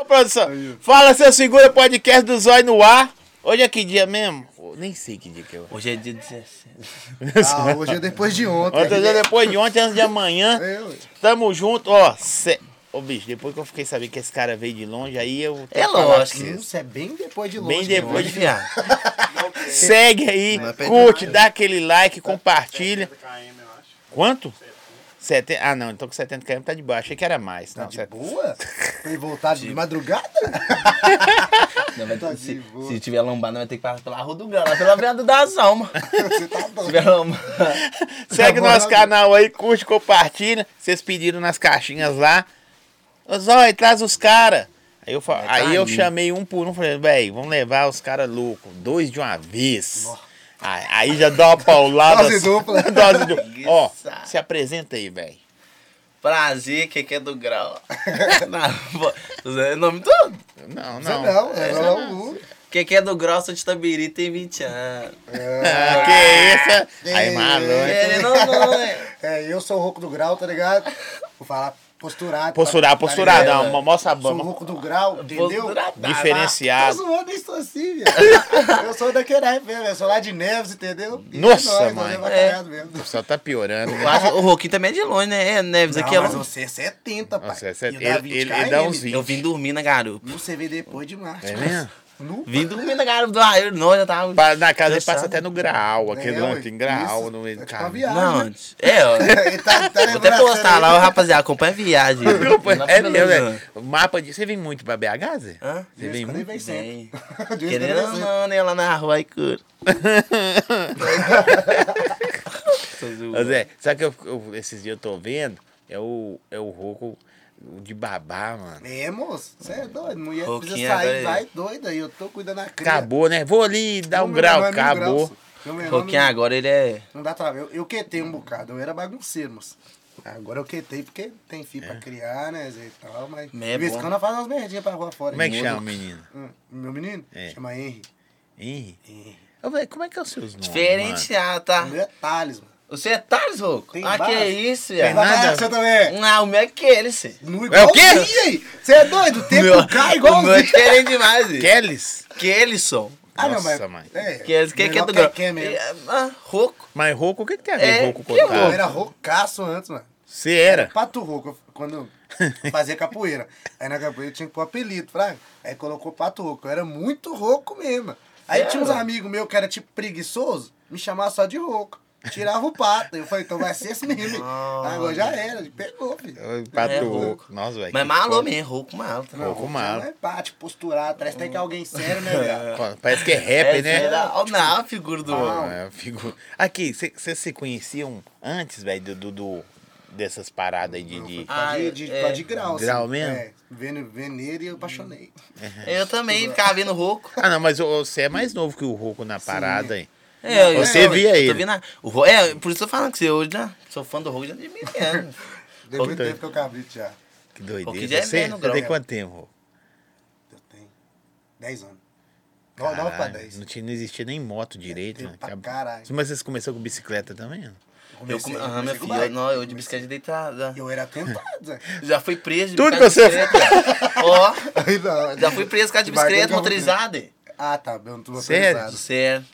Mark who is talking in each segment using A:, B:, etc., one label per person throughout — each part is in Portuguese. A: Ô, produção, fala seu segura podcast do Zói no ar. Hoje é que dia mesmo? Pô, Nem sei que dia que é. hoje.
B: Hoje é dia 16.
C: Ah, hoje é depois de ontem.
A: Outro
B: É.
A: dia né? depois de ontem, antes de amanhã.
C: É, ué.
A: Tamo junto, ó. Cê... Ô, bicho, depois que eu fiquei sabendo que esse cara veio de longe, aí eu.
B: É lógico.
C: Sim, Isso é bem depois de longe.
A: Bem
B: É
C: né,
A: depois
C: hoje.
A: de-
B: Fiado.
A: Segue aí,
B: Não é pra
A: curte,
B: entrar.
A: dá aquele
C: Tá
A: like, compartilha. Quanto? 70. Ah, não, então com 70 km tá de baixo. Achei que era mais. Não,
C: De
A: 70.
C: é boa? Tem vontade de madrugada?
B: Não, vai ter-
C: Tá de
B: se,
C: boa.
B: se tiver lombada, vai ter que passar pela Rua do Grão, lá pela Veada das Almas.
C: Você tá
B: Se
C: doido.
B: tiver lombada.
A: Segue
C: Na moral,
A: nosso canal aí, curte, compartilha. Vocês pediram nas caixinhas lá. Ô, Zói, traz os caras. Aí eu, fa-
C: tá
B: Vai
A: aí eu
B: cair.
A: chamei um por um, falei, velho, vamos levar os caras loucos, dois de uma vez. Aí, aí já dá uma paulada.
C: Dose
A: assim.
C: dupla.
A: Dose dupla. Ó,
B: Preguiça.
A: se apresenta aí, velho.
B: Prazer, que que é do Grão. Não, é nome todo.
A: Não,
C: Você
A: não.
C: não, é não é o Lu.
B: Que que é do Grão, sou de Tabiri, tem 20 anos.
A: Ah, que isso? Aí,
C: É.
A: maluco.
B: Ele não, não, é.
C: É, eu sou o Rouco do Grau, tá ligado? Vou falar posturado.
A: Posturar,
C: tá- tá
A: posturar,
C: ligado?
A: não. Mostra a
C: Sou o
A: bamba.
C: Rouco do Grau, entendeu?
B: Posturadão.
C: Tá
A: Diferenciado.
C: zoando isso assim, velho. Eu sou daquela época, velho. Eu sou lá de Neves, entendeu? E
A: Nossa,
C: é nóis,
A: mãe.
C: nós é avacalhado mesmo.
A: Só tá piorando.
B: Eu acho- O Roquinho também é de longe, né? É, Neves, aqui é
C: Não, mas
B: longe.
C: você é 70, pai.
A: um Nossa, esse é-
C: E o
A: ele,
C: da
A: ele,
C: 20
A: ele dá
C: KM,
A: uns 20.
B: Eu vim dormir na garupa.
C: No CV depois de Marte.
A: É mesmo?
C: No
B: Vim dormir na garupa do raio, não, já tava...
A: Pa- Na casa ele
B: Cansado.
A: passa até no grau, aquele
C: É,
A: lá
C: ué,
A: tem grau
C: isso,
A: no meio
C: é
A: do
C: tipo
A: carro.
C: uma viagem.
B: Não, antes.
A: né?
B: É, ó.
C: Ele tá, tá
B: Vou até
C: lembrando
B: postar
C: sério.
B: lá, ó, rapaziada, acompanha a viagem.
A: É mesmo, velho. O Mapa de. Você vem muito pra BH, Zé?
B: Hã?
A: Você vem
C: Quando ele
A: muito?
C: vem sempre.
B: Vem.
C: Deus
B: Querendo
C: tá
B: ou não, né? Lá na rua e cura.
A: Ô, Zé, sabe que eu, eu- esses dias eu tô vendo? É o, é o Roco o de babá, mano.
C: É, moço, você é doido. Mulher
B: Pouquinho,
C: precisa sair,
B: velho.
C: vai doida aí. Eu tô cuidando da cria.
A: Acabou, né? Vou ali dar um grau,
C: é
A: acabou.
B: Pouquinho agora ele é.
C: Não dá trabalho. Eu, eu quetei um bocado, eu era bagunceiro, moço. Agora eu quetei porque tem filho
A: É.
C: pra criar, né, Zé e tal, mas...
B: Mas é
C: de vez em
B: bom.
C: quando ela faz umas merdinhas pra rua fora.
A: Como é que
C: hein?
A: chama o menino?
C: Hum, Meu menino?
A: É.
C: Chama Henry.
A: Henry?
C: Henry.
A: Ô, velho, como é que é os seus nomes? mano?
B: Diferenciado, tá?
C: O meu é Thales, mano.
B: Você é Thales, Roco?
C: Tem
B: Ah, que
C: base?
B: é isso,
C: Tem
B: viado?
C: nada. Você também?
B: Não, o meu é aquele, cê.
C: Nu
A: É o quê?
C: igualzinho, aí. Você é doido? O tempo
B: Meu-
C: cai
B: O meu é
C: igualzinho.
B: diferente demais, velho.
A: Kellys?
B: Kellyson.
A: Nossa, mãe.
C: É,
B: Kellyson, que que é
C: melhor
B: do grau?
C: quem é mesmo.
B: É, ah, Roco.
A: Mas Roco, o que, que tem a
B: É,
A: ver Roco com
B: que
A: Otávio?
C: Eu era roucaço antes, mano.
A: Você Ah. era?
C: Pato rouco, eu- quando eu fazia capoeira. Aí na capoeira tinha que pôr apelido, fraga. Aí colocou pato rouco. Eu era muito rouco mesmo. Aí
B: É,
C: tinha uns
B: mano.
C: amigos meus que era tipo preguiçoso, me chamava só de rouco. Tirava o pato. Eu falei, então vai ser esse menino. Agora já era, ele pegou, filho.
A: Ô, Pato
B: É
A: Roco.
B: Roco.
A: Nossa, velho.
B: Mas
A: que
B: é malou
A: foda.
B: mesmo, Roco malou. tá?
A: Roco
C: Não
A: malo.
C: é pate, posturado, parece até que é alguém sério, né, velho?
A: Parece que é rap,
B: É,
A: né?
B: será? Ó, Não, a figura
C: Ah,
B: do Roco.
A: É, eu fico- Aqui, vocês se conheciam antes, velho, do, do- do- dessas paradas aí de. de-
C: Pra
B: Ah,
C: de, de,
B: é.
C: pra de grau,
A: Grau mesmo? Hum.
C: É, vendo, vendo ele, eu apaixonei. é.
B: Eu também ficava vendo o Roco.
A: Ah, não, mas o- você é mais novo que o Roco na parada, hein?
B: É, eu-
A: Você
B: eu-
A: via
B: eu tô
A: ele.
B: vendo a- o Ro- é, por isso eu tô falando que você hoje, né? Sou fã do Hulk já de mil anos.
C: Deu muito
A: Puta.
C: tempo que eu cabrito já.
A: Que doideira.
B: Roco já é
A: você
B: menos
A: você
B: grau.
A: tem quanto tempo, Roco?
C: Eu tenho 10 anos. 9 pra
A: Caralho,
C: 10.
A: Não, tinha, não existia nem moto direito,
C: Tem
A: mano.
C: pra
A: Acab-
C: caralho.
A: Mas vocês começaram com bicicleta também, né?
B: Eu
C: Comecei-
B: come... Aham,
C: comecei
B: meu
C: com
B: filho, eu,
C: bike.
B: não, eu de bicicleta deitada.
C: um Eu era tentado, Zé.
B: Já fui preso de
A: Tudo
B: bicicleta
A: que
B: de bicicleta. Ó,
C: Aí não.
B: já fui preso por causa de
C: Mas nunca
B: bicicleta
C: fui
B: motorizada.
C: preso. Ah, tá. Eu não tô
A: Sério?
C: autorizado.
B: Sério.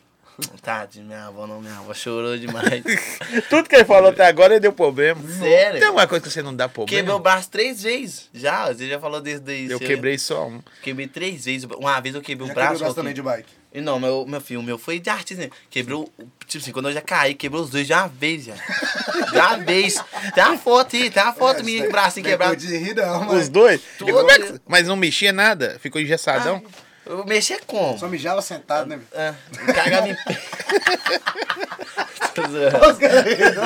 B: Tadinho, minha avó não, minha avó chorou demais.
A: Tudo que ele falou até agora deu problema.
B: Sério?
A: Tem uma coisa que você não dá problema.
B: Quebrei o né? braço três vezes. Já, você já falou desde aí.
A: Eu
B: você-
A: quebrei só um.
B: Quebrei três vezes. Uma vez
C: Já
B: eu quebrei o
C: quebrou
B: Um braço.
C: o braço também
B: Roquinho.
C: de bike.
B: E não, meu, meu filho, o meu foi de artista. né? Quebrou, o- tipo assim, quando eu já caí, quebrou os dois de uma vez, já. De uma vez. Tem uma foto aí, tem uma foto minha com o bracinho
C: Não
B: quebrado.
C: podia rir, não,
A: Os
C: mas...
A: dois? E
B: Tudo.
A: como é que- Mas não mexia nada? Ficou engessadão?
B: Eu mexer como?
C: Só mijava sentado, né? meu?
B: Ah, cagava em pé. Tô zoando.
C: Os caras-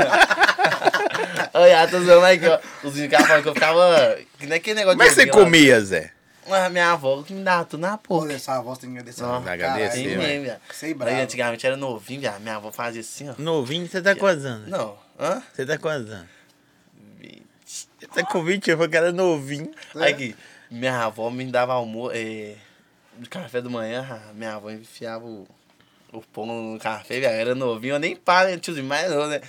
B: Olha, tô zoando aí que ó, os caras falam que eu ficava. Que nem aquele negócio
A: Como é que
B: de
A: você
B: ouvir lá.
A: comia, Zé?
B: Ah, minha avó que me dava tudo na
C: Porra,
B: porra.
C: essa voz tem que agradecer.
B: Não,
C: pra
A: agradecer,
C: caralho.
A: sei,
B: Sim,
A: ué.
B: mesmo, viado.
C: Sei bravo.
B: Aí antigamente era novinho, viado. Minha avó fazia assim, ó.
A: Novinho, você tá quantos anos?
B: Não, hã?
A: Você tá quantos anos? Você tá com 20 anos, o cara é novinho.
B: Aí que minha avó me dava almoço, é, de café da manhã, ah, minha avó enfiava o, o pão no café, velho, era novinho, eu nem paro, né, tiozinho, mais não, né?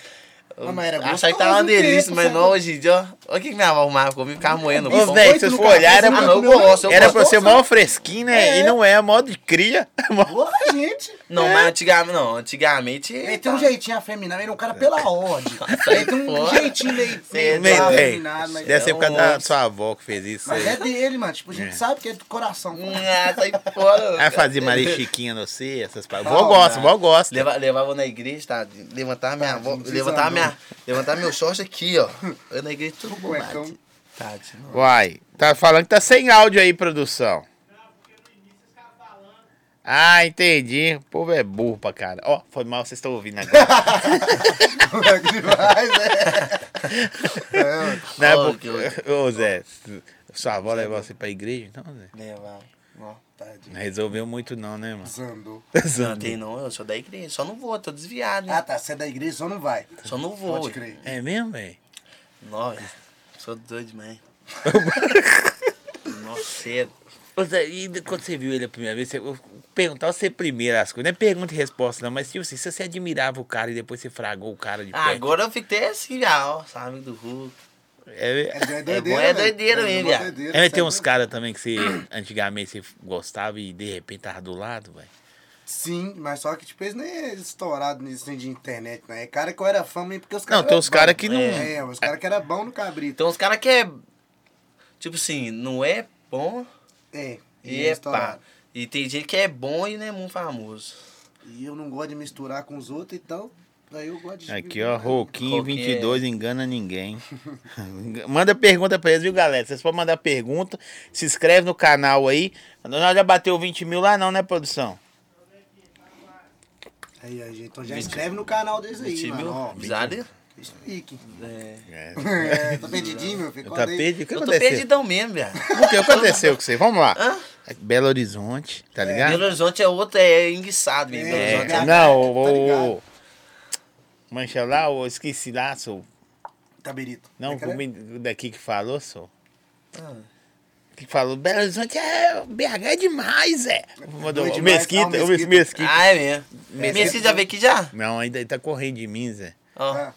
C: Não, Ah, mas era
B: Achar que tava uma
C: gostoso né? o
B: delícia,
C: tempo,
B: mas
C: sabe?
B: não, hoje em dia, ó. Olha o que que minha avó arrumava comigo, ficava moendo.
A: Ô,
B: pão.
A: velho,
C: oito
A: se você for
C: lugares,
A: olhar,
C: você
A: era
B: Ah,
C: comeu
A: pra,
B: não, eu
C: meu
B: gosto, eu
A: era
B: gosto.
A: pra ser
C: gostoso,
A: mó fresquinho, né?
C: É.
A: E não é, é mó de cria. É mó-
C: Boa, gente.
B: Não, mas antigamente, não, antigamente...
C: Ele tem um jeitinho afeminado, ele é um cara pela ordem. Ele tem um
B: Fora.
C: jeitinho meio,
B: Cê é
C: meio
A: Meio- é,
C: afeminado, mas,
A: Deve ser por causa
B: é um
A: da
B: monstro.
A: sua avó que fez isso.
C: mas
A: aí.
C: é dele, mano. Tipo, a gente sabe que é do coração.
B: Ah, sai fora.
A: Aí
B: cara.
A: fazia Maria Chiquinha, não sei, essas paradas.
C: Não,
A: Vó gosta,
B: não.
A: vó gosta.
B: Leva, levava na igreja, tá? Levantava minha avó,
C: Tadinho,
B: levantava
C: desandou.
B: minha, levantava meu short aqui, ó. Eu na igreja, tudo
C: O
B: bom,
C: cuecão.
B: Tadinho, não.
A: Uai, tá falando que tá sem áudio aí, produção. Ah, entendi. O povo é burro pra cara. Ó, foi mal, vocês estão ouvindo agora.
C: Como é que vai, né?
A: Não é
B: Ó,
A: porque-
B: que-
A: Ô, Zé, sua avó levou você pra igreja? Não, Zé.
B: Levava. Ó. tá.
C: Tadinho.
A: Não resolveu muito não, né, mano?
C: Desandou.
B: Não tem não, eu sou da igreja, só não vou, tô desviado, né?
C: Ah, tá. Você é da igreja, só não vai.
B: Só não vou.
C: Pode
B: ué.
C: crer.
A: É mesmo, velho?
B: Nossa, sou doido demais. Nossa, é. sério.
A: Ô, Zé, e de- quando você viu ele a primeira vez, você, eu perguntar você primeiro as coisas. Não é pergunta e resposta, não, mas tipo assim, se você admirava o cara e depois você fragou o cara de perto.
B: Ah, agora eu fico até assim, já, ó, sabe, do Hulk.
A: É,
C: É
B: É bom, é
C: velho.
B: doideira mesmo,
C: mó
B: viado.
C: doideira,
A: É, mas
C: cê
A: tem uns
C: doido.
A: caras também que você antigamente você gostava e de repente tava do lado, velho.
C: Sim, mas só que tipo, eles nem é estourado nisso assim, de internet, né? É cara que eu era fã mesmo, porque os caras.
A: Não, tem uns caras que não.
C: É, é, os caras que era bom no cabrito.
B: Então os caras que é. Tipo assim, não é bom
C: É.
B: e
C: é
B: é pá.
C: estourado.
B: E tem gente que é bom e não é muito famoso.
C: E eu não gosto de misturar com os outros, então. Aí eu gosto de. né?
A: Aqui, ó, Roquinho
B: Roquinho
A: 22, engana ninguém. Manda pergunta pra eles, viu, galera? Vocês podem mandar pergunta. Se inscreve no canal aí. Nós já bateu 20 mil lá, não, né, produção?
C: Aí, aí, gente, então já inscreve no canal deles aí,
B: Time,
C: mano. Ó,
B: bizarro.
C: explique.
B: É.
A: É.
C: É, tá perdidinho, meu filho?
A: Tá
C: Acorda aí.
A: perdido. O que
B: Eu tô
A: aconteceu?
B: perdidão mesmo, viado.
A: O que aconteceu com você? Vamos lá. É
B: Hã?
A: Belo Horizonte, tá
B: Belo
A: ligado?
B: Horizonte é outro, é enguiçado
C: É,
B: mesmo. Belo
A: É,
B: Horizonte é-
C: Horizonte.
A: não,
C: Tá
A: o.
C: ligado.
A: o mancha lá, eu esqueci lá, sou.
C: Taberito.
A: Não,
C: É que era-
A: o menino daqui que falou, sou.
B: Ah,
A: que falou, Belo Horizonte é BH é demais, é. Mandou o
C: Doido demais,
A: Mesquita,
C: tá, o
A: o
C: Mesquita.
A: Mes- Mesquita.
B: Ah, é mesmo.
C: Mesquita.
B: Mesquita já veio aqui já?
A: Não, ainda ele tá correndo de mim, Zé.
B: Ó,
C: Ah,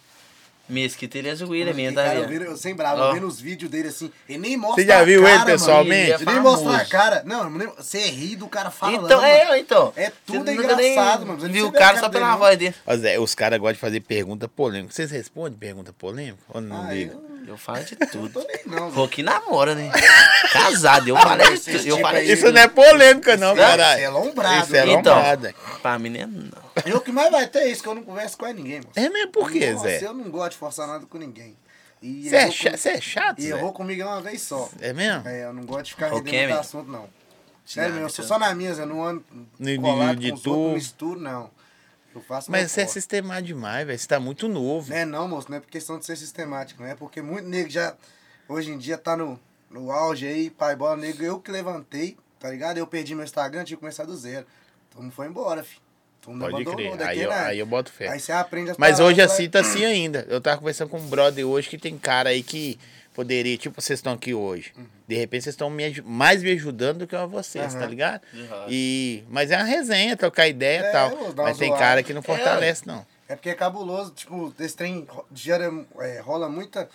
B: Mesquita ele é zoeira mesmo, tá
C: cara, eu,
B: vendo?
C: vendo, eu sem bravo,
B: Ó.
C: eu vendo os vídeos dele assim, ele nem mostra
A: Você já
C: a
A: viu
C: cara,
A: ele
C: mano.
A: pessoalmente?
C: Ele nem mostra a
B: famoso.
C: cara. Não, nem- você é ri do cara falando.
B: Então,
C: mano.
B: é, então.
C: É tudo
B: Você nunca
C: engraçado,
B: nem
C: mano. Você não
B: Viu o
C: sabe a
B: cara
C: cara
B: só
C: dele,
B: pela
C: não.
B: voz dele.
A: Ó, Zé, os caras gostam de fazer pergunta polêmica. Vocês respondem pergunta polêmica? Ou não
C: Ah,
A: liga?
C: eu
B: Eu falo de
C: não
B: tudo.
C: tô nem não, velho.
B: Roque namora, né? Casado, eu falei
C: esse
B: isso. né? Eu
C: tipo
B: falei
C: aí-
A: Isso não é polêmica, não,
C: Isso é-
A: caralho.
C: isso é lombrado,
A: Isso é
C: né?
B: Então,
A: lombrado. é.
B: pra mim não é não.
C: Eu que mais vai ter é isso, que eu não converso com ninguém, mano.
A: É mesmo, por quê,
C: Nossa,
A: Zé?
C: eu não gosto de forçar nada com ninguém. E
A: Você é,
C: errou
A: cha-
C: com-
A: você é chato,
C: E
A: Zé?
C: errou comigo é uma vez só.
A: É mesmo?
C: É, eu não gosto de ficar
B: Ok,
C: rendendo muito
B: amigo.
C: assunto, não. Sério, meu, eu sou
B: Dinâmica.
C: só na minha, eu não ando
A: Ni- ni-
C: colado
A: de
C: com os outros,
A: tu.
C: não misturo, não. Eu faço meu
A: Mas você é
C: corre.
A: sistemático demais, velho. Você tá muito novo.
C: Não é não, moço, não é por questão de ser sistemático, não é porque muito nego já, hoje em dia tá no, no auge aí, pai bola nego, eu que levantei, tá ligado? Eu perdi meu Instagram, tinha que começar do zero. Todo mundo foi embora, filho. Todo mundo
A: Pode
C: abandonou,
A: crer.
C: daqui
A: Aí
C: é
A: eu,
C: nada.
A: aí eu boto fé.
C: Aí você aprende as
A: Mas
C: palavras
A: hoje
C: lá.
A: assim tá assim ainda. Eu tava conversando com um brother hoje que tem cara aí que poderia, tipo, vocês estão aqui hoje.
C: Uhum.
A: De repente vocês estão me aju- mais me ajudando do que eu a vocês,
C: Aham.
A: tá ligado?
B: Uhum.
A: E, mas é uma resenha, trocar ideia e
C: É,
A: tal.
C: eu vou dar uma
A: Mas tem
C: zoada.
A: cara que não fortalece, não.
C: É porque é cabuloso, tipo, esse trem ro- gera, é, rola muita.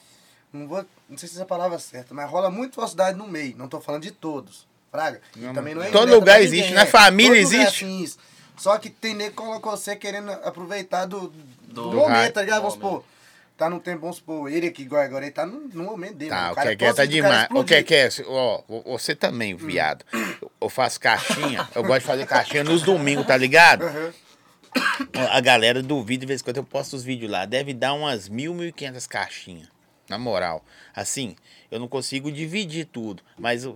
C: Não vou. Não sei se essa palavra é certa, mas rola muito falsidade no meio. Não tô falando de todos. Fraga. E também não é
A: Todo
C: indireta
A: lugar
C: pra
A: existe, na família
C: Todo lugar
A: existe.
C: tem isso. Só que tem nego que colocou você querendo aproveitar do, do,
B: Do
A: hype.
C: momento, tá ligado? Vamos
B: Do momento.
C: supor. Tá num tempo, vamos supor, ele aqui igual agora, ele tá no, no momento dele.
A: Tá,
C: mano.
A: o que
C: cara
A: é que é tá
C: gosta do cara
A: demais. O que é
C: explodir.
A: que é? Ó, vo- você também, viado. Eu- Eu faço caixinha, eu gosto de fazer caixinha nos domingos, tá ligado?
C: Aham.
A: A galera duvida, de vez em quando eu posto os vídeos lá. Deve dar umas mil, mil e quinhentas caixinhas. Na moral. Assim, eu não consigo dividir tudo. Mas o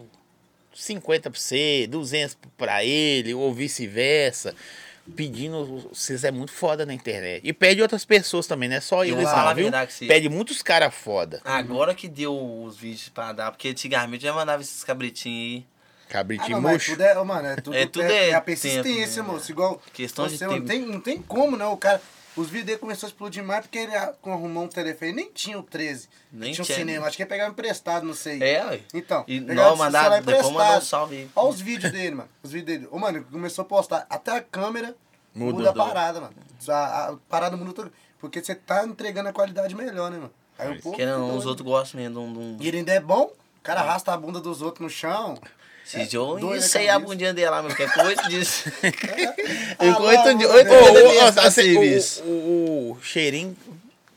A: 50 pra você, 200 pra ele, ou vice-versa. Pedindo, vocês é muito foda na internet. E pede outras pessoas também, não é só
B: Eu
A: eu,
B: vou falar a
A: viu?
B: verdade que se-
A: Pede muitos caras foda.
B: Agora que deu os vídeos pra dar, porque antigamente eu já mandava esses cabritinhos aí.
C: Ah,
A: Cabritinho
C: não, mas
A: murcho.
C: tudo é, mano, é tudo,
B: É, tudo
C: é,
B: é
C: a
B: tempo,
C: persistência,
B: né?
C: moço. Igual.
B: Questão de
C: você não
B: tempo.
C: tem, não tem como, não. O cara. Os vídeos dele começou a explodir mais porque ele a- arrumou um telefone. Nem tinha o 13.
B: Nem
C: tinha um
B: tinha,
C: cinema.
B: né?
C: Acho que ele pegava emprestado, não sei.
B: É, ué.
C: Então,
B: E
C: pegava
B: não, mandar-
C: celular
B: depois
C: emprestado.
B: mandar um salve aí.
C: Olha os vídeos dele, mano. Os vídeos dele. Ô, mano, ele começou a postar. Até a câmera
A: Mudou.
C: muda a parada, mano. A, a parada muda tudo. Porque você tá entregando a qualidade melhor, né, mano? Aí
A: É
C: o povo.
B: Porque
C: fica
B: não, os
C: doido.
B: outros gostam mesmo de um- de um.
C: E ele ainda é bom, o cara arrasta a bunda dos outros no chão.
B: Se eu
C: doido na
B: sei a
C: cabeça.
B: bundinha dele lá, meu, que é com oito dias.
C: Ah,
B: Com oito
C: lá,
B: dias.
C: mano,
B: Oito
A: Ô, ô,
B: dias
A: ô,
B: ele ia estar
A: você-
C: assim,
A: o-
B: serviço.
A: o, o, cheirinho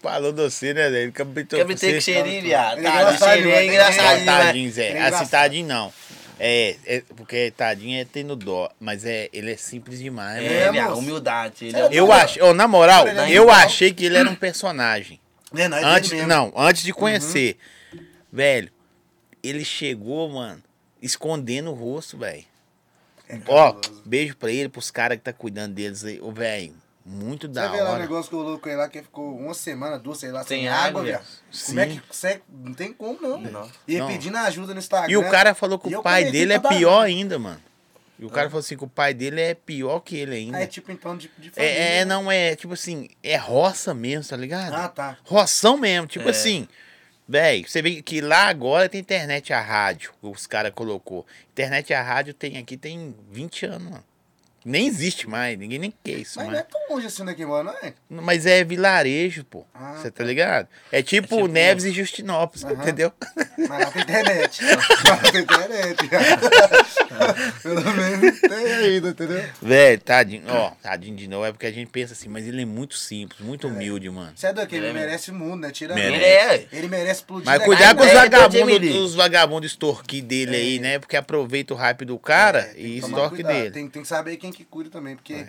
A: falou de você, né, velho? Ele cabritou
B: Quer me ter que cheirinho, viado.
C: Ele é
B: Tá,
C: engraçado,
B: cheirinho é
C: mano.
A: Não,
B: engraçadinho, né?
A: tadinho, Zé.
C: É
A: Assim,
C: engraçado.
A: tadinho não. É, é, porque tadinho é tendo dó, mas é, ele é simples demais,
B: É, Tá
A: mano.
B: minha
C: moço.
B: humildade. Ele
C: Cê
B: é
C: é
B: humilde.
A: Eu achei, oh, na moral,
C: Ele é
B: então.
A: eu
C: legal.
A: achei que ele era um personagem.
C: Né, não, é dele
A: antes,
C: mesmo. Uhum.
A: não, antes de conhecer. Velho, ele chegou, mano, escondendo o rosto, velho.
C: É
A: Ó,
C: cabuloso.
A: beijo pra ele, pros caras que tá cuidando deles aí. Ô, velho, muito
C: Você
A: da
C: vê lá o
A: hora.
C: negócio que eu louco aí lá, que ficou uma semana, duas, sei lá,
B: Sem
C: sem
B: água,
C: água, viado.
A: Sim.
C: Como é que consegue? Não tem como, não.
B: Não.
C: E ele
A: Não.
C: pedindo ajuda no Instagram.
A: E o cara falou que o
C: E eu
A: pai
C: comecei
A: dele é
C: pra dar-
A: pior ainda, mano. E o cara falou assim que o pai dele é pior que ele ainda.
C: Ah, é tipo então de, de família,
A: É, é,
C: né?
A: não, é tipo assim, é roça mesmo, tá ligado?
C: Ah, tá.
A: Roção mesmo, tipo
B: É.
A: assim. Véi, você vê que lá agora tem internet a rádio, os caras colocou. Internet a rádio tem aqui, tem 20 anos, mano. Nem existe mais, ninguém nem quer isso,
C: Mas
A: mas,
C: não é tão longe assim daqui, mano, não é?
A: mas é vilarejo, pô.
C: Ah,
A: Você tá ligado? É tipo,
B: tipo-
A: Neves e Justinópolis,
C: Aham.
A: entendeu?
C: Mas lá tem internet. lá tem internet, viado. Pelo menos tem ainda, entendeu?
A: Véi, tadinho, ó, tadinho de novo, é porque a gente pensa assim, mas ele é muito simples, muito humilde, mano.
C: Você é doido, que ele
B: É mesmo.
C: merece o mundo, né? Tira
A: Merece.
B: Ele é.
C: Ele merece explodir.
A: Mas
C: na
A: cuidado
C: cara
A: com os
B: é,
C: dele.
B: vaga-
A: vagabundos,
B: Jamie Lee.
A: os vagabundos extorquir dele aí, né? Porque aproveita o hype do cara
C: É, tem
A: e
C: que tomar
A: extorque
C: cuidado.
A: dele. É.
C: Tem, tem que saber quem que cuida também, porque...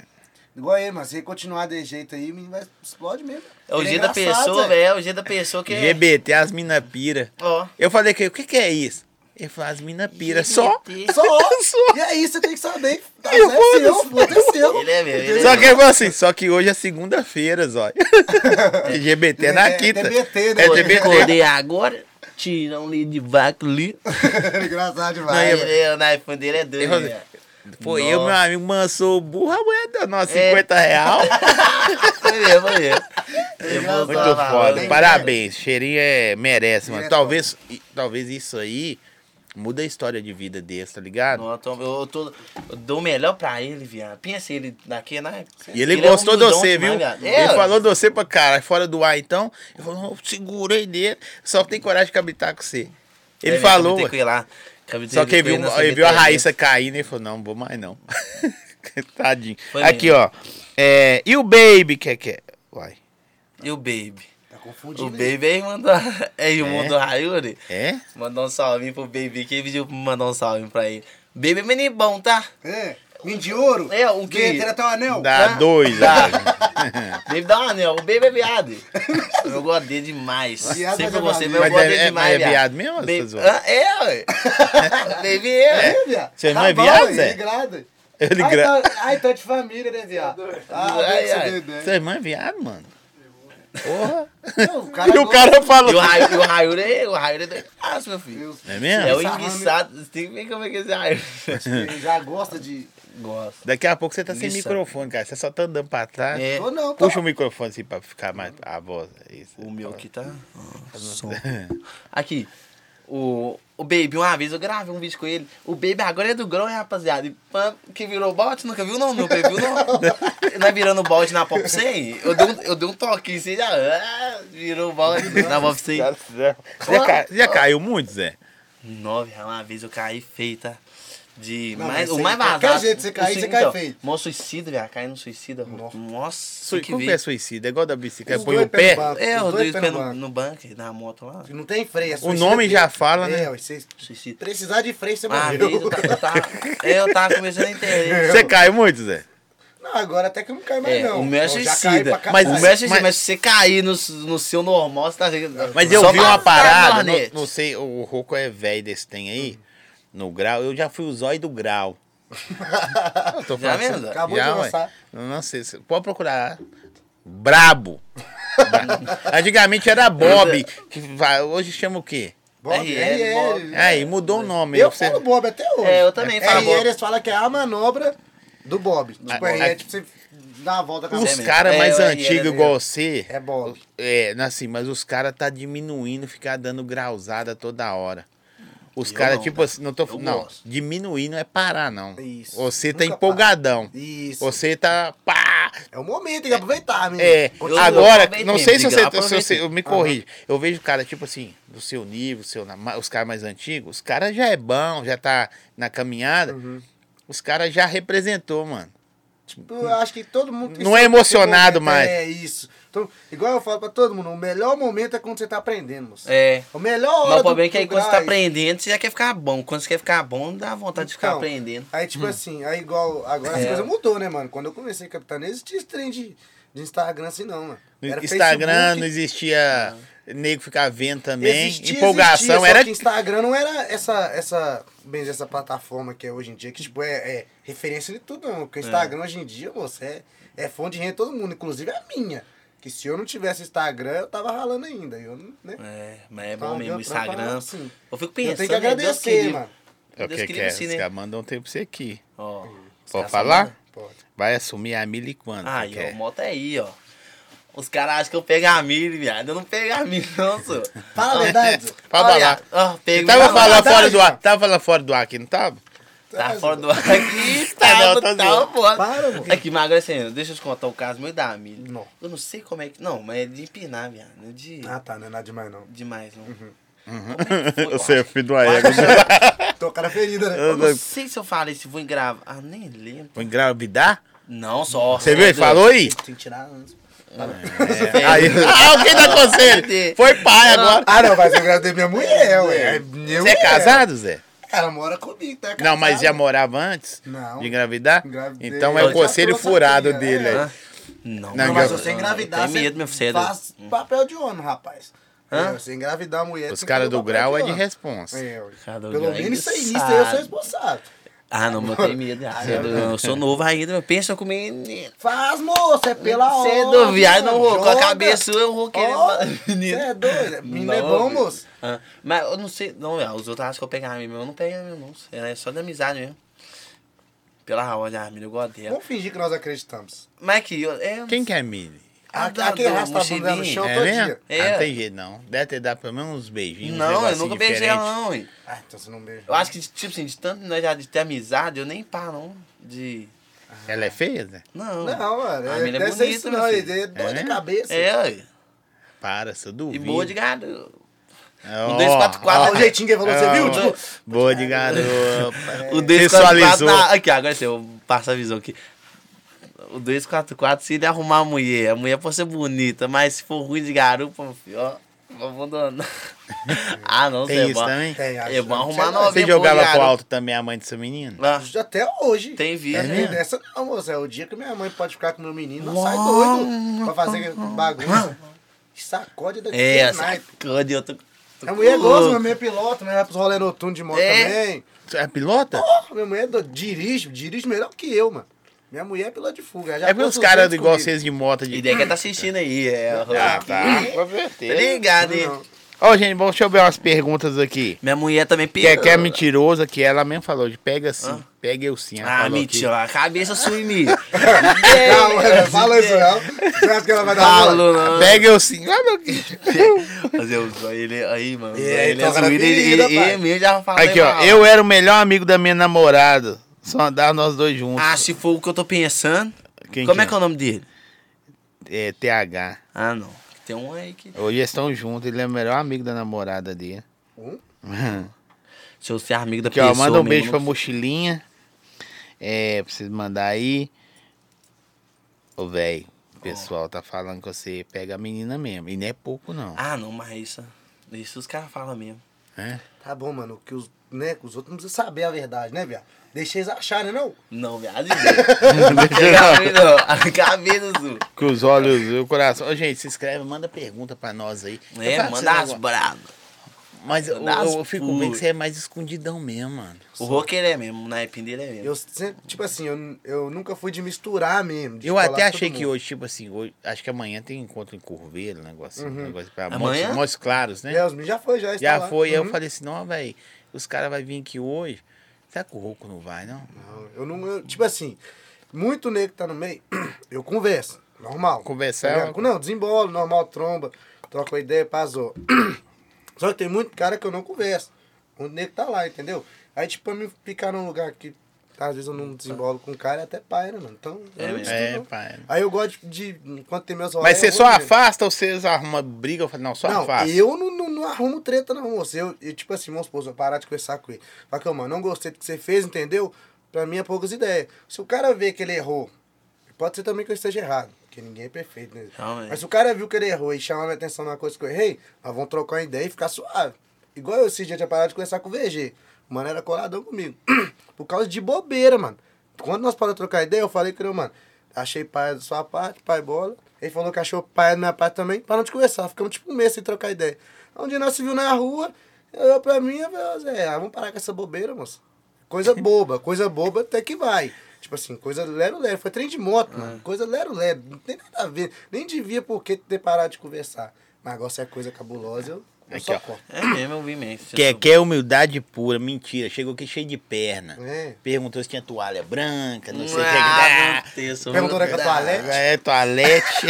C: Igual ele, mas se ele continuar desse jeito aí, o menino vai explode mesmo.
B: É o
C: Ele
B: jeito da
C: engraçado,
B: pessoa, velho. É o jeito da pessoa que é.
A: GBT, as mina pira.
B: Ó.
A: Eu falei que o que, que é isso? Ele falou, as mina pira. Só?
B: GBT.
C: Só,
A: Só.
C: E aí, você tem que saber. Tá
A: Eu
C: certo,
A: vou-
C: seu, aconteceu.
B: Ele é mesmo, ele é
A: Só
B: mesmo.
A: que ele falou assim, só que hoje é segunda-feira, Zóio. E GBT é na
C: É,
A: quinta.
C: DBT, né?
A: É
B: Pode
A: GBT.
B: esconder agora. Tirar um lead de vaca ali.
A: Tá
C: é Engraçado
A: Não,
C: demais.
A: eu-
B: é Ele é, na iPhone dele é
A: Ele
B: doido.
A: falou
B: velho.
A: assim, Pô, eu, meu amigo, mansou burra, a mulher deu nós
B: É.
A: 50 real.
B: Foi mesmo, foi mesmo. Ele
C: Muito
A: Muito
B: voltou lá,
A: foda.
B: né?
A: Parabéns. Cheirinho é, merece, mano.
C: Direto.
A: Talvez, e- talvez isso aí muda a história de vida desse, tá ligado?
B: Não, eu tô- eu, tô, eu dou o melhor pra ele, viado. Pensa ele daqui, né?
A: E ele,
B: é
A: gostou de
B: humildão
A: você,
B: demais,
A: viu?
B: viado. É,
A: ele
B: ué.
A: falou de você pra cara, fora do ar então. Ele falou, "Não, eu segurei dele, só tem coragem de cabitar com você.
B: É,
A: Ele
B: eu
A: falou,
B: comentei
A: ué.
B: com ele lá. Comentei
A: só que ele
B: com né?
A: viu,
B: nessa
A: ele viu a
B: BTV.
A: Raíssa caindo e falou, não, vou mais não. Tadinho.
B: Foi
A: Aqui,
B: mesmo.
A: ó. É, e o Baby, que é que é? Uai.
B: E o Baby.
C: Tá
B: O
C: confundindo. hein?
B: Baby aí mandou. É irmão
A: É?
B: do Rayuri.
A: É?
B: Mandou um salvinho pro Baby, que ele pediu pra mandar um salvinho pra ele. Baby é menino bom, tá?
C: É. Vim de ouro?
B: É, o que-
C: Vinheteiro até o anel?
A: Dá
C: Ah,
A: dois,
B: Dá.
A: velho.
B: Baby dá um anel. O Baby é viado. Eu gosto dele demais.
C: Viado
B: Sempre
C: mas
B: eu
C: é
B: gostei,
C: maneiro.
B: mas eu
A: Mas
B: gosto
A: é-
B: dele
A: é- mas é
B: demais,
A: viado mesmo, ou
B: Baby-
A: você zoa?
B: Ah, É, ué. Baby é.
C: É, viado.
A: Seu irmão
C: Tá
A: é
C: bom,
A: viado,
C: ele
A: Zé?
C: grada.
A: Ele
C: Ai,
A: gra...
C: tá- Ai, tá de família, né, viado? Ah,
B: Ai,
C: deve ser
B: ai.
C: doido, né?
A: Sua irmã é viado, mano? Porra.
C: Não, o cara
A: e
C: é
A: o
C: doido.
A: cara
B: E o
A: falou.
B: Raio- e o Rayuri é. O Rayuri é doidaço, meu filho.
C: Deus.
A: É mesmo?
B: É o
C: Sarrando.
B: enguiçado. Você tem que ver como é que é esse Rayuri.
C: Ele já gosta de...
B: Gosto.
A: Daqui a pouco você tá sem
B: Isso.
A: microfone, cara. Você só tá andando pra trás.
B: É.
C: Ou não, tá.
A: Puxa o microfone assim pra ficar mais a voz. é Isso.
B: O meu aqui tá. ó, som. Aqui. O, o Baby, uma vez eu gravei um vídeo com ele. O Baby agora é do grão, hein, rapaziada. E pã, que virou bote, nunca viu não, meu Baby, viu não. Não é virando balde na Pop 100? Eu dei um, eu dei um toquinho, você já. ah, virou balde na Pop 100.
A: Você já, ca- você já caiu muito, Zé?
B: Nove, é uma vez eu caí feita. De
C: Não,
B: mais,
C: mas
B: o
C: você-
B: mais vazado.
C: qualquer jeito você cair,
B: o sui-
C: você cai
B: então,
C: feito.
B: Mó suicida, velho. Caí no suicida.
C: Nossa.
B: Nossa,
A: Sui,
B: Nossa que
A: como que
B: veio.
A: é suicida? É igual da bicicleta.
C: Os
A: Põe
C: dois
A: o pé.
C: pés no barro.
B: É, os dois pés
C: no
B: no,
C: banco.
B: no banco, na moto lá.
C: Não tem freio. é
A: O
C: suicida
A: nome já
C: mesmo.
A: fala, né?
C: É, ué, se
B: Suicida.
C: precisar de freio, você
B: Ah, vez eu
C: morreu.
B: ta- eu tava, é, eu tava começando a entender.
A: Você caiu muito, Zé?
C: Não, agora até que não cai mais,
B: É,
C: não.
B: o meu é
C: Eu já caí
B: suicida.
C: pra caralho.
B: Mas, o meu é
A: mas-
B: suicida, mas se você cair no, no seu normal, você tá.
C: É,
A: Mas eu vi uma parada, não, não sei, o Roco é velho desse tem aí, no grau. Eu já fui o zóio do grau. Eu tô
B: Já
A: falando
B: mesmo?
A: assim,
C: Acabou
A: já,
C: de
A: ué.
C: lançar.
A: Não sei, se- pode procurar. Brabo. Antigamente era Bob. que vai- hoje chama o quê?
C: Bob,
B: RL, Bob.
C: RL.
A: Aí, mudou o nome.
C: Eu
A: É, você-
C: falo Bob até hoje.
B: É, eu também falo
C: RL,
B: Bob.
C: eles falam que é a manobra do Bob. Do
A: Ah,
C: Super
A: é.
C: RL, tipo, você dá a volta com a
A: Os
C: mão.
A: caras
B: É,
A: mais
B: eu- eu-
A: antigos
B: eu-
A: igual você.
C: É Bob.
A: É, não, assim, mas os caras tá diminuindo, ficar dando grauzada toda hora. Os
B: Eu
A: caras,
B: não,
A: tipo
B: cara.
A: assim, não tô.
B: Eu
A: não,
B: gosto.
A: diminuir não é parar, não.
C: né? Isso.
A: Você tá
C: Nunca para.
A: empolgadão.
C: Isso.
A: Você tá. Pá!
C: É o momento, tem que aproveitar, menino.
A: É,
B: Eu-
A: agora,
B: eu
A: não
B: aproveitei,
A: sei se você, tá,
B: eu
A: se
B: aproveitei.
A: você- eu me corrija. Eu vejo cara, tipo assim, do seu nível, seu, na- ma- os caras mais antigos, os caras já é bom, já tá na caminhada.
C: Uhum.
A: Os caras já representou, mano.
C: Tipo, eu acho que todo mundo. que
A: Não
C: sabe
A: é emocionado
C: que momento
A: mais.
C: É isso. Então, igual eu falo pra todo mundo, o melhor momento é quando você tá aprendendo, moço.
B: É.
C: O melhor hora
B: Mas o
C: do-
B: problema é que aí
C: do
B: quando você tá
C: gás.
B: aprendendo, você já quer ficar bom. Quando você quer ficar bom, não dá vontade de ficar
C: Então,
B: aprendendo. Hum.
C: Aí, tipo assim, aí igual. Agora as
B: É.
C: coisas mudou, né, mano? Quano eu comecei a captar, não existia esse trem de, de Instagram assim, não, mano.
A: No
C: Era
A: Instagram
C: Facebook, Ah.
A: não existia nego ficar vendo também.
C: Existia,
A: Empolgação
C: existia, só
A: era.
C: que Instagram não era essa, essa, bem, dizer, essa plataforma que é hoje em dia, que tipo, é, é referência de tudo, não.
A: É.
C: Porque o Instagram hoje em dia, moço, é, é fonte de renda de todo mundo, inclusive a minha. Que se eu não tivesse Instagram, eu tava ralando ainda. Eu, não- né?
B: É, mas é
C: Tava
B: bom mesmo. O
C: dando pra falar
B: Instagram.
C: assim.
B: Eu fico pensando.
C: Eu tenho que
B: né, Deus
C: agradecer,
B: livre.
C: mano. Hum.
A: É o
B: Deus
A: que
B: que
A: que
B: livre,
A: é? Os
B: sim, né?
A: caras mandam um tempo pra você aqui.
B: Ó, os
A: Pode
B: caras
A: falar?
B: sabem, né?
C: Pode.
A: Vai assumir a milha e quando?
B: Aí,
A: que
B: ó,
A: quer?
B: o moto é aí, ó. Os caras acham que eu pego a milha, viado. Eu não pego a milha, não, senhor.
C: Fala a verdade.
A: Fala lá.
B: Ó,
A: Você
B: pego
A: tava
B: minha-
A: falando
C: verdade,
A: fora do ar.
C: mano.
A: Tava falando fora do ar aqui, não tava?
B: Tá
C: Tá,
B: fora do ar
C: É,
B: aqui, tá,
A: Não,
B: não,
A: tá
B: tá,
A: zoando.
B: fora.
C: Para, mano.
B: Aqui, mas agora assim, deixa eu te contar o caso meu e da Amília.
C: Não.
B: Eu não sei como é que. Não, mas é de empinar, viado. Não é de.
C: Ah, Uhum. tá, não é nada demais, não.
B: Demais, não. é
A: Eu
C: é
A: sei, eu fui do ar.
C: Tô cara ferida, né?
B: Eu não sei se eu falei se vou engravar. Ah, nem lembro.
A: Vou engravidar?
B: Não, só. é
A: Você viu? Ele falou aí?
C: Tem que tirar antes.
A: É. Aí, ah, o que dá conselho? Foi pai agora.
C: Ah, não, mas eu gravei minha mulher, ué. Minha
A: Você é
C: mulher.
A: casado, Zé?
C: Ela mora comigo, tá?
A: Não, mas já
C: casada.
A: morava antes
C: Não.
A: de engravidar?
C: Engravidei.
A: Então é o
B: Eu já
A: conselho
C: trouxe a
A: furado
C: filha,
A: dele.
C: né?
A: aí.
B: Hã? Não,
A: Não,
C: Não, mas
A: eu-
C: você engravidar,
B: Tem medo, é meu
C: você
B: filho.
C: faz papel de homem, rapaz.
B: Hum. Hã?
C: É, Você engravidar a mulher...
A: Os
C: você
A: caras
C: faz
A: do
C: papel
A: grau é de
C: homem.
A: responsa.
C: É, ué.
B: Cara do
C: Pelo
B: grau é
C: menos isso aí, isso
B: engraçado.
C: aí eu sou responsável.
B: Ah, não, mas eu tenho medo. viado. Eu, eu sou novo ainda, eu penso comigo.
C: Faz, moço, é pela hora.
B: Você é do viado, não vou. Com a cabeça eu vou querer.
C: Você
B: Menino.
C: é doido. Menino é
B: Não,
C: bom,
B: velho.
C: moço.
B: Ah, mas eu não sei. Não, velho, os outros acham que eu pegava a minha, mas eu não pego a minha, não. Ela é só da amizade mesmo. Pela ordem, a minha, eu gosto dela.
C: Vamos fingir que nós acreditamos.
B: Mas aqui, eu. É,
A: Quem que é Mili?
B: Ah,
C: Aqui
B: da-
C: aquele
B: da
C: rasta a bunda dela no
B: mochilinha.
C: chão
A: É
C: todo
A: mesmo?
C: dia.
A: Ah,
B: É.
A: não tem jeito, não. Deve ter dado pelo menos uns beijinhos. uns
B: Não, eu
A: negocinhos
B: nunca beijei
A: diferentes.
B: ela, não, hein.
C: Ah, então você não beija.
B: Eu acho que, tipo assim, de tanto nós já de ter amizade, eu nem paro, não. De.
A: Ela é feia, Zé?
B: Não.
C: Não, mano.
B: A
C: É,
B: menina é
C: deve ser isso
B: bonita,
C: não.
B: meu filho.
C: Ele é doido
A: É?
C: de cabeça.
B: É, ué.
A: Para, você
B: E
A: duvido.
B: boa de garoto.
A: Ó,
B: Um, dois,
C: Olha
B: quatro, quatro,
A: ó.
C: o Ah, jeitinho que ele falou, você viu?
A: Ó,
C: Tipo,
A: Boa de garoto.
B: O 244.
A: Sensualizou.
B: Na... Aqui, agora sim, eu passo a visão aqui. O 244, se ele arrumar a mulher, a mulher pode ser bonita, mas se for ruim de garupa, meu filho, ó, vou abandonar. ah, não,
A: Tem
B: Zé, é
A: isso
B: bom.
A: também?
C: Tem, acho.
B: É bom arrumar
C: Você
B: novinha.
A: Você
B: boa de
A: jogava pro
B: garupa.
A: alto também a mãe dessa menina?
B: Ah,
C: Até hoje.
B: tem vídeo.
A: É
C: Não
A: mesmo?
B: né?
C: tem dessa não, moça. É o dia que minha mãe pode ficar com meu menino, ela sai
B: Uau.
C: doido pra fazer bagunça. Que Sacode daqui. É,
B: É, essa
C: naipe.
B: Cândia, eu tô... tô
C: Minha mulher gosta, minha
B: louco.
C: mulher é piloto, minha mulher vai pros rolê noturno de moto
B: É.
C: também.
A: É pilota?
C: Porra, minha mulher é do... dirige, dirige melhor que eu, mano. Minha mulher é piloto de fuga. ela já
A: É porque
C: pôs
A: os
C: os
A: caras
C: dentes
A: igual
C: comigo.
A: vocês de moto de.
B: E daí quem tá assistindo aí, é...
A: Ah,
B: Ah,
A: tá. Com certeza.
B: Obrigado, hein?
C: Não,
A: Ó, gente, bom, deixa eu ver umas perguntas aqui.
B: Minha mulher também
A: Que é,
B: pirou.
A: que é mentirosa, que ela mesmo falou de pega sim, pega eu sim. ela
B: Ah,
A: falou
B: mentira. A cabeça sua em mim.
C: Não, mano, fala isso não. Você acha que ela vai dar uma
B: Falo,
A: aqui.
B: não.
A: Pega eu sim. Ah, meu Deus.
B: Mas eu, só ele aí, mano.
C: E
B: só
C: aí,
B: ele
C: tá
B: é zoeiro, ele,
C: maravilha,
B: ele,
C: pai.
B: ele mesmo já falou.
A: Aqui, ó. Eu era o melhor amigo da minha namorada. Só andar nós dois juntos.
B: Ah, se for o que eu tô pensando.
A: Quem
B: como
A: que
B: é,
A: é?
B: que é o nome dele?
A: É, TH.
B: Ah, não. Tem um aí que.
A: Hoje eles estão juntos, ele é o melhor amigo da namorada dele.
C: Hum?
B: Se eu ser amigo da
A: Aqui,
B: pessoa.
A: ó, manda um
B: mesmo,
A: beijo
B: não-
A: pra mochilinha. É, pra vocês mandar aí. Ô, velho, o pessoal tá falando que você pega a menina mesmo. E não é pouco, não.
B: Ah, não, mas isso. Isso os caras falam mesmo.
A: né?
C: Tá bom, mano. Que os, né, que os outros não precisam saber a verdade, né, viado? Deixa eles acharem, não?
B: Não, viado. não. Não tem cabelo, não. A cabeça azul.
A: Com os olhos e o coração. Ô, gente, se inscreve, manda pergunta pra nós aí. Eu
B: É,
A: falo pra
B: manda
A: vocês
B: as
A: agora,
B: bravas.
A: Mas eu,
B: manda as
A: eu fico vendo que
B: puras.
A: você é mais escondidão mesmo, mano.
B: O rocker é mesmo, na epindeira é mesmo.
C: Eu sempre, tipo assim, eu, eu nunca fui de misturar mesmo. de
A: Eu
C: colar
A: até
C: com
A: achei
C: todo
A: que
C: mundo.
A: hoje, tipo assim, hoje, acho que amanhã tem encontro em Curveiro, um negócio assim, um negócio pra
B: Amanhã?
A: Montes, Montes Claros, né?
C: É, os meninos já foi, já. está
A: Já
C: lá.
A: foi, aí eu
C: Uhum.
A: falei assim, não, velho, os caras vão vir aqui hoje. Será que o Roco não vai, não?
C: Não, Eu não, eu- tipo assim, muito negro que tá no meio, eu converso, normal.
A: Conversar
C: Tá
A: é
C: ligado?
A: uma-
C: Não, desembolo, normal, tromba, troca uma ideia, passou. Só que tem muito cara que eu não converso. O nego tá lá, entendeu? Aí, tipo, pra me ficar num lugar que às vezes eu não desembolo com o cara, é até paira, mano. Então,
B: É
C: eu
B: mesmo?
C: estudo,
A: É,
C: não.
A: pai.
C: Aí eu gosto de. Enquanto tem meus
A: Mas
C: horários,
A: você
C: eu
A: só
C: vou mesmo.
A: afasta ou vocês arrumam briga? Eu falo, Não, só
C: não,
A: afasta.
C: eu não, não, não arrumo treta, não, moço. Eu, eu, tipo assim, vamos supor, se eu parar de conversar com ele. Fala que, ô, mano, não gostei do que você fez, entendeu? Pra mim é poucas ideias. Se o cara vê que ele errou, pode ser também que eu esteja errado, porque ninguém é perfeito, né?
B: Realmente.
C: Mas se o cara viu que ele errou e chamar minha atenção numa coisa que eu errei, nós vamos trocar uma ideia e ficar suave. Igual eu esse dia tinha parado de conversar com o VG. O mano era coladão comigo. Por causa de bobeira, mano. Quando nós paramos de trocar ideia, eu falei que eu, mano, achei pai da sua parte, pai bola. Ele falou que achou pai da minha parte também. Paramos de conversar. Ficamos tipo um mês sem trocar ideia. Aí Um dia nós se viu na rua, eu pra mim, eu falei, Zé, ah, vamos parar com essa bobeira, moço. Coisa boba, coisa boba até que vai. Tipo assim, coisa lero-lero. Foi trem de moto,
A: É.
C: mano. Coisa lero-lero. Não tem nada a ver. Nem devia por que ter parado de conversar. Mas agora se é coisa cabulosa, eu, eu
A: Aqui,
C: só
A: ó.
C: corto.
B: É mesmo, eu vi mesmo.
A: Quer, quer humildade pura, mentira. Chegou aqui cheio de perna.
C: É.
A: Perguntou se tinha toalha branca, não sei o que.
B: Ah,
A: Ah,
B: meu Deus, sou
C: Perguntou
B: muito
C: onde é que eu tô
B: bravo.
C: alérgico. Toalete.
A: É,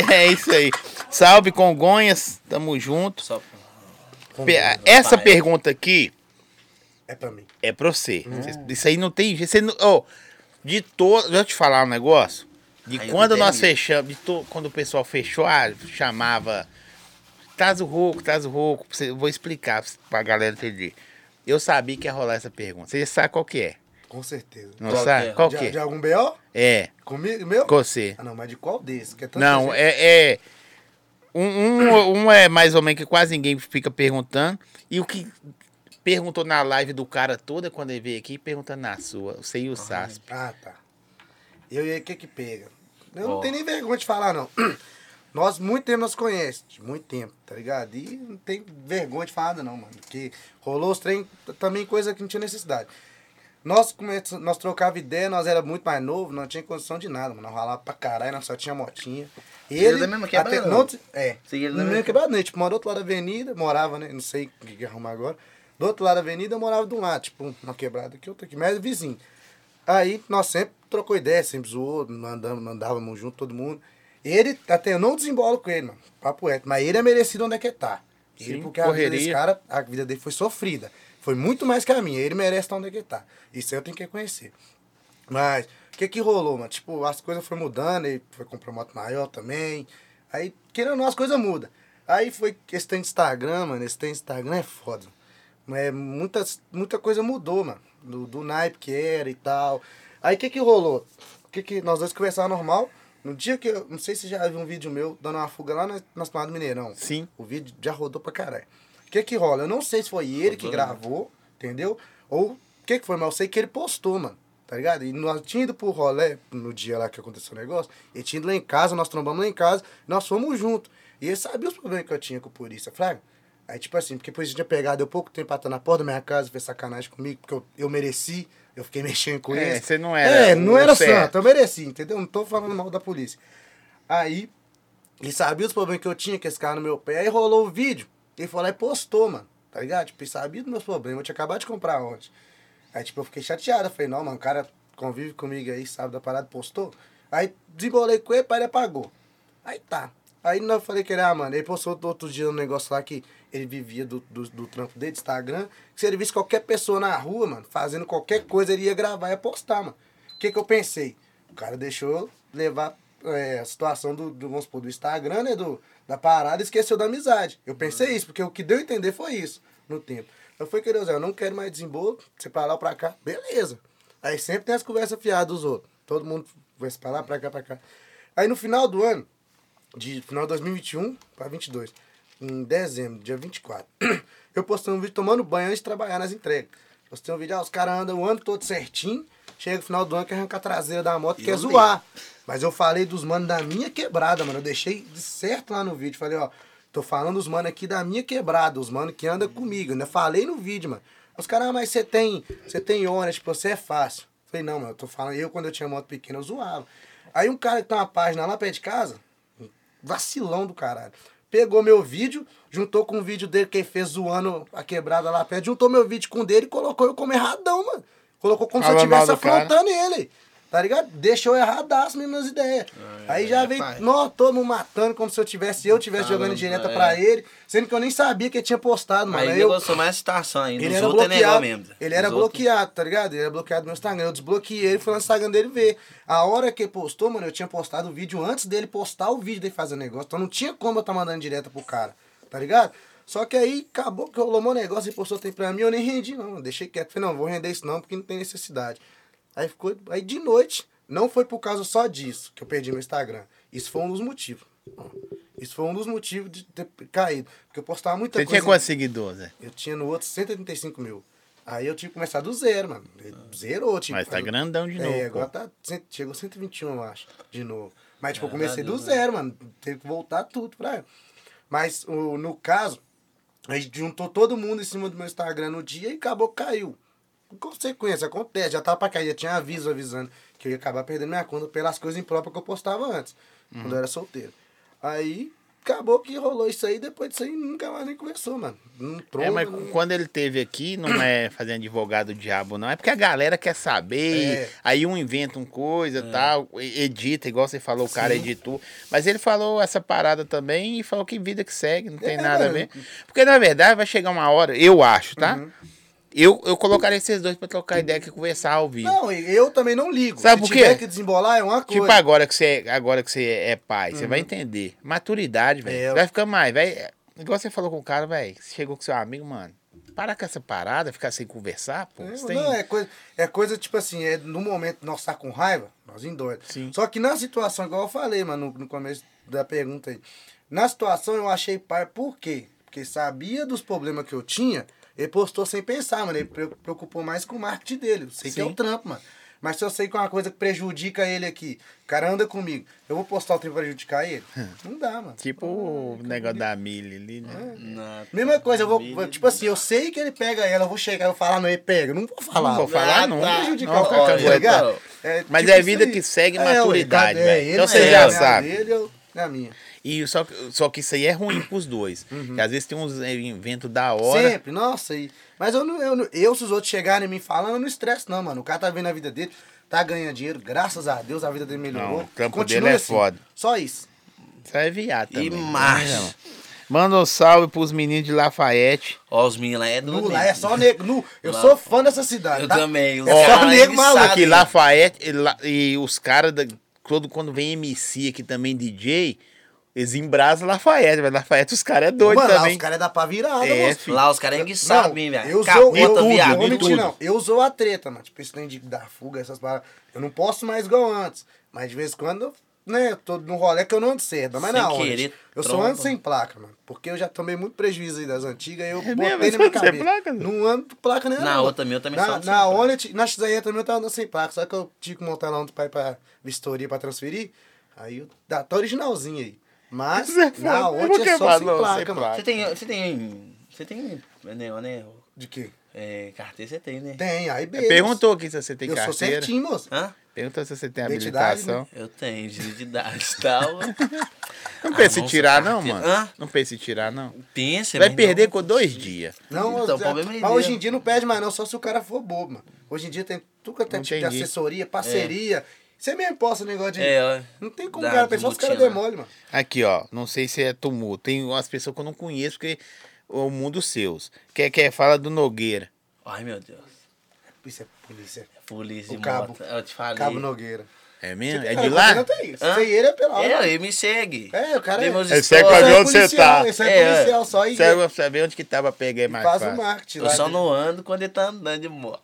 A: toalete, é isso aí. Salve, Congonhas, tamo junto.
B: Só...
A: Pe- Essa
B: pai.
A: pergunta aqui
C: É pra mim.
A: é pra você.
B: Hum.
A: Isso aí não tem jeito. Você não- ó, de todo. Deixa eu te falar um negócio. De
B: Aí eu
A: quando
B: me
A: nós
B: dei.
A: fechamos, de to- quando o pessoal fechou, ah, chamava. Traz o rouco, traz o rouco. pra você- eu Vou explicar pra- pra galera entender. Eu sabia que ia rolar essa pergunta. Você já sabe qual que é.
C: Com certeza.
A: Não
B: Qual
A: sabe?
B: que é? Tá,
A: Qual
C: de,
A: que é?
C: de algum B.O.?
A: É,
C: Comigo? Meu?
A: com você.
C: Ah, não, mas de qual desses? Que é tanta
A: Não,
C: gente.
A: é. é- um, um, um é mais ou menos que quase ninguém fica perguntando. E o que perguntou na live do cara toda quando ele veio aqui, perguntando na sua. Você e o Sasp.
C: Ah, tá. Eu e aí, o que que pega? Eu
B: Ó.
C: não tenho nem vergonha de falar, não. Nós, muito tempo, nós conhecemos. de Muito tempo, tá ligado? E não tem vergonha de falar, nada, não, mano. Porque rolou os trem, t- também coisa que não tinha necessidade. Nós, come- nós trocava ideia, nós era muito mais novo, não tinha condição de nada, mano. Nós ralava pra caralho, nós só tinha motinha.
B: Ele é da mesma quebrada,
C: até-
B: não?
C: não, t- é.
B: Sim, ele é da
C: da
B: mesma
C: mesma quebrada, né? Tipo, mora do outro lado da avenida, morava, né? Não sei o que que arrumar agora. Do outro lado da avenida, eu morava de um lado, tipo, uma quebrada aqui, outra aqui, mas é vizinho. Aí nós sempre trocou ideia, sempre zoou, mandamos, mandávamos junto todo mundo. Ele, até eu não desembolo com ele, mano. Papo reto. Mas ele é merecido onde é que tá. Ele,
A: Sim,
C: porque a vida desse
A: correria.
C: cara, a vida dele foi sofrida. Foi muito mais que a minha. Ele merece estar onde é que tá. Isso aí eu tenho que reconhecer. Mas, o que que rolou, mano? Tipo, as coisas foram mudando, ele foi comprar moto maior também. Aí, querendo ou não, as coisas mudam. Aí foi questão de Instagram, mano. Esse tem Instagram é foda. É, muitas, muita coisa mudou, mano. Do, do naipe que era e tal. Aí, o que que rolou? O que que nós dois conversávamos normal. No dia que eu... Não sei se já viu um vídeo meu dando uma fuga lá na, nas tomadas do Mineirão.
A: Sim.
C: O vídeo já rodou pra caralho. O que que rola? Eu não sei se foi ele que
B: Rodou, né?
C: gravou, entendeu? Ou o que que foi, mas eu sei que ele postou, mano. Tá ligado? E nós tinha ido pro rolê no dia lá que aconteceu o negócio. Ele tinha ido lá em casa, nós trombamos lá em casa, nós fomos juntos. E ele sabia os problemas que eu tinha com o polícia, Fraga. Aí, tipo assim, porque a polícia tinha pegado eu pouco tempo atrás na porta da minha casa, fez sacanagem comigo, porque eu, eu mereci, eu fiquei mexendo com
A: É,
C: eles.
A: você não era
C: É, não
A: o
C: era
A: certo.
C: santo, eu mereci, entendeu? Não tô falando mal da polícia. Aí, ele sabia os problemas que eu tinha com esse cara no meu pé. Aí rolou o vídeo. Ele foi lá e postou, mano. Tá ligado? Tipo, ele sabia dos meus problemas. Eu tinha acabado de comprar ontem. Aí, tipo, eu fiquei chateado. Eu falei, não, mano, o cara convive comigo aí, sabe da parada, postou. Aí, desembolei com ele, pai, ele apagou. Aí tá. Aí não, eu falei que ele, ah, mano, ele postou outro dia um negócio lá que ele vivia do, do, do trampo dele, do Instagram. Que se ele visse qualquer pessoa na rua, mano, fazendo qualquer coisa, ele ia gravar e ia postar, mano. O que que eu pensei? O cara deixou eu levar é, a situação do, do, vamos supor, do Instagram, né, do, da parada, e esqueceu da amizade. Eu pensei isso, porque o que deu a entender foi isso no tempo. Eu falei, querido Zé, eu não quero mais desembolo, você pra lá ou pra cá, beleza. Aí sempre tem as conversas fiadas dos outros. Todo mundo vai se pra lá, pra cá, pra cá. Aí no final do ano, de final de 2021 para 22, em dezembro, dia 24. Eu postei um vídeo tomando banho antes de trabalhar nas entregas. Postei um vídeo, ah, os caras andam o ano todo certinho, chega no final do ano quer arrancar a traseira da moto,
B: E
C: quer
B: eu
C: zoar. Mas eu falei dos manos da minha quebrada, mano. Eu deixei de certo lá no vídeo. Falei, ó, tô falando dos manos aqui da minha quebrada, os manos que andam comigo. Eu ainda falei no vídeo, mano. Os caras, ah, mas você tem, você tem ônibus, tipo, você é fácil. Falei, não, mano, eu tô falando, eu quando eu tinha moto pequena, eu zoava. Aí um cara que tem uma página lá perto de casa, Vacilão do caralho. Pegou meu vídeo, juntou com o vídeo dele que ele fez zoando a quebrada lá perto, juntou meu vídeo com o dele e colocou eu como erradão, mano. Colocou como se eu
A: Falando mal
C: estivesse
A: do cara.
C: afrontando ele. Tá ligado? Deixou erradaço mesmo nas ideias.
B: É,
C: aí já
B: é,
C: veio,
B: pai.
C: nó, todo mundo matando como se eu tivesse, eu tivesse jogando
B: Caramba,
C: direta
B: é.
C: pra ele, sendo que eu nem sabia que ele tinha postado, mano.
B: Mas
C: Aí
B: ele
C: eu,
B: gostou mais de citação ainda.
C: ele
B: Os
C: era
B: outros é negão
C: bloqueado.
B: mesmo.
C: Ele era
B: Os outros-
C: bloqueado, tá ligado? Ele era bloqueado no meu Instagram. Eu desbloqueei ele, fui no Instagram dele ver. A hora que ele postou, mano, eu tinha postado o vídeo antes dele postar o vídeo dele fazer o negócio. Então não tinha como eu tá mandando direto pro cara, tá ligado? Só que aí acabou que rolou meu negócio e postou tem pra mim, eu nem rendi, não. Deixei quieto. Falei, não, vou render isso não, porque não tem necessidade. Aí ficou. Aí de noite, não foi por causa só disso que eu perdi meu Instagram. Isso foi um dos motivos. Isso foi um dos motivos de ter caído. Porque eu postava muita
A: Você
C: coisa.
A: tinha quantos seguidores, é? Zé?
C: Eu tinha no outro 135 mil. Aí eu tive que começar do zero, mano. Zerou, tipo.
A: Mas tá grandão de novo.
C: É,
A: pô.
C: agora tá. cento- Chegou 121, eu acho, de novo. Mas, tipo, eu
B: Caralho,
C: comecei do
B: mano.
C: zero, mano. Teve que voltar tudo pra. Mas, o, no caso, a gente juntou todo mundo em cima do meu Instagram no dia e acabou que caiu. Consequência, acontece. Já tava pra cair, já tinha aviso avisando que eu ia acabar perdendo minha conta pelas coisas impróprias que eu postava antes,
A: Uhum.
C: quando eu era solteiro. Aí. Acabou que rolou isso aí, depois disso aí nunca mais nem conversou, mano. Não tromba,
A: É, mas
C: não-
A: quando ele teve aqui, não é fazendo advogado do diabo, não. É porque a galera quer saber,
C: É.
A: aí um inventa uma coisa tal, e- edita, igual você falou, o cara editou. Mas ele falou essa parada também e falou que vida que segue, não tem
C: É, Uhum.
A: nada a
C: mano.
A: ver. Porque, na verdade, vai chegar uma hora, eu acho, tá? Eu, eu colocaria esses dois pra trocar ideia aqui e conversar ao vivo.
C: Não, e eu também não ligo.
A: Sabe
C: Se
A: por quê?
C: tiver que desembolar é uma coisa. Uhum.
A: Tipo, agora que você, é- agora que você é pai, você vai entender. Maturidade, velho.
C: É,
A: vai ficar mais, vai. Igual você falou com o cara, velho. Você chegou com seu amigo, mano. Para com essa parada, ficar sem conversar, pô.
C: É,
A: Você tem...
C: Não, é coisa, é coisa tipo assim, é no momento nós tá com raiva, nós endoida.
A: Sim.
C: Só que na situação, igual eu falei, mano, no, no começo da pergunta aí. Na situação eu achei pai, por quê? Porque sabia dos problemas que eu tinha, ele postou sem pensar, mano. Ele pre- preocupou mais com o marketing dele. Eu Sei que é
A: Sim.
C: o trampo, mano. Mas se eu sei que é uma coisa que prejudica ele aqui, o cara anda comigo, eu vou postar o trem pra prejudicar ele? Não dá, mano.
A: Tipo o
C: é
A: negócio da milha ali, né?
C: Ah,
B: Não,
C: Mesma coisa, eu vou.
B: Milho
C: vou- Tipo assim, eu sei que ele pega ela, eu vou chegar, eu vou falar, não, ele pega. Eu não vou falar.
A: Não vou falar,
B: ah,
C: Não
A: não.
C: vou prejudicar o
A: Não,
C: cara,
A: acabou,
C: tá ligado?
B: então.
A: Mas
C: tipo
A: é
C: isso
A: vida
C: aí.
A: que segue
C: É,
A: maturidade,
C: ué,
A: velho.
C: ele
A: Então
C: vai
A: você
C: ganhar
A: já
C: a
A: sabe.
C: dele, eu- é a minha.
A: E só, que- só que isso aí é ruim pros dois.
C: Uhum.
A: Porque às vezes tem uns é, invento da hora.
C: Sempre, nossa. E... Mas eu, não, eu, não- eu, se os outros chegarem e me falando, eu não estresso, não, mano. O cara tá vendo a vida dele, tá ganhando dinheiro, graças a Deus a vida dele melhorou.
A: Não, o trampo
C: Continua
A: dele é
C: assim.
A: foda.
C: Só isso.
A: Isso aí é viado também.
B: E marcha.
A: Manda um salve pros meninos de Lafayette.
B: Ó, os meninos lá é doido.
C: Nu, lá
B: mesmo.
C: é só nego. Nu, eu
B: Lá-
C: sou fã dessa cidade.
B: Eu
C: tá?
B: também. os
C: É só
B: caras
C: nego né? maluco
B: enguiçados,
A: Aqui,
B: hein?
A: Lafayette e, La- e os caras, da- todo quando vem MC aqui também, DJ, eles embrasam Lafayette, mas Lafayette os caras é doido
C: Mano, lá
A: também.
C: os caras é da pra virada,
A: É,
C: moço.
A: filho.
B: Lá os caras enguiçados,
C: Não,
B: mesmo,
C: Eu
B: velho.
C: sou, um eu,
B: Capeta,
C: tudo,
A: viado,
C: não vou
A: de
C: mentir,
A: tudo.
C: não. Eu usou a treta, mano. Tipo, esse trem de dar fuga, essas paradas. Eu não posso mais igual antes. Mas de vez em quando, né, eu tô num rolê que eu não ando certo. Mas
B: Sem
C: na hora.
B: querer,
C: eu sou
B: tromba.
C: ando sem placa, mano. Porque eu já tomei muito prejuízo aí das antigas e eu
A: É
C: botei
A: mesmo?
C: na minha
A: Você anda
C: cabeça.
A: sem placa, Zé?
C: não ando com placa nenhuma.
B: Na
C: não.
B: outra minha, eu também só
C: Na,
B: ando sem
C: na
B: placa.
C: Onity, na XR também eu tava andando sem placa. Só que eu tive que montar lá um pai pra vistoria pra transferir. Aí eu tá tá originalzinho aí. Mas
A: Isso é
C: na
A: foda. Eu
C: Onity
A: vou
C: é só
A: queimar,
C: sem
A: não,
C: placa,
A: sem
C: mano.
A: placa.
B: Você tem. Você tem. Você tem. Né, né?
C: De quê?
B: É, carteira você tem, né?
C: Tem, aí beleza.
A: É, Perguntou aqui se você tem
C: Eu sou
A: carteira.
C: certinho, moço.
B: Hã?
A: Perguntou se você tem
C: Identidade, né?
A: habilitação.
B: Eu tenho, de idade e tal.
A: Não pensa
B: Ah,
A: em
B: não,
A: tirar,
B: você
A: não,
B: tá-
A: mano.
B: Hã?
A: Não pensa em tirar, não.
B: Pensa,
A: Vai
B: né,
A: perder
B: não.
A: com dois dias.
C: Não,
B: Então,
C: eu-
B: o problema é
C: mas
B: meu.
C: hoje em dia não pede mais não, só se o cara for bobo, mano. Hoje em dia tem tudo quanto é
A: Não
C: tipo de
A: tem jeito.
C: assessoria, parceria. Você mesmo posta um negócio de...
B: É, ó.
C: Não tem como
B: Dá
C: o cara
B: de
C: pensar, os caras
B: multinha, né?
C: demolem, mano.
A: Aqui, ó. Não sei se é tumulto. Tem umas pessoas que eu não conheço, porque é o mundo seus. Quer que fala do Nogueira.
B: Ai, meu Deus.
C: Isso é polícia.
B: Polícia
C: O
B: e
C: cabo.
B: moto. Eu te falei.
C: Cabo Nogueira.
A: É mesmo? É
C: Cara,
A: de
C: o
A: lá?
C: Nogueira tem isso.
B: Hã?
C: Sem ele é pelado.
B: É, ele me segue.
C: É, o cara
B: Vê
C: é-
B: meus
A: Ele segue
B: stories.
A: pra
C: Isso
A: ver
C: é
A: onde você
C: policial,
A: tá.
C: Isso é,
B: É,
C: policial, só aí.
A: Serve pra saber onde que tá pra pegar mais
C: Faz o
A: fácil.
C: marketing
B: Eu
C: lá.
B: só
C: de-
B: não ando quando ele tá andando de moto.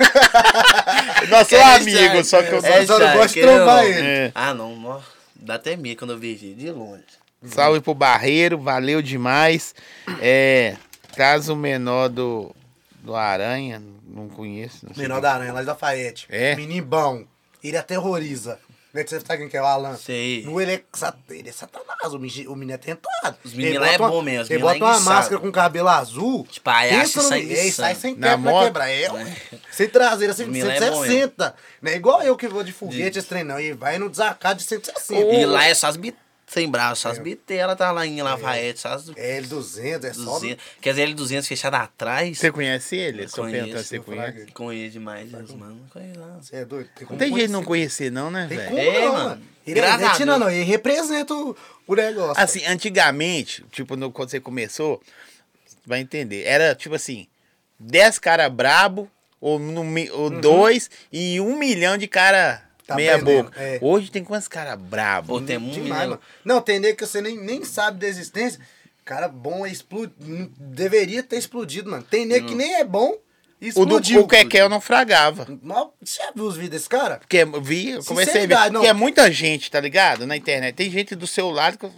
A: Nós somos
B: É isso aí,
A: amigos, só que eu
C: É. só não
B: isso aí,
C: gosto de
B: que eu-
C: trombar ele.
A: É.
B: Ah, não, nó. Dá até medo quando eu vejo ele de longe.
A: Salve pro Barreiro, valeu demais. É, traz o menor do, do Aranha, não conheço. Não sei
C: Menor
A: quem.
C: da Aranha, lá de Lafayette.
A: É?
C: Menino bom. Ele aterroriza. Né, Você sabe quem que é o Alan?
B: Sei.
C: No, ele, é, sat- ele é satanás, o menino, o menino é tentado.
B: Os meninos
C: Ele
B: lá é
C: bota uma-
B: bom mesmo, os
C: Ele
B: meninos lá é
C: bota uma
B: enguiçado.
C: máscara com cabelo azul.
B: Tipo, aí acha
C: pensa no
B: isso aí
C: menino, e sai sem
A: Na
C: tempo pra
A: moto?
C: quebrar. É, ué. sem traseira, sem,
B: Os meninos lá é bom
C: 160. né? Igual eu que vou de foguete esse trem, não. E vai no desacato de 160.
B: E lá é só as bit... sem braço, essas BT, ela tá lá em Lafayette, essas
C: É L200, é só...
B: 200. Quer dizer, L200 fechada atrás.
A: Você conhece ele? Só
B: Conheço.
A: perguntando se você
C: Eu
A: conhece.
C: frago.
B: Conheço demais, eles, mano. Não conheço não.
C: Você é doido? Tem
A: Não
C: como
A: tem jeito de não
C: conhecer.
A: conhecer, não, né,
C: Tem
A: velho?
C: como
B: É,
C: não,
B: mano.
C: mano. Ele é
B: Graças a
C: argentino,
B: Deus.
C: não. Ele representa o, o negócio.
A: Assim, antigamente, tipo, no- quando você começou, vai entender. Era tipo assim, 10 cara brabo, ou, no, mi- ou dois, e um milhão de cara
C: Uhum. Tá
A: meia
C: perdendo,
A: boca.
C: é.
A: Hoje tem quantos cara brabo?
B: Ou tem um
C: Demais,
B: menino.
C: mano. Não, tem nego que você nem, nem sabe da existência. Cara bom é explod... não- Deveria ter explodido, mano. Tem nego que nem é bom e
A: O do
C: explodiu.
A: o
B: é
A: Kekel não fragava.
C: Mal... Você já viu os vídeos desse cara?
A: Porque eu vi, eu comecei a ver.
C: Sinceridade, não.
A: Porque é muita gente, tá ligado? Na internet. Tem gente do seu lado que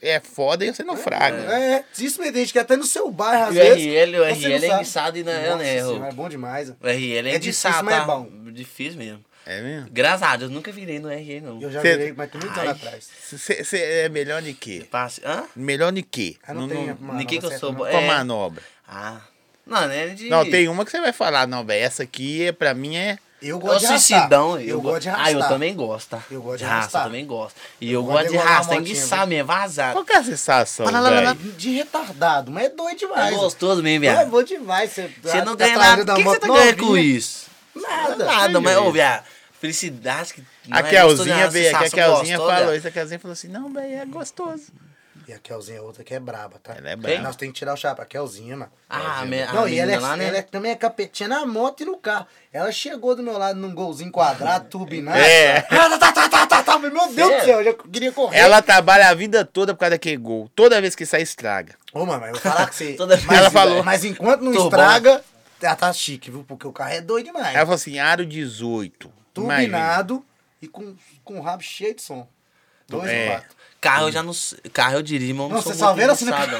A: é foda e você não fraga.
C: É, isso mesmo. Tem gente que até no seu bairro, às
B: E o
C: vezes...
B: RL, o
C: você não
B: RL é
C: sabe.
B: enguiçado e não é,
C: Nossa
B: né?
C: senhora, é
B: o-
C: bom demais. mano.
B: O RL é,
C: É difícil,
B: enguiçado,
C: mas é
B: tá?
C: bom.
B: Difícil mesmo.
A: É mesmo?
B: Graças a Deus, nunca virei no RL, não.
C: Eu já
A: Cê-
C: virei, mas tem muito
B: Ai.
C: anos atrás.
A: Você é melhor de quê?
B: Passe... Hã?
A: Melhor de quê?
C: Ah, não tem uma
B: Ninguém que eu
C: certa,
B: sou
C: não.
B: bom.
A: com
B: É.
A: manobra.
B: Ah. Não, né? De...
A: Não,
C: um
A: tem uma que você vai falar, não, velho. Essa aqui, é, pra mim, é.
C: Eu
B: Eu
C: gosto de arrastar.
B: suicidão, eu,
C: Eu
B: go-
C: gosto de
B: Ah,
C: arrastar.
B: eu também gosto. tá?
C: Eu gosto de
B: arrastar.
C: arrastar.
B: Eu também gosto. E eu,
C: gosto
B: gosto
C: de
B: de
C: igualar uma
B: arrastar,
C: motinha,
B: enguiçar mesmo, vazado.
A: Qual que é a sensação,
C: Lá, lá, lá, lá,
A: velho?
C: De retardado, mas é doido demais.
B: É gostoso mesmo,
C: mano. É
B: viado.
C: bom demais. Você,
B: Você
C: a-
B: não
C: a
B: ganha
C: traseira
B: nada.
C: da
B: O que que
C: moto
B: você tá ganhando com
C: novinha.
B: isso?
C: Nada.
B: Nada,
A: tem
B: mas, ô,
A: jeito.
B: viado, felicidade que. não
A: A
B: é gostoso, é
A: Kelzinha
B: uma
A: veio aqui, a
B: sensação
A: Kelzinha
B: gostosa, é.
A: falou
B: viado.
A: isso. A Kelzinha falou assim, não, velho, é gostoso.
C: E a Kelzinha é outra que é braba, tá?
A: Ela é braba.
C: Nós temos que tirar o chapa. A Kelzinha, mano.
B: Ah,
A: Kelzinha.
B: me- a
C: não, e ela, é,
B: menina lá, né?
C: ela é também é capetinha na moto e no carro. Ela chegou do meu lado num golzinho quadrado, turbinado.
A: É.
C: Ah, tá, tá, tá, tá, tá, tá. Meu Deus
B: Sério?
C: do céu, eu já queria correr.
A: Ela trabalha a vida toda por causa daquele gol. Toda vez que sai, estraga.
C: Ô, mano, mas eu vou falar com você.
B: Toda
C: mas,
A: vez, velho.
C: Mas enquanto não
B: Tô bom.
C: estraga, ela tá chique, viu? Porque o carro é doido demais.
A: Ela falou assim, aro 18. Imagina.
C: turbinado e com, com o rabo cheio de som. Dois
A: É.
C: e quatro.
B: Carro eu já não. sei- Carro eu dirijo, mas eu não
C: Não,
B: sou
C: você
B: muito
C: só vê ela assim,
B: enguiçado,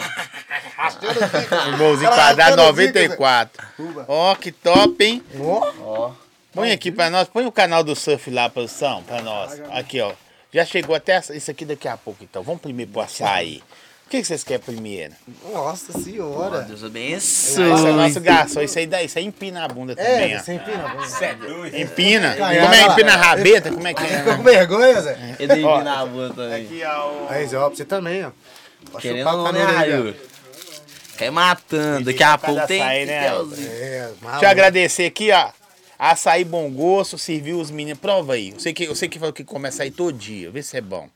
B: não.
A: Um golzinho quadrado,
B: assim,
A: 94.
C: Uba.
A: Ó, que top, hein?
C: Ó,
B: Ó.
A: Põe aqui pra nós, põe o canal do surf lá, produção, pra nós. Aqui, ó. Já chegou até essa- isso aqui daqui a pouco, então. Vamos primeiro pro açaí. O que que vocês querem primeiro?
C: nossa
B: Ó,
C: senhora.
B: Deus
A: Esse é o nosso
B: abençoe.
A: garçom. Isso aí dá, isso aí empina a bunda também, ó.
C: é, você empina. Você
A: Empina?
C: Caiu,
A: Como é
C: olha lá.
A: empina a rabeta? Como é que
C: ficou
A: é?
C: com vergonha, Zé?
B: Eu dei na rua também.
D: Aqui, ó.
C: Aí, Zé, ó, pra você também, ó. Pode
B: Querendo
C: chupar
B: ou
C: pra
B: não, né,
C: orelha.
B: Raio? Cai matando. Daqui a
A: Por
B: pouco
A: causa
B: tem.
A: da saia, né,
B: Kelzinho.
C: É, maluco.
A: Deixa eu agradecer aqui, ó. Açaí bom gosto, serviu os meninos. Prova aí. Eu sei que, eu sei que falou que come açaí todo dia. Vê se é bom.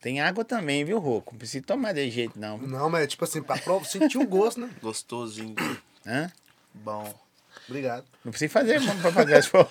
A: Tem água também, viu, Roco? Não precisa tomar de jeito, não. viu?
C: Não, mas tipo assim, pra prova, sentir o gosto, né?
B: Gostosinho.
A: Hã?
B: Bom.
C: Obrigado.
A: Não precisa fazer mano, propaganda. pô.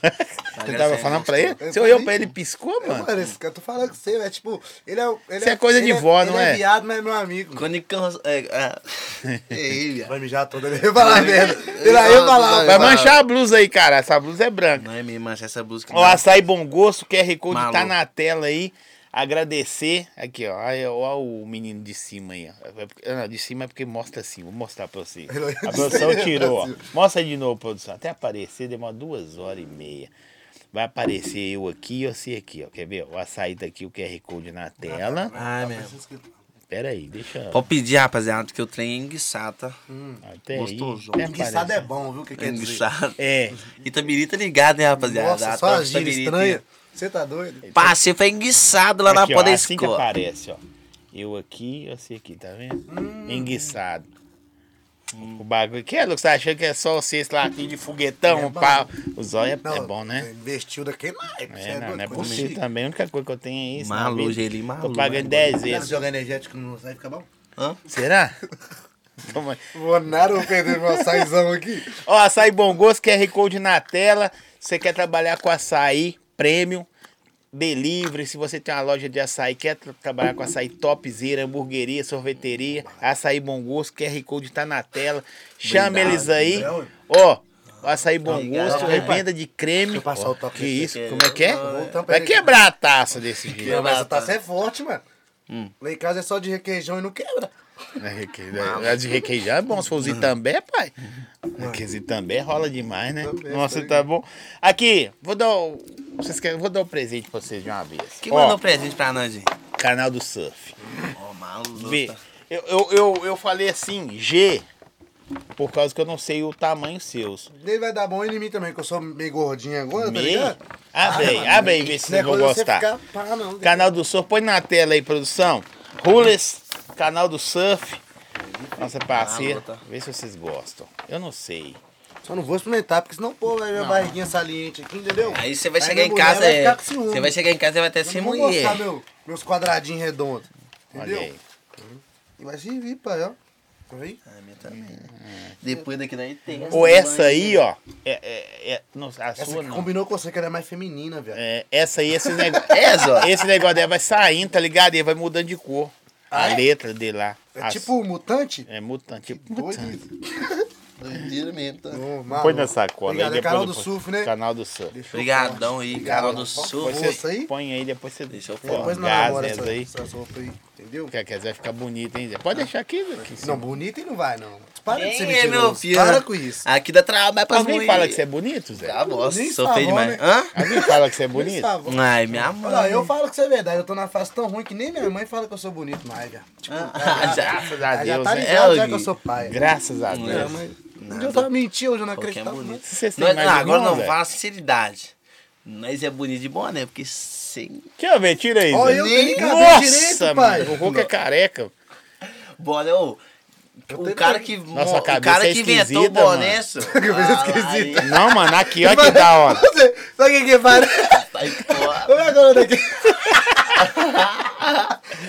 A: Você tava falando pra ele? Você
C: Eu
A: olhou
C: falei,
A: pra ele e
C: pô.
A: piscou,
C: Eu,
A: mano?
C: É, mano, esse cara, eu tô falando com você, velho. Tipo, ele é. Ele
A: Isso é coisa
C: ele
A: de vó,
C: ele
A: não é?
C: é viado, mas é meu amigo. mano.
B: Quando ele cansa. É, é. Ei, viado.
C: Vai mijar toda ele. Eu ia falar merda. Ele aí eu ia falar.
A: Vai manchar a blusa aí, cara. Essa blusa é branca.
B: Não é mesmo, mas essa é busca.
A: O açaí bom gosto, QR Code
B: Maluco.
A: tá na tela aí. Agradecer. Aqui, ó. Aí, ó, ó o menino de cima aí, ó. É porque- ah, Não, de cima é porque mostra assim. Vou mostrar pra você. A produção tirou, ó. Mostra de novo, produção. Até aparecer, demora duas horas e meia. Vai aparecer eu aqui e você aqui, ó. Quer ver? O açaí tá aqui, o QR Code na tela.
B: Ai, Ah, é mesmo.
A: Pera aí, deixa eu.
B: Pode pedir, rapaziada, que o trem é enguiçado.
A: Até aí.
B: gostoso.
A: até
C: Enguiçada é
A: aparece.
C: bom, viu? O que quer dizer?
B: Enguiçado.
A: É.
B: Itabiri tá ligado, né, rapaziada?
C: Nossa, só
B: A tropa
C: a gíria
B: Itabiri
C: estranha.
B: tem-
C: Você tá doido?
B: Passei foi enguiçado lá
A: Aqui,
B: na
A: ó,
B: pó da
A: assim que
B: escola.
A: aparece, ó. Eu aqui, você aqui, tá vendo? Enguiçado. O bagulho. Que é, Lucas? Você tá achando que é só o cesto latim de foguetão,
C: É
A: um
C: bom.
A: pau. O zóio é, é bom, né?
C: Investiu daquele naipe.
A: É, não, não é possível também. A única coisa que eu tenho é isso.
B: Malu,
A: na vida.
B: Geli,
A: Tô
B: Malu,
A: pagando
B: né?
A: 10
C: Quero
A: vezes.
C: jogar energético no vai ficar bom?
B: Hã?
A: Será? Toma.
C: Vou nada perder meu saizão aqui.
A: Ó, açaí bom gosto, QR Code na tela. Você quer trabalhar com açaí premium, delivery. Se você tem uma loja de açaí, quer tra- trabalhar com açaí topzera, hamburgueria, sorveteria, açaí bom gosto, QR Code tá na tela. Chama
B: Obrigado,
A: eles aí.
C: Gabriel.
A: Ó, açaí bom
B: Obrigado,
A: gosto,
B: rapaz.
A: revenda de creme.
C: eu passar
A: Ó,
C: o toque
A: Que
C: aqui.
A: isso, como é que é?
C: Voltando pra
A: Vai
C: ele.
A: quebrar a taça desse jeito.
C: Mas a taça é forte, mano.
A: Hum.
C: Lá em casa é só de requeijão e não quebra.
A: A de requeijão é bom, se for os Itambé, pai. Porque os Itambé rola demais, né?
C: Itambé,
A: Nossa,
C: tá
A: tá bom. Aqui, vou dar o... Vocês querem... Vou dar o presente pra vocês de uma vez.
B: Quem
A: Ó,
B: mandou um presente pra nós, gente?
A: canal do surf.
B: Ó, maluco.
A: Vê, eu, eu, eu, eu falei assim, G, por causa que eu não sei o tamanho seus.
C: Ele vai dar bom em mim também, que eu sou meio gordinho agora, tá
A: Meio?
C: ligado? né? é
A: Abre aí, abre aí, vê se vocês vão gostar.
C: pá, não.
A: Canal do Surf, põe na tela aí, produção. Rules, canal do Surf. Nossa parceira.
B: luta.
A: Vê se vocês gostam. Eu não sei.
C: Só não vou experimentar, porque senão, pô, vai minha
B: Não.
C: barriguinha saliente aqui, entendeu?
B: Aí você vai
C: Aí
B: chegar
C: minha
B: em
C: mulher
B: casa,
C: vai
B: é,
C: ficar com ciúme.
B: você vai chegar em casa e vai até se
C: Eu não vou
B: mulher.
C: mostrar meu, meus quadradinhos redondos.
A: Olha
C: Entendeu?
A: aí. É
C: E vai servir, pai, ó. Tá aí?
B: Ah, minha também. Depois daqui daí tem.
A: Ou essa aí, ó. É, é, é, não, a
C: Essa
A: sua
C: que
A: não.
C: combinou com você, que era mais feminina, velho.
A: É, essa aí, esse negócio.
B: Essa, ó.
A: esse negócio dela vai saindo, tá ligado? E aí vai mudando de cor. A letra dele lá.
C: Ah, É,
A: As-
C: tipo mutante?
A: É mutante. Tipo
C: Doido.
A: mutante.
B: Doideira mesmo, tá?
C: Não, maluco.
A: Põe na sacola.
C: Obrigado,
A: aí
C: é
A: depois
C: canal
A: eu
C: do
A: ponho.
C: surf, né?
A: Canal do surf.
C: Deixa eu falar.
B: Obrigadão aí,
C: Obrigado,
B: canal do
C: rapaz.
B: sul.
C: Você- Moça aí?
A: Põe aí, depois você
B: Deixa eu
A: põe
B: falar.
C: É, Depois
A: um
C: não
A: gás
C: namora
A: nessa
C: essa,
A: aí.
C: essa sopa aí, entendeu?
A: Quer dizer, fica bonito, hein? Zé? Pode deixar aqui, Zé. que
C: Ah. Não, bonita e não vai, não. Para de ser
B: Quem é
C: mentiroso.
B: meu filho? Ah,
C: Para com isso.
B: Aqui dá trabalho pra
A: Alguém
B: mulher.
A: fala que você é bonito, Zé?
B: Ah, bosta,
C: Nem
B: sou feio
C: favor,
B: demais.
C: né?
B: Hã?
A: Alguém fala que você é bonito?
C: Gustavo.
B: Ai, minha mãe.
C: Olha, eu falo que isso é verdade. Eu tô na fase tão ruim que nem minha mãe fala que eu sou bonito mais, velho. Tipo,
B: Ah, já.
A: Graças a
C: ela já
A: Deus,
C: tá
A: né?
C: ligado já
B: Elg.
C: que eu sou pai.
A: Graças a
C: Minha
A: Deus.
C: mãe- Um dia eu tava mentindo, hoje eu não
B: Porque é
C: acreditava.
B: bonito.
C: mais.
A: Vocês têm
B: Nós-
A: mais
B: não,
A: irmão,
B: agora não,
A: Zé?
B: fala sinceridade. Nós é bonito de boné, porque sem
A: Deixa eu ver, tira aí,
C: Olha,
A: Zé.
C: eu tenho cabelo direito,
A: Nossa,
C: pai.
A: mano, o Hulk é careca.
B: boné, ô.
C: Eu
B: O
C: tenho-
B: cara que,
A: Nossa,
B: mo-
A: a
B: o
A: cabeça
B: cara
A: é
B: que inventou o
A: esquisita,
B: boné,
A: mano.
B: só.
C: Cabeça
B: Ah,
C: esquisita.
B: aí-
A: Não, mano, aqui, olha que da hora.
C: Sabe o que é que faz?
B: aí, tá pô,
C: Olha agora daqui.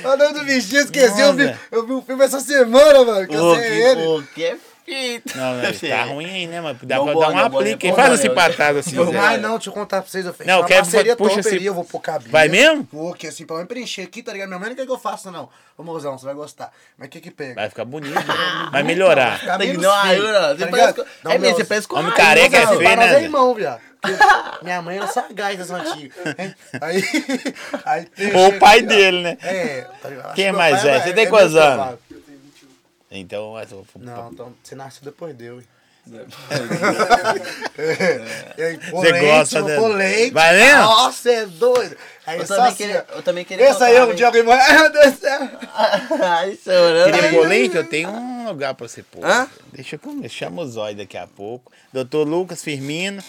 C: Olha o nome do bichinho, esqueci. Eu vi,
A: Nossa.
C: eu vi o filme essa semana, mano. Que eu
B: ô,
C: sei
B: que-
C: ele.
B: ô, que é fita.
A: Não, não, tá ruim aí, né, mano? Dá
B: Não,
A: pra
B: boa,
A: dar um
B: não, boa,
A: aplique.
B: não,
A: Faz
B: boa,
A: esse
B: não.
A: patado assim,
B: Não,
A: Zé.
C: Vai não, deixa eu contar pra vocês. Eu fiz
A: Não, eu
C: uma
A: quero-
C: parceria
A: puxa
C: top
A: esse-
C: aí, eu vou pôr cabelo.
A: Vai mesmo?
C: Vou aqui, assim, pra eu preencher aqui, tá ligado? Minha mãe não quer que eu faça, não. Ô, mozão, você vai gostar. Mas o que que pega?
A: Vai ficar bonito. né? Vai melhorar.
C: Tá
B: Tem que
C: menos
B: dar uma
C: feio,
B: ajuda.
C: tá
B: Você parece
C: ligado?
B: com-
C: Dá um
B: É mesmo,
C: meu-
B: você parece com
A: Homem
B: uma
A: careca é
B: ajuda.
C: Não,
A: feio,
C: pra nós
A: né,
C: é
A: Zé?
C: irmão, viado. Minha mãe era sagaz das antigas. hein? Aí. aí tem-
A: Ou o pai dele, né?
C: É, tá ligado? Acho
A: Quem
C: que meu
A: mais
C: pai
A: é? Você tem
C: meio
A: quantos anos?
C: provável.
A: Então, mas-
C: Não, então você nasceu depois de eu. hein?
A: É. Você gosta
C: né?
A: dela. Vai mesmo?
C: Nossa, é doido. Aí
B: Eu
C: só
B: também
C: assim,
B: queria-
C: ó.
B: eu também queria
C: Esse aí
B: contar,
C: é um
B: hein?
C: dia alguém morre. Ai, meu Deus do céu.
B: Ai, chorando.
A: Queria
B: Ai,
A: polente? Eu tenho um lugar pra você pôr.
B: Hã?
A: Deixa eu comer. Chama o Zóio daqui a pouco. Doutor Lucas Firmino.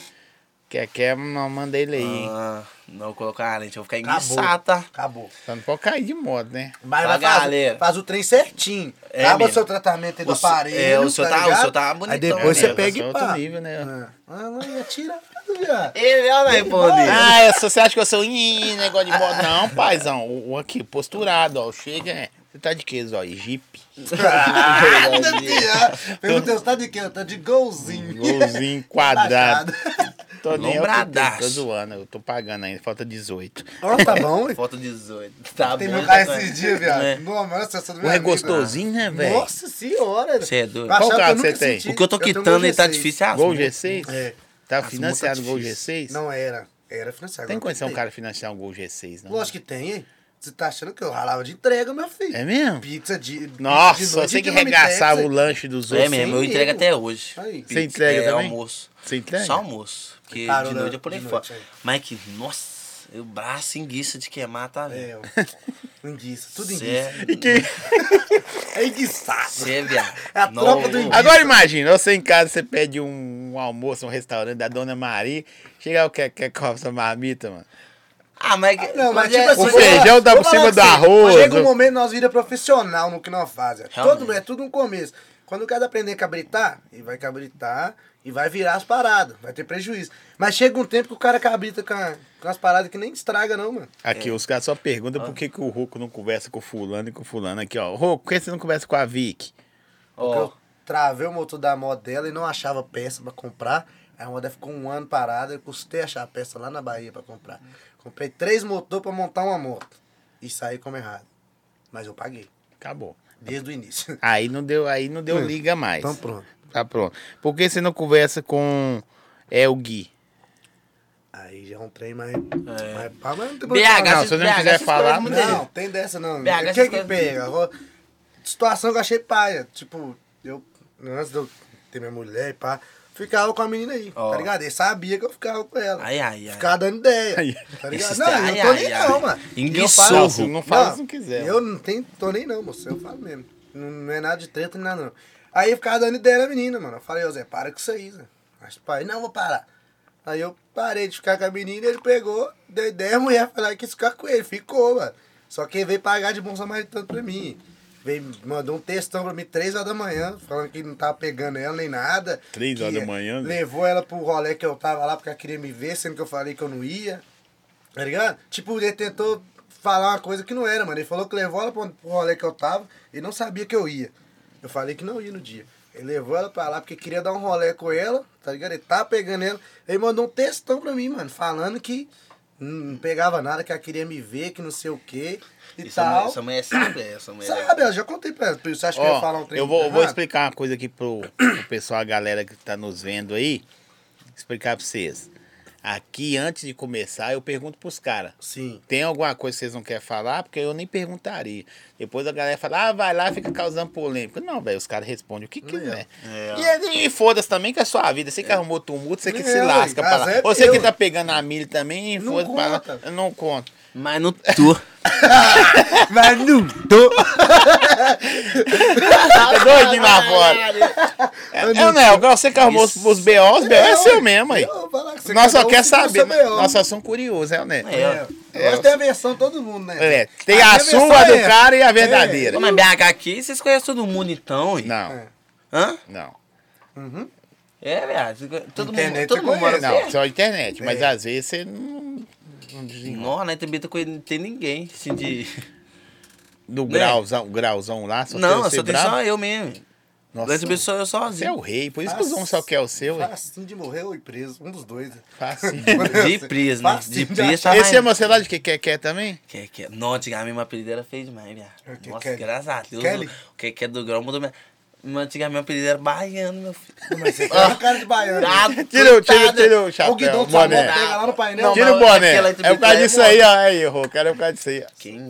A: Quer, quer, não, manda ele aí, hein?
B: Ah, não colocar a lente, eu vou ficar
C: Acabou.
B: enguiçado, tá?
C: Acabou.
A: Só não pode cair de moda, né?
C: Mas
B: Vai,
C: vai faz,
B: galera.
C: faz o trem certinho.
B: É
C: Acaba o
B: mesmo.
C: seu tratamento aí do
B: O se-
C: aparelho.
B: é, o seu tá- o
C: ligado?
B: seu tá
C: Aí
B: bonitão,
C: depois
B: né?
C: você
A: É,
C: pega
A: passou
C: e
A: outro
C: pá.
A: nível, né?
C: Ah, Ah, não ia tirar tudo, viado.
B: Ele olha aí, pô,
A: Ah, eu sou- você acha que eu sou um negócio de moda? Não, paizão. O, o aqui, posturado, ó. Chega, né? Você tá de que, Zóio? Jeep.
B: Ah,
C: Perguntei, você tá de quê? Tá de golzinho.
A: Golzinho quadrado. Tô nem- eu tô-
B: Lombradaço.
A: Tô zoando, eu tô pagando ainda. Falta 18.
C: Ó, tá bom, hein?
B: Foto 18. Tá
C: Tem
B: bom.
C: meu
B: tá
C: carro
B: bom.
C: esses dias, viado.
B: É.
C: Nossa, Nossa, essa do
A: Ué, gostosinho, né, velho?
C: Nossa senhora.
B: Você é doido.
C: Eu achava
A: Qual
C: que eu
A: carro você
C: nunca
A: tem?
C: senti.
B: O que eu tô
C: tenho um
B: quitando ele tá
C: G6.
B: difícil é as
A: Gol
B: multas.
A: G6?
C: É.
A: Tá
B: As
A: financiado o
B: multas
A: Gol
B: difíceis.
A: G6?
C: Não era. Era financiado.
A: Tem
C: agora
A: condição o
C: quitei.
A: cara financiar um Gol G6, não?
C: Lógico que tem, hein? Você tá achando que eu ralava de entrega, meu filho.
A: É mesmo?
C: Pizza de.
A: Nossa,
C: de noite
A: você que
C: de nome
A: regaçava o
C: Texas.
A: lanche dos outros.
B: É mesmo, eu
A: hein?
C: Sem
B: entrego
C: erro.
B: até hoje.
C: Aí.
A: Você entrega
B: é,
A: também?
B: almoço.
A: Você entrega?
B: Só almoço. Porque
C: Parou
B: de
C: na-
B: noite eu pulei
C: de
B: fora.
C: noite, é.
B: Mas que, nossa, o braço enguiça de queimar, tá
C: É,
B: vendo?
C: ó. Enguiça, tudo enguiça.
A: E que-
C: É enguiçado.
B: Você, viado.
C: É a
B: Não,
C: tropa do enguiça.
A: Agora imagina, você em casa, você pede um, um almoço, um restaurante da Dona Maria, chega o que quer comer sua marmita, mano.
B: Ah, mas. que-
C: Não, mas
B: é-
C: tipo assim,
A: O feijão tá
C: vou
A: por
C: falar
A: cima
C: pra
A: do
C: você,
A: arroz,
C: Chega um
A: do-
C: momento nós vira profissional no que nós fazemos.
B: Realmente.
C: Todo, é tudo um começo. Quando o cara aprender a cabritar, ele vai cabritar e vai virar as paradas, vai ter prejuízo. Mas chega um tempo que o cara cabrita com, a- com as paradas que nem estraga, não, mano.
A: Aqui, os caras só perguntam por que, que o Roco não conversa com o fulano e com o fulano. Aqui, ó. Roco, por que você não conversa com a Vic?
C: Porque
B: Ó,
C: eu travei o motor da moto dela e não achava peça pra comprar. Aí a moto dela ficou um ano parada, eu custei achar a peça lá na Bahia pra comprar. Comprei três motores pra montar uma moto. E saí como errado. Mas eu paguei,
A: Acabou.
C: desde o início.
A: Aí não deu, aí não deu
C: Hum,
A: liga mais.
C: Então pronto.
A: Tá pronto. Por que você não conversa com é, o Gui?
C: Aí já é um trem mais. mais pá, mas não tem
B: BH,
A: Não,
B: essas-
A: se eu não
B: BH,
A: quiser
B: essas
A: falar, não.
B: coisas muito-
C: Não, tem dessa não.
B: BH
C: O
B: essas
C: que que
B: coisas-
C: pega? Ó, Situação que eu achei paia. Tipo, eu. Antes de eu ter minha mulher e pá. Ficava com a menina aí,
B: Ó.
C: tá ligado? Ele sabia que eu ficava com ela.
B: Ai, ai, ai.
C: Ficava dando ideia.
A: Ai.
C: Tá ligado?
B: Esses
C: Não,
B: tra-
C: eu não tô
B: ai,
C: nem
B: ai,
C: não,
B: ai.
C: mano. E eu
B: Enguiçou.
C: falo-
A: Não, se não fala se não quiser.
C: Eu não tenho, tô nem não, moço. Eu falo mesmo. Não, não é nada de treta, nem nada não. Aí eu ficava dando ideia na menina, mano. Eu falei, ô Zé, para com isso aí, Zé. Acho que pai, não, vou parar. Aí eu parei de ficar com a menina, ele pegou, deu 10 mulheres, falei que ficar com ele, ficou, mano. Só que ele veio pagar de bom samaritano pra mim. Veio, mandou um textão pra mim, 3 horas da manhã, falando que não tava pegando ela nem nada.
A: 3
C: que
A: horas da manhã, né?
C: Levou ela pro rolê que eu tava lá porque ela queria me ver, sendo que eu falei que eu não ia. Tá ligado? Tipo, ele tentou falar uma coisa que não era, mano. Ele falou que levou ela pro pro rolê que eu tava e não sabia que eu ia. Eu falei que não ia no dia. Ele levou ela pra lá porque queria dar um rolê com ela, tá ligado? Ele tá pegando ela. Ele mandou um textão pra mim, mano, falando que não pegava nada, que ela queria me ver, que não sei o quê e
B: Essa mulher,
C: tal.
B: essa mulher sabe, essa mulher.
C: Sabe, eu já contei pra ela. Você acha que eu ia falar um
A: é Ó,
C: trem
A: eu vou, eu vou
C: errado?
A: explicar uma coisa aqui pro, pro pessoal, a galera que tá nos vendo aí. Explicar pra vocês. Aqui, antes de começar, eu pergunto pros caras.
C: Sim.
A: Tem alguma coisa que vocês não querem falar? Porque eu nem perguntaria. Depois a galera fala, ah, vai lá e fica causando polêmica. Não, velho, os caras respondem o que quiser. E, e foda-se também que é a sua vida. Você que arrumou tumulto, você que
C: É,
A: se
C: ué,
A: lasca pra lá.
C: azar é
A: Você que
C: teu.
A: tá pegando a milha também,
C: Não
A: foda-se pra lá.
C: conta.
A: Eu não conto.
B: Mas não tô.
C: Mas não tô.
A: Tá doidinho lá fora. É, é, não, é, igual você que arrumou os, os BOs, BO é seu mesmo aí.
C: Eu vou falar que você
A: Nós só
C: cada um
A: quer
C: fica com
A: saber.
C: seu B.O.
A: Nós só somos curiosos, é, né?
B: É.
C: É, Hoje tem a versão todo mundo, né?
A: É, tem
C: Aí
A: a,
C: a versão
A: sua do
C: é.
A: cara e a verdadeira.
B: Ô, Mas BH aqui, vocês conhecem todo mundo então, hein?
C: É.
A: Não,
B: Hã?
A: não.
B: É, viado. vocês conhe- Todo
C: Internet
B: mundo, todo
C: você
B: mundo mora
C: conhece.
A: Não,
B: perto.
A: só a internet.
C: É.
A: Mas às vezes você não, não desenrola.
B: Nossa, na internet com ele não tem ninguém, assim, de...
A: Do
B: Né?
A: grauzão, o grauzão lá, só
B: não,
A: tem
B: eu
A: você
B: só tenho
A: bravo.
B: só eu mesmo.
A: Nossa,
B: Lá de só eu
A: você é o
B: sozinho.
A: rei, por isso que
C: Faz-
A: os homens só quer o seu. ué.
C: Facinho assim de morrer ou ir preso. Um dos dois.
A: Fácil.
B: De preso, né? De
C: Facinho de
B: preso, tá
A: Esse é
B: mais-
A: você lá de que quer, quer também?
B: Que, que, não, antigamente meu apelido era feio demais,
C: É o
B: viado.
C: que,
B: Nossa,
C: Kelly?
B: graças a Deus.
C: Kelly?
B: O que, que é do grão mudou minha... meu- Antigamente meu apelido era baiano, meu filho.
C: Mas você
A: tá
C: é um cara de baiano.
B: Ah,
A: Tira, o- tira,
B: coitado.
A: tira o
C: Olha o Guidão
A: chapéu, o
C: do Sabor,
A: boné.
C: pega lá no painel.
B: Não,
A: É. Tira o
B: mas
A: boné.
B: tá aquela
A: É por causa
B: entrevista
A: disso
B: é
A: aí, ó. Aí, errou. O cara é por causa disso aí. ó.
B: Quem é, meu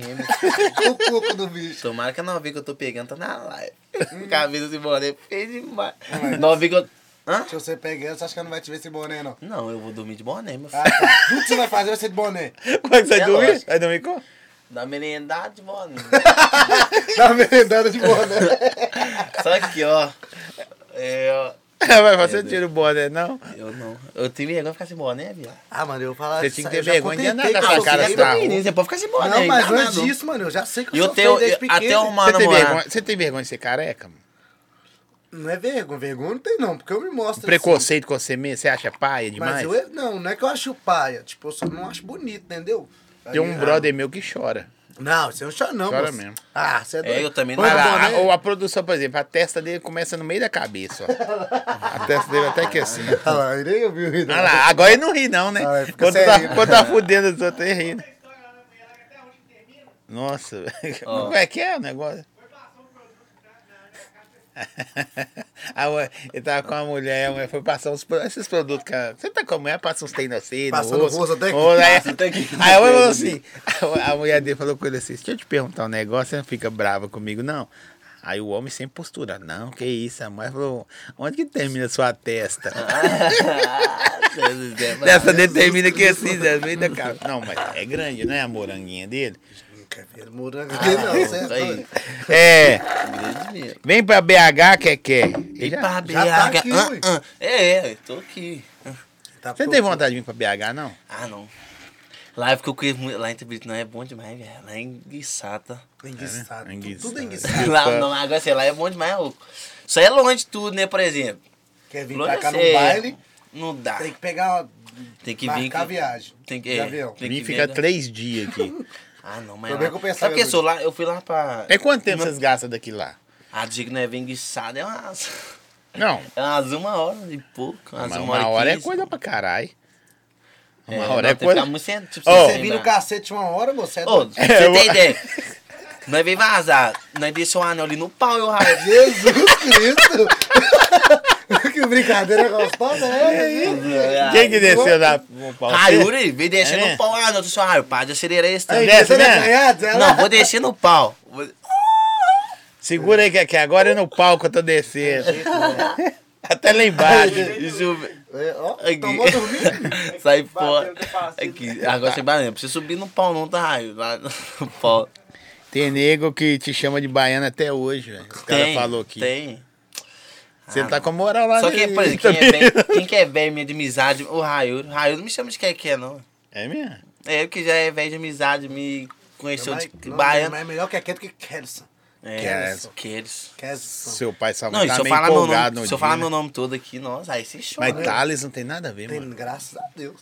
B: filho?
C: o coco do bicho.
B: Tomara que a novinha que eu tô pegando tá na live. Camisa de boné feio demais. Novinha que eu... Hã?
C: Se Hum. Ah, você pega ela, você acha que ela não vai te ver sem boné, não?
B: Não, eu vou dormir de boné, meu filho.
C: Ah, tá. Tudo que você vai fazer vai ser de boné.
A: Como é que você vai
B: É
A: dormir?
B: lógico.
A: Vai dormir com?
B: Da merendade de boné.
C: Dá uma merendada de boné.
B: Só que, ó. Eu...
A: Vai fazer tira o boné, não?
B: Eu não. Eu tenho vergonha de ficar sem boné, viado.
C: Ah, mano, eu vou falar
A: Você
C: isso
A: tinha que
C: aí,
A: ter
C: eu já
A: vergonha de
C: contei
A: andar
C: que
A: com
C: eu
A: essa
C: sou
A: cara
C: feio.
A: sua.
B: do menino, você pode ficar sem boné.
C: Não, mas
A: tá
B: enganado.
C: antes disso, mano, eu já sei que
B: E
C: eu
B: eu
C: sou
B: tenho,
C: feio
B: eu,
C: desde
B: até
C: pequeno.
B: uma
A: Você tem, vergonha,
B: namorada.
A: você tem vergonha de ser careca? mano?
C: Não é vergonha, vergonha não tem não, porque eu me mostro
A: Preconceito com você mesmo? Você acha paia
C: assim.
A: demais?
C: Mas eu, não, não é que eu acho paia, tipo, eu só não acho bonito, entendeu?
A: Tem um
C: Aí,
A: brother meu que chora.
C: Não, você não chora não,
A: Chora
C: moço.
A: mesmo.
C: Ah, você é doido.
B: eu também não.
C: Põe
A: Mas
C: o
A: lá,
C: boné.
A: a, ou a produção, por exemplo, a testa dele começa no meio da cabeça, ó. A testa dele até que assim. ó.
C: Olha lá, ele nem ouviu o
A: Ah lá, agora ele não ri não, né?
C: né? Ah, é, fica
A: quando, tá,
C: sério, né?
A: quando tá fudendo os outros, ele ri. né? Nossa, velho. como é que é o negócio? Ah, ué, ele tava com a mulher, a mulher foi passar uns, pro- esses produtos que a- Você tá com a mulher, passa uns assim, tenocídeos,
C: Passa no rosto até aqui.
B: Passa até aqui.
A: Aí a mulher falou assim, a, a mulher dele falou com ele assim, deixa eu te perguntar um negócio, você não fica brava comigo, não? Aí o homem sem postura, não, que isso, a mulher falou, onde que termina a sua testa?
C: Ah,
B: Ah,
A: Dessa determina que assim, Zé, no meio da cara. Não, mas é grande, não é a moranguinha dele?
C: Não quer ver morango aqui não, você é
B: isso aí.
C: doido.
A: É,
B: Grande mesmo.
A: vem pra BH, que é que é. Ele
B: E
A: já-
B: pra
C: já tá
B: BH.
C: aqui,
B: ah,
C: ui.
B: ah. É, é, eu tô aqui.
C: Tá
A: Você não teve vontade de vir pra BH, não?
B: Ah, não. Lá porque eu conheço muito. Lá em Tabirito não é bom demais, velho. Lá é enguiçada.
C: Enguiçado,
A: É, né?
C: tudo- tudo
A: Enguiçado.
C: enguiçado.
B: Lá não, agora sei lá é bom demais, ô. Só é longe de tudo, né, por exemplo.
C: Quer vir
B: Longe
C: pra cá
B: é
C: num
B: cê-
C: baile,
B: Não dá.
C: tem que pegar,
B: Tem que vir.
C: marcar
B: que-
C: a viagem.
B: Tem que.
C: de
B: é,
C: avião.
B: tem
A: Vim
B: que
A: ficar
B: ver-
A: três dias aqui.
B: Ah, não, mas.
C: Tô
B: Lá...
C: bem compensado,
B: Sabe porque eu
C: Dudu.
B: sou lá? Eu fui lá pra.
A: É quanto tempo
B: Não-
A: vocês gastam daqui lá?
B: A dica não é bem enguiçada, é umas.
A: Não,
B: É umas uma hora e pouco. Umas
A: mas
B: uma,
A: uma hora
B: e
A: é
B: quinze.
A: coisa pra caralho. Uma
B: não,
A: hora é
B: tem que ficar
A: coisa...
B: muito sem- tipo,
A: Ô.
B: sem
C: Você vira o
B: lembrar.
C: cacete uma hora, moço, é
B: Ô,
C: doido.
B: pra você
A: eu-
B: tem ideia? Nós veio vazar, nós deixou um anel ali no pau e o raio.
C: Jesus Cristo! que brincadeira gostosa é essa, hein?
A: Quem que desceu da... no pau?
B: Raio, ele veio deixando
A: É.
B: no pau. Ah, não, deixou o raio. Pá, de acelerar esse
A: Aí,
B: também.
A: desce,
C: Você não
A: né?
C: é ganhado, ela-
B: Não, vou descer no pau. Vou-
A: Segura aí que aqui agora é no palco eu tô descendo. Até lá embaixo.
B: Deixa eu ver.
C: É, ó,
B: Aqui.
A: Tá
C: tomou dormindo?
B: Sai fora. Aqui, agora você vai, não precisa subir no pau não, tá, raio? Lá no pau.
A: Tem nego que te chama de baiano até hoje, velho. Os caras
B: Tem,
A: falou aqui.
B: Tem.
A: Você tá com a moral lá
B: Só que,
A: dele
B: por exemplo, quem
A: também.
B: é, bem, quem que é velho minha de amizade, o Raio. O Raio não me chama de Keké, não.
A: É mesmo?
B: É, que já é velho de amizade, me conheceu
C: Mas-
B: de
C: não,
B: baiano.
C: Mas é melhor que é Keto que Kelson.
B: É,
A: Kellerson.
B: Kellerson.
C: Kelson.
A: Seu pai salva
B: Não, e
A: tá
B: se eu
A: meio
B: falar meu nome,
A: empolgado no
B: se eu
A: dia,
B: falar
A: né?
B: meu nome todo aqui, nossa, aí você chora.
A: Mas tá
B: né?
A: Thales não tem nada a ver,
C: Tem,
A: mano.
C: graças a Deus.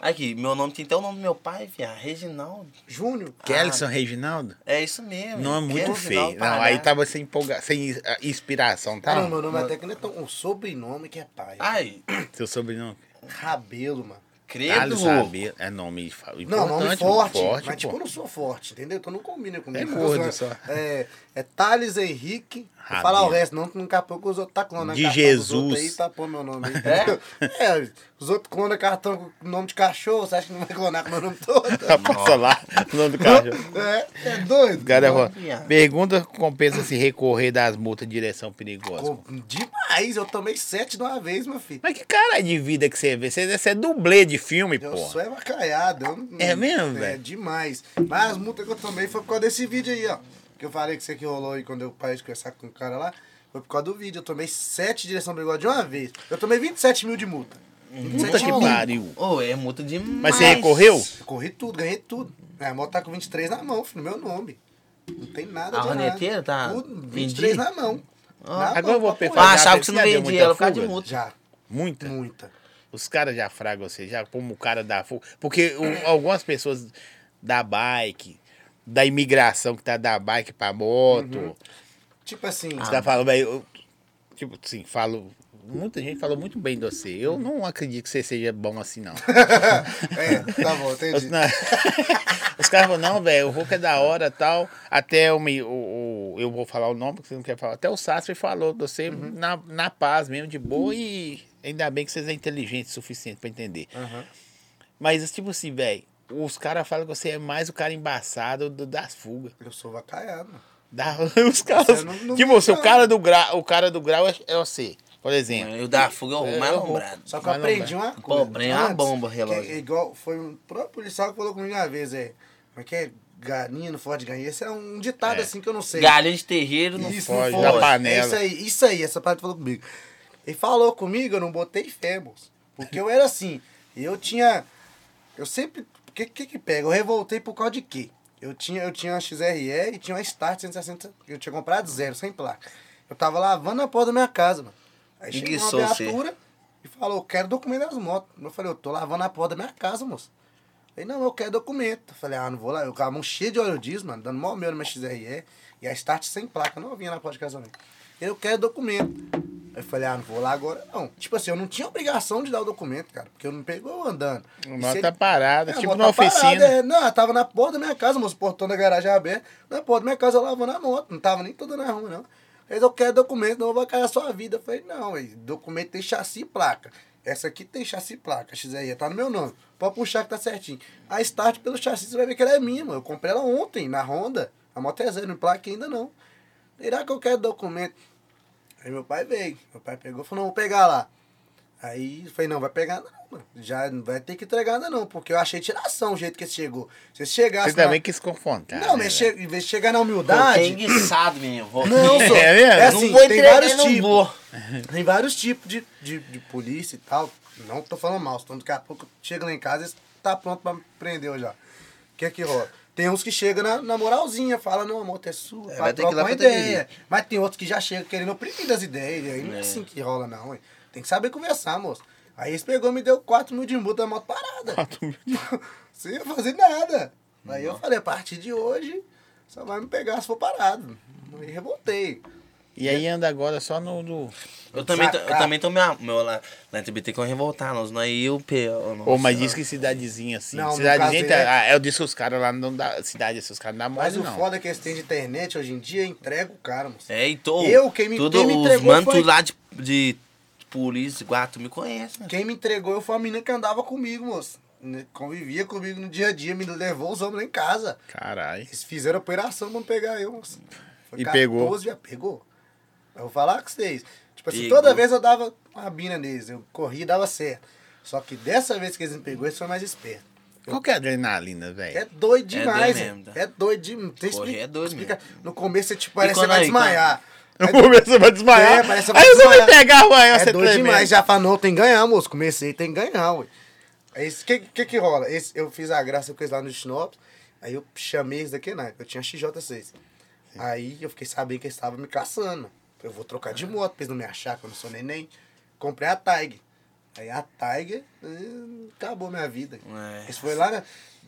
B: Aqui, meu nome tem até o nome do meu pai, viado. Reginaldo.
C: Júnior.
A: Kelson Reginaldo?
B: É isso mesmo.
A: Não é muito
B: Kellerson,
A: feio. Não,
B: Palhaço.
A: aí tá tava sem empolga... sem ah, inspiração, tá?
C: Não, meu nome até que não é tão. Um sobrenome que é pai.
A: Ah.
B: Ai,
A: Seu sobrenome.
C: Rabelo, mano.
B: credo.
A: Thales Rabelo. É nome fa- importante.
C: Não, nome forte, mas tipo,
A: pô.
C: eu não sou forte, entendeu? Então não combina comigo.
A: É gordo
C: Eu sou-
A: só.
C: É, é Thales Henrique, vou
A: Rabelo.
C: falar o resto, não, que daqui a pouco os outros tá clonando.
A: De
C: cartão dos
A: Jesus.
C: outros Aí tá pondo meu nome. aí, entendeu? é? os outros clonam cartão com nome de cachorro, você acha que não vai clonar com meu nome todo?
A: Passa Tá lá o nome do cachorro.
C: é, é doido.
A: O cara é foda.
B: Viado.
A: Pergunta compensa se recorrer das multas de direção perigosa.
C: Com- Demais, eu tomei sete de uma vez, meu filho.
A: Mas que cara de vida que você vê? Você, você é dublê de filme,
C: Eu
A: pô.
C: sou avacalhado. Eu, não-
A: É mesmo,
C: É
A: velho?
C: demais. Mas as multas que eu tomei foi por causa desse vídeo aí, ó. Que eu falei que você que rolou aí quando eu parei de conversar com o cara lá. Foi por causa do vídeo. Eu tomei 7 direção brigada de uma vez. Eu tomei 27 mil de multa.
A: Puta
C: 27
A: Hum, que
C: mil.
A: pariu.
B: Ô, é multa demais.
A: Mas você recorreu?
C: Eu corri tudo, ganhei tudo. Minha moto tá com 23 na mão, filho, meu nome. Não tem nada
B: A
C: de errado.
B: roneteira tá-
C: Tudo,
B: Vendi?
C: 23 na mão. Na
A: Agora eu vou
C: papo reto.
A: perfeitar.
B: Ah, achava que você não
A: Já deu
B: vendia
A: muita
B: ela por causa de
A: fuga?
B: multa.
C: Já,
A: Muita.
C: muita.
A: Os caras já fragam você, já como o cara da fuga. Porque o- algumas pessoas da bike, da imigração que tá da bike pra moto.
C: Tipo assim,
A: Você tá falando, velho, eu- tipo assim, falo. Muita gente falou muito bem de você. Eu não acredito que você seja bom assim, não.
C: é, tá bom,
A: Os,
C: entendi.
A: não. Os caras falam, não, velho, o Hulk é da hora tal. Até o, me- o, o- eu vou falar o nome, porque você não quer falar. Até o Sastre falou de você na, na paz mesmo, de boa, e ainda bem que vocês é inteligente o suficiente pra entender.
C: Aham.
A: Mas, tipo assim, velho, os caras falam que você é mais o cara embaçado do- das fugas.
C: Eu sou avacalhado. mano.
A: Da, os caras.
C: Você não- não
A: tipo,
C: me
A: se o
C: engana.
A: cara do grau, o cara do grau é, é você, por exemplo.
B: Eu da fuga é o mais
A: É, eu vou.
B: alombrado.
C: Só que eu
A: Vai
C: aprendi
A: lembrar.
C: uma coisa.
B: Pobre, é uma
C: Antes,
B: bomba,
C: que
B: relógio.
C: é igual, foi um próprio policial que falou comigo uma vez, é. Como é que é? Galinha não fode galinha. Esse é um ditado
A: É.
C: assim que eu não sei.
B: Galinha de terreiro não
C: Isso,
A: fode
C: não
A: da
C: fode.
A: panela.
C: É isso aí, isso aí, essa parte falou comigo. Ele falou comigo, eu não botei fé, moço. Porque eu era assim. Eu tinha. Eu sempre. O que, que que pega? Eu revoltei por causa de quê? Eu tinha, eu tinha uma XRE e tinha uma Start 160. Eu tinha comprado zero, sem placa. Eu tava lavando a porta da minha casa, mano. Aí chegou uma
B: Preguiçou você.
C: viatura e falou, eu quero documento das motos. Eu falei, eu tô lavando a porta da minha casa, moço. Ele, não, eu quero documento. Eu falei, ah, não vou lá. Eu com a mão cheia de óleo diesel, mano, dando mó meu na minha XRE. E a Start sem placa, não vinha na porta de casamento. Ele, eu quero documento. Aí eu falei, ah, não vou lá agora, não. Tipo assim, eu não tinha obrigação de dar o documento, cara, porque eu não pegou andando. E se
A: Nota
C: ele-
A: parada,
C: é,
A: tipo
C: bota
A: na
C: a parada,
A: oficina.
C: é. não, ela tava na porta da minha casa, moço, portão da garagem aberta. Na porta da minha casa eu lavando a moto, não tava nem toda na rua, não. Eles, eu quero documento, não vai cair a sua vida. Eu falei, não, ué, documento tem chassi e placa. Essa aqui tem chassi e placa, XRE, tá no meu nome. Pode puxar que tá certinho. A Start pelo chassi, você vai ver que ela é minha, mano. Eu comprei ela ontem, na Honda. A moto é zero, não placa ainda não. Irá que eu quero documento. Aí meu pai veio. Meu pai pegou e falou, não, vou pegar lá. Aí eu falei, não, vai pegar nada não, mano. Já não vai ter que entregar nada não, porque eu achei tiração o jeito que você chegou. Se você chegasse
A: Você também
C: na...
A: quis confrontar.
C: né? Não,
A: né,
C: mas
A: velho?
C: che... em vez de chegar na
B: Pô, que é
C: humildade...
B: enguiçado, menino. Vou-
C: Não, só,
A: É mesmo?
C: é assim,
B: não vou
C: tem
B: entregar,
C: vários
B: não
C: tipos.
B: vou.
C: Tem vários tipos de, de, de polícia e tal. Não tô falando mal, senão daqui a pouco chega lá em casa e tá pronto pra me prender eu já. O que é que rola? Tem uns que chegam na, na moralzinha, fala, não, amor, é sua,
B: É,
C: pá,
B: vai ter que ir
C: troca
B: lá
C: uma
B: pra ter
C: ideia. Mas tem outros que já chegam querendo oprimir das ideias. e Aí não é
B: É.
C: assim que rola, não. hein? Tem que saber conversar, moço. Aí eles pegou e me deu 4 mil de multa da moto parada. Sem eu fazer nada. Aí eu falei, a partir de hoje, só vai me pegar se for parado. Aí revoltei.
A: E aí anda agora só no. no...
B: Eu também, tô- eu
C: Sacar.
B: também tô meu, meu lá, lá em TBT com revoltar, nós não é eu, P.
A: Ô, mas diz que cidadezinha assim.
C: Não, no
A: cidadezinha.
C: caso
A: tá-
C: dele é-
A: ah, eu disse que os caras lá não dá. Cidade, esses caras não dá
C: Mas
A: mole,
C: o
A: não.
C: foda é que eles têm de internet hoje em dia, entrega o cara, moço.
B: É, então.
C: Eu, quem me-
B: tudo,
C: quem me
B: Os
C: entregou
B: manos
C: foi-
B: tudo lá de, de polícia, guato, me conhece, né?
C: Quem me entregou foi a menina que andava comigo, moço. Né, Convivia comigo no dia a dia, me levou os homens lá em casa.
A: Caralho.
C: Eles fizeram operação pra não pegar eu, moço. Foi
A: E pegou.
C: já pegou. Eu vou falar com vocês. Tipo assim,
B: Pegou.
C: toda vez eu dava uma bina neles, eu corri e dava certo. Só que dessa vez que eles me pegou, eles foram mais espertos.
A: Qual que é a adrenalina,
C: É
A: velho?
C: doido
B: É doido
C: demais,
B: mesmo,
C: hein?
B: tá?
C: é doido demais.
B: Correr é doido mesmo.
C: No começo você tipo, parece que você
B: quando
C: vai
B: aí,
C: desmaiar.
A: Começa pra desmaiar.
C: É, parece que vai
A: aí eu vou me
C: desmaiar.
A: pegar, ué.
C: É
A: você
C: doido
A: tremendo.
C: demais. Já falou, tem que ganhar, moço. Comecei, tem que ganhar, ué. Aí o que, que que rola? Esse, eu fiz a graça com eles lá no Sinop. Aí eu chamei eles daqui na época. Eu tinha XJ6. Aí eu fiquei sabendo que eles estavam me caçando. Eu vou trocar de moto pra eles não me achar, que eu não sou neném. Comprei a Tiger. Aí a Tiger eh, acabou minha vida.
B: É.
C: Eles foram lá na.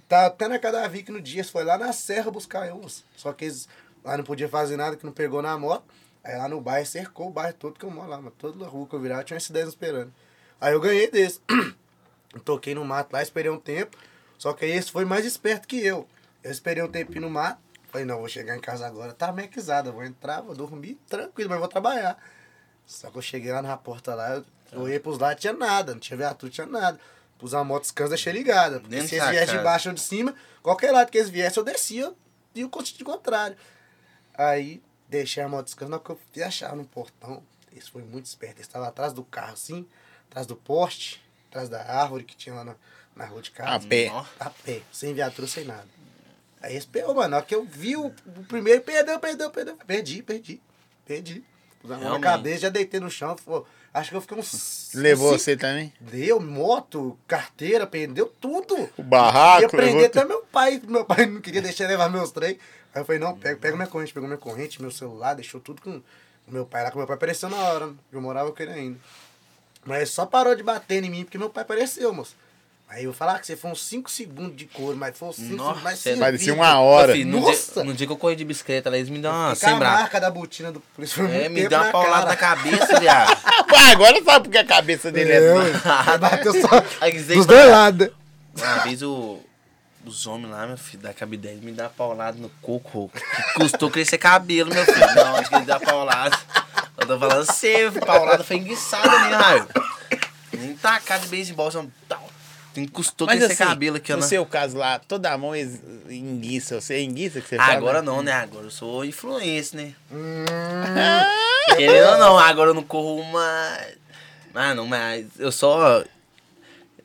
C: Tá até na casa da Vic no dia, eles foram lá na serra buscar eu. moço. Só que eles lá não podia fazer nada, que não pegou na moto. Aí lá no bairro cercou o bairro todo que eu moro lá, mano. Toda rua que eu virava tinha esses 10 esperando. Aí eu ganhei desse. Eu Toquei no mato lá, esperei um tempo. Só que aí esse foi mais esperto que eu. Eu esperei um tempinho no mato. Falei, não, vou chegar em casa agora, tá mequizada. Vou entrar, vou dormir tranquilo, mas vou trabalhar. Só que eu cheguei lá na porta lá, eu olhei pros lados, tinha nada, não tinha viatura, tinha nada. Pus a moto descansa, deixei ligada. Porque
B: Dentro
C: se eles
B: da
C: viessem de
B: casa.
C: baixo ou de cima, qualquer lado que eles viessem, eu descia e o sentido contrário. Aí deixei a moto descansa, na hora que eu fui achar no portão. Eles foi muito esperto, eles estavam atrás do carro assim, atrás do poste, atrás da árvore que tinha lá na, na rua de casa.
A: A pé.
B: Nossa.
C: A pé, sem viatura, sem nada. Aí esse perdeu, mano. Na hora que eu vi o, o primeiro, perdeu, perdeu, perdeu. Perdi, perdi, perdi. Pus a mão na
B: Realmente.
C: cabeça, já deitei no chão. Pô, acho que eu fiquei uns.
A: Levou
C: uns
A: você também?
C: cinco- Deu moto, carteira, prendeu tudo.
A: O
C: Ia
A: barraco.
C: prender
A: levou
C: até meu pai. Meu pai não queria deixar levar meus trem. Aí eu falei, não, pega, pega minha corrente, pegou minha corrente, meu celular, deixou tudo com o meu pai lá, que meu pai apareceu na hora. né? Eu morava com ele ainda. Mas só parou de bater em mim porque meu pai apareceu, moço. Aí eu falar que você foi uns 5 segundos de couro, mas foi uns 5
B: Nossa,
C: segundos. Mas
B: é
A: tudo.
C: serviu.
A: Parecia uma hora.
B: Assim, no,
C: Nossa!
B: Dia, no dia que eu corri de bicicleta, lá, eles me dão uma
C: Fica a
B: sembrada.
C: marca da botina do polícia foi
B: É,
C: muito
B: me
C: tempo
B: deu uma
C: na
B: paulada na
C: cara.
B: cabeça, viado.
A: Ah, agora sabe porque a cabeça dele é.
C: É,
A: assim.
C: ué. bateu só
B: Aí que
C: dos
B: você-
C: dois lados.
B: Uma vez o, os homens lá, meu filho, da cabidez, me dá paulada no coco. Que custou crescer cabelo, meu filho. Na hora que ele dá paulada. Eu tô falando sério, paulada foi enguiçada ali, raio. Nem tacar de beisebol, só um tal. Tem custou
A: Mas
B: crescer
A: assim,
B: cabelo aqui, ó.
A: no
B: né?
A: seu caso lá, toda a mão es- enguiça. Você é enguiça que você
B: Ah,
A: fala?
B: agora não, né? Agora eu sou influência, né?
C: Hum.
A: Ah,
B: Querendo ou não, agora eu não corro mais. Mano, mas eu só.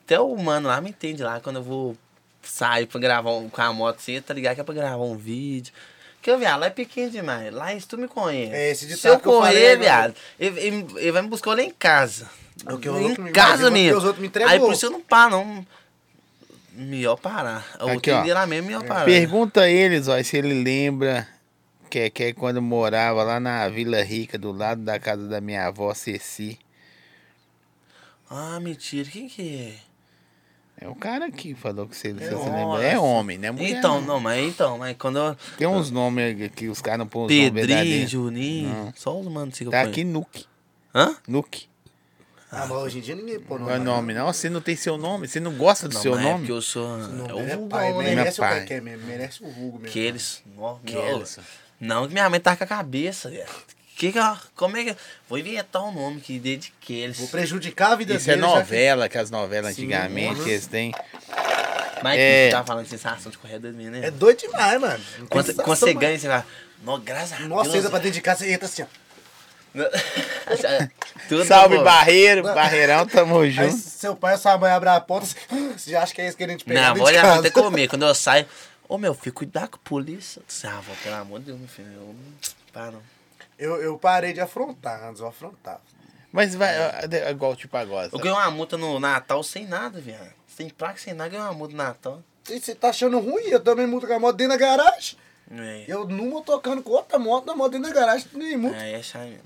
B: Até o mano lá me entende lá quando eu vou sair pra gravar um- com a moto assim, tá ligado? Que é pra gravar um vídeo. Porque, ó, viado, lá é pequeno demais. Lá isso tu me conhece.
C: É, esse ditado
B: Se eu
C: que eu falei
B: correr,
C: agora.
B: viado, ele, ele- ele vai me buscar lá em casa.
C: É o que eu
B: em
C: vou comigo, mas
B: casa
C: eu vou porque
B: mesmo.
C: os outros me entregou.
B: Aí por isso eu não paro, não. Melhor parar. Eu
A: Aqui, ó.
B: entendi lá
C: É.
B: mesmo, melhor parar.
A: Pergunta a eles, ó, se ele lembra que é, que é quando morava lá na Vila Rica, do lado da casa da minha avó, Ceci.
B: Ah, mentira, quem que é?
A: É o cara que falou que você, você
B: Nossa.
A: lembra. É homem, né? Mulher,
B: então,
A: não.
B: não, mas então, mas quando eu.
A: Tem uns nomes que os caras não põem os nomes
B: Pedrinho,
A: verdadeiros.
B: Juninho,
A: Não.
B: só os manos que eu
A: Tá
B: conheço.
A: aqui Nuke.
B: Hã?
A: Nuke.
C: Ah, mas hoje em dia ninguém pô
A: Não é nome, não. Você não tem seu nome. Você não gosta do
B: Não,
A: seu
B: mas é
A: nome.
B: porque eu sou.
C: Não,
B: é
C: é
B: o
C: pai,
B: vulgão,
C: né?
B: né?
C: merece o
A: pai.
C: pai que é mesmo, merece o vulgo mesmo.
B: Que eles. Nossa,
A: Que
B: meu-
A: eles.
B: Não, que minha mãe tá com a cabeça, velho. Que que, ela- como é que. Vou inventar um nome que dê de que eles.
C: Vou prejudicar a vida
A: Isso é
C: deles, já que-
A: novela, que as novelas
C: Sim,
A: antigamente
C: uhum.
A: eles têm.
B: Mas
A: É.
B: que tá falando de sensação de correr 2000, né?
C: É doido demais, mano. Não tem
B: Quando,
C: sensação,
B: quando você
C: mano.
B: ganha, você fala. Nossa, graças a Deus.
C: Nossa, você entra pra dentro de casa, você entra assim, ó.
B: Tudo
A: Salve,
B: bom.
A: Barreiro. Barreirão, tamo
C: Aí
A: junto.
C: seu pai ou sua mãe abre a porta, você você já acha que é isso que a gente pega
B: Minha avó
C: dentro de
B: já
C: casa.
B: até comer. Quando eu saio, ô meu filho, cuidado com a polícia. Ah, avó, pelo amor de Deus, meu filho. Eu... Para não.
C: Eu, eu parei de afrontar, antes eu afrontava.
A: Mas vai, é igual tipo agora.
B: Eu
A: sabe?
B: ganhei uma multa no Natal sem nada, viado. Sem placa, sem nada, ganhei uma multa no Natal.
C: E você tá achando ruim? Eu também mudo com a moto dentro da garagem.
B: É,
C: Eu numa tocando com outra moto, na moto dentro da garagem, nem muito,
B: é, é shine.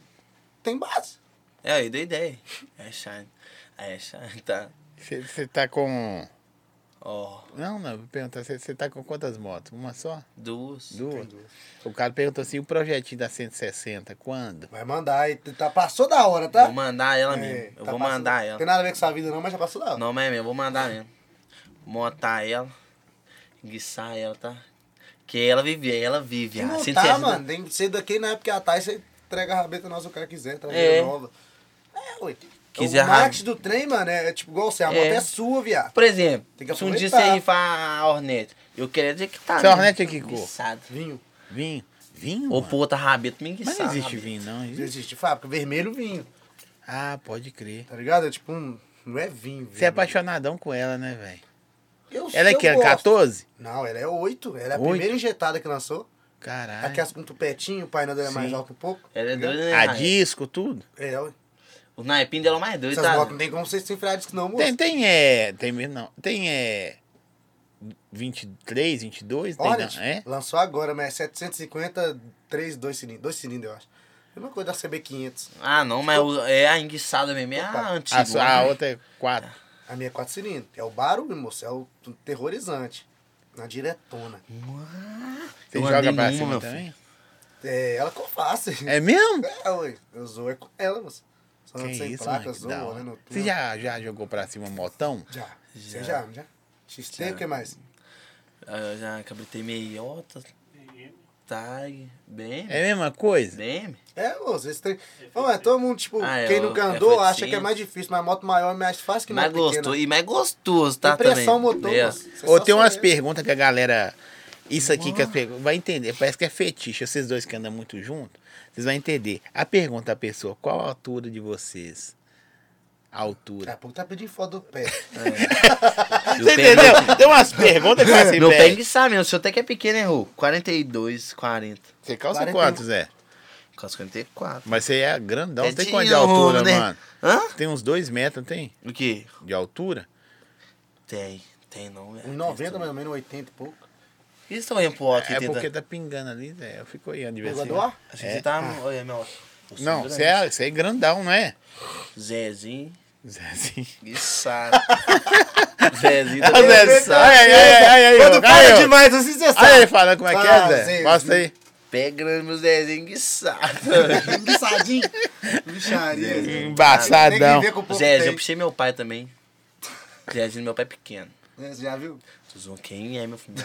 C: tem base.
B: É, aí deu ideia. É shine. É shine, tá.
A: Você você tá com.
B: Ó,
A: Não, não, eu vou perguntar, você- você tá com quantas motos? Uma só?
B: duas.
A: Duas? O cara perguntou assim, o projetinho da 160, quando?
C: Vai mandar, aí tá, passou da hora, tá?
B: Vou mandar ela
C: É,
B: mesmo. Eu
C: tá
B: vou
C: passando-
B: mandar
C: Tem
B: ela.
C: nada a ver com essa vida não, mas já passou da hora.
B: Não, mas é mesmo, eu vou mandar mesmo. Montar ela. Guiçar ela, tá? Que ela vive, ela vive.
C: Tem
B: ah,
C: que
A: Assim
C: montar,
B: 160.
C: tá, mano. Tem que ser daqui na época que ela tá e você entrega a rabeta nossa o cara quiser, traz
B: É.
C: nova. É, ué.
B: Quiser
C: o marketing do trem, mano, é, é tipo igual você, a moto
B: É.
C: é sua, viado.
B: Por exemplo,
C: Tem que
B: se um dia
C: aproveitar.
B: você rifar a Hornet, eu queria dizer que tá.
A: Essa
B: né?
A: Hornet é que cor?
B: Guiçada.
C: Vinho.
A: Vinho? Vinho?
B: Ou
A: mano?
B: pô, outra tá rabeta, me
A: Mas
B: enguiçada.
A: não existe vinho, não.
C: Não
A: existe?
C: existe fábrica, vermelho vinho,
A: Ah, pode crer.
C: tá ligado? É tipo um. Não é vinho,
A: Você é
C: vinho.
A: apaixonadão com ela, né, velho?
C: Eu
A: Ela é
C: eu
A: que é
C: gosto.
A: 14?
C: Não, ela é 8. Ela é a
A: Oito?
C: primeira injetada É que lançou.
A: Caralho.
C: Aquelas com tupetinho, o painel dela é mais
A: Sim.
C: alto um pouco.
B: Ela é
C: tá ligado?
B: doida, né?
A: A
B: Raia?
A: disco, tudo.
C: É, ué.
B: O naipim dela é o mais doido,
C: Essas
B: tá?
C: motos não tem como vocês se enfiar disso, não, moço.
A: Tem, tem é. Tem mesmo, não. Tem é. 23, 22? Tem,
C: Hornet,
A: não. É?
C: lançou agora, mas é 750, 3, 2 cilindros. 2 cilindros, eu acho. Mesma coisa da CB500.
B: Ah, não, mas o- é a enguiçada mesmo, é a antiga.
A: A, sua- a
B: né?
A: outra é 4.
C: A minha é 4 cilindros. É o barulho, moço. É o terrorizante. Na diretona.
A: Você
B: Eu andei
A: joga pra
B: numa,
A: cima
B: meu
A: também?
C: É ela que eu faço.
A: É mesmo?
C: É, ué. Eu zoo é com ela, moço. Só
A: Que
C: não sei
A: isso,
C: placa,
A: mano,
C: eu
A: que
C: zoo,
A: da hora.
C: né? No
A: Você já, já jogou pra cima um motão?
C: Já. Você já, já? XT, o que mais?
B: Ah, Eu já cabritei meiota, tag, BM.
A: É a mesma coisa?
B: BM?
C: É, moço, esse trem. Não, é todo mundo, tipo,
B: Ah, é,
C: quem
B: o-
C: nunca
B: é
C: andou
B: F800.
C: acha que é mais difícil, mas moto maior é mais fácil que
B: Mais
C: moto pequena.
B: gostoso, e mais gostoso, tá?
C: Tem
B: também.
C: pressão motor,
B: É.
C: moço. Você
A: Ou
C: só
A: tem umas
C: acelera.
A: perguntas que a galera. Isso aqui que as pergu- vai entender. Parece que é fetiche. Vocês dois que andam muito junto, vocês vão entender. A pergunta da pessoa: qual a altura de vocês? A
C: Daqui
A: altura.
C: a pouco tá pedindo foto do pé.
B: Meu
A: Você
B: pé é
A: entendeu? Tem umas perguntas que assim,
B: Meu pé
A: velho.
B: enguiçado mesmo, o seu até que é pequeno, hein, Rô? 42, 40.
A: Você calça
C: 41.
A: quantos, é?
B: Quase 44.
A: Mas você é grandão. Você tem
B: Tadinho,
A: quanto de
C: um,
A: altura,
B: né?
A: mano?
B: Hã?
A: Tem uns dois metros, não tem?
B: O quê?
A: De altura?
B: Tem, tem não, é velho.
C: Em 90, mais ou Um menos, 80 e pouco.
B: Eles estão indo pro óculos,
A: Um né? É porque
B: entendeu?
A: tá pingando ali, Zé. Eu fico olhando de vez em
C: Jogador?
A: quando.
B: Achei que você tá. Olha, meu óculos.
A: Não, você é, você é grandão, não é?
B: Zezinho,
A: Zé, assim.
B: guiçado. Zezinho tá
A: Zé,
B: guiçado.
A: ai, ai, ai, ai, ai,
C: Quando
A: ai,
C: fala
A: ai,
C: demais assim, você
A: Olha ele
C: sabe.
A: falando como é que
C: Ah,
A: é, Zé.
C: Zé.
A: Mostra aí.
B: Pé grande, meu Zezinho guiçado.
C: Um Engraçadinho. Um Bicharia.
A: um Embaçadão.
C: Tem que ver com o povo que
B: Zezinho, eu
C: tem.
B: puxei meu pai também. Zezinho, meu pai é pequeno.
C: Né, Você já viu?
B: Tô zoando quem é, meu filho?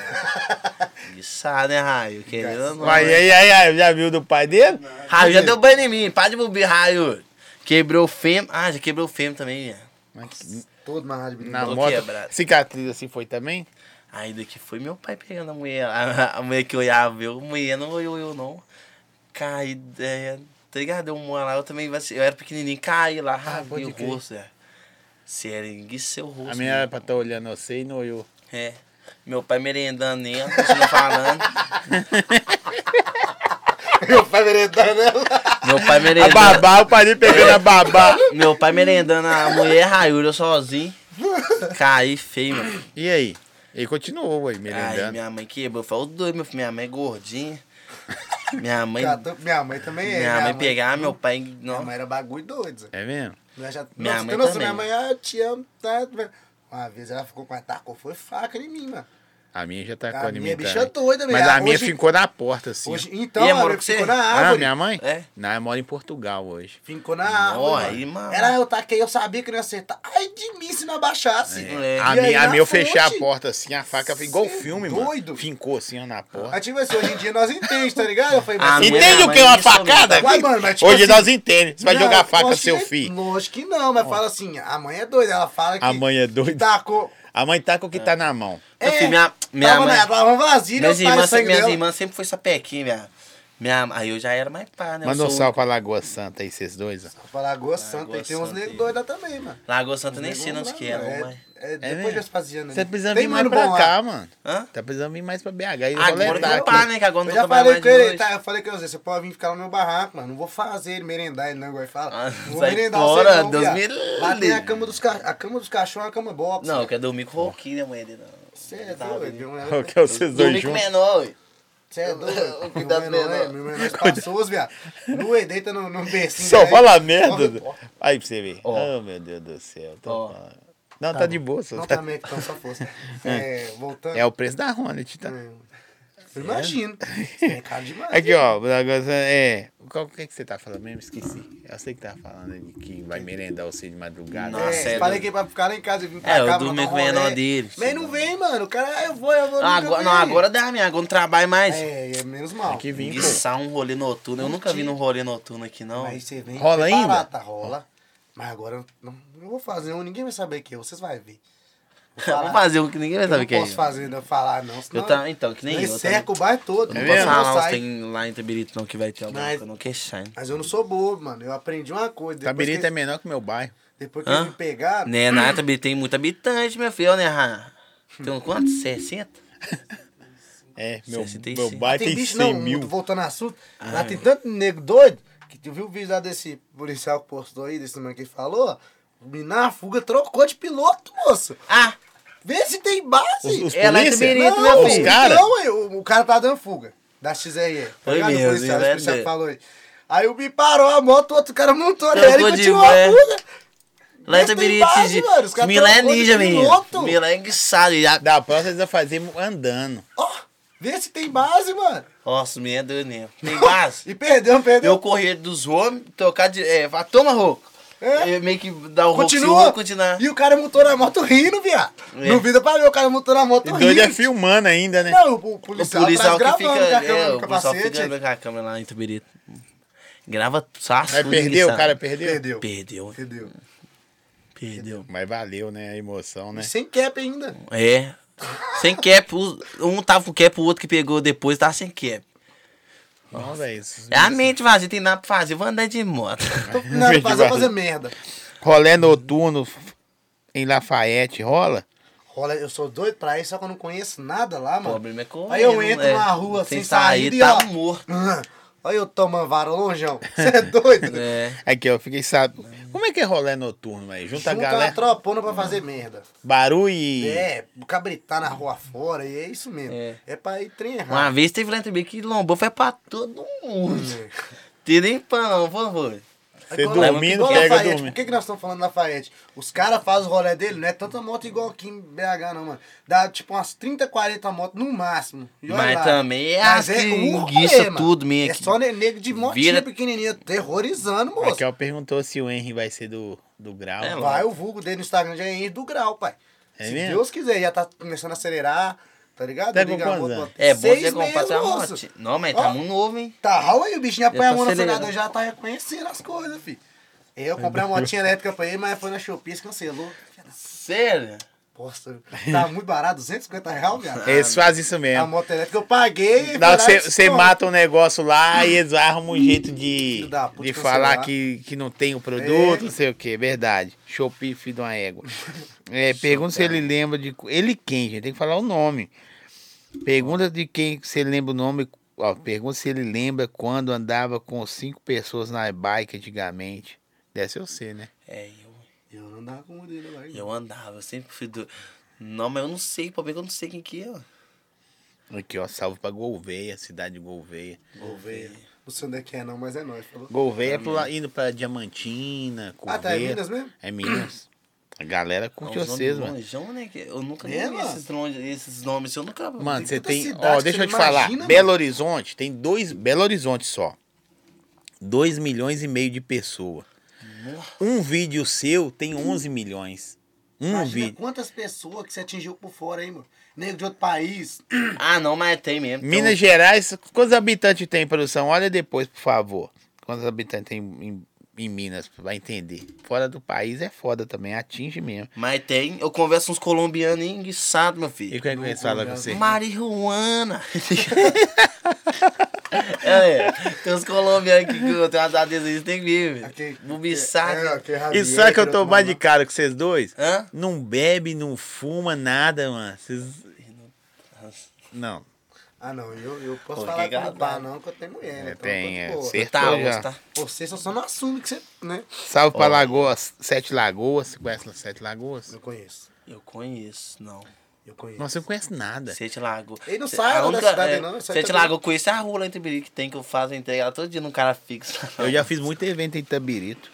B: Guiçado, né, Raio? Querendo ou não.
A: Mas aí, aí, aí, já viu do pai dele?
B: Raio, já deu banho em mim. Para de bobear, Raio. Quebrou o fêmur. Ah, já quebrou o fêmur também, né?
A: Mas
C: Todo marrado de brinco.
A: Na
B: Tô
A: moto,
B: quebrado.
A: cicatriz assim foi também?
B: Aí daqui foi meu pai pegando a mulher. A, a mulher que olhava eu, a mulher não olhou eu não. Caí, é, tá ligado? Eu moro lá, eu também vaci- eu era pequenininho, caí lá, rasguei
A: Ah, pode
B: o
A: crer.
B: rosto, é. Sério, enguicei o rosto.
A: A minha era
B: meu.
A: pra estar olhando você e não eu.
B: É. Meu pai merendando nela, continuando falando.
C: Meu pai merendando ela.
B: Meu pai
A: A
B: merendando.
A: babá, o pai dele pegando a babá.
B: Meu pai merendando a mulher raiura eu sozinho. Caí feio, meu. filho.
A: E aí? Ele continuou aí,
B: Aí
A: merendando.
B: minha mãe quebrou. Foi os dois, meu filho. Minha mãe é gordinha. Minha mãe.
A: um
C: Catou- Minha mãe também é.
B: Minha mãe pegava, meu pai.
C: Minha
B: Não,
C: mãe era bagulho doido. Zé.
A: É mesmo?
C: Minha, já...
B: Minha
C: Nossa,
B: mãe
C: tem noção,
B: também.
C: minha mãe, ah, eu te amo. Tá? Uma vez ela ficou com a tacou, foi faca em mim, mano.
A: A minha já tá
C: A
A: com a
C: minha
A: minha
C: bicha doida, velho.
A: Mas a
C: Ah,
A: minha
C: hoje-
A: ficou na porta, assim.
C: Hoje,
A: Hoje...
C: então,
B: E
C: a
B: a mãe
C: minha
B: com
C: ficou
B: você?
C: na
A: Ah,
C: árvore.
A: minha mãe?
B: É.
A: Não, ela mora em Portugal hoje.
C: Ficou na árvore.
B: Ó,
C: mano.
B: aí, mano.
C: Era eu taquei, eu sabia que não ia acertar. Ai de mim se não abaixasse.
B: É.
C: E
A: A
C: aí,
A: minha, a
C: na
A: minha eu fechei a
C: fonte,
A: porta assim, a faca foi igual o
C: Cê
A: filme,
C: é
A: mano.
C: doido.
A: Fincou assim ó, na
C: Aí,
A: porta.
C: tipo assim, hoje em dia nós entendemos, tá ligado? Eu falei, mas
B: Ah,
C: você-
B: não é?
A: Entende o que é uma
B: Mas isso-
A: facada?
C: Uai,
A: filho?
C: mano, mas tipo
A: Hoje
C: assim-
A: nós entendemos. Você vai
C: Não, é-
A: jogar a faca,
C: lógico
A: seu
C: que-
A: filho.
C: Lógico que não, mas fala assim, a mãe é doida, ela fala que...
A: A mãe é
C: que
A: doida.
C: Tacou...
A: A mãe tá com o que tá na mão.
B: Meu filho, minha- minha
C: tava
B: mãe-
C: na- tava vazia,
B: Minhas
C: né? o pai
B: irmãs,
C: sangue
B: minhas
C: dela.
B: irmãs sempre foi sapequinha, minha. minha. Aí eu já era mais pá, né? Eu
A: Manda um
B: sou-
A: salve pra Lagoa Santa aí, vocês dois. ó.
C: Pra Lagoa Santa, aí tem uns
B: Santa
C: negros
B: aí.
C: doidos lá também, mano.
B: Lagoa Santa nem
C: Negro
B: sei onde
C: lá,
B: que era,
C: mano.
B: mas.
C: É, é
A: É
C: depois
A: mesmo?
C: de Vespasiano.
A: Você
C: ali.
A: precisa
C: Tem
A: vir mais
C: mano
A: pra
C: bom lá.
A: cá, mano.
B: Hã?
A: Tá precisando vir mais pra BH. E
B: Agora
A: roletar
B: que eu
A: aqui.
B: pá, né? Que agora
C: Eu
B: não
C: já
B: tô trabalhando
C: falei
B: mais
C: com ele,
B: de
C: tá?
B: noite.
C: Eu falei com ele, você pode vir ficar no meu barraco, mano. Não vou fazer ele merendar, ele não vai falar.
B: Ah,
C: Não vou
B: sai
C: merendar
B: fora,
C: você não,
B: Deus
C: viado.
B: me
C: Lá tem a
B: livre.
C: cama dos, ca... a cama dos cachorros é uma cama box.
B: Não, eu
C: velho.
B: quero dormir com o Roquinho, né, mãe dele?
C: Você é
B: Tá,
C: doido.
A: O que é vocês dois
B: Dormir com o
A: juntos?
B: menor, ué.
C: Você é doido.
B: Cuidado
C: Meu menor,
B: menor.
C: Meu menor é espaçoso, viado. Nu e deita no, no bercinho.
A: Só
C: velho.
A: fala
C: Só
A: merda.
C: repórter.
A: Aí pra você ver.
B: Ó.
A: Oh, meu Deus do céu. tô
B: Ó.
A: falando. Não, tá, de boa. só
C: Não,
A: tá-
C: também, então só força. É, voltando. É.
A: É o preço da Hornet, tá?
C: Eu imagino. Isso é caro demais.
A: Aqui, ó. o negócio É. Qual o que, é que você tá falando mesmo? Esqueci. Eu sei que tava falando aí que vai merendar você de madrugada.
B: Nossa,
A: É.
C: é,
B: é
C: falei
B: doido.
C: que pra ficar lá em casa e vir pra
B: É, eu
C: cá, pra
B: dormi
C: dar um
B: com o menor
C: rolê.
B: dele.
C: Mas não vem, mano. O cara, ah, eu vou, eu vou.
B: Ah,
C: nunca
B: agora,
C: vem.
B: não, agora dá, minha. Agora não trabalho mais.
C: É, é menos mal.
A: Tem que vir, pô.
B: Guiçar um rolê noturno. Eu nunca vi num rolê noturno aqui, não.
C: Mas você vem.
A: Rola
C: preparado,
A: ainda?
C: Tá, rola. Mas agora eu não, não vou fazer um, ninguém vai saber que eu, vocês vão ver. Vou
B: Vamos
C: falar.
B: fazer um que ninguém vai
C: Eu não
B: saber o que é.
C: posso fazer, não falar, não. Senão
B: Eu tá, então, que nem eu.
C: Nós
B: eu também.
C: cerca o bairro todo.
B: Eu
A: É
B: não
A: mesmo?
B: posso
C: não
B: falar
C: sai.
B: uns tem lá em Tabirito não que vai ter alguma
C: Mas-
B: coisa, não que é shine.
C: Mas eu não sou bobo, mano. Eu aprendi uma coisa. Depois
A: Tabirita
C: que,
A: é menor que meu bairro.
C: Depois que eles
B: Hã?
C: me pegaram,
B: Né, na Tabirito tem muito habitante, meu filho, né, Ra? Tem um quanto? 60?
A: É, meu,
B: 65.
A: meu bar tem,
C: tem bicho,
A: 100
C: não,
A: mil.
C: voltando ao assunto,
B: Ah,
C: lá
B: é.
C: tem tanto nego doido que tu viu o vídeo lá desse policial que postou aí, desse mano que falou, o menino na fuga trocou de piloto, moço.
B: Ah,
C: Vê se tem base.
A: Os- os
B: É lá em
A: polícia?
B: Tibirito, meu
A: Não, os
B: filho.
A: cara-
C: Não, eu- o, cara tá dando fuga da XRE. Tá
B: Foi
C: ligado?
B: mesmo,
C: o policial, esse
B: né,
C: policial que
B: Dê?
C: falou aí. Aí o me parou a moto, o outro cara montou nela
B: Trocou
C: e
B: de
C: continuou a
B: van.
C: fuga.
B: lá em
C: Mas tem
B: Itabirito,
C: base,
B: esses dias-
C: mano, os caras
B: Milão é
C: trocou de
B: ninja, menino.
C: piloto.
B: Milão é enguiçado. ele já-
A: Da próxima eles vão fazer andando.
C: Ó, vê se tem base, mano.
B: Nossa, o menino é doido mesmo. Tem base?
C: E perdeu, perdeu.
B: Eu correr dos homens, trocar de. É, fala, toma rouco.
C: É.
B: Eu meio que dá o rouco se o
C: Continua.
B: rouco continuar.
C: E o cara montou na moto rindo, viado.
B: É.
C: No vídeo pra ver, o cara montou na moto
A: E
C: rindo.
A: doido é filmando ainda, né?
C: Não, o, o
B: O
C: policial,
B: policial que
C: atrás
B: fica.
C: gravando, com a câmera
B: É,
C: no
B: o policial
C: capacete.
B: fica com a câmera lá em Itabirito. Grava saço.
A: Mas perdeu, o
B: enguiçado.
A: cara perdeu.
C: Perdeu.
B: Perdeu,
C: Perdeu.
B: perdeu.
A: Mas valeu, né? A emoção, né?
C: Sem cap ainda.
B: É. Sem cap. os- Um tava com cap, o outro que pegou depois tava sem cap.
A: Não, velho.
B: É a mente vazia, tem nada pra fazer. Vou andar de moto.
C: Tô, não,
A: Verde
C: fazer,
A: guarda.
C: fazer merda.
A: Rolê noturno f- em Lafayette rola?
C: Rola, eu sou doido pra isso, só que eu não conheço nada lá,
B: O
C: mano.
B: problema é correr.
C: Aí eu
B: não
C: entro
B: é.
C: na rua
B: Sem
C: sem saída e
B: tá
C: ó.
B: morto.
C: Hum, Olha eu tomando vara longeão. Você é doido? né?
B: É.
A: Aqui, eu fiquei sabendo. Como é que é rolê noturno, velho? Junta a
C: Junta Tá uma
A: galera,
C: tropona pra fazer merda.
A: barulho e...
C: É, cabritar na rua fora, e é isso mesmo.
B: É.
C: É, pra ir trem
B: Uma
C: errado.
B: vez teve lá em Itabirito que lombou, foi pra todo mundo.
C: É.
B: Tem nem pão, por favor.
A: Você
C: Igual-
A: dormindo,
C: igual
A: pega
C: Lafayette.
A: dormindo.
C: Por que, que nós estamos falando da Lafayette? Os caras fazem o rolê dele, não é tanta moto igual aqui em BH, não, mano. Dá tipo umas 30, 40 motos no máximo. E olha
B: Mas
C: lá.
B: também é
C: Mas
B: as que
C: um rolê,
B: enguiça
C: mano.
B: tudo, minha.
C: É
B: que-
C: só ne- nego de motinha
B: Vira-
C: pequenininha, terrorizando, moço.
A: Aqui, ó, perguntou se o Henry vai ser do, do grau.
B: É,
C: Vai o vulgo dele no Instagram já é Henrique do grau, pai.
A: É
C: Se
A: mesmo?
C: Deus quiser, já tá começando a acelerar, tá ligado?
A: Tá com
C: Liga a
A: quantos
C: moto,
A: anos?
B: É bom
C: seis
B: você comprar
C: meses,
B: sua
C: moço.
B: moto. Não, mas tá
C: Ó.
B: muito novo, hein?
C: Tá, rau aí, o bichinho apanha a
B: tô
C: mão no
B: acelerando.
C: acelerador, já tá reconhecendo as coisas, filho. Eu comprei uma motinha elétrica pra ele, mas foi na Shopee, se cancelou.
B: Sério?
C: Posta, tá muito barato, 250 reais, viado.
A: Eles fazem isso
C: A
A: mesmo.
C: moto elétrica eu paguei.
A: Dá-
C: foi lá e
A: Você você
C: desconto.
A: mata um negócio lá e eles arrumam um jeito de,
C: Filho da puta,
A: de
C: cancelar.
A: falar que, que não tem o produto,
C: É.
A: não sei o que. Verdade. Shopee, filho de uma égua. É, pergunta se ele lembra de. Ele quem, gente? Tem que falar o nome. Pergunta de quem se ele lembra o nome. Ó, pergunta se ele lembra quando andava com cinco pessoas na bike antigamente. Deve ser você, né?
B: É, eu,
C: Eu não dava com o dele agora.
B: eu andava, eu sempre fui do. Não, mas eu não sei, pô, porque eu não sei quem que é. ó.
A: Aqui, ó, salve pra Golveia, cidade de Golveia.
C: Vou ver. Não sei onde é que é, não, mas é nóis. Falou.
A: Golveia é pro la- indo pra Diamantina,
C: Ah,
A: Correia.
C: tá, é Minas mesmo?
A: É Minas. A
C: um
A: galera curte
B: É uns
A: vocês,
B: nomes
A: mano.
B: lonjão, né? que Eu nunca
C: É,
B: vi
C: mano.
B: esses, longe- esses nomes, eu nunca.
A: Mano, você
C: tanta
A: tem.
C: cidade
A: Ó,
C: que
A: deixa
C: você
A: eu te
C: não
A: falar.
C: imagina,
A: Belo Horizonte tem dois. Belo Horizonte só. dois milhões e meio de pessoas. Um vídeo seu tem 11 milhões. Um
C: Imagina é
A: vídeo.
C: quantas pessoas que você atingiu por fora, hein, mano? Nego de outro país.
B: Ah, não, mas tem mesmo.
C: é
B: tem
A: Minas
B: um-
A: Gerais, quantos habitantes tem, produção? Olha depois, por favor. Quantos habitantes tem em, em Minas? Vai entender. Fora do país é foda também, atinge mesmo.
B: um- Mas tem, eu converso uns colombianos enguiçados, meu filho.
A: E como é que eles falam com você?
B: Marihuana. é, tem uns colombianos aqui que eu tenho umas adesões, tem que ver,
C: Aqui-
B: velho. Bubiçado.
C: aqui é Javier,
A: E sabe que eu tô
C: outro
A: mais de
C: maluco.
A: cara com vocês
C: É.
A: dois?
B: Hã?
A: Não bebe, não fuma, nada, mano. Vocês.
B: Tá,
A: Não.
C: Ah, não, eu, eu posso
B: Pô,
C: falar
B: que
C: que não
B: gado.
C: tá, não, que eu tenho mulher. né?
A: É,
C: Então,
A: tem,
C: eu
A: é.
C: tô de boa.
A: Acertou
B: Tá,
A: já.
B: moço, tá.
C: Você só, só não assume que você, né?
A: Salve pra
B: Ó.
A: Lagoas, Sete Lagoas. Você conhece Sete Lagoas?
C: Eu conheço,
B: Eu conheço, não.
A: É.
C: eu conheço.
A: Nossa, eu não conheço nada.
B: Sete Lago.
C: Ele não
B: Se-
C: sai
B: a
C: da
B: única-
C: cidade,
B: é,
C: não, ele sai
B: Sete
C: todo-
B: Lago, eu conheço é a rua lá em Itabiri que tem que eu faço entrega lá todo dia num cara fixo.
A: Eu já fiz muito evento em Itabirito.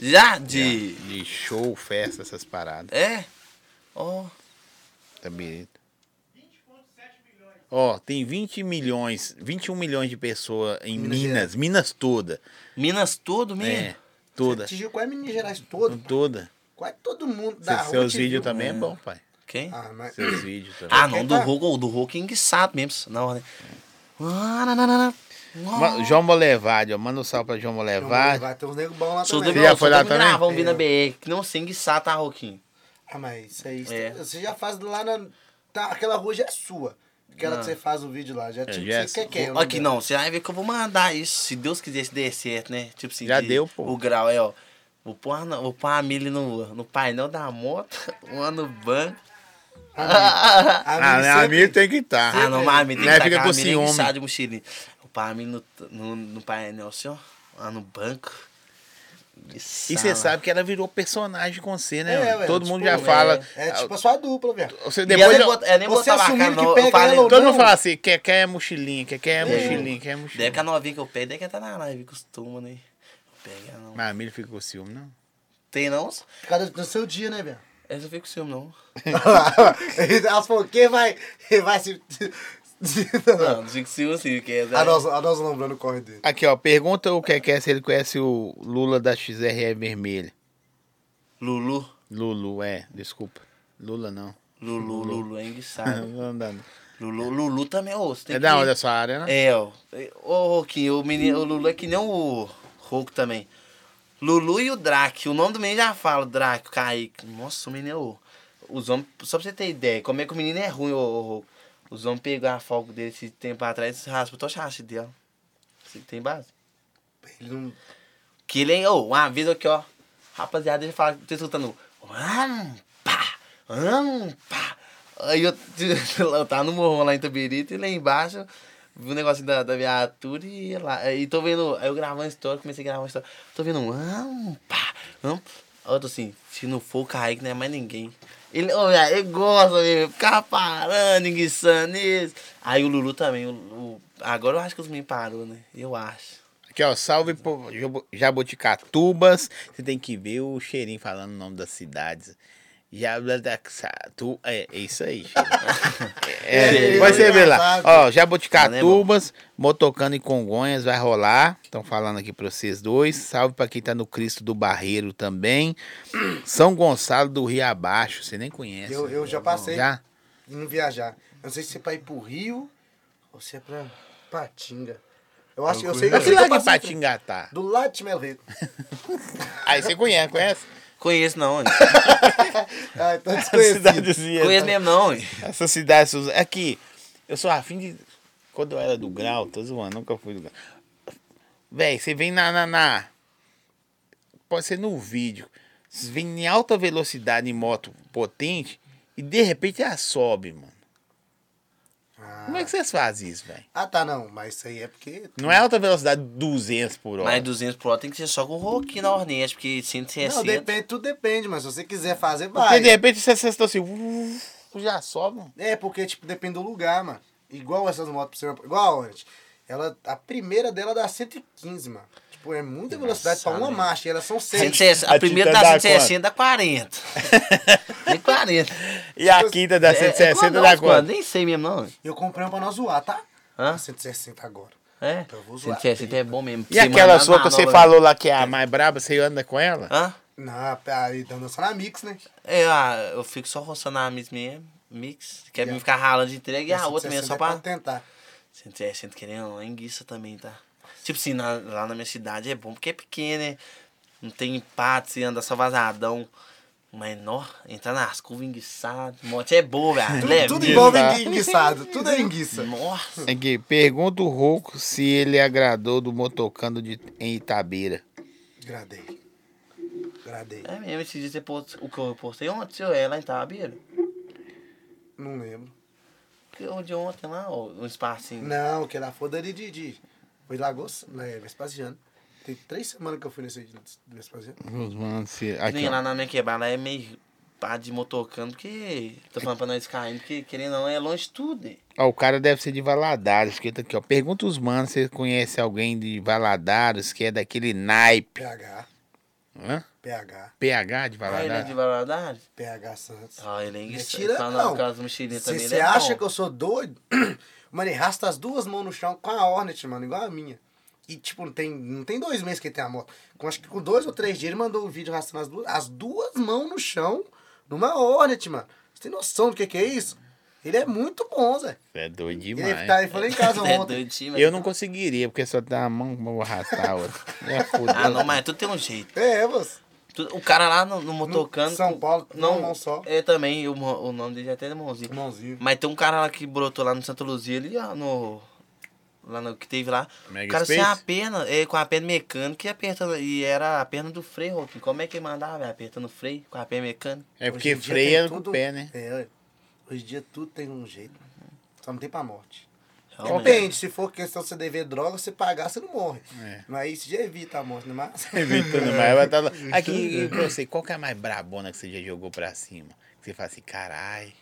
B: Já? De.
A: De show, festa, essas paradas.
B: É? Ó.
A: Itabirito. Ó, tem 20 milhões, 21 milhões de pessoas em
C: Minas
A: Minas, Minas toda.
B: Minas todo mesmo?
A: É, toda.
C: Atingiu quase Minas Gerais todo,
A: Toda.
C: quase todo mundo
A: Se-
C: da rua.
A: seus
C: te
A: vídeos
C: viu.
A: também é bom, pai.
B: Quem?
C: Ah, mas...
A: Seus vídeos também.
B: Ah, não,
C: Quem
B: do
C: tá?
B: Hulk, o do Hulk é enguiçado mesmo, na ordem. Ah, na, na, na, na.
A: Ma- João Molevade, ó. Manda um salve pra João
C: Então,
A: Molevade.
C: Vai ter uns nego bom lá
B: Sou do
A: Você
C: também.
A: já
B: Brasil,
A: foi
B: sou
A: lá
B: do
A: também?
B: Minas, Vamos vir na
C: É.
B: BR, que não se enguiçar, tá, Roquinho?
C: Ah, mas isso aí,
B: É.
C: você já faz lá na... Tá, aquela rua já é sua. Aquela
B: Não.
C: que você faz o vídeo lá, já tipo,
A: já é
C: você quer
A: sua.
C: que é o nome
B: Ah. Aqui
C: dela.
B: não, você vai ver que eu vou mandar isso, se Deus quiser, se der certo, né? Tipo assim,
A: Já
B: de-
A: deu, pô.
B: O grau é, ó. Vou pôr, a- vou pôr a milha no, no painel da moto, uma no banco,
C: A
A: Ah, né,
C: sempre-
A: amigo tem que estar.
B: Ah, não, mas a mina tem
A: Né,
B: que
A: fica
B: tacar
A: com
B: a é mina
A: ciúme.
B: enguiçada de mochilinha. O pai no, no, no painel assim, ó, lá no banco.
A: E você sabe que ela virou personagem com você, né?
C: É,
A: mano?
C: velho,
A: Todo
C: tipo,
A: mundo já fala. ah,
C: É tipo a sua dupla, velho.
A: Você,
B: Depois
A: depois,
B: ela,
A: eu-
B: bota- ela nem
C: Você
B: botava a
C: assumindo
B: cara,
C: que
B: não.
C: pega
B: Eu falei,
C: ela ou
A: todo
C: não.
A: mundo É. fala assim, quer, quer mochilinha, quer, quer mochilinha, quer
B: deve
A: mochilinha.
B: que a novinha que eu pego, deve que tá na live, costuma, né? Não pega, não.
A: Mas a Miriam fica com ciúme, não?
B: Tem não? só-
C: Por causa do seu dia, né, velho?
B: Eu não fico com ciúme, não.
C: As pouquinhas vai, vai se.
B: Não, não fico com ciúme, sim, porque... é-
A: Ah,
C: a, nós, a nós lembrando o corre dele.
A: Aqui, ó, pergunta o que é se ele conhece o Lula da XRE vermelha.
B: Lulu,
A: Lulu, é, desculpa. Lula não.
B: Lulu, Lulu, é enguiçado.
A: Não dá, não.
B: Lulu, Lulu também, ô, você tem
A: É
B: que...
A: da onde a sua área, né?
B: É, ó. Ô, Roquinho, o, menino, o Lulu é que nem o Hulk também. Lulu e o Drac. O nome do menino já fala, Drac, Kaique. Nossa, o menino é o... Os homens, só pra você ter ideia, como é que o menino é ruim, ô, ô Hulk. Os homens pegaram a fogo dele esse tempo atrás e raspam toda a chance dela. Você que tem base?
C: Ele não.
B: Que ele é, ô, uma vez aqui, ó. Rapaziada, ele fala, tô escutando. "Hum, pá, hum, pá. Aí eu, eu tava no morro lá em Tabirito e lá embaixo vi um negocinho da, da viatura e lá. E tô vendo, aí eu gravando história, comecei a gravar uma história. Tô vendo, um, hum, pá, hum. Aí eu tô assim, se não for o Kaique, não é mais ninguém. Ele, ô, velho, ele gosta mesmo, ficar parando, enguiçando isso. Aí o Lulu também, o, o- agora eu acho que os meninos parou, né? Eu acho.
A: Aqui, ó, salve pro Jabo- Jaboticatubas. Você tem que ver o cheirinho falando o nome das cidades. Jaboticatu... É, é isso aí, cheirinho. é,
C: É,
A: Vai você
C: é
A: ver lá.
C: engraçado.
A: Ó, Jaboticatubas, Motocano e Congonhas vai rolar. Estão falando aqui pra vocês dois. Salve pra quem tá no Cristo do Barreiro também. São Gonçalo do Rio Abaixo. Você nem conhece.
C: Eu- eu já
A: Não,
C: passei.
A: Já?
C: E não viajar. Eu não sei se é pra ir pro Rio ou se é pra Patinga. Eu acho que eu sei
A: Eu
C: eu
A: sei
C: sei
A: lá
C: que
A: de
C: eu passei
A: Patingatá.
C: Do lado de Melo Rico.
A: Aí você conhece, conhece?
B: Conheço não, hein?
C: Ah, então desconhecido.
A: Cidadezinha.
B: Conheço mesmo não, hein?
A: Essa cidade, Suza- aqui, eu sou afim de. Quando eu era do grau, tô zoando, nunca fui do grau. Véi, você vem na, na, na- Pode ser no vídeo. Você vem em alta velocidade em moto potente e de repente ela sobe, mano. Como é que vocês fazem isso, velho?
C: Ah, tá, não. Mas isso aí é porque.
A: Não é alta velocidade 200 por hora.
B: Mas 200 pro tem que ser só com o Roquinho na Hornet, porque 160...
C: Não, depende, tudo depende, mas se você quiser fazer,
A: Porque
C: vai.
A: de repente vocês vocês estão assim. uh, já sobe, mano.
C: É, porque, tipo, depende do lugar, mano. Igual essas motos, pra você- igual a Hornet. Ela, a primeira dela dá 115, mano. Tipo, é muita velocidade pra uma
B: né?
C: marcha. E elas são seis.
B: 160,
A: A
B: a primeira tá
A: Titan
B: da
A: dá
B: 160 dá 40. Tem 40.
A: E a quinta da 160
B: é,
A: dá
B: é quanto?
A: quanto?
B: Nem sei mesmo, não. hein?
C: Eu comprei uma pra nós zoar, tá?
B: Hã?
C: 160 agora.
B: É?
C: Então eu vou zoar.
B: 160 é bom mesmo.
A: E
B: Você
A: aquela
B: mandar
A: sua que
B: na
A: você
B: manobra.
A: falou lá que é a mais braba, você anda com ela?
B: Hã?
C: Não, aí dando dança na Mix, né?
B: É, ah, eu fico só roçando a Miss mesmo. Mix, quer me ficar ralando de entrega e a outra mesmo,
C: 160
B: só
C: é
B: pra...
C: tentar.
B: 160 é, querendo uma enguiça também, tá? Tipo assim, na- lá na minha cidade é bom porque é pequeno, né? Não tem empate, você anda só vazadão. Mas, nó, entrar nas curvas enguiçado. Moto é boa, velho.
C: Tudo,
B: leve.
C: tudo
A: Enguiça.
C: envolve enguiçado, tudo é enguiça.
B: Nossa.
A: É que pergunta o Rouco se ele agradou do motocando de, em Itabira.
C: Gradei. Gradei.
B: É mesmo, esse dia você post... o que eu postei ontem, senhor, é lá em Tabira.
C: Não lembro.
B: O de ontem lá, ó, um espacinho.
C: Não, que lá foi dali de, de. Foi Lagos, né? Vespasiano. Tem três semanas que eu fui nesse de Vespasiano.
A: Os manos se- aqui,
B: Nem
A: ó.
B: lá na minha quebrada lá é meio pá de motocando, porque... Tô falando pra nós caindo, porque querendo ou não, é longe tudo, né?
A: Ó, o cara deve ser de Valadares, que tá aqui, ó. Pergunta os manos se conhece alguém de Valadares que é daquele naipe.
C: PH,
A: Hã?
C: PH,
A: PH de
B: Ah, ele é de
A: Valadares?
B: Valadares?
C: PH Santos.
B: Ah, ele é enguiçado.
C: Mentira,
B: Tá
C: né? não.
B: na casa mochilinha também,
C: Se
B: ele
C: você
B: é
C: acha
B: bom.
C: que eu sou doido, mano, ele rasta as duas mãos no chão com a Hornet, mano, igual a minha. E, tipo, não tem, não tem dois meses que ele tem a moto. Com, acho que com dois ou três dias ele mandou um vídeo rastando as duas, as duas mãos no chão numa Hornet, mano. Você tem noção do que, que é isso? Ele é muito bom, Zé.
A: É doido
C: Ele,
A: demais.
C: tá, ele foi lá em casa
B: É
C: ontem.
B: doido, sim, mas-
A: Eu não conseguiria, porque só dá a mão, vou arrastar a outra. É foda.
B: Ah, não, mas tudo tem um jeito.
C: É, você.
B: Tudo- O cara lá no, no motocando.
C: São Paulo, não, não só.
B: É também, o, mo- o nome dele é até Mãozinho.
C: Irmãozinho.
B: Mas tem um cara lá que brotou lá no Santa Luzia, ali, ó, no. Lá no que teve lá.
A: Mega
B: o cara sem a
A: Space?
B: perna, é, com a perna mecânica e apertando. E era a perna do freio, Roquinho. Como é que ele mandava, velho? Apertando o freio com a perna mecânica.
A: É porque
C: Hoje em dia
A: freia
C: tem
A: com o
C: tudo-
A: pé, né?
C: É, ué. Hoje em dia tudo tem um jeito. Só não tem pra morte.
B: Realmente.
C: Depende, se for questão de você dever droga, você pagar, você não morre.
A: É.
C: Mas isso já evita a morte, não é mais?
A: Evitando mais, vai tá lá. Aqui, e pra você, qual que é a mais brabona que você já jogou pra cima? Que você fala assim, carai.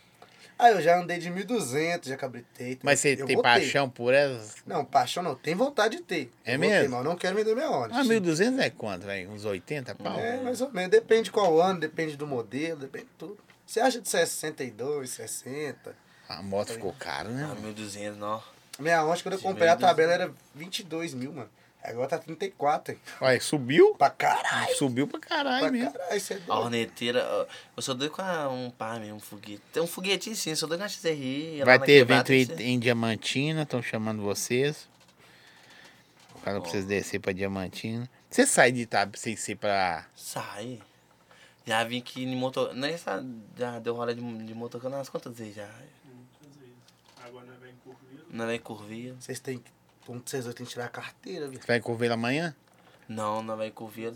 C: Ah, eu já andei de 1.200, já cabritei.
A: Mas você
C: eu
A: tem
C: vou ter.
A: paixão por elas?
C: Não, paixão não. Tem vontade de ter.
A: É
C: Eu vou ter,
A: mesmo?
C: mas eu não quero vender minha Onix.
A: Ah, 1.200 é quanto, velho? Uns 80 pau?
C: É, mais ou menos. Depende qual ano, depende do modelo, depende de tudo. Você acha de 62, 60?
A: A moto ficou cara, né?
B: Ah, 1.200, não.
C: Minha Onix, quando eu
B: De
C: comprei a
B: 1200.
C: tabela, era 22 mil, mano. Agora tá 34, hein?
A: Olha, subiu?
C: Pra caralho!
A: Subiu pra caralho
C: Pra
A: mesmo.
C: caralho, você é
B: A
C: doido.
B: horneteira, ó, eu sou doido com a- um par mesmo, um foguete. Tem um foguetinho sim, eu sou doido com a XRI. lá
A: Vai
B: na
A: ter evento
B: quebrada,
A: em,
B: isso é-
A: em Diamantina, estão chamando vocês. O cara precisa descer pra Diamantina. Você sai de Itália sem ser pra.
B: Sai. Já vim aqui em motor. Nessa, já deu rola de, de motorcão umas quantas vezes já?
D: Muitas vezes. Agora é nós vamos encurvir.
B: Não é vai curvir.
C: Vocês têm que. Um de vocês dois tem que tirar a carteira, viu?
A: Você vai correr amanhã?
B: Não, não vai curvir.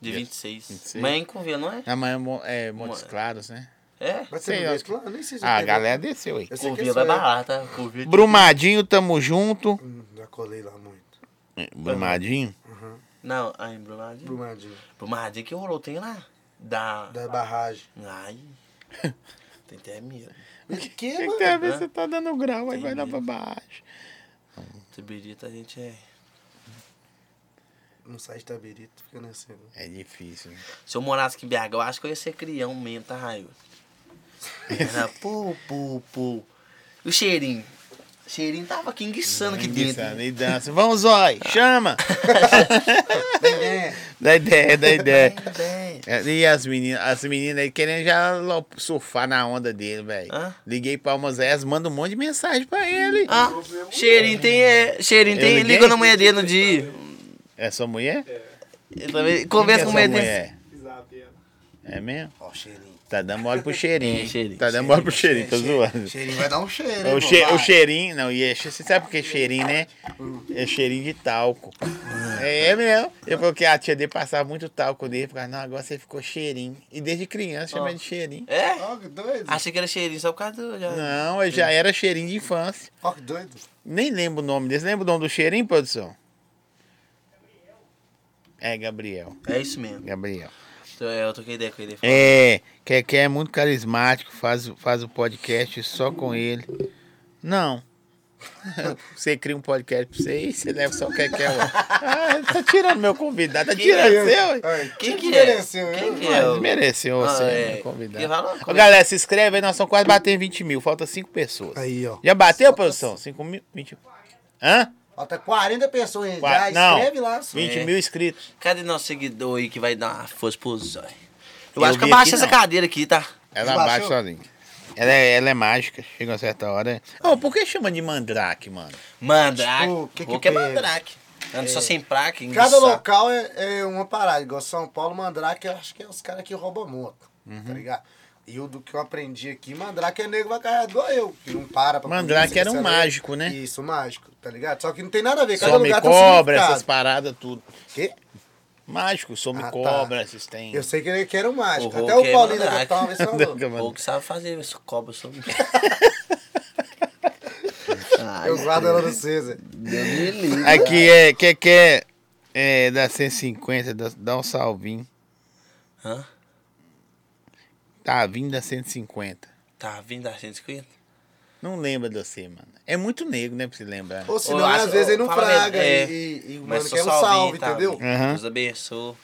B: De
A: Yes.
B: 26.
A: 26.
B: Mas em curvir, não é?
A: Amanhã Mo- é Montes
B: Mo-
A: Claros, né?
B: É.
C: Mas
A: Sei,
C: você não
A: eu
C: vê
A: acho que-
C: isso lá? Nem sei se
A: Ah, a
C: teve-
A: galera desceu aí.
C: Eu sei que é-
B: Curvir
C: só
B: vai
C: eu-
B: barata. Curvir.
A: Brumadinho, tamo junto.
C: Hum, Já colei lá muito.
A: Brumadinho? Hum.
B: Não, aí em Brumadinho.
C: Brumadinho.
B: Brumadinho que rolou, tem lá? Da.
C: Da barragem.
B: Ai. tem até medo.
C: O
A: O
C: que,
A: que,
C: mano?
A: que tem a ver? Você tá dando grau, aí
B: Tem
A: vai dar pra
B: medo.
A: baixo.
B: Tibirita a gente é.
C: Não sai de Tabirito, fica nesse. né?
A: É difícil. né?
B: Se eu morasse aqui em BH, eu acho que eu ia ser crião mesmo, tá, Raio? Era pu, pu, pu. E o cheirinho? O cheirinho tava aqui enguiçando aqui dentro.
A: Engraçado, E dança. Vamos, Zói, chama!
C: Ninguém é.
A: Dá ideia, dá ideia.
B: Bem, bem.
A: É, E as meninas, as meninas aí querendo já lo- surfar na onda dele, velho.
B: Hã?
A: Liguei pra umas elas, manda um monte de mensagem pra ele.
B: Ah, cheirinho tem. É, cheirinho
A: Eu
B: tem.
A: liguei?
B: Liga na mulher dele no dia.
A: É sua mulher?
B: Eu também conversa com né? a
A: Quem que é
B: mulher
A: sua
B: dele.
A: mulher?
D: Isabela.
A: É mesmo?
C: Ó, o cheirinho.
A: Tá dando mole pro cheirinho. hein?
B: Cheirinho,
A: Tá dando mole pro cheirinho, tô zoando.
C: Cheirinho vai dar um cheiro, hein,
A: O,
C: mano?
A: che- o
C: Vai.
A: cheirinho, não, e é che- você sabe o que é cheirinho, né?
B: Hum.
A: É cheirinho de talco. É, é mesmo. Eu falei que a tia dele passava muito talco nele, porque não, agora você ficou cheirinho. E desde criança chama
B: Ó.
A: ele de cheirinho.
B: É?
C: Ó, que doido.
A: Ah.
B: Achei que era cheirinho só por causa do. Já.
A: Não, eu já era cheirinho de infância.
C: Ó, que doido.
A: Nem lembro o nome desse. Lembra o nome do cheirinho, produção? É, Gabriel.
B: É isso mesmo.
A: Gabriel.
B: Eu, eu toquei ideia com ele. ele falou,
A: É, Keké é muito carismático, faz, faz o podcast só com ele. Não. Você cria um podcast pra você e você leva só é o Keké. lá. Ah, tá tirando meu convidado, tá tirando seu. ué.
C: Ai,
B: Quem
C: que
B: que é?
C: mereceu,
A: né?
B: Quem
C: hein?
B: que é? o-
A: Mereceu
B: Ah,
A: você,
B: é.
A: meu convidado.
B: Quem falou?
A: Ô, galera, se inscreve aí, nós estamos quase batendo 20 mil, falta 5 pessoas.
C: Aí, ó.
A: Já bateu, produção? 5 mil? 20 Hã?
C: Falta 40 pessoas ainda.
A: Qua-
C: Já escreve
A: não.
C: lá.
A: 20
B: É.
A: mil inscritos.
B: Cadê nosso seguidor aí que vai dar uma força pro zóio? Eu,
A: Eu
B: acho que
A: vi
B: abaixa
A: aqui,
B: essa
A: não.
B: cadeira aqui, tá?
A: Ela
C: Você
A: abaixa
C: baixou?
A: sozinha. Ela é, ela é mágica, chega uma certa hora. Ô, por que chama de mandrake, mano?
B: Mandrake.
C: Tipo,
B: O
C: o
B: que,
C: que que
B: é
C: pega?
B: mandrake? Anda só sem praque,
A: Um
C: Cada
B: enguiçar.
C: local é, é uma parada. Igual São Paulo, Mandrake, eu acho que é os caras que roubam moto.
A: Uhum.
C: Tá ligado? E o do que eu aprendi aqui, Mandrake é nego vacarrado igual eu. Que não para pra
A: Mandrake
C: polícia,
A: era um
C: que você
A: mágico,
C: lê.
A: né?
C: Isso, mágico, tá ligado? Só que não tem nada a ver. Cada
A: Some
C: lugar
A: cobra,
C: tem
A: essas
C: um significado.
A: paradas, tudo.
C: Quê?
A: Mágico, some
C: Ah, tá.
A: cobra, esses tem.
C: Eu sei que ele que era um mágico.
B: O
C: Até
B: Hulk
C: o
B: é
C: Paulinho da
B: Mandrake.
C: capital um uma vez falou.
A: Nunca,
B: O
A: mano.
B: que sabe fazer isso? Cobra um sobre Ai,
C: Eu guardo ela no César.
B: Deus me livre.
A: Aqui é, quer, quer, é, da 150, dá, dá um salvinho.
B: Hã?
A: Tá vindo da 150.
B: Tá vindo a 150?
A: Não lembra de você, mano. É muito negro, né, pra se lembrar.
C: Ou
B: Ô,
C: senão,
B: acho-
C: às vezes, ele não
B: fala mesmo,
C: fraga.
B: é.
C: e- E, e o
B: Mas
C: mano
B: só
C: quer um
B: salve,
C: salve,
B: tá?
C: entendeu?
A: Aham.
B: Deus abençoe.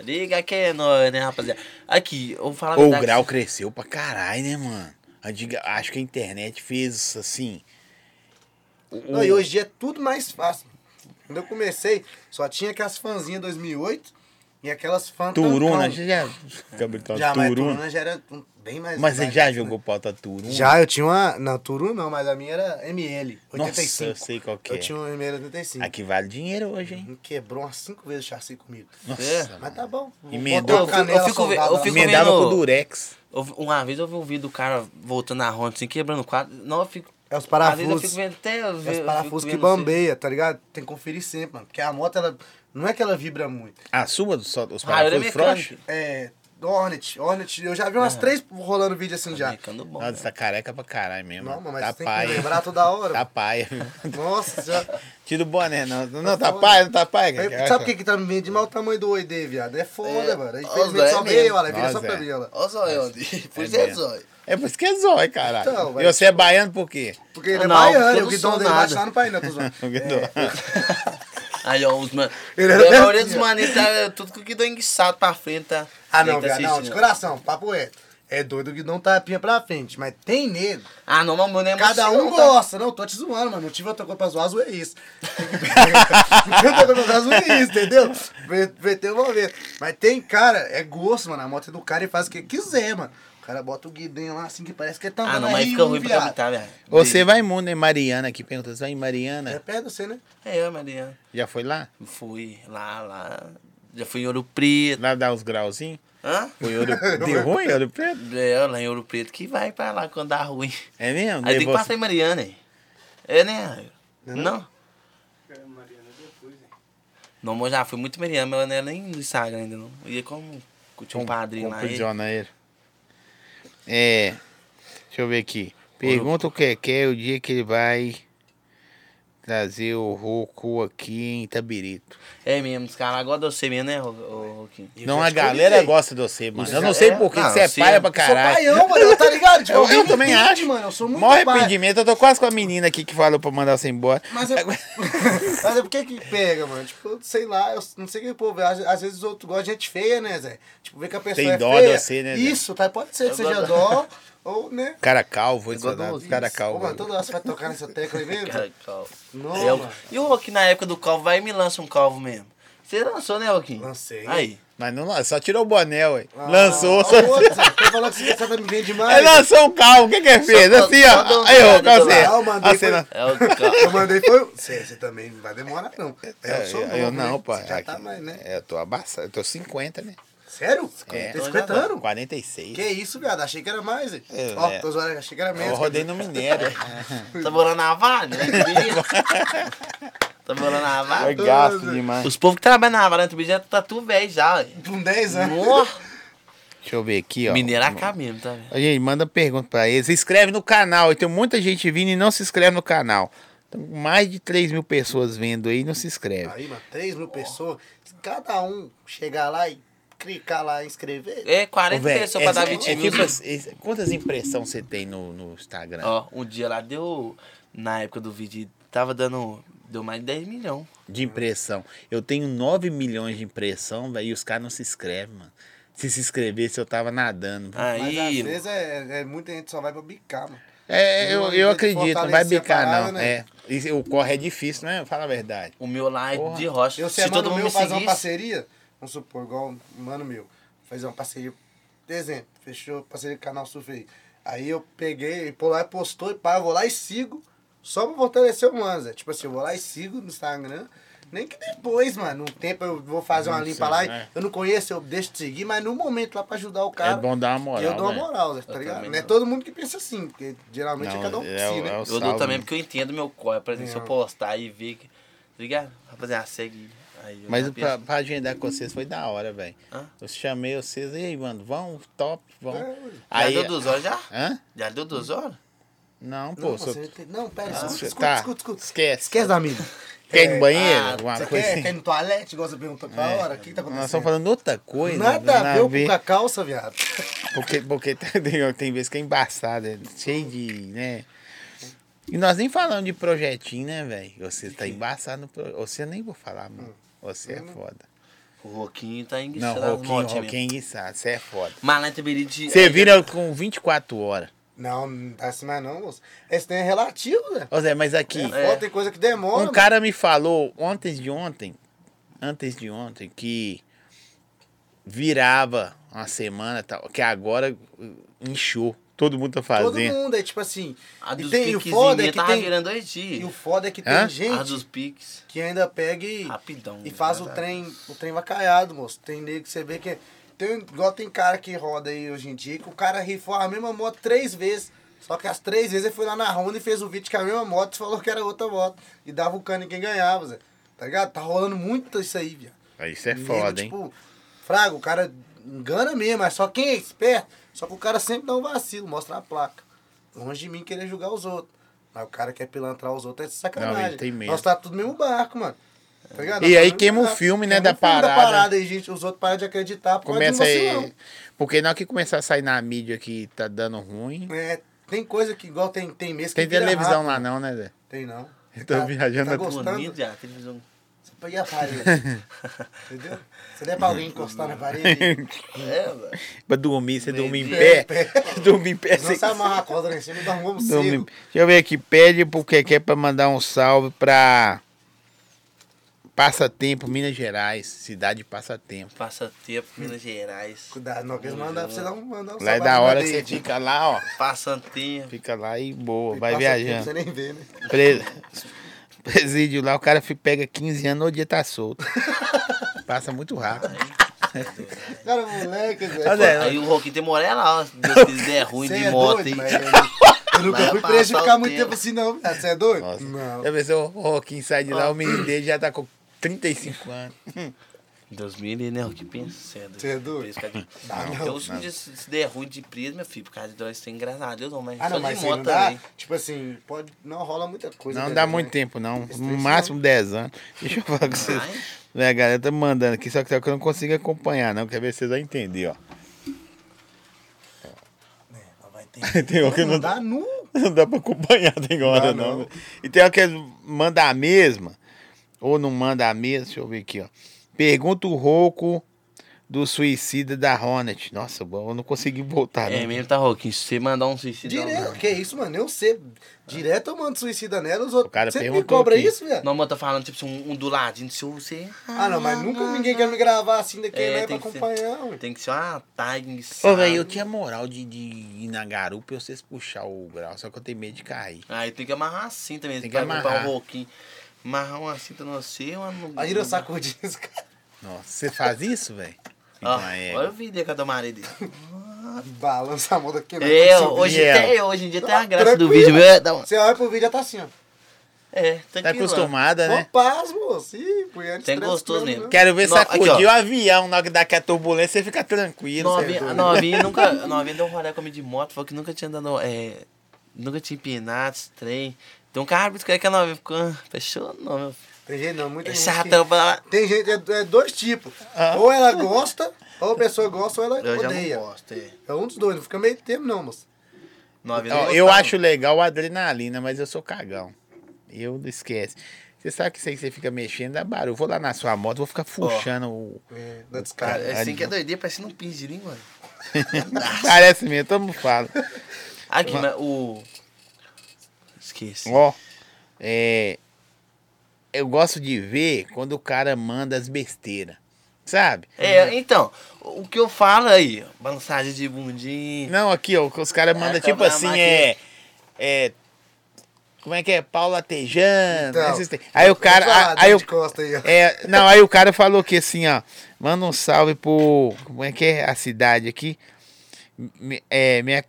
B: Liga que é nóis, né, rapaziada? Aqui, eu vou falar a
A: Ou o
B: verdade.
A: grau cresceu pra caralho, né, mano? Antiga- acho que a internet fez assim.
C: Não, e hoje em dia é tudo mais fácil. Quando eu comecei, só tinha aquelas fanzinhas 2008 e aquelas fãs...
A: Turuna,
C: tancão.
A: você já. Capitão
C: Já, mas
A: Turuna.
C: Turuna já era um- bem mais...
A: Mas você
C: mais-
A: já jogou pauta Turuna?
C: Já, eu tinha uma... Não, Turuna não, mas a minha era ML, 85.
A: Nossa, eu sei qual que é.
C: Eu tinha um uma ML 85.
A: Aqui vale dinheiro hoje, hein?
C: Me Quebrou umas cinco vezes o chassi comigo.
A: Nossa.
B: É.
A: mano.
C: Mas tá bom.
A: Emendou.
C: Botou a canela
B: Eu fico- eu
C: soldada
B: fico-
C: lá.
A: Emendava
B: vendo-
A: com durex.
B: Eu vi- Uma vez eu vi um vídeo do cara voltando na ronda, assim, quebrando o quadro. Não, eu fico...
C: É os
B: Às vezes eu
C: parafusos.
B: fico vendo até... eu ve- eu
C: É os
B: fico
C: parafusos que
B: vendo você.
C: bambeia, tá ligado? Tem que conferir sempre, mano. Porque a moto, ela... Não é que ela vibra muito.
A: A sua, do- só- os
B: Ah, eu era
A: parafusos
B: mecânico.
A: frouxos?
C: É... Hornet, Hornet. Eu já vi
A: É.
C: umas três rolando vídeo assim já.
B: Ficando bom. né?
A: Nossa, tá careca pra caralho mesmo.
C: Não, mas
A: tá
C: você tem que
A: paia.
C: lembrar toda hora.
A: Tá paia.
C: Nossa, já...
A: Tira o boné, não. Não, tá paia, não tá paia. cara?
C: Aí, sabe o que que tá me vendo de mal o tamanho do oi dele, viado? É foda,
B: É,
C: mano. Aí
B: ó,
C: fez
B: Zóia
C: só
B: mesmo.
C: meio, olha, vira
A: Ó,
C: só pra
A: Zé.
C: mim, olha.
B: Olha o zóio, Andy. Pois
A: É
B: é,
A: mesmo.
B: zóio.
A: É por isso que é zóio, caralho.
C: Então,
A: e
C: vai-
A: você é baiano por quê?
C: Porque ele é
B: Não,
C: baiano, e o
B: porque eu não
C: guidão
B: sou
C: dele
B: nada.
C: vai achar no painel, tô zoando. É.
B: Aí, ó, os manos.
C: Ele
B: Ele
C: era
B: A maioria
C: assim,
B: dos
C: ó.
B: manos tá tudo com o guidão enguiçado pra frente, tá?
C: Ah, não,
B: Ele tá
C: viado, não, de
B: assistindo.
C: coração, papo reto. É doido o guidão tá a pinha pra frente, mas tem nego.
B: Ah, não, mas o meu não é
C: Cada
B: muito
C: um
B: não, tá?
C: gosta. Não, tô te zoando, mano. Não tive outra coisa pra zoar, zoei isso. Não tive outra coisa pra zoar, zoei isso, entendeu? Meteu uma vez. Mas tem cara, é gosto, mano. A moto é do cara e faz o que quiser, mano. O cara bota o guidinho lá assim que parece que ele tá
B: Ah,
C: andando
B: não, mas
C: aí,
B: fica
C: um
B: ruim pra
C: viado.
B: captar, velho.
A: Você vai imundo, né? Mariana aqui pergunta, você vai em
C: É
A: Mariana?
C: perto de você, né?
B: É, Mariana.
A: Já foi lá?
B: Fui lá, lá. Já fui em Ouro Preto.
A: Lá dar os grauzinhos?
B: Hã?
A: Foi ouro... Deu ruim, ouro preto?
B: É, lá em Ouro Preto que vai pra lá quando dá ruim.
A: É mesmo?
B: Aí tem que
A: Levou-
B: passar em Mariana, hein? É, né? Não?
D: É, Mariana depois, hein?
B: Não, mas já fui muito em Mariana, mas eu não era nem no Instagram ainda, não. Eu ia como... Tinha um padrinho lá. ele-
A: Aprisiona ele. É. Deixa eu ver aqui. Pergunta o que quer o dia que ele vai trazer o Roku aqui em Itabirito.
B: É mesmo, os caras agora você mesmo, né, ô- ô Roquinho?
A: Não,
C: já
A: a
C: te
A: galera
C: convidei.
A: gosta de você, mano.
B: Você
A: Eu não
B: é-
A: sei porquê,
B: não,
A: você é
B: você
A: paia
B: é-
A: pra
C: Sou
A: caralho.
C: paião, mano. Tá ligado? Tipo,
A: Eu, eu
C: me
A: também
C: arrependo,
A: acho.
C: Mano, eu sou muito
A: Mó
C: pai.
A: arrependimento. Eu tô quase com a menina aqui que falou pra mandar você embora.
C: Mas é, mas é porque que pega, mano? Tipo, eu sei lá, eu não sei o que o povo é. Às, às vezes os outros gostam de gente feia, né, Zé? Tipo, vê que a pessoa
A: Tem
C: é
A: dó de
C: feia.
A: você, né, Zé?
C: Isso, tá? Pode ser que
B: Eu
C: seja
B: gosto-
C: dó ou, né?
A: Cara calvo, esse
B: Igual do
A: soldado,
B: Luiz.
A: cara né?
C: Ô, mano,
A: calvo.
C: toda hora você vai tocar nessa tecla aí mesmo?
B: Cara, calvo.
C: Não,
B: É, o-
C: mano.
B: E o Roquinho na época do calvo, vai e me lança um calvo mesmo. Você lançou, né, Roquinho?
C: Lancei.
B: Aí.
A: Mas não lançou, só tirou o boné, ué.
C: Ah,
A: lançou.
C: ó,
A: Só...
C: o outro, Zé. Tô falando que você tá me vendo demais.
A: Aí lançou um calvo, o que que é fez?
B: só-
A: Assim,
B: só dá
A: ó.
B: uma
A: Aí, ô,
B: olhada do
A: calcinha.
C: lado. Ah, eu mandei
A: Assim,
C: foi-
A: não.
B: É o calvo.
C: Eu mandei foi. Você, você também não vai demorar, não.
A: É, eu, eu não,
C: né?
A: pô.
C: Você já tá
A: Aqui-
C: mais, né?
A: É, eu tô abaçado. Eu tô 50, né?
C: Sério?
A: É.
C: Tem
B: Então tá.
C: 50 anos?
A: 46.
C: Que isso, viado? Achei que era mais. hein?
A: É,
C: Ó,
A: é.
C: tô zoando, achei que era menos.
A: Eu rodei no Minério. É
B: Tá morando na Vale? né, Tubirito? tá morando na
A: Foi
B: Vale?
A: gasto demais.
B: Os povos que trabalham na Vale, né, Tubirito, já tá tudo velho já, ué.
C: Com 10 anos.
B: Nossa.
A: Deixa eu ver aqui, ó.
B: Mineiro acaba mesmo, tá vendo?
A: Ó, Gente, manda pergunta pra eles. Se inscreve no canal. E tem muita gente vindo e não se inscreve no canal. Então, mais de 3 mil pessoas vendo aí e não se inscreve.
C: Aí, mano, 3 mil pessoas. Se cada um chegar lá e clicar lá e inscrever.
B: É
A: Ô,
B: 40
A: véi,
B: pessoas pra
A: é-
B: dar
A: é
B: 20 mil.
A: tipo assim, quantas impressões você tem no, no Instagram?
B: Ó, um dia lá deu. Na época do vídeo, tava dando. Deu mais de 10 milhões.
A: De impressão. Eu tenho 9 milhões de impressão, velho, e os caras não se inscrevem, mano. Se se inscrevesse, eu tava nadando.
C: Mas
B: Aí.
C: às vezes é, é muita gente só vai pra bicar, mano.
A: É, eu,
C: Não,
A: eu
C: tem que
A: acredito, não vai
C: fortalecer a
A: bicar,
C: parada,
A: não.
C: né?
A: É. E o corre é difícil, né? Fala a verdade.
B: O meu lá é
A: Porra.
B: de rocha.
C: Eu se
B: Se
C: é mano
B: todo mundo
C: meu
B: me
C: fazer uma
B: seguisse.
C: parceria, vamos supor, igual um mano meu, fazer uma parceria, exemplo, fechou parceria com o canal surf aí. Aí eu peguei, pô lá e postou, e pá, eu vou lá e sigo, só pra fortalecer o mano, Zé. Tipo assim, eu vou lá e sigo no Instagram. Nem que depois, mano, um tempo eu vou fazer uma
A: Não
C: limpa
A: sei,
C: lá, e
A: né?
C: eu não conheço, eu deixo de seguir, mas no momento lá pra ajudar o cara.
A: é bom dar uma moral.
C: Que eu dou uma
A: né?
C: moral, Zé, tá ligado?
B: também
C: Não é
B: não.
C: todo mundo que pensa assim, porque geralmente
A: Não,
C: é cada um por
A: é o-
C: si, né?
A: é o
B: Eu
A: Salve.
B: dou também porque eu entendo meu corre. Por exemplo, se eu
C: É.
B: postar e ver que. Tá ligado? Rapaziada, segue. Aí eu
A: Mas
B: já
A: pra,
B: penso.
A: pra agendar com vocês foi da hora, velho.
B: Hã?
A: Eu chamei vocês, e aí, mano, vão, top, vão.
C: É,
A: aí, É.
B: Já deu duas horas já?
A: Hã?
B: Já deu duas horas?
A: Não, pô,
C: Não,
A: só-
C: você tem- não, pera,
A: Ah,
C: escuta, escuta,
A: tá.
C: escuta, escuta.
A: Esquece.
C: Esquece da mina.
A: Quer ir no banheiro?
B: Ah,
A: alguma
C: Você
A: coisa
C: quer,
A: assim?
C: quer ir no toalete, igual você perguntou pra
A: É.
C: hora? O que, que tá acontecendo?
A: Nós estamos falando outra coisa.
C: Nada a ver um
A: ver.
C: com a calça, viado.
A: Porque, porque tem, tem vezes que é embaçado, é cheio de, né? E nós nem falamos de projetinho, né, velho? Você tá embaçado no projeto. Você eu nem vou falar, mano. Você é foda.
B: O Roquinho tá
A: Não,
B: enguiçado.
A: Roquinho, Roquinho enguiçado, você é foda.
B: Mas lá em Tabirite.
A: Você vira com 24 horas.
C: Não, não tá assim mais não, moço. Esse tem é relativo, né?
A: Ô Zé, mas aqui,
C: É. Foda, tem coisa que demora.
A: um cara me falou ontem de ontem, antes de ontem, que virava uma semana e tal, que agora uh, inchou. Todo mundo tá
C: mano. Todo
A: fazendo.
C: mundo é tipo assim.
B: A
C: E
B: dos
C: tem e o
B: piques
C: foda é que
B: tava
C: tem.
B: virando dois
C: E o
B: dias.
C: foda é que tem
A: Hã?
B: A
C: gente
B: dos piques.
C: que ainda pega e,
B: Rapidão.
C: e faz o
B: né?
C: trem, o trem vacaiado, moço. Tem nego que você vê que é. Tem, igual tem cara que roda aí hoje em dia, que o cara rifou a mesma moto três vezes. Só que as três vezes ele foi lá na Honda e fez o vídeo com a mesma moto e falou que era outra moto. E dava o cano em quem ganhava, Zé. Tá ligado? Tá rolando muito isso aí, viado.
A: Isso é
C: Nego,
A: foda, hein?
C: Tipo, Fraga, o cara Engana mesmo, mas só quem é esperto. Só que o cara sempre dá um vacilo, mostra a placa. Longe de mim querer julgar os outros. Mas o cara quer pilantrar os outros é sacanagem.
A: Não, ele tem medo.
C: Nós tá tudo no mesmo barco, mano. Tá ligado?
A: E
C: Nós
A: aí
C: tá no mesmo
A: queima o
C: barco.
A: filme, né,
C: Queima
A: da
C: o filme
A: parada.
C: e gente, os outros param de acreditar por
A: Começa
C: causa de um
A: aí.
C: vacilão.
A: Porque na hora que começar a sair na mídia que tá dando ruim.
C: É, tem coisa que igual tem, tem mês que
A: Tem
C: vira
A: televisão
C: rápido.
A: lá não, né, Zé?
C: Tem não.
A: Eu tô viajando
C: tá
A: à toa.
C: gostando?
B: Bonito, já, televisão.
C: Você põe a parede. Entendeu? Você der pra alguém encostar na parede.
B: É, velho.
A: Pra dormir, você dorme em
B: Meio
A: pé.
C: dia.
A: Dorme em pé.
C: Não
A: Você...
C: se amarrar a corda lá em cima e dá um
A: dorme em
C: morcego.
A: pé. Deixa eu ver aqui. Pede porque quer pra mandar um salve pra. Passatempo, Minas Gerais. Cidade de Passatempo.
B: Passatempo, Minas Gerais.
C: Cuidado, não, que eles mandam pra você dar um mandar um
A: Lá é
C: salve
A: da
C: na
A: hora que
C: parede.
A: você fica lá, ó.
B: Passantempo.
A: Fica lá e boa,
C: E
A: vai
C: passa tempo,
A: viajando.
C: Você nem vê, né?
A: Pre- Presídio lá, o cara fica- pega 15 anos, no dia tá solto. Passa muito rápido.
C: Cara, moleque, velho.
A: Mas é,
B: Aí o Roquinho tem moré lá, ó. Se Deus quiser, ruim
C: né? Cê
B: de
C: é
B: moto,
C: doido,
B: hein?
C: mas eu- Eu
B: Vai
C: nunca fui
B: passar
C: preso de
B: o
C: ficar muito
B: tempo.
C: tempo assim, não. viado. Você é doido?
A: Nossa.
C: Não.
A: Já pensou, o Roquinho sai de lá, o menino dele já tá com 35 anos.
B: Deus me livre, né? O que pensa?
C: Você é doido? Ah, não,
B: Então, se um dia se se der ruim de preso, meu filho, por causa de droga, isso é engraçado. Deus não, mas
C: Ah,
B: só
C: não,
B: de
C: mas se
B: moto
C: não dá,
B: também. É,
C: tipo assim, pode, não rola muita coisa.
A: Não
C: também,
A: dá
C: né?
A: muito tempo, não. No
C: Restrição.
A: máximo 10 anos. Deixa eu falar com vocês.
B: Mas-
A: Né, a galera tá me mandando aqui, só que eu não consigo acompanhar, não. Quer ver se vocês vão entender, ó.
C: É, mas vai ter.
A: Tem um que não
C: Não
A: dá.
C: dá nu.
A: Não dá pra acompanhar tem hora,
C: Dá,
A: não.
C: não.
A: E tem hora que eles mandam a mesma, ou não manda a mesma, deixa eu ver aqui, ó. Pergunta o rouco do suicida da Hornet. Nossa, bom, eu não consegui voltar,
B: É
A: né?
B: mesmo, tá, Roquinho? Se você mandar um suicídio.
C: Direto, que isso, mano? Eu sei. Direto eu mando suicida nela, os outros.
A: cara
C: Você me
A: perguntou
C: cobra
A: aqui.
C: isso, velho?
B: Não, mas eu tô falando, tipo, um, um do ladinho do seu, você.
C: Ah, não, mas nunca ninguém quer me gravar assim daqui,
A: É,
C: né? Pra
B: tem que ser-
C: acompanhar, ué.
B: Tem que ser uma tag.
A: Ô, velho, eu tinha moral de, de ir na garupa e vocês puxar o grau, só que eu tenho medo de cair.
B: Aí tem que amarrar a cinta mesmo.
A: Tem
B: Tem
A: que
B: que
A: amarrar.
B: um roquinho. Amarrar uma cinta no seu, uma no.
C: Aí eu sacudi esse cara.
A: Nossa, você faz isso, velho?
B: Ó,
A: Então, é.
B: Ah, olha o vídeo que eu do marido.
C: Balança a mão daqui, né?
B: É,
C: Você
B: hoje,
A: vídeo.
B: até, hoje em dia tem a
C: Não,
B: graça do
C: Tá tranquilo.
B: vídeo, meu. É, Dá uma-
C: Você olha pro vídeo já tá assim, ó.
B: É,
A: Tá
B: tranquilo.
A: acostumada,
C: Mó
A: né?
C: paz, moço. Ih, foi antes
B: É, Tem
C: três
B: gostoso
C: mesmo,
B: mesmo.
C: né?
A: Quero ver
B: No- aqui,
A: sacudir
B: ó.
A: o avião na hora que dá aquela turbulência, você fica tranquilo. você- é
B: Novinha, novinha nunca. Novinha deu um rolê comigo de moto, falou que nunca tinha andado. É, nunca tinha empinado esse trem. Tem um carro que a novinha ficou. ah, Fechou não, meu filho.
C: Tem gente não, muita
B: É
C: gente
B: chatão pra lá.
C: que- Tem gente, é, é dois tipos. Ou ela gosta, ou a pessoa gosta, ou ela
B: Ah. Eu já
C: odeia.
B: não gosto, é.
C: É um dos dois, não fica meio tempo não, moço.
B: Novinha não
A: Ó, eu
B: gostava.
A: acho legal a adrenalina, mas eu sou cagão. Eu não esquece. Você sabe que isso aí que você fica mexendo dá barulho. Eu vou lá na sua moto, vou ficar fuxando o.
C: É, da descarga.
B: Cara, é assim
A: Caralho.
B: que é doideira, parecendo um pingirinho, mano.
A: Parece mesmo, todo mundo fala.
B: Aqui, mas o. Esqueci.
A: Ó, é. Eu gosto de ver quando o cara manda as besteiras. Sabe?
B: É, então, o que eu falo aí, ó, balançagem de bundinha.
A: Não, aqui, ó, os caras mandam
B: É,
A: tipo
B: cobra
A: assim,
B: máquina.
A: é. É. Como é que é? Paula Tejano.
C: Então,
A: esses tem- aí o cara.
C: Ah,
A: aí
C: dor
A: o
C: de costa aí, ó.
A: É, não, aí o cara falou que assim, ó, manda um salve pro. Como é que é a cidade aqui? Me- É, minha.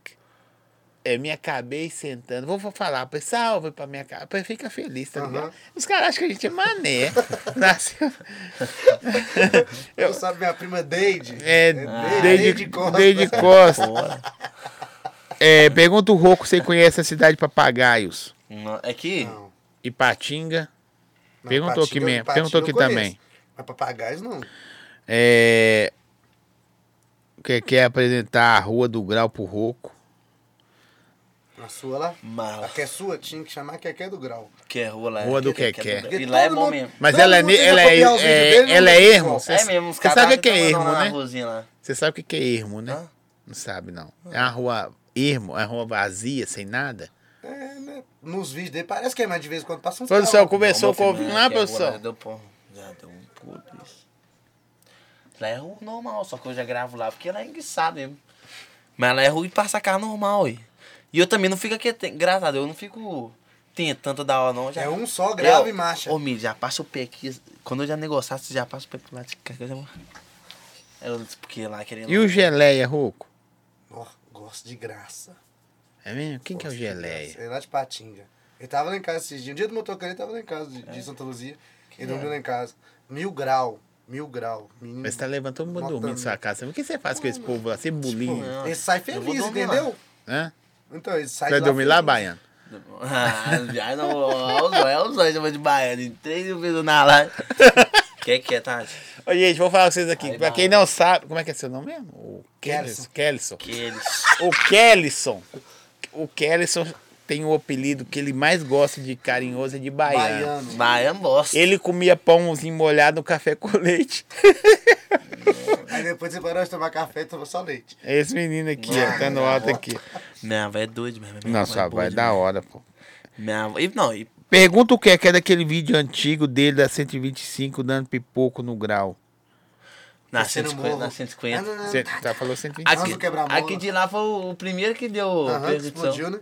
A: É, me acabei sentando. Vou falar, pra- salve pra minha casa. Fica feliz, tá ligado?
C: Aham.
A: Os caras acham que a gente é mané. Nasceu.
C: Eu sabe minha prima Deide?
A: É, desde,
C: Deide- Deide Costa.
A: desde Costa.
B: Bora.
A: É, pergunta o Roco se ele conhece a cidade de Papagaios.
B: Não, É que.
C: Não.
A: Ipatinga.
C: Não,
A: Perguntou aqui
C: Patinga-
A: mesmo,
C: Patinga
A: perguntou
C: eu
A: aqui
C: conheço.
A: também.
C: Mas papagaios não.
A: É. Que quer apresentar a Rua do Grau pro Roco.
C: A sua lá.
B: Mal.
C: A que é sua, tinha que chamar que é que é do grau.
B: Que é rua lá.
A: Rua do
B: que é-
A: Quequé.
B: que é do- E lá é
C: todo
B: bom
C: mundo-
B: mesmo.
A: Mas
C: todo
A: ela é,
C: mundo
A: ne-
C: tenta
A: ela é,
C: copiar os vídeos
A: é-
C: dele, não
A: ela é
C: tem
A: ermo.
C: como.
A: Você
B: É mesmo, os
A: você
B: caras.
A: sabe o que é
B: estavam
A: ermo,
B: lá na
A: né?
B: ruazinha lá.
A: Você sabe o que que é ermo, né?
B: Hã?
A: Não sabe, não. É uma rua ermo, é uma rua vazia, sem nada.
C: É, né? Nos vídeos dele parece que é, mas de vez em quando passa um
A: Produção, começou
B: Não,
A: com o Ah,
B: meu
A: ovinho
B: filho,
A: lá,
B: que é rua
A: produção?
B: Já deu, pô, já deu um puto isso. Lá é rua normal, só que eu já gravo lá porque lá é enguiçado mesmo. Mas lá é rua de passar carro normal, aí. E eu também não fico aqui, graças a Deus, eu não fico tentando toda hora, não. Já...
C: É um só, grava
B: Eu-
C: e marcha.
B: Ô, Miri, já passa o pé aqui. Quando eu já negociar, você já passa o pé pro lado de cá, que eu já vou. Eu disse, porque lá querendo.
A: E o Geleia, Roco?
C: Ó, gosto de graça.
A: É mesmo? Quem que é o Geleia?
C: Ele lá de Patinga. Ele tava
A: É.
C: lá em casa esses dias. Um dia do motoqueiro, ele tava lá em casa, de, de Santa Luzia. Ele dormiu lá em casa. Mil grau. Mil grau. Menino.
A: Mas tá levantando uma
C: Nota
A: dormindo na sua
C: mil.
A: casa. O que você faz com esse povo lá? Você
B: Tipo
A: bulinha,
C: Ele sai feliz, entendeu?
A: né?
C: Então, ele sai
A: Você vai
C: de
A: dormir lá,
C: feliz.
A: Baiano?
B: Ah, já não. Olha os olhos, olha os olhos, chama de baiano. Em três mil vezes na live. Que que é, Tati?
A: Ô, gente, vou falar com vocês aqui.
B: Aí,
A: pra
B: Baiano.
A: quem não sabe, como é que é seu nome mesmo? O Kellyson. Kellyson.
B: Que eles.
A: O Kellison. O Kellison tem o apelido que ele mais gosta de carinhoso é de baiano.
C: Baiano.
B: Baiano é bosta.
A: Ele comia pãozinho molhado no café com leite.
C: Aí depois você parou de tomar café e tomou só leite.
A: É Esse menino aqui, ó, tá no alto aqui.
B: Minha avó é doida mesmo. minha
A: Não,
B: avó é
A: sua avó é
B: doida
A: da hora, pô.
B: mesmo. Minha avó. E, não, e
A: Pergunta o que é, que é daquele vídeo antigo dele da 125 dando pipoco no grau.
B: na
C: Descendo
B: 150.
C: morro.
B: Na 150.
C: Ah, não, não,
A: Você
C: não.
A: tá, falou 125.
C: Nós
B: Aqui,
C: não quebramos a
B: aqui
C: bola.
B: de lá foi o o primeiro que deu
C: Aham,
B: perdição.
C: explodiu, né?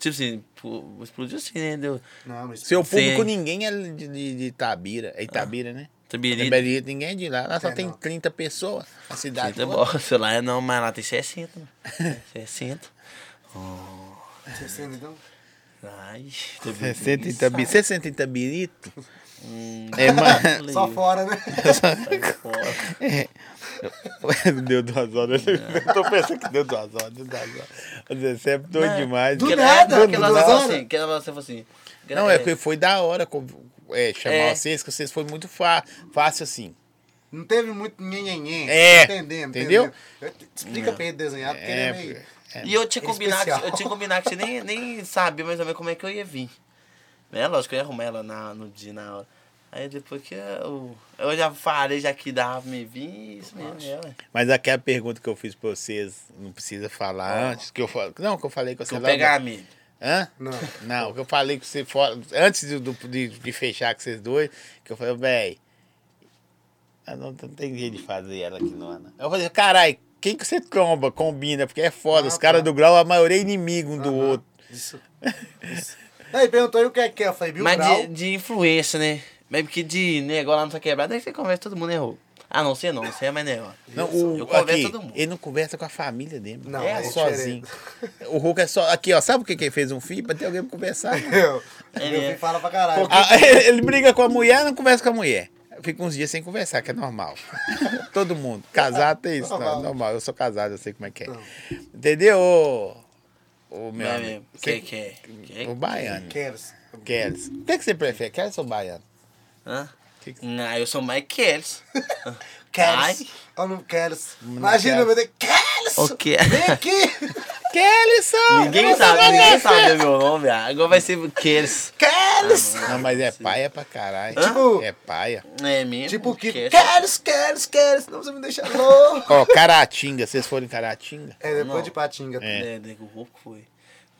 B: Tipo assim, pô, explodiu sim, né? Deu.
C: Não, mas
A: Seu
B: Sim.
A: público, ninguém é de, de, de Itabira. É Itabira, né?
B: Tabirito.
A: Itabira, ninguém é de lá. Lá só
C: É,
A: tem
C: não.
A: 30 pessoas. A cidade
B: Tá
A: toda.
B: bom, sei lá, não, mas lá tem 60. né? 60.
C: você sendo, então?
B: Ai,
A: Você
B: Tabirito.
A: sente Itabira- você sente Itabirito?
B: hum,
A: É, mas...
B: Falei,
C: Só fora, né?
B: sai fora.
A: deu duas horas. Eu tô pensando que deu duas horas. Deu duas horas. Mas é doido demais.
C: Do
A: né?
B: Aquela-
C: nada,
B: aquela
C: do
B: hora
C: nada.
B: assim, aquela hora você falou assim.
A: Não, é porque foi da hora co- é, chamar
B: É.
A: vocês, que vocês foi muito fa- fácil assim.
C: Não teve muito nhenhenhen.
A: É,
C: Entendemos,
A: entendeu?
C: entendemos. Explica pra ele desenhar, porque ele é
A: É,
C: meio...
B: E eu tinha combinado, que-
C: especial.
B: eu tinha combinado que você nem, nem sabia mais ou menos como é que eu ia vir. Né? Lógico, eu ia arrumar ela na, no dia, na hora. Aí depois que eu, eu já falei, já que dava pra me vir, isso mesmo, é, ué.
A: Mas aquela pergunta que eu fiz pra vocês, não precisa falar antes. Que eu, fal- não, que eu falei com
B: Que
A: você
B: eu
A: lá-
B: pegar a minha.
A: Hã?
C: Não.
A: Não, que eu falei com você fora, antes de, do- de, de fechar com vocês dois, que eu falei, véi, ah, não, não tem jeito de fazer ela aqui, não, Ana. Eu falei, carai, quem que você tromba, combina, porque é foda,
C: Ah,
A: os caras
C: tá.
A: do grau, a maioria é inimigo um do
C: Aham.
A: outro.
C: Isso. Isso. Aí perguntou aí o que é que é. Eu falei, Bill
B: Mas
C: Grau.
B: de, de influência, né? Mas porque de negócio lá não tá quebrado, aí você conversa, todo mundo errou. Ah, não, você não, você é mais negócio.
A: Não, o,
B: Eu converso
A: aqui,
B: todo mundo.
A: Ele não conversa com a família dele.
C: Não,
A: Não, é,
C: é
A: sozinho. O Hulk é só. Aqui, ó. Sabe por que que ele fez um filho? Pra ter alguém pra conversar. né?
C: Eu.
B: É.
C: Meu filho fala pra caralho.
A: Ah, ele briga com a mulher, não conversa com a mulher. Fica uns dias sem conversar, que é normal. Todo mundo. Casado tem isso. Não,
C: Normal.
A: é normal. Eu sou casado, eu sei como é que é.
C: Não.
A: Entendeu? ô- ô, meu
B: Não é
A: amigo?
B: mesmo? Quem que é? Quem
A: O baiano.
C: Ah, Queres.
A: Kells. O que, é que você prefere? Kells ou baiano?
B: Hã?
A: Que que-
B: Não, eu sou mais que eles. Ai.
C: Queres. Ou não queres. Imagina,
A: quero.
C: meu Deus. Queres.
B: O quê?
C: Vem aqui.
A: Kells!
B: Ninguém sabe, ninguém sabe meu nome. ah. Agora vai ser que eles.
C: Queres.
B: Ah,
A: Não, mas é paia pra caralho.
C: Tipo-
A: É paia.
B: É mesmo?
C: Tipo o que?
B: eles.
C: Queres, queres, queres. Não, você me deixa louco.
A: Ó, Caratinga. Vocês foram em Caratinga?
C: É, depois
B: Não.
C: de Patinga.
A: É.
B: É, nego rouco foi.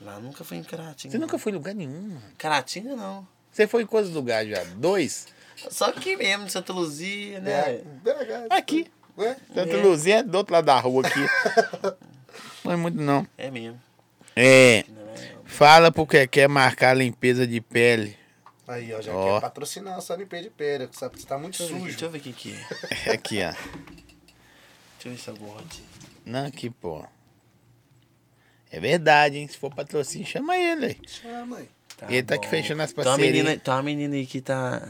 B: Lá nunca foi em Caratinga.
A: Você nunca foi em lugar nenhum, mano.
B: Caratinga não.
A: Você foi em quantos lugares já? Dois?
B: Só que mesmo, de Santa Luzia, né?
A: É.
C: BH.
A: Aqui.
C: Ué?
A: Santa
B: É.
A: Luzia é do outro lado da rua aqui. Não é muito, não.
B: É, mesmo.
A: É.
B: Não é?
A: Fala porque quer marcar a limpeza de pele.
C: Aí, ó, já
A: Ó.
C: quer patrocinar, só limpei de pera, sabe? Você tá muito
B: Deixa eu ver aqui, deixa
C: sujo.
B: eu ver quem que é.
A: É aqui, ó.
B: Deixa eu ver se é eu gosto.
A: Não, aqui, pô. É verdade, hein? Se for patrocínio, chama ele. aí.
C: Chama aí.
B: Tá
A: Ele tá aqui
B: bom.
A: fechando as
B: Tem uma
A: parcerias.
B: menina, tem uma menina aí que tá.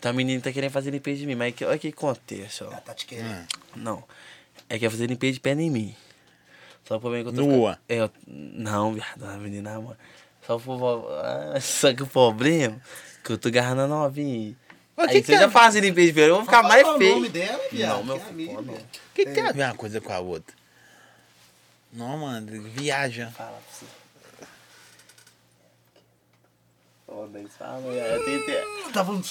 B: Tem uma menina que tá querendo fazer limpeza de mim, mas é que- olha que contexto, ó.
C: Ela tá te querendo.
B: Não. É que ia fazer limpeza de pé em mim. Só o problema é que eu tô.
A: Nua.
B: ficando- É, eu- Não, viado, a menina, mano. Só por. ah, Só que o problema é que eu tô agarrando a novinha aí.
A: Mas
B: aí
A: que
B: você
A: que
B: já
A: é?
B: faz limpeza de pé, eu vou ficar mais
C: Qual é
B: feio.
C: o nome dela, viado?
B: Ah, Não, meu
C: que é
B: filho,
C: amigo.
B: não.
A: O que, que tem a ver uma coisa com a outra? Não, mano, viaja.
B: Fala pra você. Ó, daí fala, eu tentei-
C: Tá bom.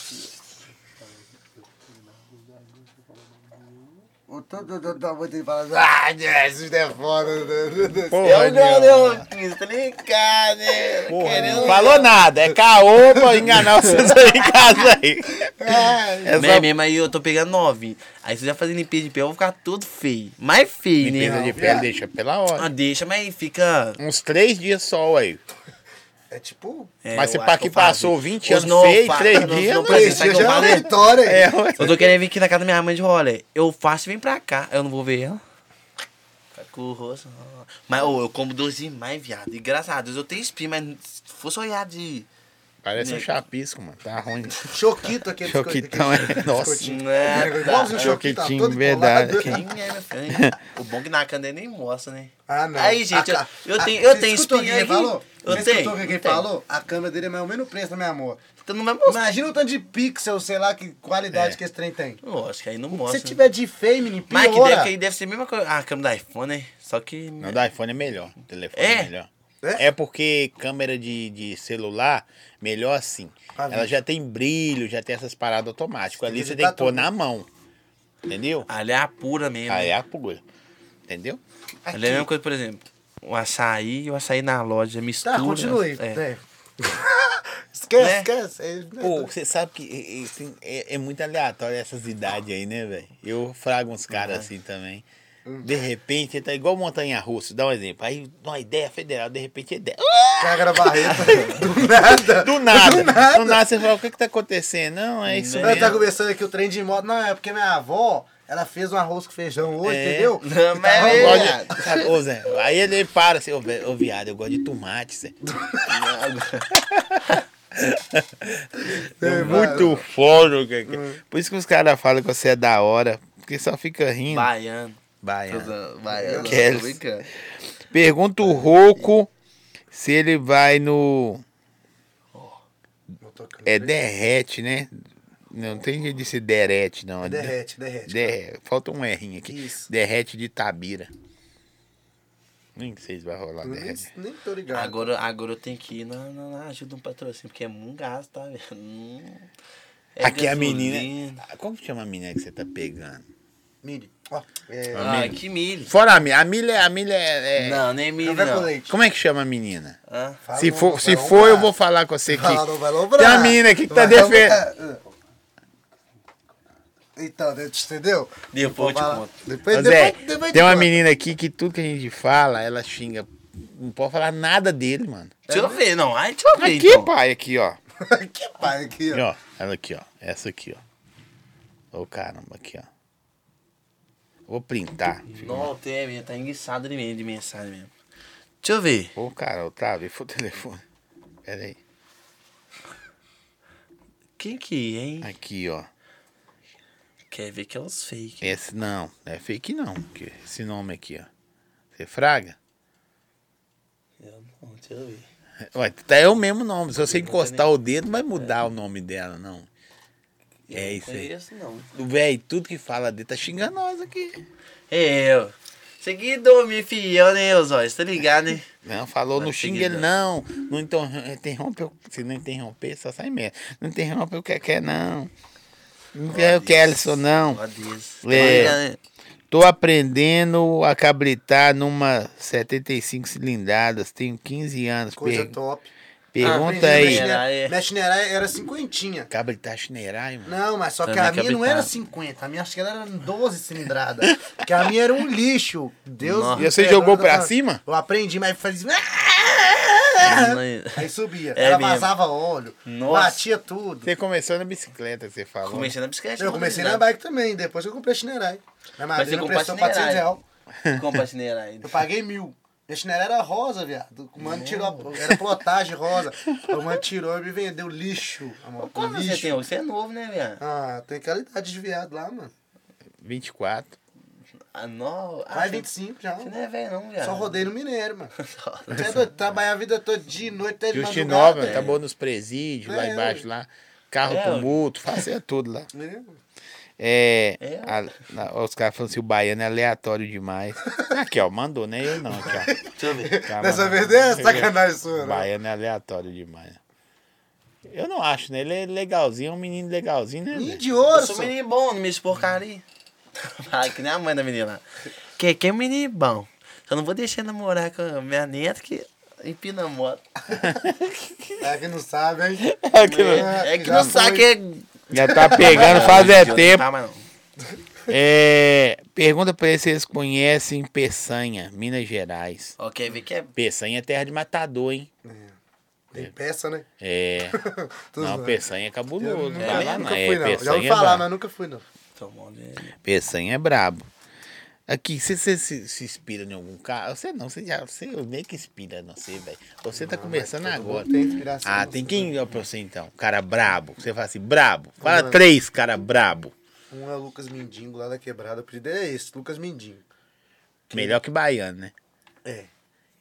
C: O todo do tamanho dele fala assim, ah, Jesus, é foda. né?"
A: Porra,
B: Eu
A: Diogo.
B: não, eu quis brincar, né?
A: Porra,
B: Querendo-
A: não falou nada. É caô pra enganar vocês aí em casa aí.
C: Ai,
A: É
B: Mas
A: só
B: mesmo aí eu tô pegando nove. Aí você já fazer limpeza de pé, eu vou ficar todo feio. Mais feio,
A: limpeza
B: né?
A: de pele, deixa pela hora.
B: Ah, deixa, mas fica.
A: Uns três dias só aí.
C: É tipo,
B: É,
A: Mas
B: eu
A: você
B: acho
A: pá
B: que eu
A: que passou
B: faço.
A: 20
B: Os
A: anos
B: não
A: feio,
B: fa-
A: três
B: não-
A: dias,
B: não
A: não
B: pra
A: é
B: gente,
A: isso.
B: sabe
C: esse
B: o que eu
C: já é
B: falei?
C: vitória.
A: É,
C: hein?
A: ué.
B: Eu tô querendo vir aqui na casa da minha mãe de rolê. Eu faço e vem pra cá. Eu não vou ver ela. Fica Com o rosto. Mas ô, eu como dois demais, viado. E graças a Deus eu tenho espinho, mas se fosse olhar de
A: Parece um chapisco, mano. Tá ruim.
C: Choquito aquele
A: Choquitão é. Nossa.
C: Biscoitinho.
B: É,
C: Igualzinho
B: tá.
C: o Choquito, tá
A: Choquitinho,
C: todo
A: verdade.
C: colado.
B: Quem é, meu filho? O bom é que na candela nem mostra, né?
C: Ah, não.
B: Aí, gente,
C: A ca-
B: eu- eu
C: a-
B: tenho- eu
C: Você
B: tenho
C: escutou
B: espinha
C: quem
B: aqui?
C: falou?
B: Eu
C: Você
B: tenho,
C: escutou o que
B: eu
C: quem
B: tenho.
C: falou? A câmera dele é mais ou menos o preço da minha moto.
B: Então não vai mostrar.
C: Imagina o tanto de pixel, sei lá, que qualidade
A: É.
C: que esse trem tem.
B: Lógico, aí não
C: Se
B: mostra.
C: tiver de feio, menino,
B: Mas que deve,
C: piora.
B: que deve ser a mesma coisa. Ah, a câmera do iPhone, né? Só que.
A: Não, do iPhone é melhor. O telefone
B: É?
A: é, melhor.
C: É?
A: É? porque câmera de, de celular, melhor assim.
C: Ah,
A: Ela
C: viu?
A: já tem brilho, já tem essas paradas automáticas.
C: Tem
A: Ali
C: que
A: você tem que
C: editar
A: pôr
C: tudo.
A: na mão. Entendeu?
B: Ali é a pura mesmo.
A: Aí é a pulga. Entendeu?
B: Ali é a mesma coisa, por exemplo. O açaí e o açaí na loja mistura.
A: Ah,
C: Tá, continue.
B: É.
C: É. esquece,
B: Né?
C: esquece. É,
A: Pô, você sabe que é, é, assim, é- é muito aleatório essas idades aí, né, velho? Eu frago uns caras assim também. De repente, ele tá igual montanha russa, dá um exemplo. Aí, uma ideia federal, de repente, é ideia.
C: Caga na barreta. Do nada.
A: Do nada. Do nada,
C: nada.
A: você fala, o que que tá acontecendo? Não, é isso
C: Nós tá
A: mesmo.
C: conversando aqui o trem de moto. Não, é porque minha avó, ela fez um arroz com feijão hoje,
A: É.
C: entendeu?
B: Não,
C: E
B: mas
C: tava- né?
B: é
A: Eu
B: verdade.
A: gosto de- sabe, ô, Zé, aí ele para assim, ô, ve- ô viado, eu gosto de tomate, Zé.
C: É,
A: Muito foda, cara.
C: Hum.
A: Por isso que os caras falam que você é da hora, porque só fica rindo.
B: Baiano.
A: Baiano.
B: Tudo- Baiano.
A: Que
B: tô
A: é-
B: brincando.
A: Pergunta o Roco se ele vai no.
C: Eu tô com-
A: É derrete, né? Não tem jeito de ser derrete, não.
C: Derrete, derrete.
A: Derre- Falta um R aqui.
C: Isso.
A: Derrete de Tabira. Nem sei se vai rolar
C: Nem,
A: derrete.
C: nem tô
A: É.
C: ligado.
B: Agora, agora eu tenho que ir na, na, na ajuda de um patrocínio, porque é um gasto, tá? vendo? Hum. É
A: Aqui a
B: gasolina.
A: menina. Ah, Como que chama a menina que você tá pegando?
C: Mire, ó. É,
A: Ah,
B: Ah,
A: milho.
B: que milho.
A: Fora a milha. A milha, a milha é. é-
B: Não, nem milho.
C: não vai com
B: Não. Ah,
C: leite.
A: Como é que chama a menina?
B: Hã?
C: Fala,
A: se
C: não,
A: for,
C: vai
A: se
C: lombrar.
A: for eu vou falar com você aqui.
C: Fala, não vai lombrar.
A: Tem a mina aqui que tá
C: Vai
A: defendendo.
C: lombrar. Então, entendeu?
B: Depois eu te
C: Fala-
B: conto.
C: Depois,
A: Ô, Zé,
C: depois, depois
A: tem
C: eu te
A: uma
C: conto.
A: menina aqui que tudo que a gente fala, ela xinga. Não pode falar nada dele, mano.
B: Deixa eu ver, não. Ai, deixa eu ver.
A: Aqui,
B: então.
A: pai, aqui, ó.
C: que pai aqui,
A: Aqui,
C: ó.
A: ó. Ela aqui, ó. Essa aqui, ó. Ô, caramba, aqui, ó. Vou printar.
B: Não, tem, minha, tá enguiçado de, mim, de mensagem mesmo. Deixa eu ver.
A: Ô, cara, Otávio, foi o telefone. Pera aí.
B: Quem que é, hein?
A: Aqui, ó.
B: Quer ver que é os fake.
A: Esse não, não é fake não. que Esse nome aqui, ó. Você fraga?
B: Eu não, deixa eu ver.
A: Ué, tá é o mesmo nome. Se você encostar o dedo, não vai mudar o nome dela, não. É isso aí.
B: Isso não.
A: Véi, tudo que fala dele tá xingando nós aqui.
B: É, Eu. Você que dorme fiel, né, Osóis? Tá ligado, né?
A: Não, falou,
B: Vai
A: não xinga ele,
B: seguidão.
A: não. Não interrom- interrompe, o- se não interromper, só sai mesmo. Não interrompe o que quer, não. Não quer o Kelson, não.
B: Ó Deus.
A: É.
B: Tá ligado, né?
A: Tô aprendendo a cabritar numa 75 cilindradas, tenho 15 anos.
C: Coisa
A: Per-
C: top. Ah,
A: Pergunta
C: Aprendi a
A: aí.
C: mexer na-
B: Aí.
C: Mexe na era- era cinquentinha.
A: Cabritar chinerai, mano.
C: Não, mas só
B: Não,
C: que
B: não é
C: a minha não
B: cabritada.
C: era 50, a minha acho que ela era 12 cilindradas. Porque a minha era um lixo. Deus
B: Nossa.
C: me
A: E você
C: perdoe,
A: jogou
C: eu tava-
A: pra cima?
C: Eu aprendi, mas fazia.
A: É.
B: Não,
C: Aí subia.
B: É
C: ela
B: mesmo.
C: vazava óleo,
B: Nossa.
C: batia tudo.
A: Você começou na bicicleta, você falou.
B: Comecei na bicicleta.
C: Eu comecei na bike também, depois eu comprei chinerai. Minha
B: é você
C: madrinha
B: comprou
C: prestou
B: chinerai.
C: 400 reais.
B: bike. Compartilhei ainda.
C: Eu paguei mil. Minha chinela era rosa, viado. O mano tirou. a- Era plotagem rosa. O mano tirou e me vendeu lixo. Amor,
B: Quando
C: lixo.
B: você tem? Você é novo, né, viado?
C: Ah, tem aquela idade de viado lá, mano.
A: 24.
B: Ah, não. Ah,
C: Mais
B: você-
C: 25 já.
B: Você não é velho, não, viado.
C: Só rodei no minério, mano. Até doido, trabalhar a vida toda de noite, até de madrugada.
A: Justinova, tá bom nos presídios, lá
C: um É,
A: embaixo, lá. Carro
B: É,
A: pro multo, fazia tudo lá.
C: Né?
A: É.
B: É.
A: a- na- os caras falando assim, o baiano é aleatório demais. Aqui, ó, mandou, né? Eu não, aqui,
B: Deixa eu ver.
A: ó. Tá, mano.
C: Dessa vez é sacanagem sua,
A: O
C: né?
A: baiano é aleatório demais. Eu não acho, né? Ele é legalzinho, é um menino legalzinho, né? velho?
C: de
B: Eu
C: ouro,
B: sou
C: só.
B: um menino bom, não me porcaria. Ah, que nem a mãe da menina lá. Que, que é um menino bom. Só não vou deixar ele namorar com a minha neta que empina a moto.
C: É que não sabe, hein?
A: É que não-
B: É que
C: Ah, já
B: não sabe
C: foi.
B: que é.
A: Já tá pegando faz é
B: Não, não
A: tempo.
B: tá mais não.
A: É, pergunta pra eles se eles conhecem Peçanha, Minas Gerais.
B: Ó, quer ver que é.
A: Peçanha é terra de matador, hein?
C: Tem peça, né?
A: É.
C: Tô
A: Não,
C: zoando.
A: Peçanha é cabuloso. Não
C: Eu nunca,
A: vai lá,
C: nunca
A: não.
C: fui,
A: É,
C: não. Já ouvi né?
A: Peçanha é
C: falar,
A: brabo.
C: mas nunca fui, não.
B: Tomou, né?
A: Peçanha é brabo. Aqui, você se, se, se inspira em algum cara? Você não, você já. Você meio que inspira, não sei, velho. Você tá começando agora.
C: Tem inspiração.
A: Ah, tem quem ó, pra você então? Cara brabo. Você fala assim, brabo. Fala três, cara brabo.
C: Um é o Lucas Mindingo lá da quebrada. O apelido é esse, Lucas Mindingo.
A: Melhor que baiano, né?
C: É.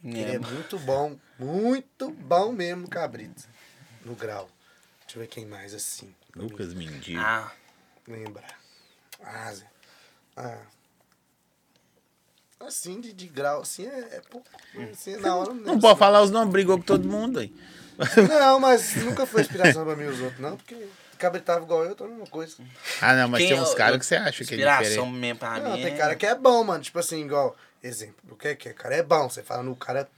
C: Ele é muito bom, muito bom mesmo, Cabrito. No grau. Deixa eu ver quem mais assim. pra mim
A: Lucas Mendigo.
B: Ah,
C: Lembrar. Ah, Zé. Ah. Assim, de, de grau, assim, é, é pouco. Assim, na hora
A: não pode falar os nomes, brigou com todo mundo aí.
C: Não, mas nunca foi inspiração pra mim os outros, não, porque cabritava igual eu, tô a mesma coisa.
A: Ah, não, mas
B: Quem
A: tem
B: é
A: uns
B: o-
A: caras que você acha que é
B: inspiração
A: diferente.
B: mesmo pra
C: não,
B: mim.
C: tem
B: é-
C: cara que é bom, mano. Tipo assim, igual, exemplo, o que que é? Cara é bom. Você fala no cara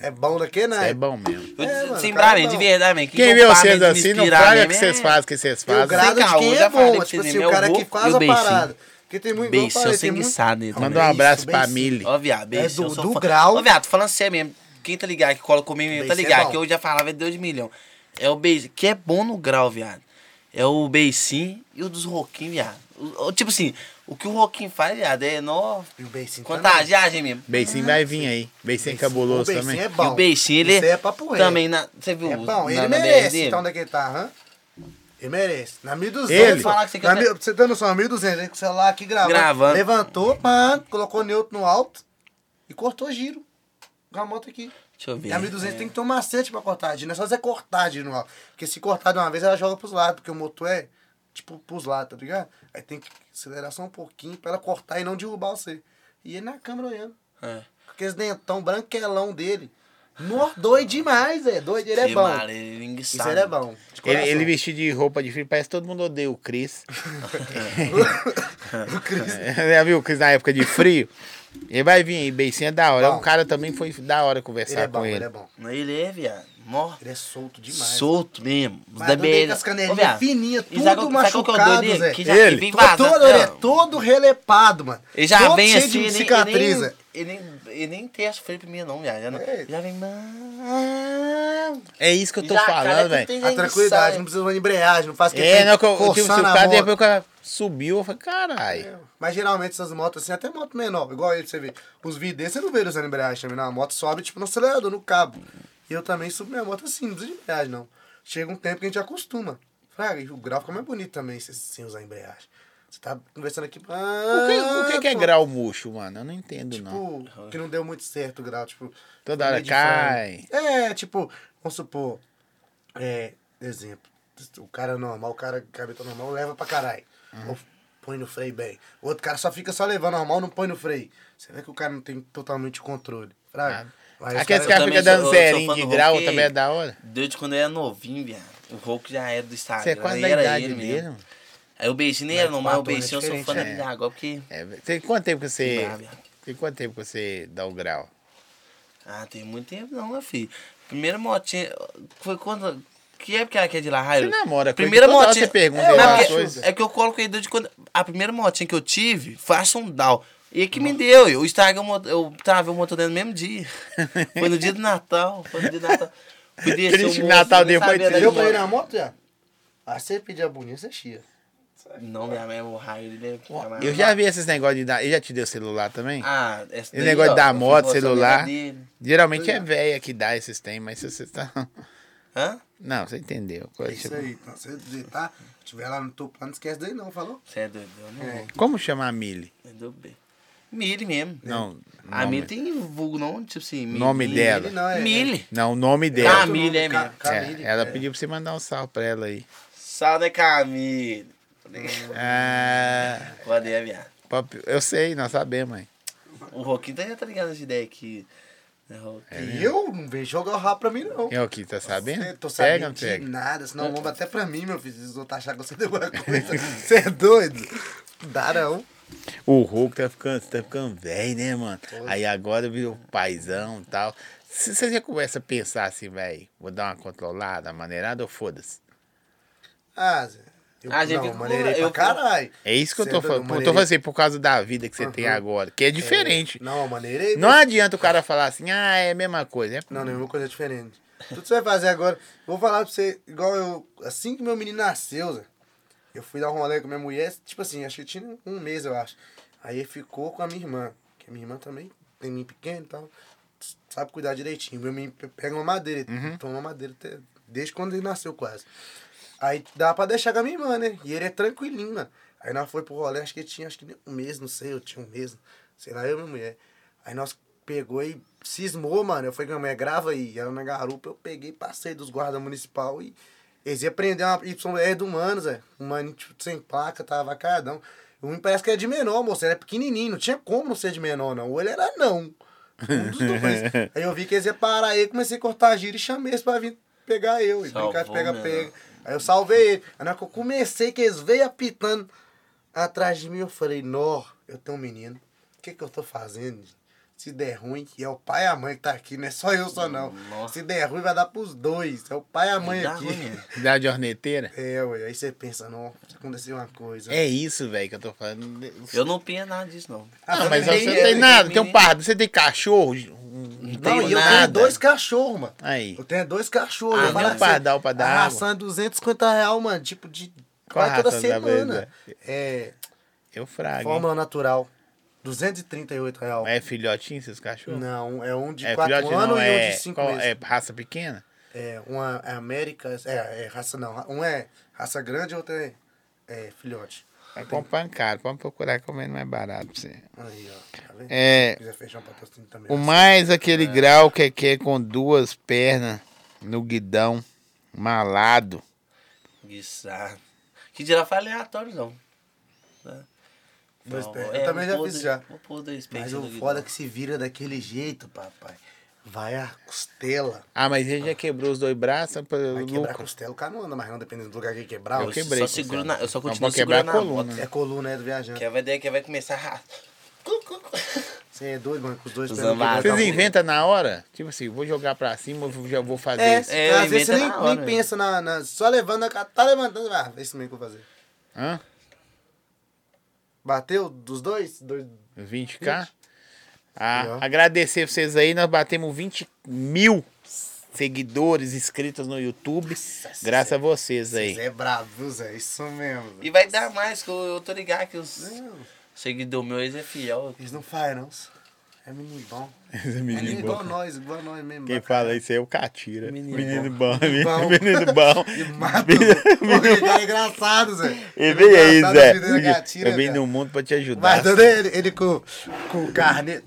C: é bom daquele,
A: Você
C: né?
A: É bom mesmo.
B: Eu,
C: É, mano,
B: sim,
C: o
B: pra
C: cara é
B: mim, de
C: bom.
B: verdade, mesmo.
A: Quem vê
B: compara
A: vocês
B: mesmo, me
A: assim, não
B: inspirar
A: fala
B: mesmo
A: que
B: é-
A: vocês fazem, o que vocês
C: Eu
A: fazem.
C: grado de
B: caô,
C: quem
B: já
C: é
B: falei
C: bom.
B: pra
C: Tipo
B: vocês,
C: assim,
B: né?
C: o
B: Eu
C: cara
B: vou-
C: que faz
B: eu
C: a
B: beijo.
C: parada. Porque tem muito
B: Beijo,
C: igual eu
B: eu
C: falei, tem
B: sangue
C: muito-
B: sado nele
A: Manda
B: também.
A: um
C: isso,
A: abraço
C: bem
A: pra
C: sim.
A: Mili.
B: Ó, viado, beijo.
C: É do-
B: eu sou
C: do
B: fã.
C: grau.
B: Ó, viado, falando sério mesmo. Quem tá ligado, que cola comigo mesmo, tá
C: Beijo é
B: ligado?
C: bom.
B: que eu já falava é Deus de milhão. É o beijo, que é bom no grau, viado. É o beicinho e o dos roquinhos, viado. O- o- tipo assim, o que o roquinho faz, viado, é nó.
C: E o beicinho também.
B: Contagiagem mesmo.
A: Beicinho vai vir aí. Beicinho é
C: O
A: cabuloso
C: beicinho
A: também.
C: é bom.
B: E o beicinho, ele
C: Isso aí é papo reto.
B: também, né? na, você viu?
C: É bom,
B: na-
C: ele
B: na BR
C: merece,
B: dele?
C: então, daquele tá, hã? Ele merece. Na 1200.
A: Ele?
B: Falar que você quer
C: na
B: ter-
C: mil- você tá noção, na 1200, ele com o celular aqui gravando.
B: Gravando.
C: Levantou, pá, colocou o neutro no alto e cortou giro. Com a moto aqui.
B: Deixa eu ver. É.
C: E a 1200 tem que ter um macete pra cortar giro. Não é só você cortar giro no alto. Porque se cortar de uma vez, ela joga pros lados, porque o motor é, tipo, pros lados, tá ligado? Aí tem que acelerar só um pouquinho pra ela cortar e não derrubar você. E ele na câmera olhando.
B: É.
C: Com aqueles dentão branquelão dele. Nó, doido demais, é. Doido, ele é
B: Que
C: bom.
B: mara, ele é
C: Isso
B: enguiçado.
C: aí é bom. de
A: Ele,
C: coração.
A: ele vestido de roupa de frio, parece que todo mundo odeia o Cris.
C: O Cris.
A: Já viu o Cris na época de frio? Ele vai vir aí, beicinho é da hora. É um
C: Bom.
A: cara também foi da hora
C: Ele
A: conversar
C: é bom,
A: com ele.
C: ele é bom.
B: Ele é, viado. Mó
C: Ele é solto demais.
B: solto mesmo. Os
C: Mas
B: da
C: não tem
B: BR.
C: com as canelinhas
B: Ô, viado,
C: fininhas,
B: e sabe
C: tudo
B: qual- sabe qual que é o doido
C: machucado,
B: dele?
C: Zé.
B: Que já
A: Ele?
B: ele vem
C: Todo- todo, ele é
B: vazando.
C: todo relepado, mano.
B: Ele já
C: todo
B: vem
C: cheio
B: assim,
C: de
B: ele,
C: cicatriz,
B: ele,
C: Zé.
B: nem, ele, nem, ele nem tem essa feira pra mim, não, viado. Já, não,
C: É.
B: já vem, mano.
A: É isso que eu tô
B: Já, cara,
A: falando,
B: que
A: velho.
B: tem-
C: A tranquilidade,
B: sai.
C: não precisa de uma embreagem, não faz que
A: É, não, que eu, eu tive
C: coçando
A: o
C: a
A: cara,
C: moto.
A: depois que ela subiu, eu falei, caralho.
C: Mas geralmente essas motos assim, até moto menor, igual ele, você vê. Os videntes, você não vê eles usando embreagem também, não. A moto sobe, tipo, no acelerador, no cabo. E eu também subo minha moto assim, não precisa de embreagem, não. Chega um tempo que a gente acostuma. Fraga, e o grau fica mais bonito também, se- sem usar embreagem. Você tá conversando aqui...
A: O que,
C: Ah,
A: o que que é
C: pô.
A: grau murcho, mano? Eu não entendo, não.
C: Tipo, que não deu muito certo o grau, tipo...
A: Toda
C: meio
A: hora
C: de frango.
A: cai.
C: É, tipo, vamos supor... É, exemplo. O cara normal, o cara cabeça normal leva pra caralho.
A: Uhum.
C: Ou põe no freio bem. O outro cara só fica só levando normal, não põe no freio. Você vê que o cara não tem totalmente o controle. Fraga. Aí os
A: Ah. Aqueles
C: cara-
A: caras
B: também
A: ficam
B: sou-
A: dando
B: eu sou
A: zerinho
B: fã
A: é de
B: do
A: grau
B: rock.
A: também é da hora.
B: Desde quando eu era novinho, viado. O Hulk já era do Instagram.
A: Você é quase
B: aí
A: da
B: era
A: idade
B: ele
A: dele,
B: mesmo.
A: mano.
B: Aí o beijinho nem era, não, mas o
C: quatro anos
B: beijinho eu sou fã
C: diferente,
B: dele agora, porque.
A: É, velho. tem quanto tempo que você.
B: Não dá, viado.
A: Tem quanto tempo que você dá o grau?
B: Ah, tem muito tempo não, meu filho. Primeira motinha. Foi quando. Que época era que é de lá, Raio?
A: Você namora com ele,
B: primeira
A: toda hora
B: motinha.
A: você pergunta
B: é,
A: ele
B: mas
A: as
B: porque-
A: coisas.
B: é que eu coloco ele desde quando. A primeira motinha que eu tive foi a Sundal. E é que me deu, eu estraguei o motor, eu travei o motor dentro no mesmo dia. Foi no dia do Natal, foi no dia do Natal. Fui descer o
A: Triste
B: moço,
A: Natal
B: nem
A: depois,
B: sabia
A: você
C: Você
B: da
C: deu pra ele
B: moto.
C: na moto já? Aí você pedir a boninha, você chia.
B: Não, minha mãe, o raio, ele é...
A: Eu já vi esses negócios de dar. Ele já te deu celular também?
B: Ah, esse
A: Esse negócio da moto, celular.
B: Dele.
A: Geralmente é velha que dá esses tem, mas se você tá.
B: Hã?
A: Não, você entendeu.
C: É isso aí. Então, se você tá, tiver lá no topo, lá, não esquece daí não, falou?
B: Você é doido, eu não
C: É.
B: vou.
A: Como chama a Mili?
B: É do B. Mili mesmo.
C: É.
A: Não.
B: A
A: nome-
B: Mili tem vulgo, não? Tipo assim, Mili.
A: Nome dela.
C: Ele não, é...
B: Mili.
A: Não, o nome
B: Ah,
A: dela.
B: Mili. Camille, é mesmo.
A: É,
C: Camille,
A: ela
C: é.
A: pediu pra você mandar um salve pra ela aí.
B: Salve, Camille.
A: Ah,
B: Cadê a minha?
A: pop- eu sei, nós sabemos, mãe.
B: é, O Roquinho tá- já tá ligado nessa ideia aqui. né, Roquinho?
C: E eu não vejo jogar o rabo pra mim, não.
A: É o que, tá sabendo?
C: Cê- Tô
A: pega,
C: sabendo
A: não
C: de
A: pega.
C: nada, senão vão até pra mim, meu filho. Vocês vão achar que você deu alguma coisa. Você é doido? Darão.
A: O Hulk tá ficando, tá ficando velho, né, mano? Aí agora virou paizão e tal. C- Você já começa a pensar assim, velho, vou dar uma controlada, maneirada ou foda-se?
C: Ah, Zé. Eu,
B: Ah, gente,
C: não,
B: eu-
C: maneirei pra
B: eu-
C: caralho.
A: É isso que eu
C: Cê
A: tô
C: é doido,
A: falando. Eu tô
C: maneirei-
A: falando assim, por causa da vida que você tem
C: Aham. É,
A: agora, que é diferente.
C: Não, eu maneirei.
A: Não adianta o cara falar assim, ah, é a mesma coisa. É...
C: Não, nenhuma coisa diferente. Tudo que você vai fazer agora. Vou falar pra você, igual eu. Assim que meu menino nasceu, Zé, eu fui dar um rolê com minha mulher, tipo assim, acho que tinha um mês, eu acho. Aí ficou com a minha irmã, que a minha irmã também tem mim pequeno e tal, sabe cuidar direitinho. Meu menino pe- pega uma madeira, toma madeira até- desde quando ele nasceu quase. Aí dá pra deixar com a minha irmã, né? E ele é tranquilinho, mano. Aí nós foi pro rolê, acho que ele tinha acho que nem um mês, não sei, eu tinha um mês, sei lá, eu e minha mulher. Aí nós pegou e cismou, mano. Eu falei, minha mulher, grava aí. Ela na garupa, eu peguei, passei dos guardas municipal e eles iam prender uma YR do Mano, Zé. Um mano tipo, sem placa, tava vacadão. O menino parece que era de menor, moço. Ele era pequenininho, não tinha como não ser de menor, não. Ou ele era não. Um dos dois. aí eu vi que eles iam parar ele, comecei a cortar a gira e chamei eles pra vir pegar eu. E
B: Salvou
C: brincar de pega-pega.
B: mesmo.
C: Aí eu salvei ele. Aí na hora que eu comecei, que eles veio apitando atrás de mim, eu falei, nó, eu tenho um menino. O que que eu tô fazendo? Se der ruim, que é o pai e a mãe que tá aqui, não é só eu só não.
B: Nossa.
C: Se der ruim, vai dar pros dois. É o pai e a mãe
B: Dá
C: aqui.
B: ruim é. né? mesmo.
A: Dá de horneteira?
C: É, ué, aí você pensa, não, aconteceu uma coisa.
A: É isso, velho, que eu tô falando.
B: Eu não pinha nada disso, não.
C: Ah,
A: Não, mas
C: eu
A: você
B: tenho-
A: não
B: eu
A: tem
B: tenho
A: nada, tem um
B: menino.
A: pardo, você tem cachorro. um-
B: Não
C: Não,
B: tenho
C: e eu
B: nada.
C: tenho dois cachorros, mano.
A: Aí.
C: Eu tenho dois cachorros.
B: Ah,
C: eu falo
B: meu
C: pra você,
A: pardal um pra dar
C: A
A: água.
C: ração é 250 reais, mano, tipo de...
A: Qual a
C: Vai toda
A: ração da
C: semana.
A: vez, né?
C: É,
A: Eu frago. hein?
C: fórmula natural, 238 reais.
A: É filhotinho esses cachorros?
C: Não, é um de
A: é
C: 4
A: filhote
C: anos
A: não,
C: e
A: é,
C: um de 5
A: qual-
C: meses.
A: é raça pequena?
C: É, uma é América, é, é raça não. Um é raça grande e outro é, é filhote.
A: Vai comprar um caro, pode procurar comendo mais barato pra você.
C: Aí, ó, tá vendo?
A: É,
C: Se quiser fechar um patrocínio também.
A: o mais aquele grau que é, que é com duas pernas no guidão, malado.
B: Guiçado. ah. Que girafa é aleatório, não. Né?
C: Dois
B: Não,
C: pés. Eu
B: é,
C: também
B: vou
C: já
B: pôr
C: fiz
B: dois-
C: já.
B: Vou pôr dois pés
C: Mas
B: no
C: o
B: guidão.
C: foda é que se vira daquele jeito, papai. Vai a costela.
A: Ah, mas ele já quebrou os dois braços, né, pra-
C: Vai quebrar a
A: louco.
C: costela, o cara não anda mais não, dependendo do lugar que quebrar.
A: Eu
C: ué.
A: quebrei.
B: Só
A: com
B: seguro
A: essa.
B: na- eu só
A: Não,
B: continuo
A: vou quebrar
B: segurando a
A: a coluna. né?
C: É coluna, é do viajante.
B: Que vai daí que vai começar a ra- Cu, cu, cu.
C: Você é doido, mano, com os dois
B: Os
C: pés no lugar.
B: ambados.
A: Vocês inventam na hora? Tipo assim, vou jogar pra cima, eu já vou fazer
C: É,
A: isso.
B: É,
C: às vezes você
B: inventa
C: nem,
B: na
C: nem
B: hora,
C: pensa na, na- Só levando a cara, tá levantando. Ah, é isso mesmo que eu vou fazer.
A: Hã?
C: Bateu dos dois? dois
A: 20k? Ah,
C: Legal.
A: agradecer vocês aí, nós batemos 20 mil seguidores inscritos no YouTube, graças a vocês aí.
C: é bravo, viu, Zé? Isso mesmo. Zé.
B: E vai dar mais, que eu, eu tô ligado que os
C: Não,
B: seguidores meus é fiel.
C: eles não fazem, não. só. É menino bom.
A: Esse
C: É menino igual
A: bom.
C: nós, igual nós mesmo.
A: Quem
C: bacana.
A: fala isso aí é o Catira.
B: Menino
A: Menino, bom,
C: bom.
A: menino bom.
C: E mata. Ele é engraçado, Zé.
A: E
C: Ele
A: vem
C: é
A: aí,
C: engraçado,
A: Zé.
C: ele é gatilho,
A: Eu vim
C: cara.
A: no mundo pra te ajudar.
C: Mas tudo ele, ele com, com carne.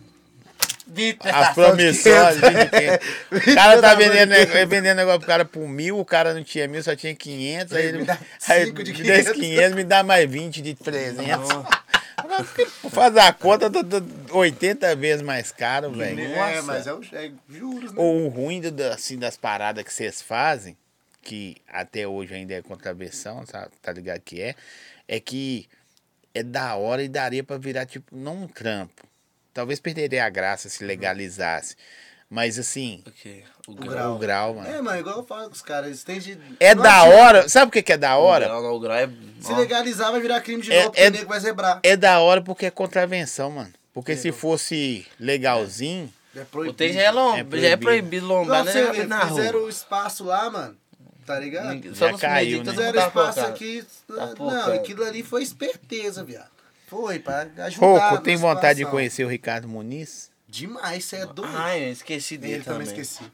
A: A
C: Tação de
A: promissória.
C: quinhentos.
A: O cara tá
C: Tação de
A: vendendo,
C: quinhentos.
A: é, vendendo negócio pro cara por mil, o cara não tinha mil, só tinha 500. Aí,
C: Ele me dá
A: aí
C: cinco de
A: me dá esse
C: 500.
A: 500, me dá mais 20 de 300. Faz a conta, tá, tá 80 vezes mais caro, velho.
C: É,
B: Nossa.
C: mas é, o, é juros, né?
A: Ou o ruim do- da- assim, das paradas que vocês fazem, que até hoje ainda é contravenção, tá, tá ligado que é, é que é da hora e daria pra virar, tipo, não um trampo. Talvez perderia a graça se legalizasse. Mas assim,
B: O quê? O
A: o
B: Um grau.
A: grau, mano.
C: É, mas igual eu falo com os caras, eles têm de.
A: É
C: não
A: da
C: adianta.
A: hora. Sabe o que que é da
B: O
A: hora?
B: grau, não, o grau é.
C: Se
B: ó,
C: legalizar, vai virar crime de
A: É-
C: novo, porque
A: é-
C: o nego vai zebrar.
A: É da hora porque é contravenção, mano. Porque se fosse legalzinho,
C: É
B: O
C: proibido.
B: tem já é, lom...
A: É
B: já é
A: proibido.
B: proibido lombar,
C: Não,
B: né?
C: você
B: na- na rua.
C: fizeram o espaço lá, mano. Tá ligado? Então,
B: Ninguém-
A: Já
B: nos
A: caiu,
B: meditos
A: né?
B: não
C: Fizeram
B: dá pra
C: espaço
B: colocar.
C: aqui.
B: Tá
C: não,
B: pouco, é.
C: aquilo ali foi esperteza, viado. Foi, pra ajudar.
A: pouco
C: na
A: tem vontade de
C: situação.
A: conhecer o Ricardo Muniz.
C: Demais, você é doido.
B: Ai, Ah, eu esqueci
C: Ele tá
B: dele
C: também,
B: também.
C: esqueci.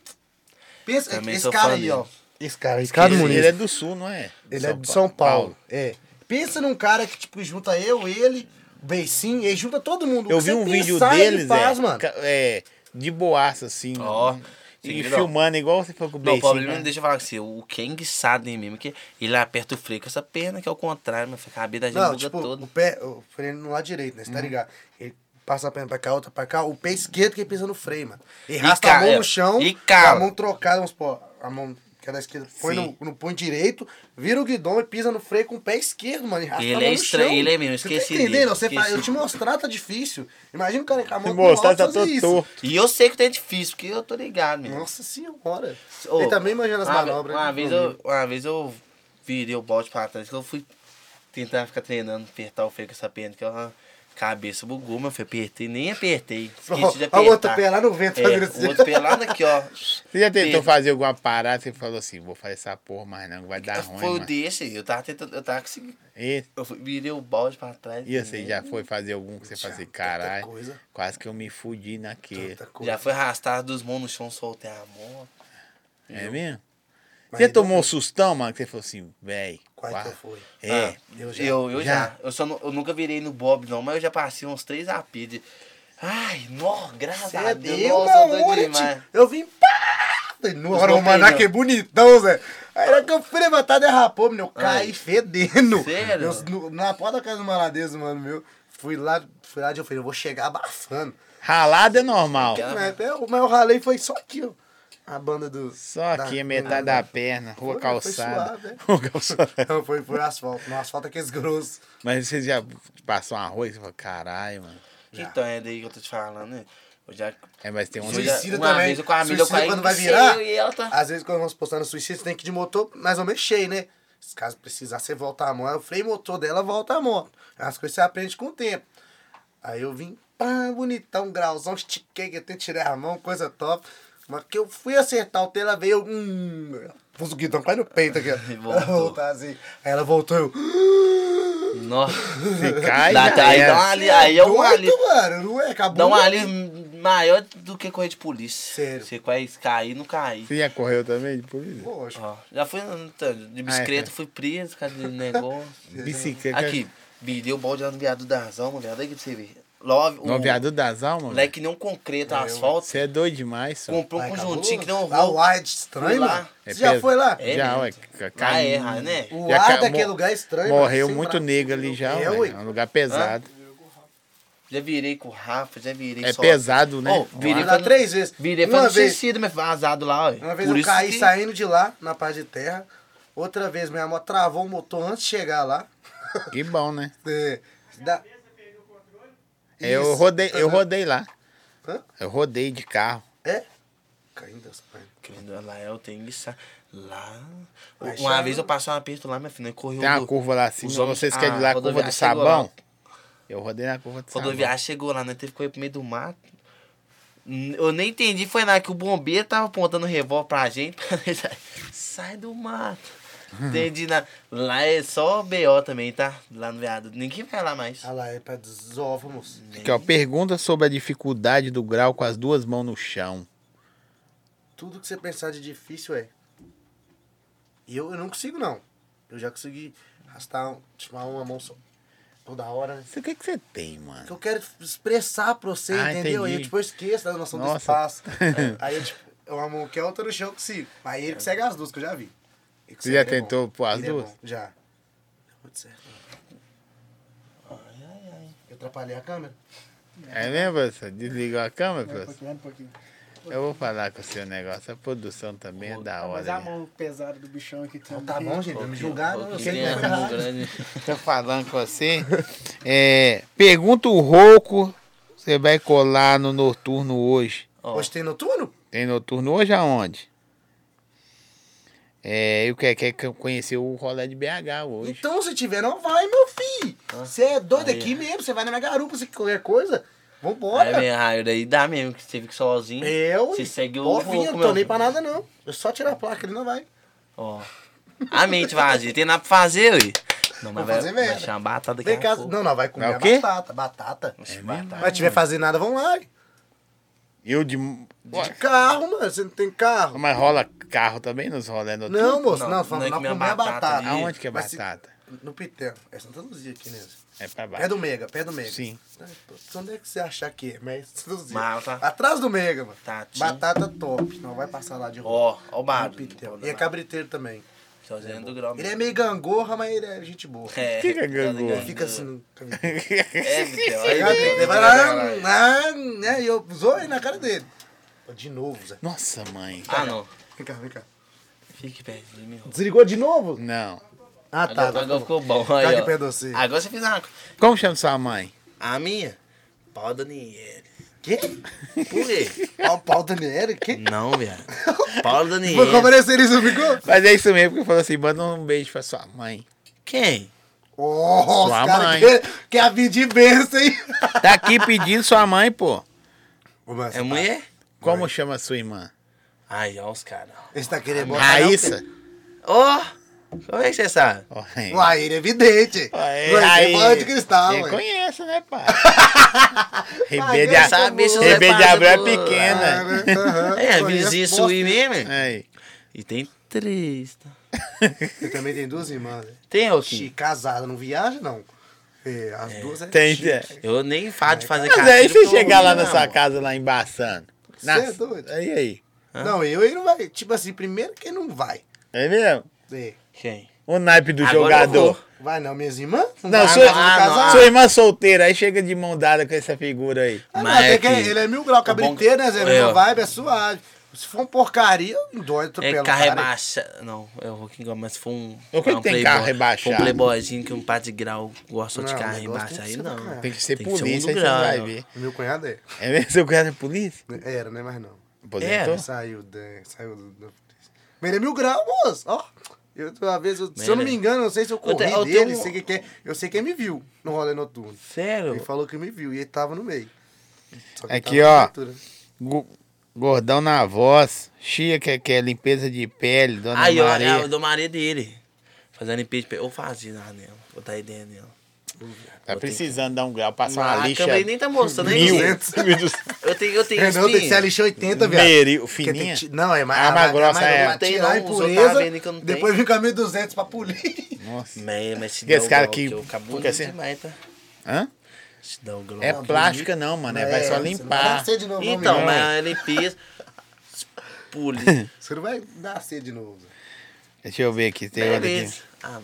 C: Pensa,
B: Também
C: esse
B: sou
C: cara
B: fã
C: aí,
B: dele.
C: ó. Esse cara,
A: Ele,
C: Ricardo
A: ele
C: Muniz.
A: é do sul, não é?
C: Ele é de São Paulo. É. Pensa num cara que, tipo, junta eu, ele, o Beicinho, ele junta todo mundo. O
A: Eu
C: que
A: vi
C: você
A: um vídeo
C: pensar, ele
A: deles,
C: faz,
A: é,
C: mano.
A: ca- é, de boaça, assim.
B: Ó,
A: e
B: seguidão.
A: filmando, igual você falou com o
B: Não, o
A: Beicinho.
B: problema não
A: né?
B: deixa eu falar com você. O que é enguiçado em mim, porque ele aperta o freio com essa perna que é o contrário, mas fica a vida da gente
C: Não,
B: buga
C: tipo,
B: toda.
C: o pé, o freio no lado direito, né? Você tá ligado? Ele passa a perna pra cá, outra pra cá. O pé esquerdo que ele pisa no freio, mano. Ele
B: E
C: rasta a mão
B: cala.
C: no chão,
B: E
C: com
B: cala.
C: a mão trocada, vamos supor, a mão que é da esquerda, põe no,
A: Sim.
C: no punho direito, vira o guidão e pisa no freio com o pé esquerdo, mano. E rasta
B: Ele
C: a mão
B: é
C: no
B: estranho,
C: chão.
B: ele é mesmo,
C: Você tá
B: esqueci
C: entendendo?
B: dele,
C: Você fala,
B: esqueci.
C: eu te mostrar tá difícil. Imagina o cara com a mão
A: Se
C: com o
A: mostrar,
C: alto
A: já
C: fazer
A: tô
C: isso.
A: tá torto.
B: E eu sei que tem difícil, porque eu tô ligado, menino.
C: Nossa senhora.
B: Ô,
C: ele também imagina as
B: uma ve-
C: manobras.
B: Uma
C: né?
B: vez, eu, uma vez eu virei o bote pra trás, que eu fui tentar ficar treinando, apertar o freio com essa perna, que eu, Cabeça bugou, meu filho. Apertei, nem apertei.
C: Ó,
B: Esqueci de
C: ó,
B: apertar.
C: o outro pé lá no vento
B: É,
C: fazendo assim.
B: o outro pé lá daqui, ó.
A: Você já tentou
B: Pedro.
A: fazer alguma parada? Você falou assim, vou fazer essa porra, mas não, vai dar ruim,
B: Foi o
A: mano.
B: desse, eu tava tentando, eu tava conseguindo.
A: E,
B: Eu fui- virei o balde pra trás.
A: e você
B: né?
A: já foi fazer algum que você
C: Já,
A: fala assim,
C: tanta
A: caralho,
C: coisa.
A: quase que eu me fudi naquele.
C: Tanta coisa.
B: Já foi arrastar dos mãos no chão, soltei a mão.
A: É mesmo?
C: Mas
A: Você
C: ainda
A: tomou um sustão, mano, que você falou assim, véi.
C: Quase que eu fui.
A: É.
B: Ah,
C: eu
B: eu
C: já.
B: já. Eu, já.
A: Já?
B: Eu, só nu- eu nunca virei no Bob, não, mas eu já passei uns três AP de. Ai, nó, graças
C: Cê
B: a
C: é
B: Deus,
C: doido,
B: nossa, eu
C: mano,
B: tô
C: olha,
B: demais.
C: tio. Eu vim pá! Falei,
B: Os
C: Nossa, o Manac
B: golpeiros.
C: é bonitão, Zé. Aí era que eu fui levantar, derrapou, menino. Eu caí
B: Ai.
C: fedendo.
B: Sério?
C: Eu, no- na porta da casa do Maladez, mano, meu. Fui lá, fui lá de eu falei, eu vou chegar abafando.
A: Ralada é normal.
B: Aquela-
C: Mas eu, mas eu ralei foi só aqui, ó. A banda do.
A: Só aqui,
C: da-
A: é metade da perna, rua
C: Foi,
A: calçada.
C: foi suave, é.
A: Rua calçada.
C: Não, foi por asfalto. No asfalto é aqueles grossos.
A: Mas você já passou uma rua e você falou, caralho, mano.
B: Então é daí que eu tô te falando, né? Eu já.
A: É, mas tem uns.
B: Suicídio.
A: que-
C: Suicida
B: Uma
C: também.
B: vez eu com a amiga, eu
C: suicida
B: caí
C: quando
B: no
C: vai virar.
B: seio e ela tá-
C: Às vezes quando nós postamos suicídio, você tem que ir de motor mais ou menos cheio, né? Se caso precisar, você volta a mão. Aí o freio motor dela volta a moto. As coisas você aprende com o tempo. Aí eu vim, pá, bonitão, grauzão, estiquei, que até tirei a mão, coisa top. Mas que eu fui acertar o tela, veio. eu, Hum, pus o guidão quase no peito aqui. ó.
B: E voltou.
C: Ela voltou assim. Aí ela voltou, eu. "Ah,
B: Nossa.
A: Se cai,
B: Dá-
A: já
B: aí
A: era.
B: dá uma ali, aí é um
C: Doido,
B: ali.
C: mano. Não é, acabou.
B: Dá um ali maior do que correr de polícia.
C: Sério.
B: Você quase cair, não cair.
A: Você já correu também de polícia?
C: Lógico.
B: Ó, já fui então, de bicicleta,
A: Ah, é.
B: fui preso por causa de negócio.
A: Bicicleta.
B: Aqui, me deu o balde lá no viaduto das almas, viado aí que pra você ver. Love,
A: No viaduto das almas?
B: Lá é que nem um concreto, asfalto.
A: Você é doido demais, só.
B: Comprou um
C: Ai,
B: conjuntinho
C: cabuloso.
B: que nem um
C: Lá o
B: rolo.
C: ar é estranho,
B: Fui lá.
C: mano.
A: É
C: Você já
A: peso.
C: foi lá?
B: É
A: já,
B: mesmo.
A: ué. ca-
B: Lá
A: cai-
B: erra, né?
C: O
A: Já
C: ar
A: ca-
C: daquele
A: mo-
C: lugar é estranho.
A: Morreu
C: mano, sem
A: muito
C: braço.
A: negro ali já,
C: É,
A: ué.
C: ué.
A: É um lugar pesado.
B: Já virei com o Rafa, já virei
A: É
B: Ah, só.
A: pesado, né?
B: Ô, virei
C: Fui lá
B: pra-
C: três vezes.
B: Virei
C: Uma
B: pra não
C: vez-
B: suicida, mas vazado lá, ó.
C: Uma vez
B: Por
C: eu
B: isso
C: caí
B: que-
C: saindo de lá, na paz de terra. Outra vez minha moto travou o motor antes de chegar lá.
A: Que bom, né?
C: É, da-
A: Eu
C: Isso.
A: rodei, É,
B: Uhum.
A: eu rodei lá.
C: Hã?
A: Eu rodei de carro.
C: É? Caindo das pernas.
B: Querendo, Lá eu tenho que sair. Lá.
C: Vai
B: Uma
C: sair.
B: vez eu passei um aperto lá, minha filha, correu.
A: Tem uma
B: do-
A: curva lá assim,
B: os
A: não,
B: homens-
A: vocês querem ir lá,
B: a
A: a curva do
B: rodoviária chegou lá. né?
A: sabão? Eu rodei na curva do sabão.
B: Rodoviária chegou lá, né? Teve que correr pro meio do mato. N- Eu nem entendi, foi lá que o bombeiro tava apontando o revólver pra gente. Sai do mato.
A: Hum.
B: Entendi na. Lá é só BO também, tá? Lá no veado. Ninguém vai lá mais.
C: Olha lá, é pra desova, moço.
A: Aqui, ó, é pergunta sobre a dificuldade do grau com as duas mãos no chão.
C: Tudo que você pensar de difícil é. E eu, eu não consigo, não. Eu já consegui arrastar, um- chamar uma mão só. Toda hora, né?
A: Isso, O que que você tem,
C: que eu
A: mano?
C: quero expressar pra você,
A: Ah,
C: entendeu? Aí eu,
A: entendi.
C: tipo, eu esqueço da noção do
A: Nossa.
C: espaço. Aí eu, tipo, uma mão que é outra no chão eu consigo. Mas ele consegue as duas, que eu já vi. Ele consegue,
A: já
C: ele é
A: tentou
C: bom.
A: pôr as
C: Ele é
A: duas?
C: bom, já. Deu muito certo. Eu atrapalhei a câmera?
A: É mesmo, professor? Desligou a câmera, professor?
D: pouquinho, um pouquinho.
A: Eu vou falar com o seu negócio. A produção também é da
D: tá, Mas a
A: hora. né?
D: mão pesada do bichão aqui também.
C: tá bom, gente. Vai me julgar, não. Eu sei que
B: Quem
C: não foi
B: é um
C: errado.
B: grande.
A: Tô falando com você. É, pergunta o rouco. Você vai colar no noturno hoje.
B: Ó,
C: Hoje tem noturno?
A: Tem noturno hoje aonde? É, eu quero, quero conhecer o rolê de BH hoje.
C: Então, se tiver, não vai, meu filho. Você é doido
B: Aí.
C: aqui mesmo. Você vai na minha garupa, se qualquer coisa. Vambora.
B: Aí, minha raio, daí dá É mesmo, que você fica sozinho.
C: eu,
B: Você segue o
C: Ó, filho, eu não tô
B: meu.
C: nem pra nada, não. Eu só tirar a placa, ele não vai.
B: Ó. A mente vazia, tem nada pra fazer, ui. Não, mas
C: Vai fazer
B: vai,
C: merda.
B: vai chamar a batata daqui
C: Vem
B: a
C: cá.
B: pouco.
C: Não, não, vai comer
B: É
A: Vai o
C: a
A: quê?
C: batata. Batata.
B: Oxe,
A: mesmo?
B: batata.
C: Mas tiver fazendo nada, vão lá.
A: Eu de.
C: De carro, mano. Você não tem carro.
A: Mas rola carro também nos rolê noturnos?
C: Não, moço,
B: Não,
C: não, falando
B: não é
C: lá
B: comer
C: comer a
B: batata
C: batata.
B: ali.
A: Aonde que é
C: Mas se-
A: batata?
C: No Pitelo. É Santa Luzia aqui, né?
A: É pra
C: Pé
A: baixo.
C: do Mega, pé do Mega.
A: Sim.
C: Ai, pô, Onde é que você achar que é? Mas Santa Luzia.
B: Mata.
C: Atrás do Mega, mano.
B: Tatinho.
C: Batata top. Não vai passar lá de roupa.
B: Ó, ó o
C: No
B: barulho.
C: Pitel. E é cabriteiro também.
B: Tá Sozinho do grau.
C: Ele é meio gangorra, mas ele é gente boa.
B: É,
A: Que que é gangorra?
C: Ele fica assim. no caminho.
B: É, Vitel.
C: Aí
B: Aí,
C: Ele
B: Vitel,
C: vai lá,
B: é,
C: ah, né? E eu zoei na cara dele. De novo, Zé.
A: Nossa, mãe.
B: Ah, não.
C: Vem cá, vem cá.
B: Fique perto de mim.
C: Desligou de novo?
A: Não.
C: Ah, tá.
B: agora,
C: tá
B: agora
C: bom.
B: ficou bom.
C: Tá
B: Aí,
C: aqui
B: ó.
C: perto de você.
B: Agora você fez uma coisa.
A: Como chama sua mãe?
B: A minha? Pau Daniel.
C: Quê?
B: Por quê?
C: Pau, pau Daniel? Quê?
B: Não, viado. Paulo Daniel.
C: Ficou parecendo isso, ficou?
A: Mas é isso mesmo, porque falou assim: manda um beijo pra sua mãe.
B: Quem?
C: Oh, os
A: Sua
C: caras
A: mãe.
C: quer, quer pedir bênção, hein?
A: Tá aqui pedindo sua mãe, pô.
C: Ô, mano,
B: É mulher?
A: Como chama sua irmã?
B: Ai, ó os caras.
C: Esse tá querendo botar.
A: Raíssa?
B: Ó, como é que você sabe?
A: Ó, hein.
C: Uai, um ele é evidente.
A: Ué,
C: Ué,
A: aí,
C: ele bola de cristal,
A: Você
C: ué.
A: conhece, né, pai?
C: Aí,
A: Rebelde,
C: eu
A: a...
C: sou-
B: Sabe, bicho,
A: Rebelde
B: você passa
A: Abreu é
B: por-
A: pequena.
C: Ah, né? Aham,
B: É,
C: conheço, né?
B: vizinho
C: posso-
B: suí mesmo. hein?
A: Aí.
B: E tem três. tá?
C: Eu também tenho duas irmãs. né?
B: Tem, ô, Kim?
C: Chi, casada, não viaja, não. É, as duas é
A: Tem,
C: chique.
A: é.
B: Eu nem falo de fazer
A: Mas aí
B: cartilho,
A: você
B: porque eu
A: chegar lá
B: não,
A: na sua
B: amor.
A: casa, lá embaçando.
C: Cê
A: Na...
C: é doido.
A: Aí, aí.
C: Não, eu ele não vai. Tipo assim, primeiro que não vai.
A: É mesmo?
C: É.
B: Quem?
A: O naipe do
B: Agora eu
A: jogador.
B: vou.
C: Vai não, minhas irmãs?
A: Ah, Não,
C: vai,
A: sua,
C: não, vou casar.
A: sua irmã solteira, aí chega de mão dada com essa figura aí.
C: Ah, não,
B: Mas
C: até
B: é
C: que
B: que-
C: ele é mil grau
B: que-
C: cabriteiro, né, Zé?
B: É, ó.
C: Meu vibe é suave. Se for um porcaria, eu endoido,
B: É
C: atropelo.
B: carro é
C: cara.
B: baixa. Não, é o Rock mas se for um.
A: O que
B: é um
A: que tem
B: playboy-
A: carro rebaixado?
B: Um playboyzinho que um par de grau gosta de
C: Não,
B: carro
C: mas gosta
B: rebaixado.
C: tem que
B: Aí
C: ser
B: não.
C: do caralho.
A: Tem que ser
B: Tem que ser um
A: polícia, aí
B: do
A: você não vai
B: grau.
A: ver.
C: Meu cunhado é.
A: É mesmo? Seu cunhado é polícia?
C: Era, não é mais não.
A: Aposentou?
B: Era.
C: Saiu, da- saiu do, do... Mas ele é mil grau, moço. Ó. Eu, uma vez, eu- se eu não me
B: Ele-
C: engano, eu não sei se eu corri
B: te- eu tenho
C: dele,
B: um-
C: sei que quem, eu sei quem me viu no rolê noturno. Ele
B: Sério?
C: falou que me viu e ele tava no meio. Só que ele
A: Aqui,
C: tava na
A: ó.
C: cintura.
A: Go- Gordão na voz, chia que, que é limpeza de pele, dona
B: Aí, ó,
A: Maria. Tá
B: é o do marido dele. Fazendo impeachment. Ou fazia nada nela. Ou tá aí dentro dela.
A: Tá precisando dar um grau, passar
B: Ah,
A: uma
B: A
A: lixa.
B: câmera nem tá mostrando
A: mil.
B: aí.
C: duzentos.
B: Eu tenho, eu tenho.
C: Renan tem que
B: espinha.
C: ser a lixa 80, viado.
A: Meri- o
C: Porque tem
A: fininha?
C: ti- Não, é mais.
A: Ah, mais grossa é.
C: grossa.
B: Tem
C: Tirar a
B: não, os outros
C: impureza,
B: tá vendo que eu não tenho.
C: Depois vem com a 1200 pra polir.
A: Nossa.
B: Man, mas se
A: E esse
B: dá um o
A: cara
B: grau,
A: que-
B: que eu acabo
A: porque assim-
B: demais, tá?
A: Hã?
B: Se dá um o grau.
A: É plástica não, mano. É, vai só
C: você não vai
A: limpar.
C: nascer de novo, não,
B: Então,
C: menino.
A: né?
B: mas a limpeza. Pule.
C: Você não vai nascer de novo. Zé.
A: Deixa eu ver aqui. Tem outra aqui.
B: Beleza. Ah,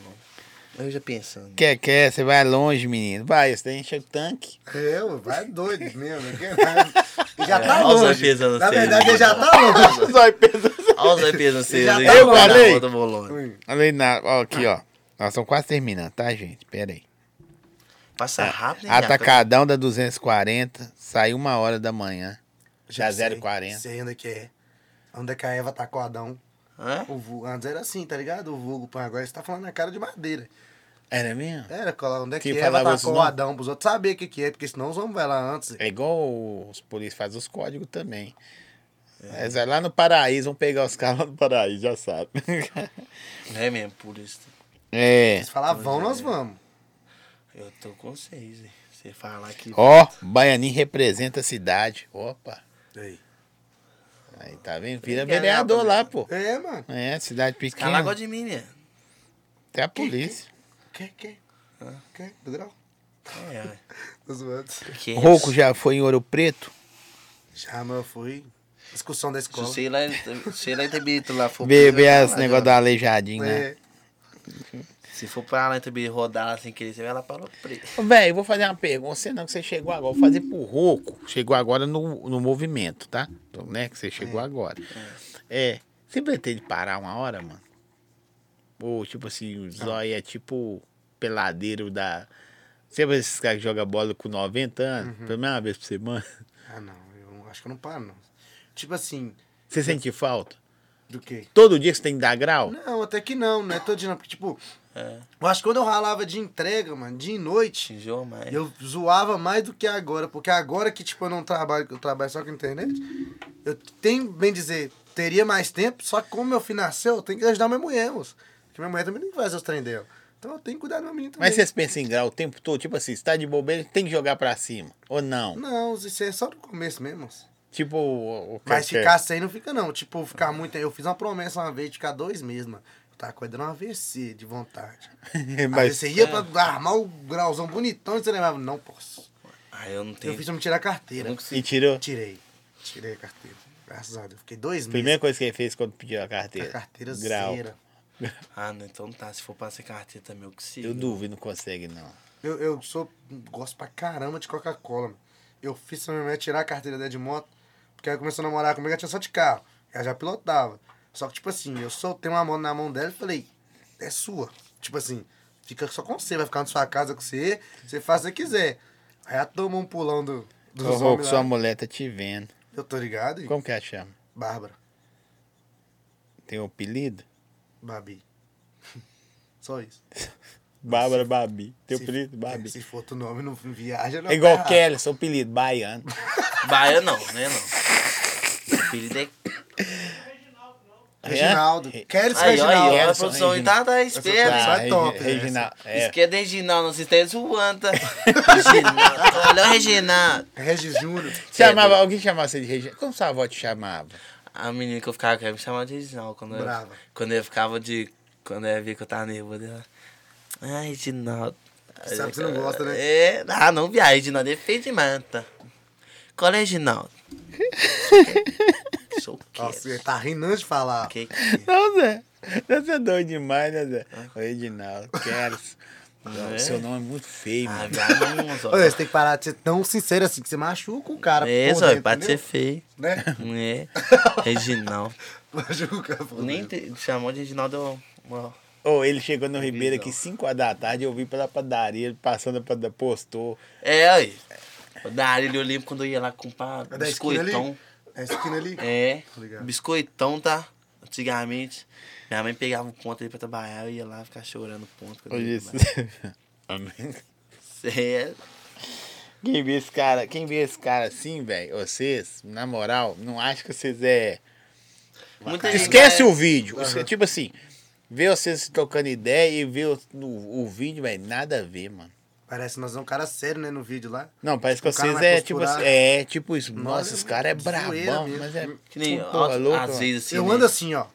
B: não. Eu já pensando.
A: Quer, quer, você vai longe, menino. Vai, você tem enche o tanque.
C: É, ué, vai doido mesmo. né? não quer nada. Ele já tá
B: É, olha os
C: longe.
B: pesando
C: Na
B: cedo.
C: verdade, ele já tá longe.
B: Olha os EPs no seu.
C: Já
B: hein?
C: tá Eu
A: longe. falei.
B: Outra bolona.
C: Ui,
A: Olha aí, na- ó, aqui, ó. Nós estamos quase terminando, tá, gente? Pera aí. Ah,
B: Passa rápido, hein, gata?
A: Atacadão da 240, saiu uma hora da manhã. Já é
C: sei,
A: 0,40.
C: Sei onde que é. Onde que a Eva tá com o Adão.
B: Hã?
C: O vulgo, antes era assim, tá ligado? O vulgo, pô, agora você tá falando na cara de madeira.
A: Era é mesmo?
C: Era, colar onde é que,
A: Que
C: é, ela
A: falava
C: tá
A: isso
C: com o
A: não?
C: Adão, pros outros saber o que que é, porque senão os homens vai lá antes.
A: É igual os polícias fazem os códigos também. Eles vai lá no paraíso, vão pegar os caras lá no paraíso, já sabe.
B: É mesmo, por isso.
A: é.
C: Se falar vão, nós vamos.
B: Eu tô com vocês, hein? Você falar que.
A: Ó, Baianinho representa a cidade. Opa. Aí tá vendo? Vira
B: Obrigado,
A: vereador lá,
B: Adão.
A: pô.
C: É, mano.
A: É, cidade
B: Cala
A: pequena.
B: agora de mim, né?
A: Até a polícia.
C: Que, que? Que? Do grau?
B: É, ué.
C: Tô zoando.
B: Que
A: Rouco
B: é isso?
A: já foi em Ouro Preto?
C: Já, mas eu fui. Discussão da
B: Se
C: escola.
B: sei lá, sei lá, também lá for.
A: Beber esse
B: Vai tá lá,
A: negócio do
B: vai lá.
A: aleijadinho, né?
C: É.
B: Se for pra lá também rodar lá sem querer, você vai lá para o preto.
A: Ô, Véi, eu vou fazer uma pergunta. Você não, que você chegou agora. Vou fazer pro Roco. Chegou agora no, no movimento, tá? Então, né? Que você chegou agora. É. Você pretende parar uma hora, mano? Ou, tipo assim, o zóio é tipo peladeiro da. Você vê esses caras que jogam bola com 90 anos?
C: Uhum.
A: Pelo menos uma vez por semana.
C: Ah, não. Eu acho que eu não paro, não. Tipo assim,
A: Você sente falta?
C: do quê?
A: Todo dia você tem que dar grau?
C: Não, até que não, né? Todo dia não. Porque, tipo,
B: É.
C: eu acho que quando eu ralava de entrega, mano, dia e noite,
B: Tijolo, mas.
C: Eu zoava mais do que agora, porque agora que tipo eu não trabalho, que eu trabalho só com internet, eu tenho, bem dizer, teria mais tempo, só que como meu filho nasceu, eu tenho que ajudar minha mulher, moço. Porque minha mulher também não faz os trem dela. Então eu tenho que cuidar do meu menino também.
A: Mas vocês pensam em grau o tempo todo? Tipo assim, se tá de bobeira, tem que jogar pra cima. Ou não?
C: Não, isso é só no começo mesmo, moço.
A: Tipo, o, o
C: Mas
A: que-
C: ficar sem não fica não. Tipo, ficar muito... Eu fiz uma promessa uma vez de ficar dois meses, mano. Eu tava cuidando um AVC de vontade. Mas você ia pra armar o grauzão bonitão e você lembrava, não posso.
B: Ah, eu não tenho.
C: Eu fiz pra me tirar a
B: eu
C: carteira.
B: não
A: E
B: consigo.
A: tirou?
C: Tirei. Tirei a carteira. Graças a Deus. Fiquei dois meses
A: Primeira coisa que ele fez quando pediu a
C: com
A: carteira.
C: a carteira
A: grau.
C: zero.
B: Ah, não, então tá. Se for pra ser carteira também, eu consigo.
A: Eu duvido, não consegue, não.
C: Eu, eu sou. gosto pra caramba de Coca-Cola. mano. Eu fiz pra minha mulher tirar a carteira dela de moto, porque ela começou a namorar comigo, ela tinha só de carro. Ela já pilotava. Só que, tipo assim, eu soltei uma mão na mão dela e falei, é sua. Tipo assim, fica só com você, vai ficar na sua casa com você, você faz o que você quiser. Aí ela tomou um pulão do, dos
A: Ô, Rocco,
C: homens lá.
A: sua mulher tá te vendo.
C: Eu tô ligado, e
A: Como que ela chama?
C: Bárbara,
A: Tem um apelido?
C: Babi. Só isso.
A: Bárbara Babi. Teu
C: Se-
A: apelido, Babi.
C: Se for teu nome, não viaja, não.
A: É igual
C: tá errado.
A: Kelly, seu apelido, baiano.
B: Baia não, né não. Apelido é...
A: né?
C: é Reginaldo.
A: Hã?
C: Kelly
B: Aí, ó, aí, ó, a
A: Reginaldo,
B: produção aí tá, tá esperta.
A: Ah,
C: Vai top, né?
A: Regi- Reginaldo. É.
B: Isso que é de Reginaldo, não se tem zoando. tá? Reginaldo, olha o Reginaldo.
C: Regis Júnior.
A: Você chamava, alguém chamava você de Reginaldo? Como sua avó te chamava?
B: A menina que eu ficava com ela me chamava de Reginaldo. Quando eu,
C: Brava.
B: quando eu ficava de... Quando eu via que eu tava nervoso, ela... Ai, Reginaldo.
C: Sabe que você não gosta, né?
B: É, ah, não viaja, Reginaldo é feio de manta. Qual é Reginaldo? Sou
C: Nossa,
B: quieto.
C: você tá rindo antes de falar.
B: Que que
A: Não, Zé. Zé, Você é doido demais, né, Zé?
C: É.
A: O Reginaldo, Kelly.
B: é?
A: Seu nome é muito feio,
B: Ah,
A: mano.
B: viado, não, Zó.
C: Olha, você tem que parar de ser tão sincero assim, que você machuca o cara.
B: É,
C: por
B: Zó,
C: dentro,
B: pode ser
C: entendeu?
B: feio.
C: Né?
B: É, Reginaldo.
C: Machuca, pô.
B: Nem te, chamou de Reginaldo eu- uma-
A: Ô, ele chegou no Ribeiro
B: Visão.
A: aqui 5 horas da tarde, eu vi pela padaria, ele passando a padaria, postou.
B: É, aí. Da área ali, eu lembro quando eu ia lá comprar
C: É da esquina ali?
B: biscoitão.
C: É a esquina ali?
B: É,
C: Tô ligado.
B: biscoitão, tá? Antigamente, minha mãe pegava um ponto ali pra trabalhar, eu ia lá ficar chorando ponto. quando eu
A: Hoje
B: ia
A: isso.
B: trabalhar.
A: Amém.
B: É,
A: Quem vê esse cara, quem vê esse cara assim, velho, vocês, na moral, não acho que vocês é.
B: muita gente-
A: Esquece o vídeo. Você, Tipo assim, vê vocês trocando ideia e vê o, o- o vídeo, velho, nada a ver, mano.
C: Parece nós é um cara sério, né, no vídeo lá.
A: Não, parece que
C: O cara
A: vocês
C: vai
A: é
C: costurar.
A: tipo assim, é tipo isso.
C: Nós
A: Nossa,
C: é
A: esse cara é
C: zoeira
A: brabão,
C: mesmo.
A: mas é.
B: Que nem,
A: pô,
B: ó,
A: é louco,
B: às
A: ó.
B: vezes assim.
C: tá eu
B: né?
C: ando assim, ó.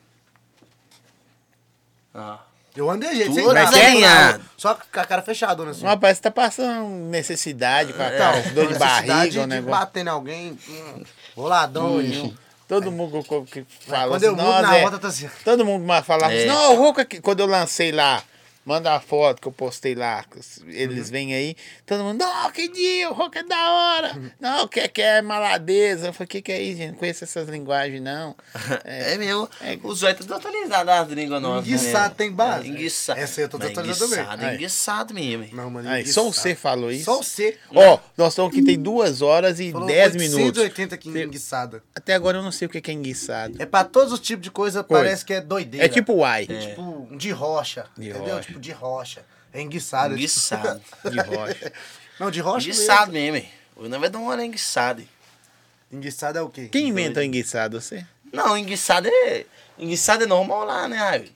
B: Ah.
C: Eu ando de jeito.
B: Tu
C: sem
B: anda
C: graça,
B: desenhado.
C: não. Só com a cara fechadona, assim.
A: Mas parece que tá passando necessidade, com a
B: É.
A: dor de
C: Necessidade
A: barriga, um
C: de
A: negócio.
C: bater em alguém. hum, Roladão. hum.
A: Todo mundo co- que fala
C: Quando eu
A: assim,
C: mudo
A: "Não,
C: na
A: Zé",
C: rota, tá assim.
A: Todo mundo ma- falava
B: É.
A: assim, não, o Ruca, que-" quando eu lancei lá, manda a foto que eu postei lá, que os- eles
C: Uhum.
A: vêm aí, todo mundo, não, que dia, o Ruca é da hora,
C: Uhum.
A: não, o que que é maladeza, eu falei, o que que é isso, gente, não conheço essas linguagens, não.
B: É, mesmo.
A: é-
B: O zóio tá totalizado as línguas nossas. né?
C: Enguiçado tem base.
B: É, Enguiçado.
C: Essa aí eu tô
B: Mas
C: totalizado também.
B: Enguiçado,
A: Aí.
B: enguiçado mesmo. hein?
C: Não, mano,
A: Aí,
C: isso,
A: só
C: sabe?
A: você falou isso?
C: Só você.
A: Ó, nós estamos aqui tem duas horas e
C: Falou
A: dez minutos.
C: 180 aqui
A: Cê-
C: enguiçada.
A: Até agora eu não sei o que que é enguiçado.
C: É pra todos os tipos de coisa,
A: Coisa.
C: parece que é doideira.
A: É tipo uai,
C: Tipo, um de rocha,
A: De
C: entendeu?
A: rocha.
C: Tipo, de rocha. É enguiçado. é tipo-
B: Enguiçado.
A: de rocha.
C: Não, de rocha
B: Enguiçado mesmo. hein? Hoje nós vai dar uma hora enguiçada. hein?
C: mesmo. Enguiçado é o quê?
A: Quem inventa enguiçado, você?
B: Não, enguiçado é. Enguiçado é normal lá, né, Raio?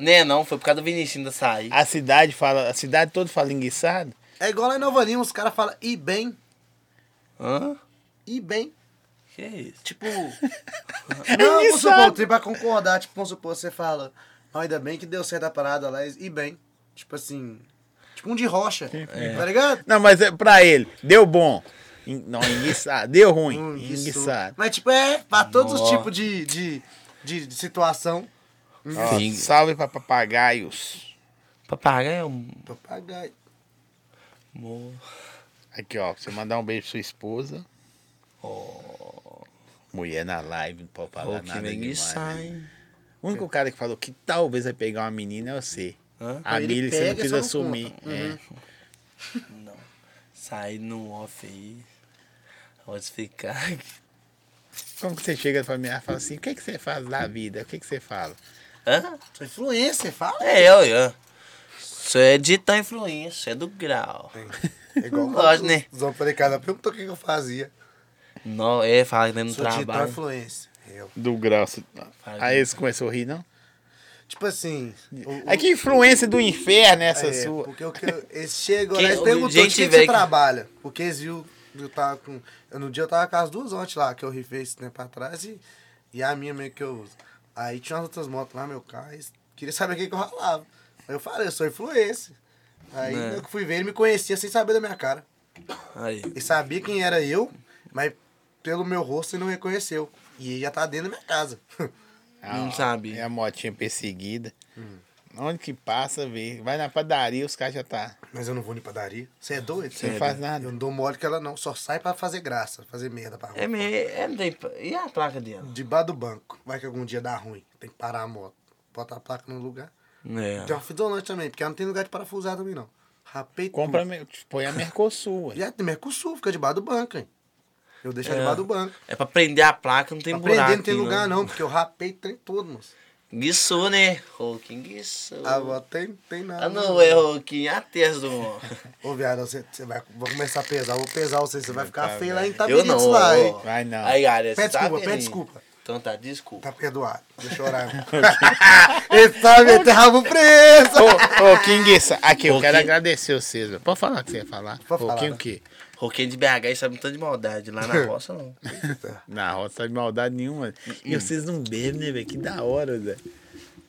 B: Né, não, foi por causa do Vinicius da sair.
A: A cidade fala, a cidade toda fala enguiçado?
C: É igual lá em Nova Lima, os caras falam e bem,
B: Hã?
C: e bem.
B: Que é isso?
C: Tipo. não, vamos supor,
A: É enguiçado.
C: tem pra concordar. Tipo, vamos supor, você fala, "Não, ainda bem que deu certo a parada lá, e bem. Tipo assim. Tipo um de rocha. Tá ligado?
A: Não, mas é pra ele. Deu bom. En- Não, enguiçado. Deu ruim.
C: Um enguiçou.
A: Enguiçado.
C: Mas, tipo, é pra todos os
B: Nossa.
C: tipos de, de, de, de situação. Um
A: Ó,
B: Sim.
A: salve pra papagaios.
B: Papagaio é um.
C: Papagaio.
B: mo-
A: Aqui, ó. pra Você mandar um beijo pra sua esposa. Mulher na live, não pode falar
B: Pô, que
A: nada
B: ninguém
A: demais. né?
B: sai.
A: O único cara que falou que talvez vai pegar uma menina é você.
B: Hã?
A: A
C: Ele
A: Billy você não
C: pega,
A: quis
C: só não Uhum.
A: assumir. É.
B: Não. Sai no off aí. Pode ficar aqui.
A: Como que você chega pra mim e fala assim, o que, que você faz da vida? O que, que você fala?
B: Hã?
C: Sou influencer, fala.
B: É eu, eu. Isso é de tal influência, isso é do grau.
C: É igual
B: Lógico, né?
C: Os homens falei, cara, perguntou o que que eu fazia.
B: Não, é, fala que não
C: Sou digital
B: trabalho.
C: influencer. Eu.
A: Do graça. Aí eles começaram a rir, não?
C: Tipo assim. o- o-
A: Aí que influência do inferno é essa
C: é,
A: sua?
C: Porque o que eu- eles chegam,
B: Quem-
C: eles perguntam
B: gente
C: de que, que
B: vê
C: você
B: que-
C: trabalha. Porque eles viu, eu tava com. eu- no dia eu tava com as duas ontem lá, que eu rifei esse tempo atrás e, e a minha meio que eu uso. Aí tinha umas outras motos lá, meu carro, eles queriam saber o que, que eu ralava. Aí eu falei, eu sou influencer. Aí
B: Né.
C: eu que fui ver, ele me conhecia sem saber da minha cara.
B: Aí.
C: Ele sabia quem era eu, mas pelo meu rosto ele não reconheceu. E ele já tá dentro da minha casa.
B: Não sabe.
A: É a motinha perseguida. Onde que passa, vê. Vai na padaria, os caras já tá.
C: Mas eu não vou nem padaria. Você é doido?
A: Você não faz
B: né?
C: Eu
A: nada.
C: não dou mole que ela não, só sai pra fazer graça, fazer merda pra rua.
B: É meio. É, não tem pa- e a placa dela?
C: Debaixo do banco. Vai que algum dia dá ruim. Tem que parar a moto. Bota a placa no lugar. Tem
B: É.
C: uma fidolante também, porque ela não tem lugar de parafusar também, não. Rapei tudo.
A: Compra, me- põe a Mercosul. ué.
C: E a do Mercosul fica debaixo do banco, hein? Eu deixo
B: É.
C: ela debaixo do banco.
B: É pra prender a placa, não tem né?
C: Pra
B: buraco.
C: prender não tem
B: aqui,
C: lugar, não, porque eu rapei o trem todo, moço.
B: Guiçou, né? Roquinho guiçou.
C: Ah, vó, tem, tem nada.
B: Ah, não, é Roquinho, é a terça do mundo.
C: Ô, viado, você, você vai vou começar a pesar, vou pesar você, você vai ficar
A: Tá,
C: feio lá em
A: velho.
B: Eu
C: Itabirits
B: não.
C: lá, hein?
A: Vai não.
B: Aí, galera,
C: Pede
B: você tá
C: desculpa, pede
B: vendo?
C: desculpa.
B: Então tá, desculpa.
C: Tá perdoado, deixa eu orar. Ele tá metendo rabo preso.
A: Ô, ô, King, sa- aqui, eu
B: Ô,
A: quero
B: King.
A: agradecer vocês, velho. Pode falar o que você ia falar?
C: Pode
A: Ô,
C: falar,
A: King
C: né?
A: o quê?
B: Roquinho de BH e sabe um tanto de maldade. Lá na roça, não.
A: Na rota de maldade nenhuma. E vocês não bebem, né, velho? Que da hora, velho.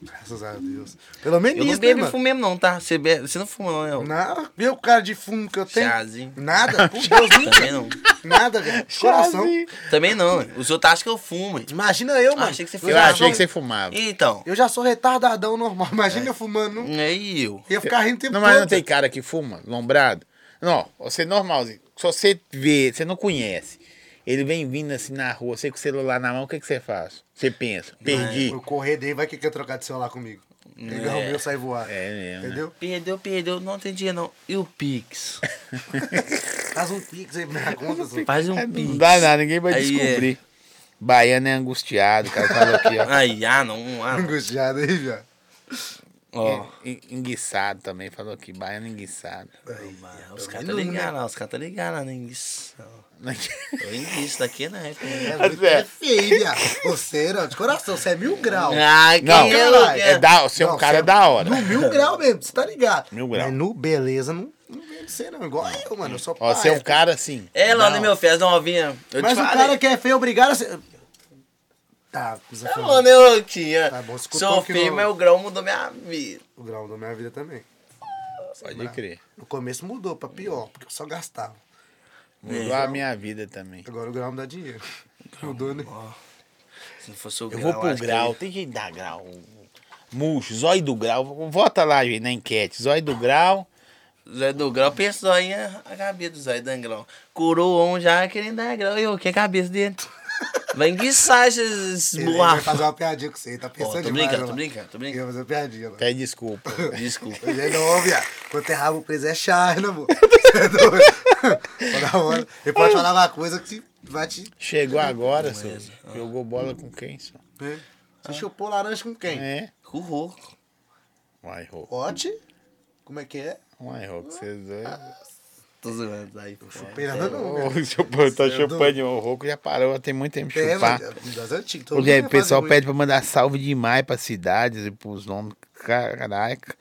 C: Graças a Deus. Pelo menos
B: Eu
C: isso, né,
B: não bebo e
C: mano?
B: fumo mesmo, não, tá? Você bebe- você não fuma, não, né? ô?
C: Nada, viu o cara de fumo que eu tenho?
B: Chazinho.
C: Nada, por Deus,
B: Também não.
C: nada, velho. Coração.
A: Chazinho.
B: Também não. né? Os outros acham que eu fumo. hein?
C: Imagina eu,
B: Ah,
C: mano.
B: achei que você
A: Eu
B: fumava.
A: achei que você fumava.
B: Então.
C: Eu já sou retardadão normal.
B: É.
C: Imagina eu fumando. um.
B: E eu?
C: Ia ficar rindo o tempo
A: Não, mas não
C: todo.
A: tem cara que fuma, lombrado. Não, você é normalzinho. Se você vê, você não conhece. Ele vem vindo assim na rua, você com o celular na mão, o que, que você faz? Você pensa,
B: é
A: perdi.
C: Eu correr dele, vai que quer trocar de celular comigo. Pegar o meu, sair voar.
A: É mesmo, né?
C: Entendeu?
B: Perdeu, perdeu. Não tem dinheiro, não. E o Pix?
C: Faz um pix aí pra minha conta. Zô.
B: Faz um
A: É,
B: Pix.
A: não dá nada, ninguém vai
B: Aí é.
A: descobrir. Baiano é angustiado, o cara falou aqui, ó.
B: Aí, ah, não. Ah, não.
C: Angustiado aí, viado. É.
B: Ó.
A: En- Enguiçado também, falou aqui, baiano é enguiçado.
B: Mano, Os caras tá ligados lá, os caras tá ligados lá na inguição. Eu inguiço daqui na época. né?
A: Mas,
C: É
A: velho,
C: feio, viado. Você, não, de coração, você é mil grau.
B: Ah, que
A: Não,
B: eu-
A: é da, você é um
C: Não,
A: cara
C: você-
A: da hora.
C: No mil grau mesmo, você tá ligado?
A: Mil grau.
C: Mas no beleza não, não vem de ser, não. Igual eu, mano. Eu sou
A: Ó, você é um
C: pai.
A: cara assim.
B: É, Lona,
C: Não.
B: meu fez novinha. Eu
C: Mas
B: te
C: o
B: falei.
C: cara que é feio, obrigado a ser. Tá, precisa
B: É,
C: falar.
B: Lona, eu tinha.
C: Tá bom, escutou
B: Sou
C: que
B: feio,
C: não-
B: mas o grão mudou minha vida.
C: O grau da minha vida também.
A: Pode crer.
C: No começo mudou pra pior, porque eu só gastava.
A: Mudou a minha vida também.
C: Agora o grau me dá dinheiro. Mudou, né?
B: Se não fosse o
A: Eu
B: grau,
A: vou pro
B: acho que
A: grau, tem que dar grau. Murcho, zóio do grau. Vota lá, gente, na enquete. Zóio do grau.
B: eu- Zóio do grau, pensa aí é a cabeça do Zóio Dangrão. Curou um já querendo dar grau. Eu, que é a cabeça dele? Vai enguiçar esses
C: Ele vai
B: burrafos.
C: fazer uma piadinha com você, tá pensando
B: Ó, tô
C: demais.
B: brincando,
C: né,
B: tô
C: mano?
B: brincando, tô brincando.
C: Ele vai fazer uma piadinha, né?
A: Pede desculpa.
B: Desculpa.
C: Ele é não, viado. Quando tem rabo preso é chá, né, amor? Você é doido. Na hora, ele pode falar uma coisa que vai te.
A: Chegou agora, senhor. Jogou bola com quem, senhor?
C: né? Você chupou laranja com quem?
A: Ah. É.
B: Currou.
A: Uai, Rô.
C: Pote? Como é que é?
A: Uai, Rô, que vocês dois.
B: Ah, Tô zoando aí. pô.
C: Chupei nada, não.
A: É, Ô,
C: velho.
A: o chupão,
B: é
A: tá
C: Cedo.
A: chupando. O Roco já parou, tem muito tempo de
C: É,
A: chupar.
C: mas é das antigas. todo
A: Ô, Guilherme,
C: mundo
A: o pessoal
C: faz
A: pede pra mandar salve demais pras cidades e pros nomes. Caraca.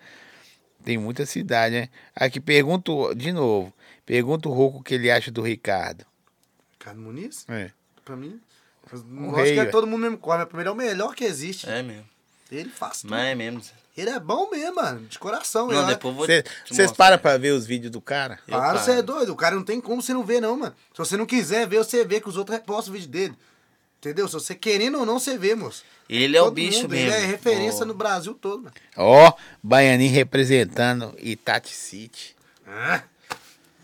A: Tem muita cidade, né? Aqui, pergunto de novo. Pergunta o Roco o que ele acha do Ricardo.
C: muito. Ricardo Muniz?
A: É.
C: Pra mim. mas
A: Um
C: Não
A: rei,
C: gosto que é
A: velho.
C: todo mundo mesmo come. Pra mim, ele é o melhor que existe.
B: É mesmo.
C: Ele faz tudo.
B: Mas é mesmo.
C: Ele é bom mesmo, mano. De coração.
B: Não,
C: ele é-
B: depois eu vou.
A: Cê-
B: te
A: Vocês
B: mostrar.
A: param pra ver os vídeos do cara?
B: Eu
C: Claro,
B: paro.
C: você é doido. O cara não tem como você não ver, não, mano. Se você não quiser ver, você vê que os outros repostam o vídeo dele. Entendeu? Se você querendo ou não, você vê, moço.
B: Ele é o
C: Todo
B: bicho
C: mundo,
B: mesmo.
C: Ele é referência
B: Ó.
C: no Brasil todo, mano.
A: Ó, Baianinho representando Itati City.
C: Ah,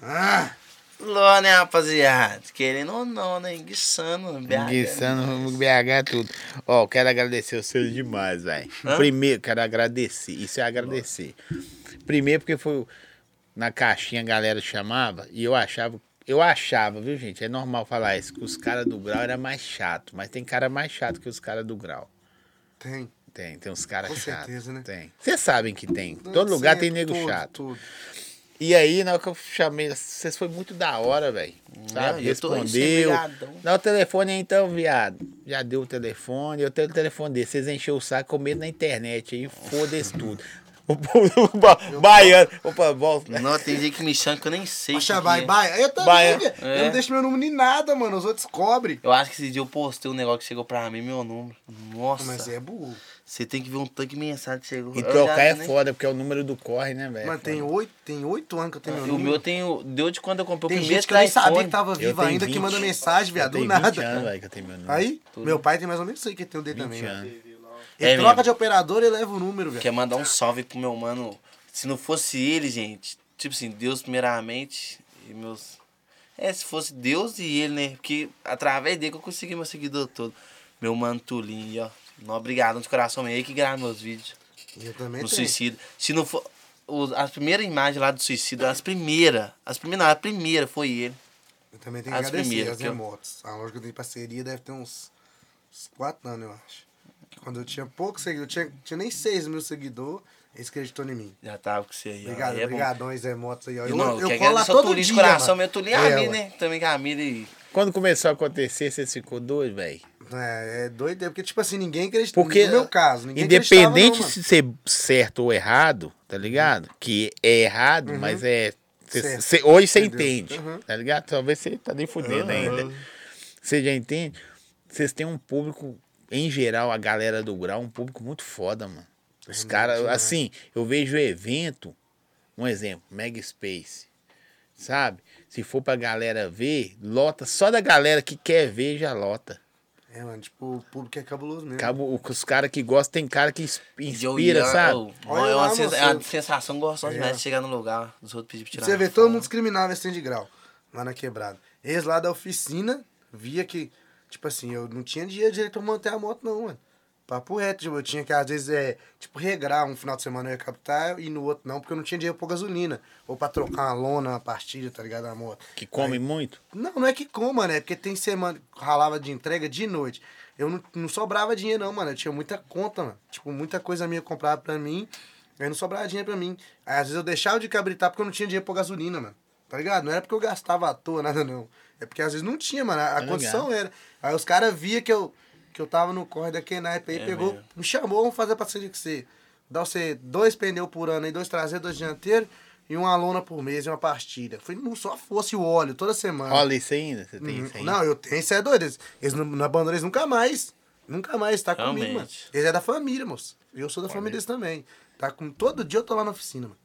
C: ah.
B: Ló, né, rapaziada? Querendo ou não, né? Enguiçando.
C: né?
A: Guiçando BH é tudo. Ó, quero agradecer vocês demais, velho.
B: Hã?
A: Primeiro, quero agradecer. Isso é agradecer. Primeiro, porque foi o- na caixinha a galera chamava e eu achava. Eu achava, viu, gente? É normal falar isso, que os caras do grau era mais chato, mas tem cara mais chato que os caras do grau.
C: Tem.
A: Tem, tem uns caras
C: Com
A: chatos.
C: certeza, né? é
A: Tem. Vocês sabem que tem. Todo lugar tem nego
C: Tudo,
A: chato.
C: tudo.
A: E aí, na hora que eu chamei, vocês foi muito da hora, velho. Sabe?
B: eu tô
A: Respondeu.
B: embriagadão.
A: Dá o telefone aí então, viado. Já deu o telefone, eu tenho o telefone dele. Vocês encheu o saco com medo na internet aí, foda-se tudo. O povo ba- baiano. Opa, volta.
B: Não, tem gente que me chama que eu nem sei.
C: Mas
B: o que
C: chamar
B: que
C: em
B: é.
C: baia. Eu
A: Baia.
C: também, viado.
B: É.
C: Eu não deixo meu número em nada, mano. Os outros cobrem.
B: Eu acho que esse dia eu postei um negócio que chegou pra mim, meu número. Nossa,
C: Mas é burro.
B: você tem que ver um tanque de mensagem que chegou.
A: E
B: Eu
A: trocar
B: já
A: é
B: nem-
A: foda, porque é o número do corre, né, velho?
C: Mano, tem
A: Foda.
C: oito, tem oito anos que eu tenho meu
B: É, E o
C: número.
B: meu tá tem o... Deu de quando eu comprei
C: Tem
B: o primeiro
C: gente que eu nem
B: iPhone.
C: sabia que tava
A: Eu
C: vivo
A: tenho
C: ainda que
A: 20.
C: manda mensagem,
A: Eu
C: viado. Do
A: tenho 20 anos,
C: nada.
A: velho, que eu tenho meu número.
C: Aí,
B: Tudo.
C: meu pai tem mais ou menos isso aí que tem o dele
A: 20
C: também. né? mano.
A: anos.
C: Ele
B: É
C: troca
B: mesmo.
C: de operador e leva o número, velho.
B: Quer mandar um salve pro meu mano. Se não fosse ele, gente. Tipo assim, Deus primeiramente e meus. É, se fosse Deus e ele, né? Porque através dele que eu consegui meu seguidor todo. Meu mano Tulinho, ó. Não, obrigado de coração mesmo. Ele que grava meus vídeos.
C: Eu também
B: do
C: tenho.
B: é suicídio. Se não for. os- as primeiras imagens lá do suicídio, as primeiras. As primeiras, não, a primeira foi ele.
C: Eu também tenho que
B: As
C: agradecer
B: primeiras,
C: as
B: que é eu-
C: remotos. A loja que eu tenho parceria deve ter uns, uns quatro anos, eu acho. Quando eu tinha pouco seguidor, eu tinha, tinha nem 6 mil seguidores, eles acreditou em mim.
B: Já tava com você aí. ó.
C: Obrigado,
B: Aí é bom.
C: obrigado, é motos aí. ó.
B: E
C: Eu,
B: não,
C: eu,
B: eu, eu
C: colo lá
B: sou
C: todo dia,
B: turista de coração,
C: mano.
B: mas eu tô ali a
C: É,
B: mira,
C: ué.
B: né? Também com a mira e...
A: Quando começou a acontecer, você ficou doido, velho?
C: É, é doido, é porque, tipo assim, ninguém acreditou.
A: Porque,
C: no meu caso, ninguém acreditava, não,
A: independente
C: mano. Uhum.
A: se ser certo ou errado, tá ligado? Que é errado, mas é. cê-
C: Certo.
A: cê- hoje você
C: Entendeu?
A: entende,
C: Uhum.
A: tá ligado? Talvez você tá nem fudendo ainda. Você já entende? Vocês têm um público, em geral, a galera do grau, um público muito foda, mano. Os caras,
C: É demais.
A: assim, eu vejo evento, um exemplo, Mega Space, sabe? Se for pra galera ver, lota, só da galera que quer ver já lota.
C: É, mano, tipo, o público é cabuloso mesmo.
A: Cabo, o- os caras que gostam, tem cara que ins-
B: Eu
A: inspira,
B: ia-
A: sabe?
B: eu-
C: Olha
B: é,
C: lá,
B: uma sensa-
C: moço.
B: é uma sensação gostosa
C: É.
B: demais de chegar no lugar dos outros pedir pra tirar
C: Você vê,
B: uma
C: todo
B: foto.
C: mundo discriminava esse trem de grau lá na quebrada. Eles lá da oficina via que, tipo assim, eu não tinha dinheiro direito pra manter a moto, não, mano. Papo reto, tipo, eu tinha que, às vezes, é, tipo, regrar. Um final de semana eu ia captar e no outro não, porque eu não tinha dinheiro pra pôr gasolina. Ou pra trocar uma lona, uma pastilha, tá ligado? Na moto.
A: Que come muito.
C: Não, não é que coma, né? Porque tem semana que ralava de entrega de noite. Eu não, não sobrava dinheiro, não, mano. Eu tinha muita conta, mano. Tipo, muita coisa minha comprava pra mim. Aí não sobrava dinheiro pra mim. Aí às vezes eu deixava de cabritar porque eu não tinha dinheiro pra gasolina, mano. Tá ligado? Não era porque eu gastava à toa, nada, não. É porque às vezes não tinha, mano. A, a
A: Tá
C: condição era. Aí os caras via que eu, que eu tava no corre daquele naipe aí,
B: É
C: pegou,
B: mesmo.
C: me chamou, vamos fazer a parceria com você. Dá você dois pneus por ano aí, dois traseiros, dois dianteiros. E uma lona por mês e uma pastilha. Falei, não só fosse o óleo toda semana. Hum,
A: Rola isso ainda? Você tem isso ainda?
C: Ah. Uhum. Não, eu tenho, isso é doido. Eles, eles não, não abandonam eles nunca mais. Nunca mais, tá
B: Realmente.
C: comigo, mano. Eles é da família, moço. Eu sou da família deles também. Tá com, todo dia eu tô lá na oficina, mano.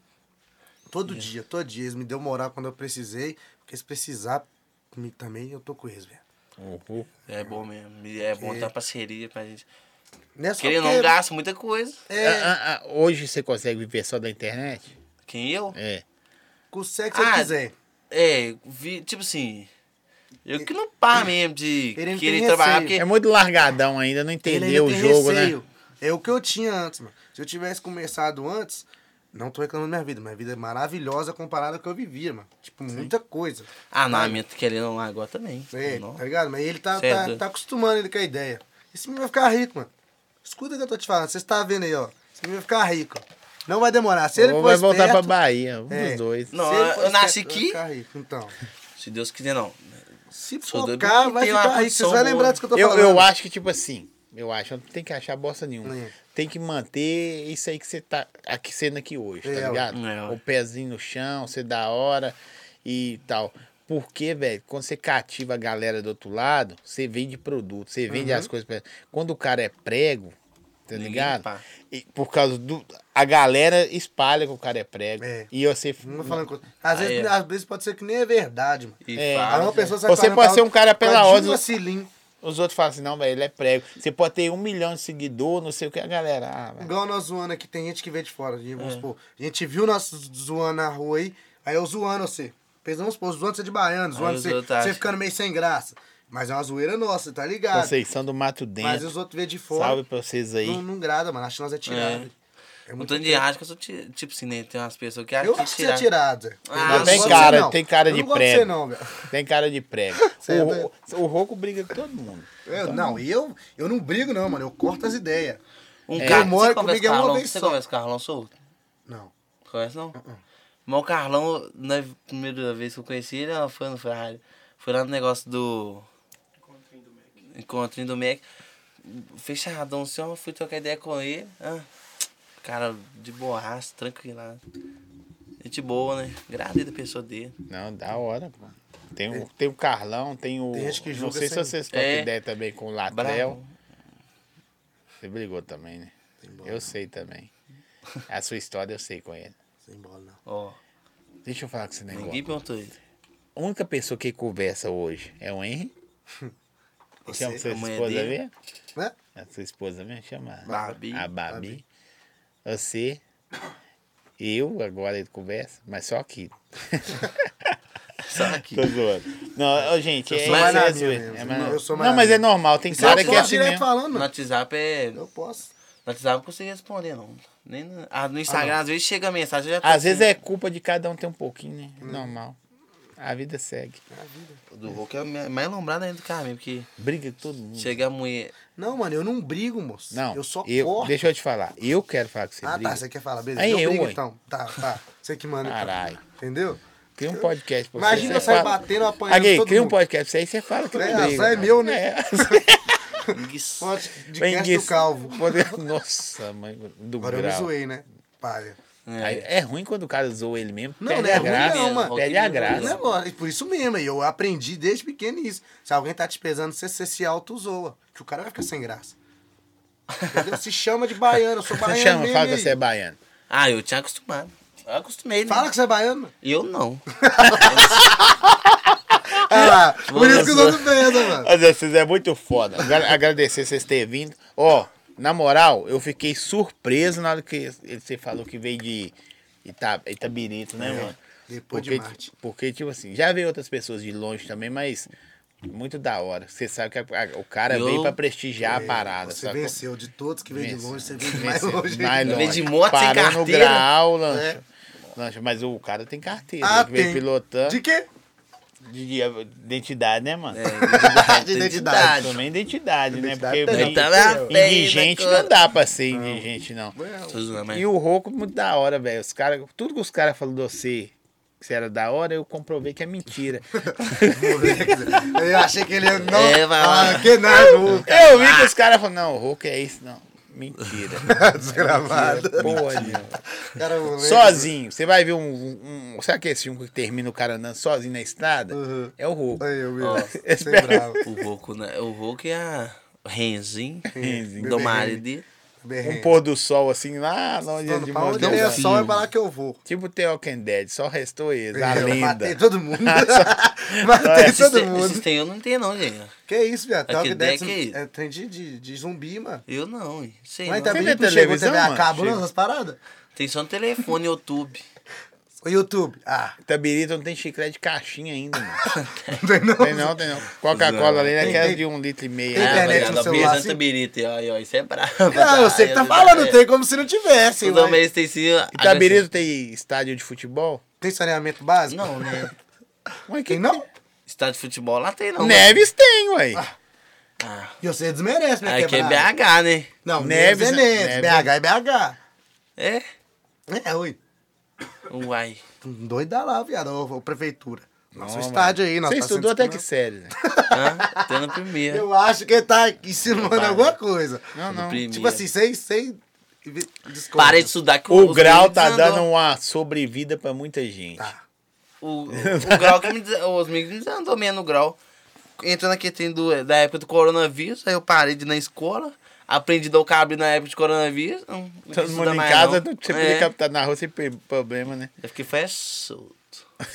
C: Todo dia, todo dia. Eles me deu moral quando eu precisei. Porque se precisar comigo também, eu tô com eles, velho.
A: Uhum.
B: É bom mesmo. e É bom ter uma parceria pra gente.
C: Não é só
B: Querendo um ou
C: porque-
B: não, gasta muita coisa.
C: É,
A: Ah, ah, ah, hoje você consegue viver só da internet?
B: Quem eu?
A: É.
C: consegue se você
B: Ah,
C: quiser.
B: É, vi, tipo assim. Eu que não pá mesmo de
C: Ele não
B: querer
C: tem
B: trabalhar,
C: receio.
B: porque.
A: É muito largadão ainda, não
C: Ele ainda
A: entendeu o
C: tem
A: jogo, né?
C: receio. É o que eu tinha antes, mano. Se eu tivesse começado antes, não tô reclamando da minha vida. Minha vida é maravilhosa comparada ao que eu vivia, mano. Tipo, muita coisa.
B: Ah, não, a minha tá querendo lá agora também.
C: É,
B: Não.
C: tá ligado? Mas ele tá,
B: Certo.
C: tá, tá acostumando ele com a ideia. Esse menino vai ficar rico, mano. Escuta o que eu tô te falando. Vocês tá vendo aí, ó. Esse menino vai ficar rico. Não vai demorar. Se ele
A: Ou
C: for
A: vai voltar pra
C: esperto-
A: Bahia, um
C: É.
A: dos dois.
B: Não,
C: se ele
B: eu
C: for
B: nasci
C: esperto,
B: aqui.
C: vai ficar rico. Então,
B: Se Deus quiser, não.
C: se
B: Sou doido
C: focar,
B: porque
C: vai
B: tem uma
C: ficar rico.
B: condição
C: Vocês vão
B: boa,
C: lembrar
B: né?
C: disso que eu tô
A: Eu,
C: falando.
A: eu acho que, tipo assim, eu acho, não tem que achar bosta nenhuma.
C: É.
A: Tem que manter isso aí que você tá aqui sendo aqui hoje,
C: É,
A: tá
C: ó.
A: ligado?
B: É, ó.
A: o pezinho no chão, ser da hora e tal. Porque, velho, quando você cativa a galera do outro lado, você vende produto, você vende
C: Uhum.
A: as coisas. Pra... Quando o cara é prego, tá
B: Ninguém
A: ligado?
B: pá.
A: E por causa do. A galera espalha que o cara é prego.
C: É.
A: E você.
C: Não vou falando coisa. Às,
B: Aí
C: vezes,
B: é.
C: às vezes pode ser que nem é verdade, mano.
B: E
A: É,
B: fala,
C: Aí uma pessoa sai
A: Você
C: falando
A: pode
C: pra-
A: ser um cara
C: pra
A: pela
C: Dilma
A: ordem.
C: Cilim.
A: Os outros falam assim, não, velho, ele é prego. Você pode ter um milhão de seguidor, não sei o que, a galera. Ah, velho.
C: Igual nós zoando aqui, tem gente que vê de fora. E,
B: É.
C: vamos supor, a gente viu nós zoando na rua aí, aí eu zoando você. Pensa, Vamos supor, zoando você de baiano, zoando
B: os
C: você,
B: outros acham.
C: você ficando meio sem graça. Mas é uma zoeira nossa, tá ligado?
A: Conceição do Mato
C: Mas
A: Dentro.
C: os outros vê de fora,
A: Salve pra vocês aí.
C: não, não grada, mano. Acho que nós é tirado. É,
B: Um
C: muito
B: tanto de racha que eu sou ti- tipo assim, né? Tem umas pessoas que acham
C: Eu
B: que
C: acho que você é
B: tirar.
C: tirado, Zé. Eu
B: Ah,
C: não
B: tem
C: gosto de
A: cara-
C: você, não.
A: tem cara de
C: Eu não gosto de
A: prego.
C: você, não, velho.
A: Tem cara de prego.
C: Cê é
A: o,
C: doido.
A: Ro- o Roco briga com todo mundo.
C: Eu, não, eu, eu não brigo, não, mano. Eu corto as ideias.
B: Um
A: É.
B: cara,
C: Eu moro
B: você
C: comigo
B: conversa com
C: é
B: o
C: uma
B: Carlão?
C: vez
B: Você
C: só.
B: conversa com o Carlão Souto?
C: Não.
B: Conhece não?
A: Uh-uh.
B: Mas o Carlão, na primeira vez que eu conheci ele, ela foi no Ferrari. Foi lá no negócio do. Encontrinho do Mac. Fechadão, assim, ó, fui trocar ideia com ele. Ah, cara, de borracha, tranquila. Gente boa, né? Gradei da pessoa dele.
A: Não, da hora, pô. Tem o, tem o Carlão, tem o.
C: Tem gente que
A: não
C: julga
A: sei se
C: sem-
A: vocês trocam
B: É.
A: ideia também com o Latrel.
B: Bravo.
A: Você brigou também, né? eu sei também. A sua história eu sei com ele.
C: Sem bola, não.
B: Ó,
A: Deixa eu falar com esse negócio.
B: ninguém perguntou ele.
A: A única pessoa que conversa hoje é o Henry. Chama sua
B: a mãe
A: esposa
B: dele.
A: mesmo?
C: Né?
A: A sua esposa mesmo chama?
B: Babi.
A: A Babi. Você. Eu, agora ele conversa, mas só aqui.
B: Só aqui.
A: Tô zoando. Não, ô, gente, é,
C: sou mais
A: isso é
C: na
A: zoeira,
C: minha mesmo.
A: é mais na-
C: Eu sou mais
A: Não,
C: na
A: mas
C: minha.
A: é normal, tem
C: Você
A: cara
C: é
A: que é assim
C: direto
A: mesmo.
C: falando,
B: No
C: mano.
B: WhatsApp é.
C: Eu
B: No
C: posso.
B: WhatsApp eu não consegui responder, não. Nem no, ah, no Instagram, às vezes chega a mensagem. eu Já tô
A: Às vezes
B: assim,
A: é culpa de cada um ter um pouquinho, né?
C: Hum.
A: Normal. A vida segue.
B: Do Hulk é mais lembrado ainda do Carmen, porque
A: Briga com todo mundo.
B: chega a mulher.
C: Não, mano, eu não brigo, moço.
A: Não,
C: eu só
A: eu,
C: corto.
A: Deixa eu te falar. Eu quero falar que você
C: Ah,
A: briga.
C: tá, você quer falar, beleza.
A: Aí
C: eu
A: eu,
C: brigo,
A: ué.
C: então. Tá, tá. Você que manda. então.
A: Caralho.
C: Entendeu?
A: Cria um podcast pra
C: Imagina
A: você.
C: eu sair batendo, apanhando
A: Aqui,
C: todo
A: cria um
C: mundo.
A: podcast pra você aí você fala que eu
C: É,
A: não brigo.
C: só é meu, né?
A: É.
B: Isso.
C: Fonte de
A: Vem
C: cast do
A: isso.
C: calvo.
A: Poder- Nossa, mãe do
C: Agora eu me
A: grau.
C: zoei, né? Palha.
A: Aí É. ruim quando o cara zoa ele mesmo.
C: Não,
A: perde
C: não é
A: a
C: ruim
A: graça,
C: não, mano.
A: Perde a
C: Não,
A: graça.
C: mano, e é por isso mesmo, e eu aprendi desde pequeno isso. Se alguém tá te pesando, você, você se auto-zoa. Que o cara vai ficar sem graça. Entendeu? Se chama de baiano, eu sou
A: Não
C: baiano.
A: chama,
C: mesmo,
A: fala
C: e
A: que
C: aí?
A: você é baiano.
B: Ah, eu tinha acostumado. Eu acostumei, né?
C: Fala que você é baiano. mano.
B: Eu não.
C: Ah, lá, por isso que os
B: Nossa.
C: outros pesam, mano.
A: Mas vocês é muito foda. Agra- Agradecer vocês terem vindo. Ó, na moral, eu fiquei surpreso na hora que você falou que veio de Ita, Itabirito, né, mano?
C: É. Depois
A: Porque,
C: de Marte.
A: porque, tipo assim, já veio outras pessoas de longe também, mas muito da hora. Você sabe que a- a- o cara
B: Eu-
A: veio pra prestigiar a parada.
C: É, Você
A: sacou?
C: venceu de todos que vêm de
A: Venceu.
C: longe, você vem de mais
A: Venceu.
C: longe.
A: Mais
B: Vem
A: longe.
B: de moto sem
A: Parou no
B: carteira.
A: grau, lancha.
C: É.
A: Lancha, Mas o cara tem carteira.
C: Ah,
A: ele veio
C: tem.
A: pilotando.
C: De quê?
A: De, de identidade, né, mano?
B: É, identidade.
C: Identidade.
A: Também identidade, né? Porque
C: Identidade
A: bem-
C: tem.
B: Tá na feia,
A: indigente
B: né, cara?
A: não dá pra ser indigente, não.
B: né? Tô zoando, mas-
A: E o Roco, muito da hora, velho. Os cara, tudo que os caras falaram de você, que você era da hora, eu comprovei que é mentira.
C: Moleque, Eu achei que ele ia. Não,
B: É, vai lá.
C: ah, que nada, Lucas.
A: eu vi que
C: "Ah."
A: os caras falaram, não, o Roco é isso, não. Mentira.
C: Desgramado.
A: Porra, nenhuma.
C: Cara, moleque.
A: Sozinho. Você vai ver um, um, um- Sabe aquele filme que termina o cara andando sozinho na estrada?
C: Uhum.
A: É o Roco.
C: Aí, eu vi.
B: Ó,
C: Você é bravo.
B: O Roku, né? O Roku é a Renzinho,
A: Renzinho.
B: do marido dele.
A: Um
C: Berrenho.
A: pôr do sol assim lá longe
C: Mano,
A: de
C: pra onde
A: Montevideo.
C: der
B: Deus.
C: sol é pra lá que eu vou.
A: Tipo The Walking Dead, só restou eles, a
C: Eu
A: lenda.
C: É. Matei todo mundo. Matei
B: Esses
C: todo
B: tem-
C: mundo.
B: esses tem eu não tenho, não, gente.
C: Que isso, viado. Talk
B: Aquele
C: Dead
B: deck aí.
C: é trem de, de, de zumbi, mano.
B: Eu não, hein. sei
C: Mas
B: não.
C: também
A: Você vê
C: não chegou
A: televisão,
C: TV a
A: mano?
C: cabo, não,
A: Chega.
C: essas paradas?
B: Tem só no telefone, YouTube.
C: O YouTube. Ah,
A: Itabirito não tem chiclete de caixinha ainda, mano.
C: não tem não.
A: Tem não, tem não. Coca-cola ali
C: Tem,
A: naquela
C: tem.
A: de um litro e meio.
C: Tem
A: né?
C: internet
B: Ah, mas
C: no
B: a
C: celular,
B: Santa
C: assim?
B: Birita, ó, ó, isso é brabo.
C: Ah, eu sei que tá
B: é.
C: falando, tem como se não tivesse.
B: Toda
C: mas- tá
B: vez tem sim.
A: Itabirito tem estádio de futebol?
C: Tem saneamento básico?
B: Não, né?
A: Ué, que
C: Tem não?
B: Estádio de futebol lá tem, não.
A: Neves tem, ué.
B: Ah,
C: E você desmerece, né?
B: aqui é
C: quebrada?
B: BH, né?
C: Não,
A: Neves,
C: Neves é Neves.
A: Neves.
C: BH é BH.
B: É?
C: É, ui.
B: Uai.
C: Doida lá, viado. Ô, ô, prefeitura. Nosso
A: Não,
C: estádio aí, nossa. tá
A: Você estudou até que série, né?
B: Hã? Tô na primeira.
C: Eu acho que ele tá ensinando
B: Para.
C: alguma coisa.
A: Não,
B: Tô na
A: não.
B: primeira.
C: Tipo assim, sem. sem... Desculpa.
B: Parei de estudar que
A: O
B: os
A: grau
B: meninos
A: tá
B: desandou.
A: dando uma sobrevida pra muita gente.
C: Tá.
B: O, o grau que me des- os amigos andou menos no grau. Entrou naquele trem do- da época do coronavírus, aí eu parei de ir na escola, aprendi a dar o cabo na época de coronavírus. Não, não
A: Todo
B: estuda
A: mundo em
B: mais,
A: casa, tipo
B: não.
A: não você
B: é,
A: podia captar na rua sem pe- problema, né?
B: Eu fiquei foi solto.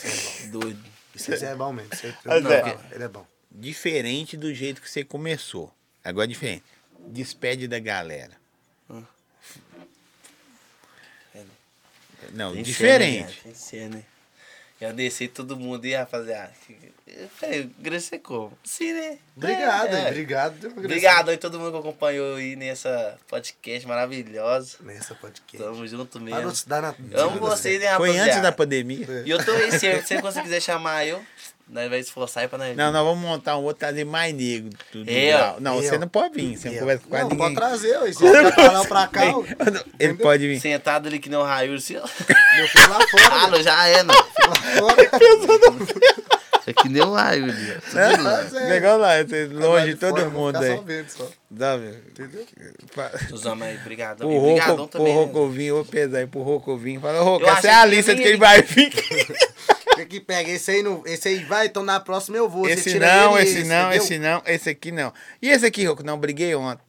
B: Doido.
C: Isso é bom mesmo. isso é-
A: Mas
C: não,
A: é.
C: fala, Ele é bom.
A: diferente do jeito que você começou. Agora é diferente. Despede da galera. Não,
B: Tem cena,
A: diferente.
B: viado, Tem cena. Eu desci todo mundo e rapaziada. Eu falei, Grace é como? Sim, né?
C: Obrigado,
B: É.
C: hein? Obrigado.
B: Obrigado aí todo mundo que acompanhou aí nessa podcast maravilhosa.
C: Nessa podcast.
B: Tamo junto
C: Para
B: mesmo.
C: não se dar na.
B: Amo vocês, hein,
C: né?
B: rapaziada.
A: Foi
C: Tá
A: antes da pandemia.
B: E
C: É.
B: eu tô aí, se se você quiser chamar eu, nós vai esforçar aí pra nós.
A: Não, nós vamos montar um outro trazer mais negro. do- do
B: Eu.
A: grau. Não, você
C: Eu.
A: não pode vir. Você não conversa com quase
C: É, né? Não, pode
A: ninguém.
C: trazer, ué. Se você quer falar pra cá, ué,
A: Ele pode vir.
B: Sentado ali que nem o Raio, se
C: meu filho lá fora.
B: Falo, já é, não.
C: Lá fora.
B: É que nem o Raio, né? Tudo lá.
C: Mas é,
A: Legal lá, você
C: lá
A: longe de todo
C: fora, eu vou
A: mundo
C: ficar
A: aí.
C: só vendo, só.
A: Dá, velho.
C: Entendeu?
A: Fa-
C: É.
B: Suzama aí, obrigado.
A: Pro
B: Obrigadão
A: Roco, pro
B: também. né?
A: Rocovinho, vou pesar aí pro Rocovinho. Fala, Roco,
B: Eu
A: essa é
B: achei
A: a
B: que
A: lista
B: ele
A: de que
B: nem
A: ele
B: ia
A: vai vir.
C: Tem é que pegar esse aí, não, esse aí vai, então na próxima eu vou. Você
A: Esse
C: tira
A: não,
C: ele,
A: esse não,
C: entendeu?
A: esse não, esse aqui não. E esse aqui, Roco? Não, briguei ontem.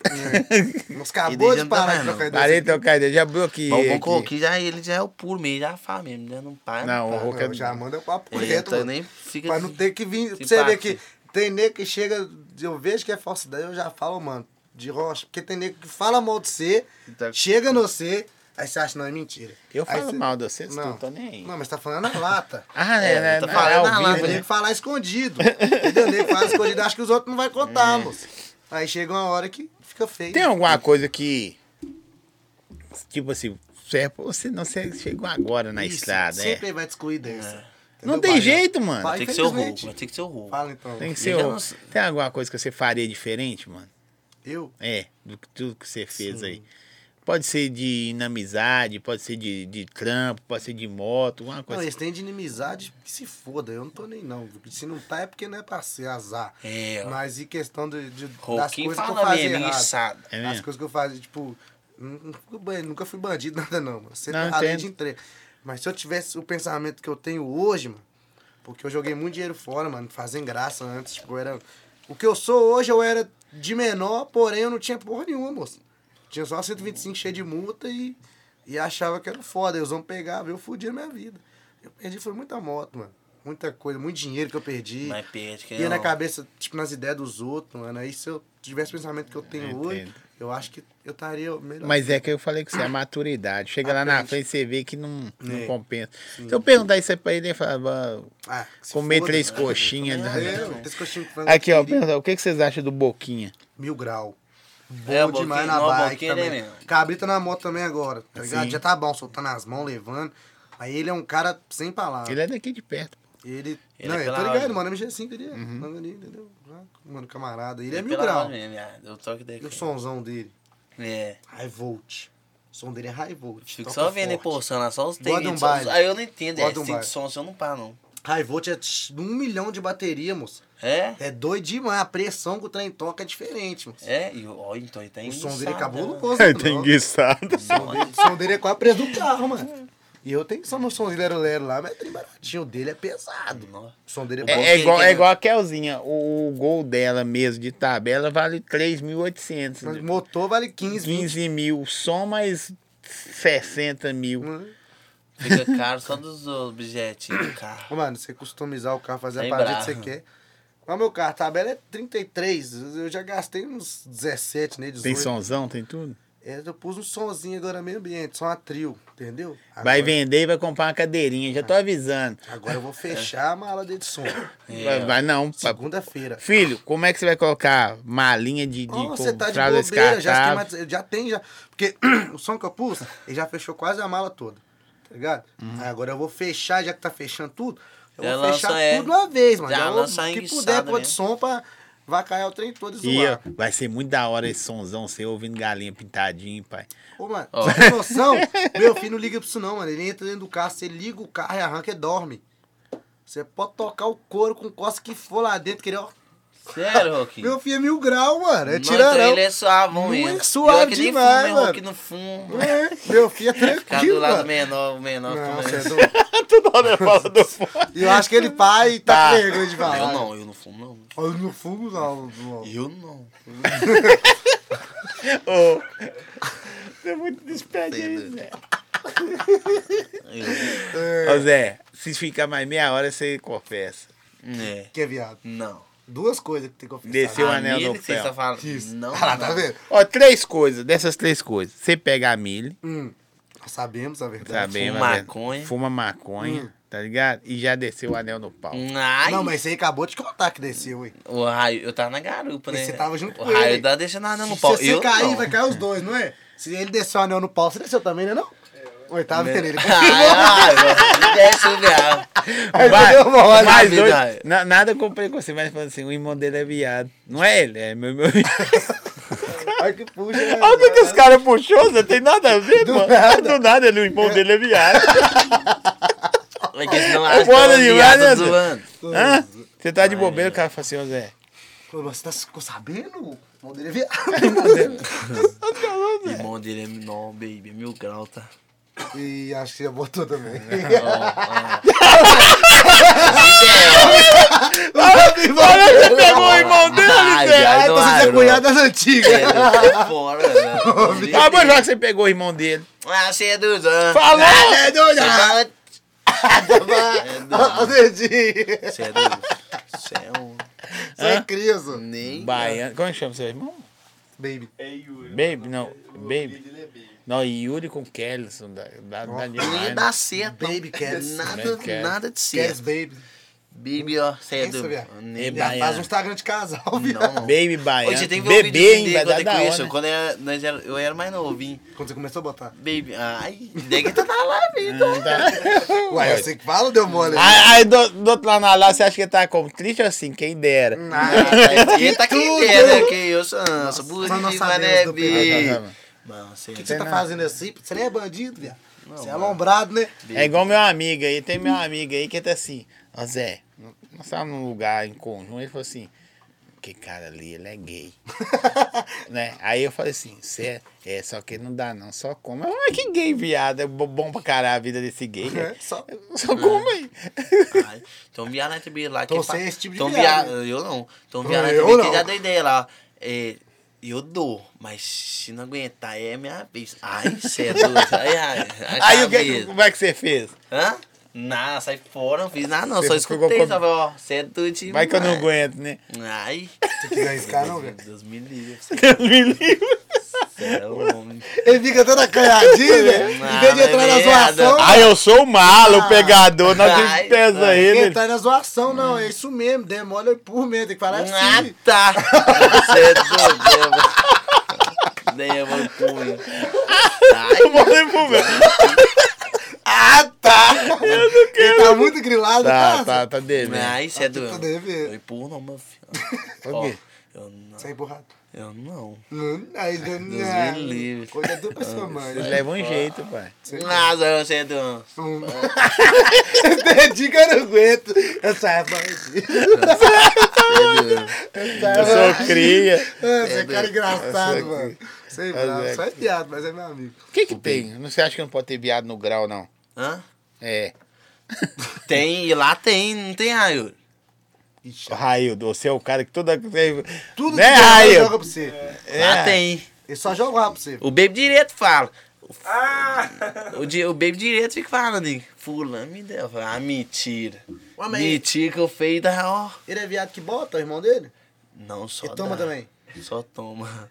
C: Nós
B: E
C: acabou
B: daí
C: de
B: já não dá
C: parar
B: mais,
C: de
B: não.
C: trocar ideia.
A: Parei de tocar ideia, já bloqueei.
B: Mas
A: aqui.
B: o Roco aqui já, ele já é o puro mesmo, já faz mesmo, né? Não para.
A: Não, o
B: para.
A: Roco
C: Eu já
A: é.
C: manda o papo
B: Ele
C: reto,
B: tá
C: mano.
B: nem fica
C: Pra não
B: assim.
C: ter que vir. Pra
B: Simpático.
C: você ver que tem nego que chega, eu vejo que é falsidade, eu já falo, mano, de rocha. Porque tem nego que fala mal de você,
B: Tá.
A: Então-
C: chega no você, aí você acha, não, é mentira.
A: Eu
C: Aí
A: falo
C: você-
A: mal de você, você
C: Não,
A: não tá nem aí.
C: Não, mas tá falando na lata.
A: Ah, é,
B: É,
A: né?
B: tá
A: não,
B: falando
A: é ao
B: na
A: vivo,
C: Tem
B: né?
C: nego que falar escondido. Entendeu? Nego que fala escondido, acho que os outros não vão contar, moço. Aí chega uma hora que fica feio.
A: É. Tem alguma coisa que. Tipo assim, você, você não você chegou agora na
C: Isso,
A: estrada, é.
C: Sempre vai te excluir dessa.
B: é
A: Não
C: Entendeu,
A: tem
C: Bahia?
A: jeito, mano.
C: Vai,
B: Tem que ser o Roco,
C: infelizmente.
B: mas tem que ser o Roco.
C: Fala então.
A: Tem que
B: Eu
A: ser.
B: já
A: o-
B: não sei.
A: Tem alguma coisa que você faria diferente, mano?
C: Eu?
A: É, do que tudo que você fez aí. Pode ser de inamizade, pode ser de, de trampo, pode ser de moto, alguma
C: Não,
A: coisa.
C: eles têm de inimizade que se foda. Eu não tô nem não. Se não tá é porque não é pra ser azar.
B: É, ó.
C: Mas e questão de, de- das
B: Roquinho
C: coisas que eu
B: fala
C: fazia
B: mesmo,
C: errado.
B: inchado.
A: É
C: As
A: mesmo?
C: coisas que eu fazia, tipo, nu- nu- fui ban- nunca fui bandido, nada não. mano. Você
A: Não,
C: tá além de
A: entendo.
C: entrega. Mas se eu tivesse o pensamento que eu tenho hoje, mano, porque eu joguei muito dinheiro fora, mano, fazendo graça antes, tipo, eu era. O que eu sou hoje, eu era de menor, porém eu não tinha porra nenhuma, moço. Tinha só 125 cheio de multa e, e achava que era foda. E os homens pegavam, eu fudia a minha vida. Eu perdi, foi muita moto, mano. Muita coisa, muito dinheiro que eu perdi.
B: Mas perde, que é
C: Ia na
B: não.
C: cabeça, tipo, nas ideias dos outros, mano. Aí se eu tivesse o pensamento que eu tenho
A: Eu
C: hoje,
A: entendo.
C: eu acho que eu estaria melhor.
A: Mas é que eu falei que você é a maturidade. Chega lá na frente, você vê que não, não
C: É.
A: compensa. Se eu perguntar isso aí pra ele, ele falava,
C: Ah, que se
A: comer
C: foda,
A: três
C: né?
A: coxinhas.
C: É,
A: né?
C: eu, três coxinhas com frango
A: Aqui, ó,
C: catupiry,
A: pergunta, o que que vocês acham do Boquinha?
C: Mil grau. Bom
B: É,
C: demais
B: boquinha-
C: na
B: nó,
C: bike
B: boquinha, né,
C: também.
B: meu?
C: Cabrita na moto também agora, tá ligado?
A: Sim.
C: Já tá bom, soltando as mãos, levando. Aí ele é um cara sem palavras.
A: Ele é daqui de perto.
C: Ele.
B: Ele
C: não,
B: é
C: eu tô
B: pela
C: ligado,
B: ordem.
C: mano. MG5, ele é. Manda ali, entendeu? Já, Mano, camarada. Ele é mil
B: Pela
C: grau.
B: hora mesmo, é. Eu toco daí.
C: E o somzão dele?
B: É.
C: High volt. O som dele é high volt.
B: Fico
C: toca
B: só vendo, né,
C: forte.
B: pô, lá só os
C: Bota um
B: tênis. só os-
C: baile.
B: Aí eu não entendo, é
C: Bota um
B: cinco
C: baile.
B: sons, eu não paro, não.
C: High volt é tch, um milhão de bateria, moço.
B: É?
C: É doido demais. A pressão que o trem toca é diferente, moço.
B: É? E ó, então ele tá
C: o som
B: enguiçado,
C: dele acabou no
B: né?
C: posto.
A: É,
C: não.
A: enguiçado.
C: O som dele- o som dele é quase preso do carro, mano. E eu tenho só meu somzinho lero lero lá, mas é trem baratinho. O dele é pesado.
B: Nossa.
C: O som dele é,
A: É,
C: bom.
A: é igual, é igual a Kelzinha. O, o gol dela mesmo, de tabela, vale
C: Mas o
A: 3.800.
C: motor vale 15, 20.
A: 15 mil. Som mais 60 mil.
C: Mano,
B: Fica caro só dos objetinhos do carro.
C: Mano, você customizar o carro, fazer
B: Tem
C: a parada que
B: bravo.
C: você quer. Mas meu carro, a tabela é 33. Eu já gastei uns 17 nele, 18.
A: Tem somzão, tem tudo.
C: É, eu pus um sonzinho agora meio ambiente, só uma trio, entendeu? Agora, Ah.
A: Vai vender e vai comprar uma cadeirinha, já tô avisando.
C: Agora eu vou fechar a mala dele de som. É,
B: É,
A: Vai, vai não. pa-
C: Segunda-feira.
A: Filho, como é que você vai colocar malinha de, de
C: Oh,
A: com
C: você tá de
A: fralda
C: bobeira, já,
A: descartável?
C: esquematiz- eu já tem, já. Porque o som que eu pus, ele já fechou quase a mala toda, tá ligado? Aí agora eu vou fechar, já que tá fechando tudo, eu
B: Uhum. Já
C: vou fechar
B: lança, é.
C: tudo de uma vez, mano.
B: Já
C: Já vou-
B: lança
C: que
B: enguiçado
C: puder pôr de
B: mesmo.
C: som pra vacaiar o trem todo e
A: E ó,
C: zoar.
A: vai ser muito da hora esse sonzão, você ouvindo galinha pintadinho, pai.
C: Ô, mano,
B: Ó.
C: você tem noção? Meu filho não liga pra isso não, mano. Ele entra dentro do carro, você liga o carro e arranca e dorme. Você pode tocar o couro com costa que for lá dentro, querer, ó.
B: Sério, Roquinho?
C: Meu filho é mil grau, mano. É
B: Não,
C: tirarão.
B: então ele é suave,
C: Muito
B: mesmo.
C: suave
B: Pior que nem
C: demais,
B: fumo,
C: mano.
B: Roquinho não fuma.
C: É, meu filho é
B: Ficar do
C: tranquilo,
B: lado
C: mano.
B: menor, o menor
C: Não,
B: fica
C: você é
B: mais...
C: doido.
A: Toda hora fala do fone.
C: E eu acho que ele pai tá
A: Tá.
C: com vergonha de falar.
B: Eu não, eu não fumo, não.
C: Eu não fumo, não. não.
B: Eu não.
A: Você é muito despedido,
B: né?
A: Zé.
B: Eu...
A: Ô, Zé, se ficar mais meia hora, você confessa.
B: É.
C: Que é viado.
B: Não.
C: Duas coisas que tem que confessar.
A: Desceu
B: A
A: o anel
B: milha
A: do
B: que
A: fel.
B: vocês estão falando.
C: Isso.
B: Não,
C: Ah, tá
B: não.
C: vendo?
A: Ó, três coisas, dessas três coisas. Você pega a milho,
C: Hum, nós sabemos a verdade.
A: sabemos.
B: Fuma
A: né?
B: maconha.
A: Fuma maconha,
C: Hum.
A: tá ligado? E já desceu o anel no pau.
B: Ai.
C: Ah, Não, mas você acabou de contar que desceu, hein?
B: O raio, eu tava na garupa,
C: Mas
B: né?
C: você tava junto
B: o
C: com ele.
B: raio tá deixando nada no
C: Se
B: pau.
C: você
B: eu
C: cair,
B: não.
C: vai cair os dois, não é? Se ele desceu o anel no pau, você desceu também, né não? Oitavo
B: Ai,
C: vendo ele.
B: ai, você desce o viado.
C: Aí deu uma hora.
A: mais
B: na
A: dois,
B: vida.
A: na- nada comprei com você, mas falando assim, o irmão dele é viado. Não é ele, é meu, meu
C: Olha que puxa. né?
A: Olha o que, que os caras puxou, não tem nada a ver,
C: Do
A: mano.
C: nada.
A: Do nada, ele, o irmão dele é viado.
B: É que senão
A: É
B: acha que
A: foda
B: é um
A: demais, né,
B: viado
A: Zé?
B: zoando. Ah.
A: Hã? Você tá de bobeira, o cara fala assim, ô Zé.
C: Pô, mas Você tá ficou sabendo? O mão dele é viado.
B: O irmão dele é menor, baby, é mil grau, tá?
C: E acho que você já botou também.
B: Ó, ó.
A: Olha, você pegou o irmão dele,
B: Ai,
A: Zé.
B: viado,
C: Ah, então você é
B: não.
C: cunhado das antigas.
B: É, tá fora, velho.
A: Ah, mas já que você pegou o irmão dele.
B: Ah, você é dos anos.
A: Falou!
C: É doida!
B: É dos-
C: Ó, o dedinho.
B: Você é dos... Você é um...
C: Você é criança.
B: Nem...
A: Baiano. Como é que chama seu irmão?
C: Baby.
E: É Yuri.
A: Baby, não. Baby.
E: Ele é baby.
A: Não, Yuri com Kellison. Dá, dá, dá
B: Não ia
A: demais.
B: dar certo, não.
C: Baby cats.
B: Nada,
A: Baby cats.
B: nada de
C: Yes,
B: certo.
C: baby.
B: Baby, ó, você é
C: Pensa,
B: do.
C: viado.
B: Nem-
A: Eba.
C: Já faz
A: Baiana.
C: um Instagram de casal, viado.
B: Não.
A: Baby baiano.
B: Hoje você tem que ver o
A: Bebê,
B: vídeo
A: hein?
B: dele
A: Vai dar
B: quando
A: da
B: é
A: hora.
B: isso. Quando eu era- nós era- eu era mais novinho.
C: Quando você começou a botar.
B: Baby, ai, nega tá lá,
A: Hum.
B: vida.
C: Ué,
A: Uai, Ah,
C: você que fala, deu mole. né?
A: Aí, aí do, do outro lado lá, você acha que ele tá como? Triste ou assim? Quem dera.
B: Ah, ele tá aqui,
C: Tudo.
B: né? Que eu sou, sou bonito
C: nós não
B: demais,
C: sabemos
B: né,
C: do
A: Pedro.
B: bi?
A: Tá, tá, tá.
B: Mano, você é
C: O que, que você tá
A: Tem nada.
C: fazendo assim? Você nem é bandido, viado. Você é alombrado, né?
A: É igual meu amigo aí, tem meu amigo aí que tá assim, ó Zé, nós estávamos num lugar em conjunto, ele falou assim, que cara ali, ele é gay. né? Aí eu falei assim, cê é, é, só que não dá não, só como. Eu, Mas que gay, viado, é bo- bom pra caralho a vida desse gay.
B: É.
A: né?
C: É, Só-
A: Só como aí.
B: Ai, Tem um viado lá também lá
A: Então,
B: que.
C: Tô
B: fa-
C: sem esse tipo de
B: tem um
C: viado,
B: viado- Eu não. Tem um viado lá
C: Eu
B: também que
C: não.
B: já deu ideia lá. É, eu dou, mas se não aguentar é minha vez. Ai, cê é doido. Ai, ai. ai,
A: Aí o que,
B: cabeça.
A: como é que você fez?
B: Hã? Não, sai fora, não fiz nada, não.
A: Você
B: Só
A: ficou
B: escutei,
A: com-
B: sabe? Ó, você é doido demais.
A: Vai que eu não aguento, né?
B: Ai.
C: Você quis arriscar, não, velho?
B: Deus me livre.
A: Deus me livre.
B: Você é homem.
C: Ele fica todo acanhadinho, velho. Em vez de
B: Ah,
C: entrar na
B: mas merda.
C: zoação,
A: Ah, Então, eu sou o malo, o pegador, nós
B: Ai,
A: que pesa
B: ai.
C: ele
A: ele.
C: entrar na zoação, não. É isso mesmo. Demora por medo. Tem que falar
B: Ah,
C: assim.
B: tá. Você é doido. Deva no punho. é Ai,
A: Eu falei pro meu. então.
C: Ah, tá. Ele tá muito grilado,
A: Tá,
C: tá?
A: tá, tá dele. né?
B: Ai, você é
C: Tá
B: doido. Eu
C: devendo.
B: empurro não, meu filho.
A: Por
B: Ó,
A: quê?
B: Eu não.
C: Você é empurrado.
B: Eu não.
C: Hum, Aí,
B: Deus me
C: Daniel.
B: livre.
C: é, Coisa do pra sua mãe.
A: Eles levam um jeito, pai.
B: Nada, você é doido.
C: Hum. Entendi que eu não aguento. Eu saio bandido. Eu
A: Eu
C: saio
A: sou cria.
C: Ah, Você é cara
A: Eu
C: engraçado,
A: sou
C: mano. Você é
A: Mas é
C: bravo. Só é
A: que-
C: piada, mas é meu amigo.
A: O que que tem? Não você acha que não pode ter viado no grau, não?
B: Hã?
A: É.
B: Tem, e lá tem, não tem raio.
A: Raildo, você é o cara que toda...
C: Tudo
A: né,
C: que
A: Raio?
C: ele joga pra você.
B: Lá tem.
C: Ele só joga lá pra você.
B: O baby direto fala. O, di- o baby direto fica falando, hein? Fulano me deu. Ah, mentira.
C: Ué, mas-
B: Mentira que eu feio da. Ó.
C: Ele é viado que bota, o irmão dele?
B: Não, só.
C: Ele toma
B: dá.
C: também?
B: Só toma.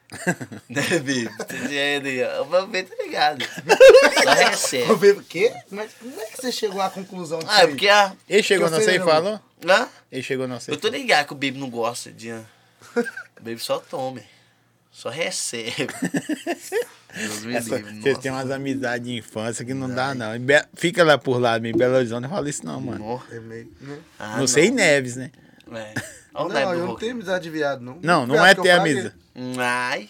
B: né, baby? O baby tá ligado. Só
C: Eu
B: recebe.
C: vejo o quê? Mas como é que você chegou à conclusão disso
B: É. Ah, é
C: aí?
B: porque a.
A: Ele chegou
C: Eu
A: não
C: sei,
A: sei e
C: não.
A: falou?
B: Hã?
A: Ele chegou não sei.
B: Eu tô ligado que o baby não gosta de. O baby só toma. Só recebe. Deus me
A: Essa,
B: livre,
A: vocês
B: nossa.
A: têm umas amizades de infância que não, dá, não. Em Be- Fica lá por lá, em Belo Horizonte, não fala isso não, mano.
B: Nó.
C: É meio, né?
B: Ah,
A: não, sei em Neves, né?
B: É.
C: Não,
B: Olha o Neto
C: eu
B: do
C: não
B: Hulk.
C: tenho amizade de viado, não.
A: Não, não
C: Viado
A: é
C: que eu
A: ter
C: falo
A: amizade.
B: Ai.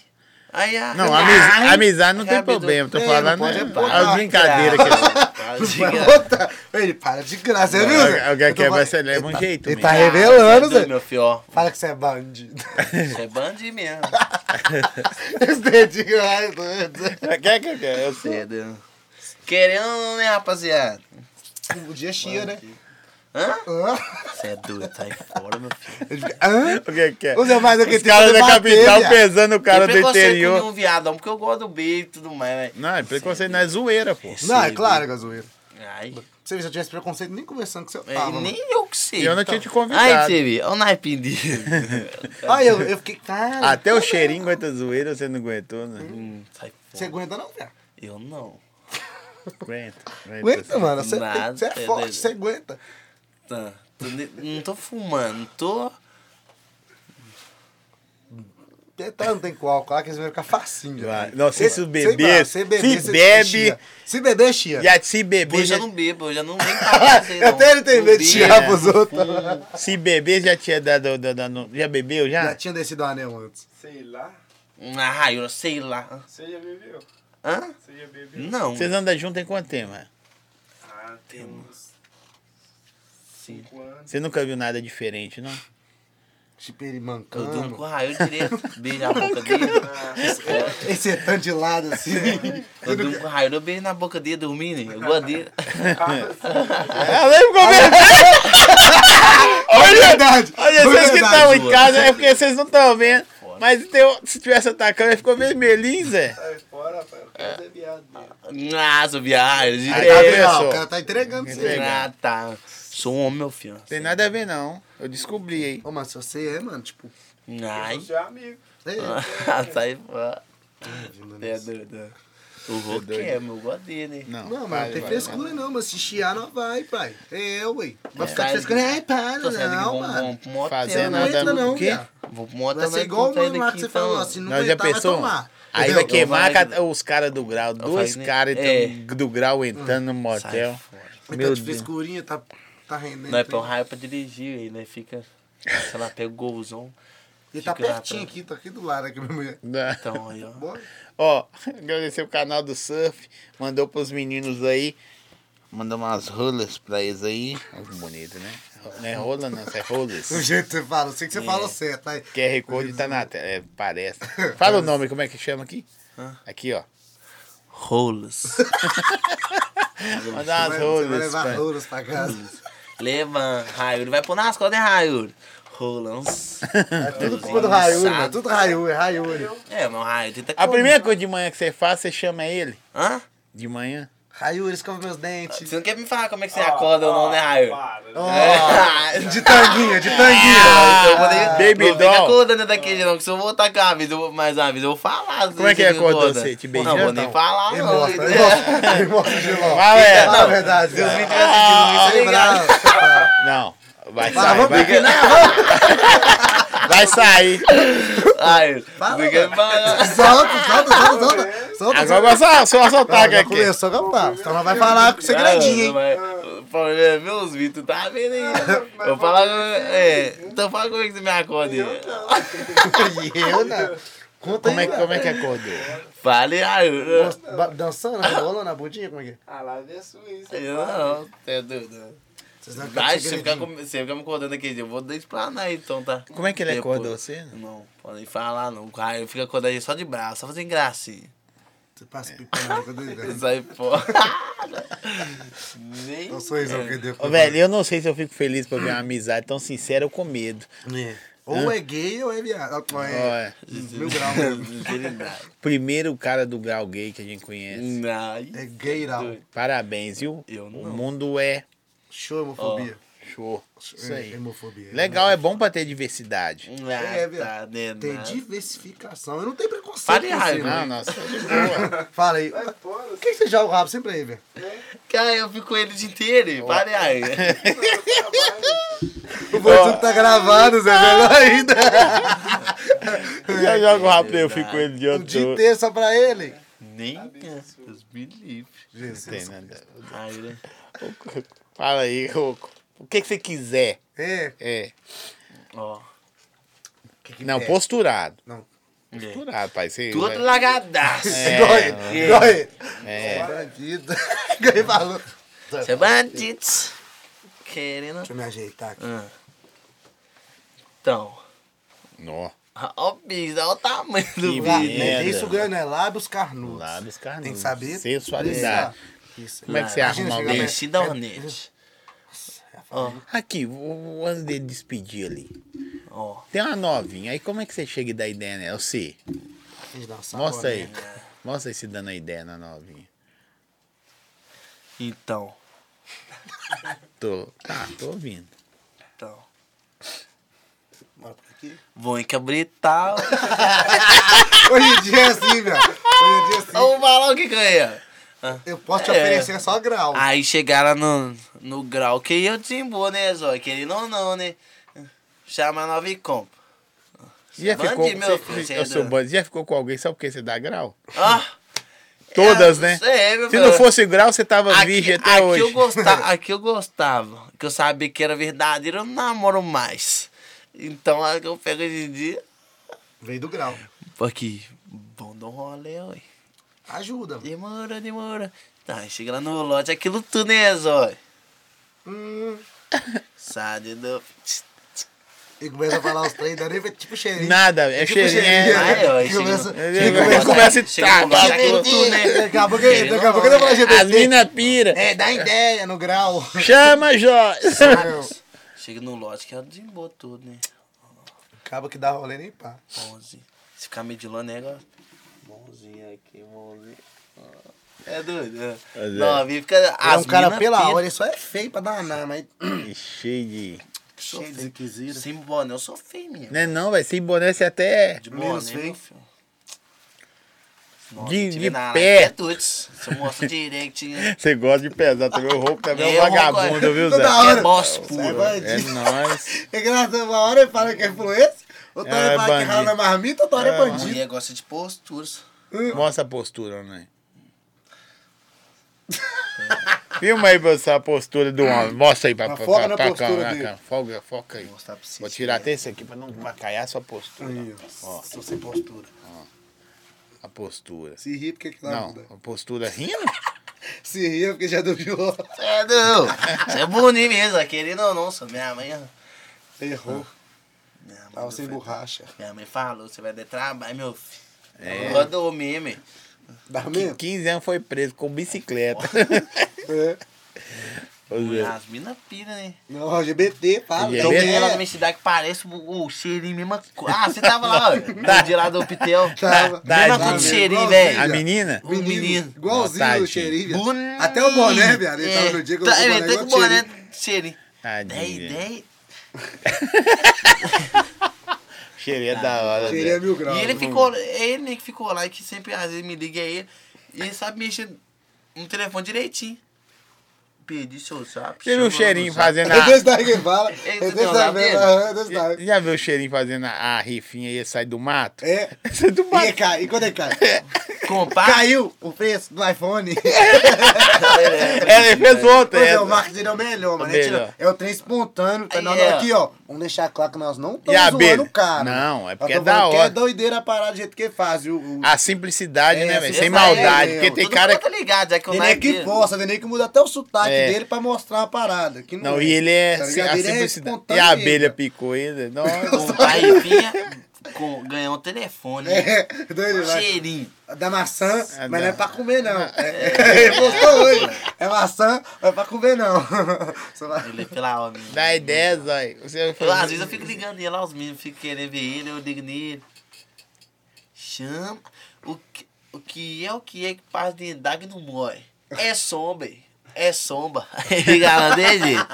B: Ai, ai.
A: Não,
B: ai.
A: amizade, amizade não tem
B: Rápido.
A: problema. Tô
C: É,
A: falando
C: não pode
A: né?
C: botar.
A: as brincadeiras que
B: Tá
A: Tipo,
C: que- Vai
B: aqui.
C: botar. Ele para de graça, viu? Zé?
A: O que
C: Eu
A: quer
C: tô
A: vai
C: falando-
A: ser leva um jeito.
C: Ele
A: mesmo.
C: tá revelando,
B: Zé.
C: Zé.
B: Meu filho, ó.
C: Fala que você é bandido.
B: Você é bandido mesmo.
C: Esse dedinho lá é doido.
A: Quer que eu quero? Eu sei.
B: Entendeu? Querendo ou não, né, rapaziada?
C: O dia chia, né?
B: Hã?
C: Hã?
B: Você é doido, sai fora, meu filho.
C: Ele fica, Hã?
A: O que que é?
C: Ô, Zé, mas eu
A: Os
C: queria
A: caras
C: te
A: da
C: bater,
A: capital
C: viado.
A: pesando o cara do
B: Tem preconceito
A: interior.
B: com um viadão, porque eu gosto do beijo e tudo mais,
A: Não, é preconceito não é zoeira, pô.
C: Não, é
B: Sim,
C: claro, Gazoeiro.
B: velho. Ai.
C: Você vê, se eu tivesse preconceito, nem conversando com seu
B: É,
C: tava, mano.
B: nem eu que sei. então.
A: Eu não tinha te convidado.
B: Ai, você vê. Olha o naipim dele.
C: Aí eu, eu fiquei, cara,
A: Até o cheirinho aguenta zoeira, você não aguentou, né?
B: Hum, sai
C: você
B: fora.
C: aguenta não, velho?
B: Eu não.
A: Aguenta. tá
C: Aguenta, mano, você,
B: Nada,
C: tem- você é
B: entendeu?
C: forte, você aguenta.
B: Tá. Tô ne- Não tô fumando, não tô.
C: Tentar tá, não tem com álcool lá, que eles vão ficar facinho.
A: Vai.
C: velho.
A: Não, se
C: Cê-
A: se
C: cê
A: beber,
C: bravo, cê
A: se
C: cê-
A: bebe-
C: chia. Se beber, chia.
A: E a se
B: Pô,
A: beber, já,
B: já não bebo, eu já não nem pra
C: Eu até ele tem medo de tirar pros outros.
A: se beber já tinha dado, dado- dado- já bebeu
C: Já
A: já?
C: tinha descido o anel antes.
D: Sei lá.
B: Ah, eu sei lá.
D: Você já bebeu?
B: Hã?
D: Você já bebeu?
B: Não.
A: Vocês andam junto em quanto tempo? é?
D: Ah, tem uns
B: Sim.
D: 5 anos.
A: Você nunca viu nada diferente, não?
C: Chipiri
B: Eu um durmo com
C: mancando.
B: o raio direto. Beijo na boca dele.
C: Esse é tão de lado assim.
B: Eu durmo com o raio, eu beijo na boca dele dormindo. Eu gosto dele.
A: Ah, lembra como é? Olha,
C: verdade.
A: olha, vocês que
C: verdade.
A: estavam em
B: Lua.
A: casa é porque vocês não estão vendo. Mas teu- se tivesse atacando, ele ficou vermelhinho, Zé.
D: Sai fora, rapaz. O cara é viado mesmo.
B: Nossa,
A: Aí
B: viagem,
C: Tá
A: É,
B: direto.
C: vendo, ó,
A: só.
C: O cara tá entregando pra você.
A: Entrega.
B: Ah, tá. Sou um homem, meu filho.
A: Tem nada a ver, não. Eu descobri aí.
C: Ô, mano, se você é, mano, tipo...
D: Eu
B: Ai.
D: sou seu amigo.
B: Ah, tá
C: É,
B: Sai fora.
C: mano,
B: É doido. O Hulk
A: doido.
B: é, meu, eu gosto dele.
A: Não,
C: Não, mas
A: vai,
C: não tem
A: vai,
C: frescura
A: vai.
C: não, mas se chiar não vai, pai. É, ué. Vai ficar
B: É,
C: de
B: faz-
C: frescura, é, para,
B: Tô saindo aqui,
C: não,
B: vou- vou
C: mano. É,
B: pro motel,
A: Fazendo
B: né?
C: Não
A: nada-
C: entra não,
A: o quê?
C: viado.
B: Vou pro motel,
C: Vai
B: né,
C: ser igual o
B: tô saindo
C: mano lá
B: aqui,
C: que você falou,
B: então.
C: assim, não
A: Nós já
C: aguentar, vai
A: pensou?
C: tomar.
A: Aí
C: Entendeu?
A: vai queimar
B: Vai,
A: ca- os caras do grau. Dois
B: faz, né?
A: caras
B: É.
A: então, do grau entrando no
B: Sai
A: motel.
B: fora.
C: Ele
A: Meu
C: tá de
A: Deus.
C: frescurinha, tá, tá rendendo.
B: Não é tão raio pra dirigir, aí, né? Fica. Sei lá, pega o golzão.
C: Ele tá
B: fica lá
C: pertinho
B: pra-
C: aqui, tá aqui do lado aqui, minha mulher.
B: Então, aí, ó.
C: Bora.
A: Ó, agradecer o canal do Surf. Mandou pros meninos aí. Mandou umas rolas pra eles aí. Olha que bonito, né? Não é rola, não, isso é rolas.
C: Do jeito que você fala, eu sei que
B: É.
C: você falou certo, aí.
A: QR Code tá na tela. É, parece. Fala o nome, como é que chama aqui? Aqui, ó.
B: Rolos.
A: Mandar umas
C: Vai- Você vai
A: rolas.
C: levar
A: pra-
C: rolas pra casa.
B: Leva, Raiuri. Vai pôr nas costas, né, Raiuri? Rolans.
C: É tudo culpa do Raiuri, mano. Tudo Raiuri, Raiuri.
B: É, meu Raiuri, tenta
A: A primeira coisa de manhã que você faz, você chama ele.
B: Hã?
A: De manhã.
C: Raiuri, escova meus dentes.
B: Você não quer me falar como é que
C: Ah,
B: você acorda ou não, né, Raiuri?
C: Ó,
D: Para.
C: de tanguinha, de tanguinha.
B: Ah, Eu vou ter-
A: Baby
B: não fica
A: doll.
B: acordando daqui, não, que se eu voltar cá uma vez, eu vou- mais uma vez, eu vou falar.
A: Como é que
B: ele
A: ele acordou você? Te beijando,
B: Não, vou nem
A: não?
B: falar,
C: Ele
B: não.
C: mostra, ele mostra, ele mostra de longe.
A: Fala, é.
C: Fala a verdade, Deus me
B: tivesse assistindo,
C: Sem
B: não ia ligar.
C: bravo. Fala,
A: Não. Vai
C: Vamos
A: sair, vai,
C: pegar,
A: vai sair.
B: Ai,
C: Fala,
B: fica
C: mano. Solta, solta, solta, solta. Solta,
A: Agora eu só, só soltar
C: Tá, já
A: aqui.
C: começou a cantar. Então não vai falar com segredinho, hein?
B: Mas, o problema é meus vídeos, tá vendo aí? Eu falo, é, então fala como é que você me acorda. aí.
C: E eu não. Conta
A: Como
C: aí,
A: é, que- como é que acordou?
B: Fale, ai, eu, eu,
C: mano. Ba- Dançando, né? rolando na bundinha, como é que é?
D: Ah, lá vem a Suíça.
B: eu não, você é doido.
C: Vocês não
B: Vai,
C: acreditam
B: se
C: em
B: você ficar,
C: segredinho.
B: com- se você ficar me acordando aqui, eu vou desplanar aí, então, tá?
A: Como é que ele
B: Depois.
A: acordou você?
B: Não, podem falar não. Ai, eu fico acordando aí só de braço, só fazendo gracinha.
C: Você passa pipando na boca dele, né? velho.
B: Sai fora. Nem.
C: Olha o sorrisão que ele deu.
A: Ô, velho, eu não sei se eu fico feliz por ver uma amizade tão sincera ou com medo.
C: É. Ou é gay ou é viado. Não, é
A: Ó,
C: mil graus mesmo.
B: Sinceridade.
A: primeiro cara do grau gay que a gente conhece.
B: Não.
C: É gay, não.
B: Doido.
A: Parabéns, viu?
B: Eu
A: O
B: não.
A: mundo é
C: Show, homofobia.
A: show. Isso
C: É,
A: aí.
C: Homofobia.
A: Legal, é bom pra ter diversidade.
B: É, tá,
C: viado.
B: né?
C: Tem
B: não.
C: diversificação. Eu não tenho preconceito.
B: Fale
C: com isso,
B: raiva,
A: Não,
C: né?
A: Ah, nossa, de boa.
C: Fala aí.
D: Vai
C: Por
D: fora.
C: que que você joga o rabo sempre aí, velho?
B: Cara, eu fico com ele o dia inteiro. Pare aí.
C: O Boizuco tá gravado, Zé. Melhor ainda.
A: Já jogo rápido, eu fico com ele de
C: O
A: outro.
C: Um dia inteiro só pra ele.
B: Nem tanto. Deus me livre.
A: Tem
C: Jesus.
A: nada.
B: Ai, né?
A: Fala aí, Roco. O que, que você quiser?
C: É.
A: É.
B: Ó.
C: que que
A: Não,
C: é?
A: posturado.
C: Não.
B: É.
A: Posturado, pai. Você,
B: Tudo
A: vai-
B: lagadaço.
A: É.
C: Igual ele. Igual ele.
A: É.
C: Bandido. Igual ele falou.
B: Você é bandido. Querendo.
C: Deixa eu me ajeitar aqui.
B: Ah. Então.
A: Nó.
B: Ó o bicho, olha o tamanho do
A: Que
B: bicho.
A: merda.
C: Né? Isso ganha é lábios carnudos.
A: Lábios carnudos.
C: Tem que saber.
A: Sensualidade.
C: Isso.
A: Como é que você
C: Imagina
A: arruma
C: chegar
A: alguém?
C: lá-
B: Vestida Hornet. Ó,
A: Aqui, o- o- antes de despedir ali.
B: ó.
A: Tem uma novinha. Aí como é que você chega e dá ideia nela? Você.
C: Tem que dar uma né? sacolinha.
A: Mostra aí. Mostra aí se dando a ideia na novinha.
B: Então.
A: Tô. Tá, tô ouvindo.
B: Então.
C: Bora por aqui.
B: Vou encabritar.
C: Hoje em dia é assim, velho. Hoje em dia é assim.
B: Vamos falar o que ganha.
C: Eu posso te
B: É.
C: oferecer só grau.
B: Aí chegaram no, no grau que eu desembo, né, Zói? Querendo ou não, né? Chama nova e compra.
A: Já
B: Bandido,
A: ficou.
B: meu
A: você-
B: filho,
A: você-
B: você
A: eu
B: é
A: sou
B: doido.
A: bandido. Já ficou com alguém só porque você dá grau?
B: Ah,
A: Todas,
B: é,
A: né?
B: É, meu
A: Se
B: filho.
A: não fosse grau, você tava
B: aqui,
A: virgem até
B: aqui
A: hoje.
B: Eu gostava, aqui eu gostava. Que eu sabia que era verdadeiro, eu não namoro mais. Então, a que eu pego hoje em dia...
C: Veio do grau.
B: Aqui, bom do rolê, oi.
C: Ajuda. mano.
B: Demora, demora. Tá, aí chega lá no lote, aquilo tudo, né, Zói?
C: Hum.
B: Sabe do...
C: E começa a falar os três, dá nem pra- tipo cheirinho.
A: Nada, é
C: Tipo
A: cheirinho.
C: cheirinho.
A: é-
B: Vai, ó, e chega
C: Começa-
B: no-
A: Ele
B: no
A: começa-
B: lote,
A: começa a
B: chega no
A: travar
B: lote, aquilo
A: tudo.
B: tudo, né?
C: Daqui a pouco
B: Querendo
C: daqui a
B: ou
C: pouco
B: não,
C: ele vai
B: né?
A: As
C: LGBT.
A: mina pira.
C: É, dá ideia no grau.
A: Chama, Joyce.
B: Chega no lote que ela desembou tudo, né?
C: Acaba que dá rolê nem pá.
B: 11. Se ficar medilando, é agora. Mãozinha aqui, mãozinha. Ah, É doido. é.
A: Mas é.
B: Não, vi fica.
C: É um
B: as
C: cara
B: mina
C: pela
B: pira-
C: hora, ele só é feio pra danar, mas.
A: E Cheio de.
B: Sou
C: Cheio de Né?
B: feio.
C: esquisito.
B: Sem boné, eu sou feio mesmo.
A: Não é não, vai sem boné você até.
B: De boné,
C: Menos feio.
B: meu filho.
A: De, de
B: nada,
A: pé.
B: tuts. Isso mostra direitinho.
A: Você gosta de pesar também. O rouco também é um
B: Eu rouco,
A: vagabundo,
B: é.
A: viu,
C: Toda
A: Zé?
C: hora.
B: É bosta
C: Sai,
B: puro.
C: bandido.
A: É nóis.
C: Engraçado, uma hora ele fala que é influência, outra hora
A: É,
C: ele fala que
A: bandido.
C: rala na marmita, outra hora é,
A: É,
B: A
C: bandido.
B: mulher gosta de posturas.
A: Mostra a postura, né? Filma aí pra você a postura do homem. Mostra aí pra,
C: Mas
A: pra,
C: foca
A: pra,
C: na
A: pra
C: postura
A: câmera,
C: dele.
A: cara. Folga, foca aí.
B: Vou mostrar pra vocês. é.
A: Vou tirar até esse aqui pra não bacalhar a sua postura.
C: Aí, ó. Tô sem postura.
A: A postura.
C: Se ri, porque que não
A: Não,
C: muda?
A: a postura rindo?
C: Se ri, é porque já dormiu.
B: É, não. Você é bonito mesmo, querido ou não, sou minha mãe.
C: Errou.
B: Minha mãe
C: Tava sem
B: foi-
C: borracha.
B: Minha mãe falou, você vai dar trabalho, meu filho.
A: É.
B: Eu vou dormir, meu.
C: Dá mesmo?
A: 15 anos foi preso com bicicleta.
C: É.
A: Ô, Zé,
B: As minas pira, né?
C: Não, LGBT, fala.
A: LGBT?
B: Então
C: Então,
B: tem ela
C: É. é,
B: na minha cidade que parece o, o cheirinho mesmo. Ah, você tava lá, ó. No dia lá do Pitel.
C: Tava.
B: Mesma
A: Tava.
B: cor
C: tá.
B: de cheirinho,
C: Igualzinho.
B: velho.
A: A menina?
B: O menino.
C: Igualzinho
A: Vontade.
C: o xerife.
B: Bonito.
C: Até o boné, viado. Ele tava no dia que eu
B: Tá,
C: usei
B: ele
C: o
B: tá
C: boné
B: com
C: igual
B: boné
C: xerife.
B: de cheirinho. Dei,
A: Tadinha.
B: dei.
A: Cheirei da hora. Zé.
C: Xerife é mil graus.
B: E ele ficou, é ele nem que ficou lá, e que sempre às vezes me liga, é ele. E ele sabe mexer no telefone direitinho. Perdi seu zap.
A: Você viu o um
B: chegou lá no
A: cheirinho
B: zap.
A: fazendo
C: É
A: a.
C: desse daí que ele fala.
B: Ele
C: É
B: tem
C: desse
B: um
C: daí
B: zap
C: mesmo.
B: dele?
C: aham, É desse daí.
A: Já viu o cheirinho fazendo a, a rifinha e ele sai do mato?
C: É.
A: Sai do
C: E, ele
A: mato.
C: cai, e quando ele cai?
B: Compara.
C: Caiu o preço do iPhone.
A: Ela fez outra.
C: Pois é,
A: essa.
C: o marketing ele é o melhor, mano. Ele
A: Melhor.
C: tira- É o trem espontâneo. Tá
B: Aí,
C: nós
B: ó.
C: aqui, ó. Vamos deixar claro que nós não
A: E a
C: estamos zoando
A: abelha?
C: o cara.
A: Não, é
C: Nós
A: porque
C: tamo
A: é da
C: falando que
A: hora. Ah,
C: É doideira a parada do jeito que ele faz. E O, o...
A: A simplicidade,
C: É,
A: né,
C: a
A: velho?
B: Esse
A: Sem
B: aí,
A: maldade.
B: meu,
A: Porque tem
B: todo
A: cara.
B: mundo tá ligado, já que o
C: Ele é
B: naipe
C: que
B: dele-
C: força, ele que muda até o sotaque
A: É.
C: dele pra mostrar uma parada. Que não,
A: Não, e ele é
C: tá
A: sim-
C: ligado?
A: a
C: Ele é
A: simplicidade. e
C: espontâneo
A: a
C: mesmo,
A: abelha
C: cara.
A: picou ele. Nossa.
B: Com a Rifinha com- ganhou um telefone. um
C: É, doido, vai.
B: Cheirinho.
C: Da maçã,
A: Ah,
C: mas não é
A: não.
C: pra comer, não. É, ele postou hoje. É maçã, mas é pra comer, não. Só vai-
B: Ele é pela homem.
A: Dá ideia, Zói. Você
B: Eu, às vezes eu fico ligando nele, lá os meninos ficam querendo ver ele, eu ligo nele. Chama. O que, o que é o que é que faz de idade não morre? É sombra. É sombra. Liga lá desse jeito.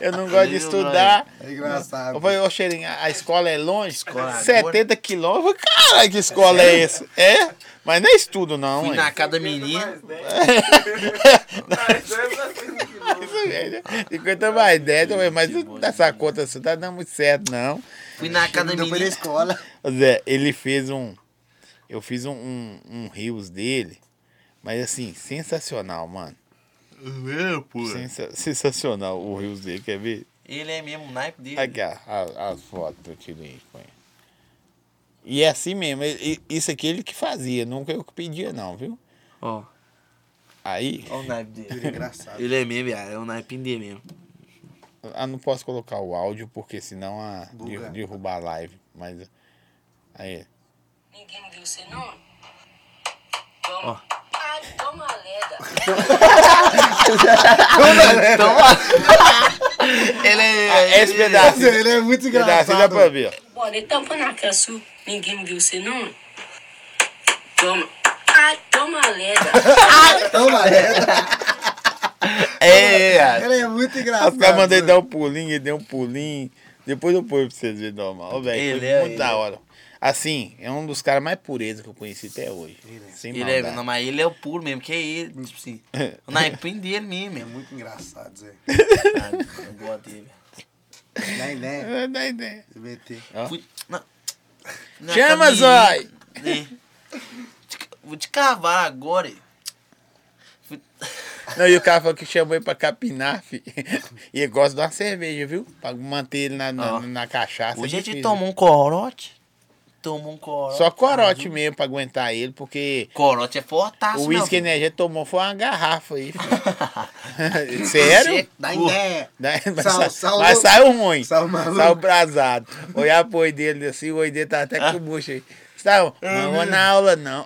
A: Eu não gosto de
B: Meu
A: estudar.
C: É engraçado.
A: Eu falei, ô Cheirinho, a a escola é longe?
B: Escola
A: 70 quilômetros? Eu falei, Caralho, que escola é essa? É? Mas não é estudo, não,
B: Fui
A: hein?
B: na casa da menina.
D: Mas é pra ser que não.
A: Isso, velho. 50 mais 10, eu falei, mas essa conta sua tá dando muito certo, não.
B: Fui na casa da
C: Não foi na
B: menina.
C: escola.
A: Ô, Zé, ele fez um. Eu fiz um, um, um Rios dele, mas assim, sensacional, mano. Sensa- sensacional o Rios dele, quer ver?
B: Ele é mesmo o naipe dele.
A: Aqui, ó, a- as fotos que eu tirei com ele. E é assim mesmo, e- e- isso aqui ele que fazia, nunca eu que pedia, não, viu?
B: Ó,
A: Aí,
B: ó o naipe dele.
C: Engraçado.
B: Ele é mesmo, viado. É o naipe dele mesmo.
A: eu não posso colocar o áudio, porque senão a de-
C: Buga.
A: derrubar a live. Mas. Aí.
E: Ninguém viu você não? Vamos. Ah,
B: Ó.
E: Ai, toma lega.
B: Ele é.
A: Ah, esse
B: ele-
A: pedaço.
C: Ele é muito
A: Pedacinho dá
C: engraçado.
A: pra ver, ó.
E: Bora, então põe na cara sua. Ninguém viu você não? Toma. Ai, toma lega.
C: Toma, é.
B: É, viado.
C: Ele é muito
A: Os
C: engraçado.
A: caras mandei dar um pulinho, ele deu um pulinho. Depois eu ponho pra vocês verem normal. Ô, velho,
B: Ele
A: foi
B: é-
A: muito
B: ele é.
A: da hora. Assim, é um dos caras mais pureza que eu conheci até hoje. Sem
B: Ele é,
A: maldade.
B: não, mas ele é o puro mesmo, que é ele, tipo assim. O naipim dele mesmo, é muito
C: Muito engraçado, Zé.
B: Ah, eu gosto dele.
C: Nem, nem.
A: É, dá ideia.
C: LGBT.
A: Ó.
B: Fui- na- na
A: Chama,
B: caminhada,
A: Zói!
B: né? Te- Vou te cavar agora. hein? Fui-
A: Não, e o cara falou que chamou ele pra capinar, filho. E ele gosta de uma cerveja, viu? Pra manter ele na, na,
B: Ó.
A: na cachaça. é
B: Hoje a gente
A: difícil.
B: tomou um corote. Tomou um corote.
A: Só corote mesmo pra aguentar ele, porque
B: Corote é fortaço,
A: o uísque
B: meu.
A: energia tomou foi uma garrafa aí, filho.
B: é
A: Sério?
C: Dá
B: Pô.
C: ideia.
A: Né? Mas,
C: Sal-
A: sa-
C: sal-
A: mas saiu ruim.
C: sal maluco.
A: Saiu brasado. Olhar pro oi dele assim, o oi dele tá até com bucha aí. Você tá,
C: É,
A: não
C: né?
A: vou na aula, não.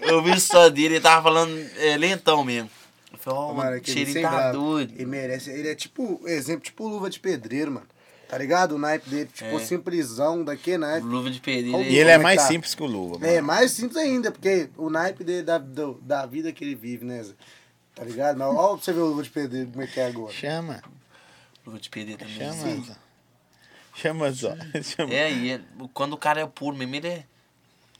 B: Eu vi só dele, ele tava falando é, lentão mesmo. Eu falei, ó,
C: Tomara
B: mano, o
C: que ele
B: cheirinho
C: sem
B: tá
C: bravo. Ele
B: doido.
C: merece. Ele é tipo, exemplo, tipo luva de pedreiro, mano. Tá ligado? O naipe dele, tipo,
B: É.
C: simplesão daqui, naipe.
B: Luva de pereira.
C: E
A: e ele é
C: Como é
A: mais
C: que tá?
A: simples que o Luva. mano.
C: É, mais simples ainda, porque o naipe dele da, do- da vida que ele vive, né, Zé? Tá ligado? Mas ó, pra você ver o luva de pedreiro como é que é agora.
A: Chama,
B: Luva de pereira também.
A: chama. Zó. Chama só. Chama.
B: É, e ele- quando o cara é puro mesmo, ele é.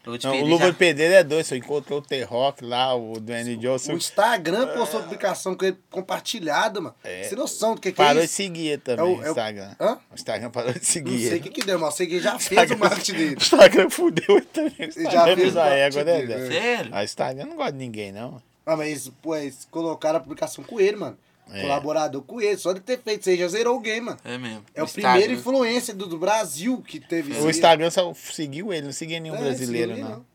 B: Luva de
A: Não, o
B: Pedreiro
A: Luva
B: já-
A: de Pedreiro é doido. Você encontrou o T-Rock lá, o Dwayne Johnson.
C: O Instagram postou publicação com ele compartilhada, mano.
A: É.
C: Sem noção do que, que é
A: Parou de
C: isso.
A: seguir também
C: É o-
A: o
C: é o-
A: Instagram.
C: Hã?
A: O Instagram parou de seguir.
C: Não sei o
A: ele.
C: que que deu, mas eu sei que ele já fez o
A: Instagram-
C: marketing
A: O
C: dele.
A: Instagram fudeu ele também. O Instagram
C: fez
A: fez a
C: o
A: égua, né,
C: marketing dele,
A: velho?
C: né?
B: Sério?
A: Ah, O Instagram não gosta de ninguém, não.
C: Ah, mas eles, pô, eles colocaram a publicação com ele, mano.
A: É.
C: Colaborador com ele. Só de ter feito, você já zerou o game, mano.
B: É mesmo.
C: É o
B: Instagram.
C: primeiro influencer do, do Brasil que teve
A: né? É O Instagram só seguiu ele, não seguia nenhum
C: É,
A: brasileiro, né?
C: seguiu ele,
A: não.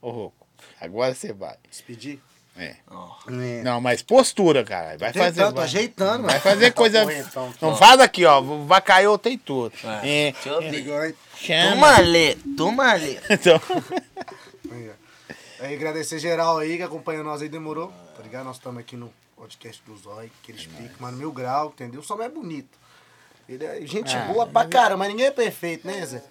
A: Ô, Rocco, agora você vai.
C: Despedir?
A: É.
B: Ó.
C: É.
A: Não, mas postura, caralho. Vai fazer.
C: ajeitando, tô
A: vai-
C: ajeitando,
A: Vai
C: mano.
A: fazer coisa.
C: Então,
A: Não faz aqui, ó. Vai cair outro e tudo.
B: É.
A: É.
B: Deixa eu ver.
C: Legal, hein?
A: Chama.
B: Toma lê, toma lê.
A: Então,
C: Aí, ó. Aí, É. agradecer geral aí que acompanhou nós aí, demorou. Tá ligado? Nós estamos aqui no podcast do Zói, que
B: É
C: eles picam, mano, mil grau, entendeu? O som é bonito. Ele é gente
A: Ah,
C: boa pra cara, mas ninguém é perfeito, né, Zé?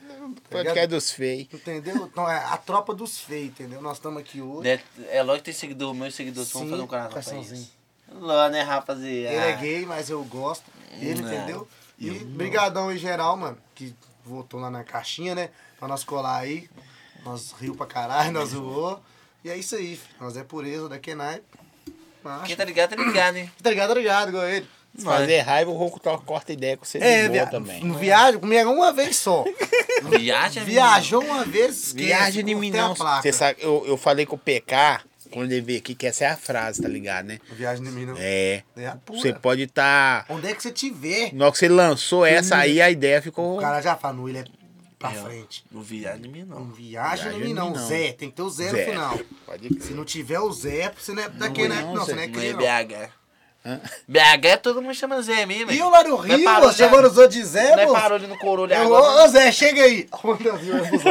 A: podcast dos feios.
C: Entendeu? Então é a tropa dos feios, entendeu? Nós estamos aqui hoje.
B: Deve- É lógico que tem seguidor meu e seguidor seu. Vamos
C: Sim,
B: fazer um coração pra
C: coraçãozinho.
B: isso. Lá, né, rapaziada?
C: Ele é gay, mas eu gosto. Ele,
B: É. Não.
C: entendeu? E brigadão em geral, mano, que voltou lá na caixinha, né? Pra nós colar aí. Nós riu pra caralho, nós zoou. E é isso aí, filho. Nós é pureza da Kenai.
B: Quem tá ligado, tá ligado, hein?
C: Tá ligado, tá ligado, igual ele.
A: Se fazer raiva, o Roco troca- corta ideia com você
C: É,
A: de boa
C: viado.
A: também.
C: Não viaja comigo uma vez só.
B: Viagem,
C: Viajou uma vez, esquece.
A: Viagem de
C: não
A: mim,
C: tem é a
A: não.
C: placa.
A: Você sabe, eu, eu falei com o PK, quando ele veio aqui, que essa é a frase, tá ligado, né?
C: Viagem de mim, não.
A: É.
C: É a pura.
A: Você pode estar.
C: Onde é que você te vê?
A: Na hora que você lançou essa aí, a ideia ficou.
C: O cara já fala, não, ele é pra
B: É.
C: frente.
B: Não viagem de mim,
C: Não
B: não.
C: viaja em
A: Viagem
C: mim,
A: em
C: não.
A: mim, não.
C: Zé, tem que ter o Zé,
A: Zé.
C: no final.
A: Pode
C: Se
A: crer.
C: não tiver o Zé, você não é daqui,
A: é
C: né?
A: não,
C: Não, você
A: Zé.
C: não é
B: Não é
C: cria, não.
B: BH. BH é todo mundo chama Zé mesmo.
C: E eu lá no
B: Nós
C: Rio,
B: é parou
C: você chamando os outros de Zé,
B: Nós
C: moço?
B: parou ali no Corolho
C: Eu,
B: agora.
C: Ô, Zé, chega aí. Onde eu vi o ônibus?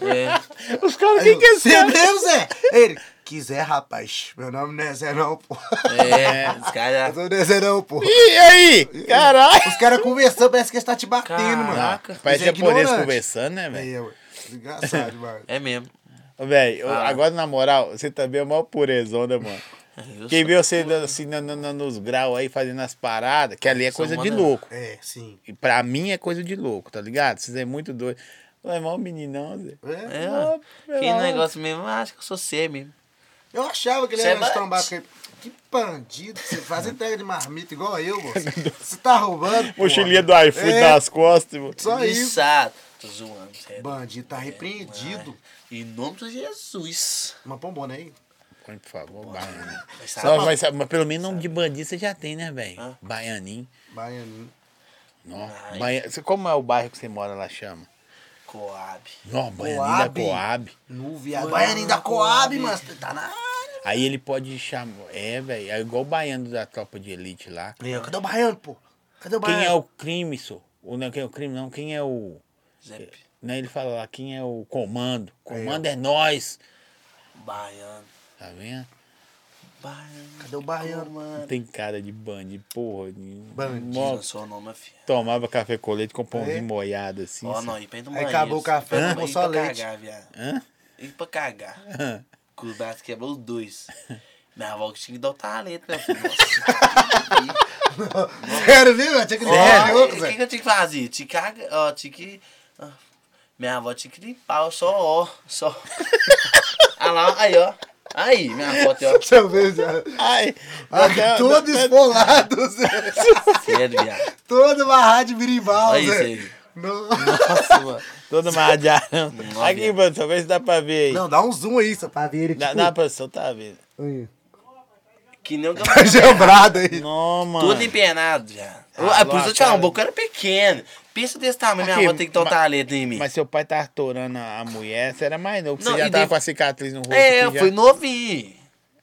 B: É.
A: Os caras, quem que é
C: Você
A: esse?
C: mesmo, Zé? Ele, quiser, rapaz. Meu nome não é Zé, não, pô.
B: É. Os
C: Eu
B: caras...
C: tô desenhando, pô.
A: E aí? Caralho!
C: Os caras conversando, parece que eles tá te batendo, mano.
B: Caraca.
A: Parece
C: Isso é
A: japonês
C: ignorante.
A: conversando, né, velho?
C: Aí, ué. Desgraçado, mano.
B: É mesmo.
A: Ô, Velho, eu-
B: Ah.
A: agora na moral, você também é mó purezão, né, mano?
B: É, Eu
A: Quem
B: sou-
A: vê você dando assim na- na- na- nos graus aí, fazendo as paradas, que ali é
B: Sou
A: coisa de
B: moderno.
A: louco.
C: É, sim.
A: E pra mim é coisa de louco, tá ligado? Vocês é muito doido. Não é mal meninão, Zé.
C: É.
B: É,
A: Ah,
B: que
A: pelo amor.
B: negócio mesmo, eu acho que eu sou C mesmo.
C: Eu achava que ele
B: Cê
C: era
B: vai-
A: é
C: de trombar com ele. Que bandido, você faz entrega de marmita igual eu, moço. Você tá roubando. porra.
A: Mochilinha do iFood
C: É.
A: nas costas, mano.
C: Só isso.
B: Viçado. ah, Tô zoando,
A: é
B: sério.
C: Bandido tá repreendido. um
B: Em nome de Jesus.
C: Uma pombona aí.
A: Põe, por favor, baianinho.
B: Mas
A: Só-
B: sabe-
A: mas, mas pelo menos nome de bandido você já tem, né, velho?
B: Hã?
A: Baianinho.
C: Baianinho.
A: Nó.
B: Ai.
A: Baia- Você- Como é o bairro que você mora lá, chama?
B: Coab.
A: Nó, Baianinho
C: Coab.
A: da Coab.
C: No viado. Baianinho da Coab, mano. Você tá na área.
A: Aí ele pode chamar. É, velho. É igual o baiano da tropa de elite lá.
C: Leão, Cadê o baiano, pô? Cadê o baiano?
A: Quem é o crime, senhor? Ou não, quem é o crime, não. Quem é o.
B: Zé P.
A: Né, ele fala lá, quem é o comando? Comando é, nós.
B: Baiano.
A: Tá vendo?
B: Baiano.
C: Cadê o baiano?
B: mano?
A: Tem cara de bandido, porra.
C: Bandido.
A: Mó-
B: Não sou nome, filho.
A: Tomava café com leite com pãozinho
C: É.
A: moiado assim.
B: Ó,
A: assim.
B: não, e pra ir no
C: Aí
B: banheiro.
C: acabou o café,
B: Não,
C: tomou
B: ir
C: só
B: pra
C: leite.
B: cagar, viado.
A: Hã?
B: Ir pra cagar.
A: Hã?
B: Cruzado quebrou os dois. Minha avó que tinha que dar o talento, né? filho?
C: Sério, viu? mano? Tinha que
B: Ó,
C: ser
B: O
C: é louco,
B: que,
C: Zé.
B: que eu tinha que fazer? Tinha que cagar, ó, tinha que. ó, Minha avó tinha que limpar, ó, só ó, só. ah lá, aí, ó. Aí, minha avó tem, ó.
C: Deixa eu ver, Zé.
A: Ai,
C: Ah, Todo esfolado, Zé.
B: Sério, viado.
C: Todo barrado de birimbau,
B: Olha isso
C: Zé.
B: aí.
C: Não.
A: Nossa, mano. Todo marrado de arame.
B: Não,
A: Aqui,
B: viado.
A: produção, vê se dá pra ver aí.
C: Não, dá um zoom aí, só pra ver ele.
A: Dá,
C: tipo,
A: dá pra soltar, velho.
C: aí.
B: Que nem o
C: Tá gembrado aí.
A: Não, mano.
B: Tudo empenado, viado.
A: Ah,
B: Ah, por isso eu tinha
A: cara.
B: um boca era pequeno. Pensa desse tamanho, minha
A: Aqui,
B: avó tem que dar o
A: ma-
B: talento em mim.
A: Mas seu pai tava atorando a a mulher, você era mais novo.
B: Não,
A: você já
B: e
A: tava
B: daí-
A: com a cicatriz no rosto.
B: É,
A: aqui já.
B: foi novinho.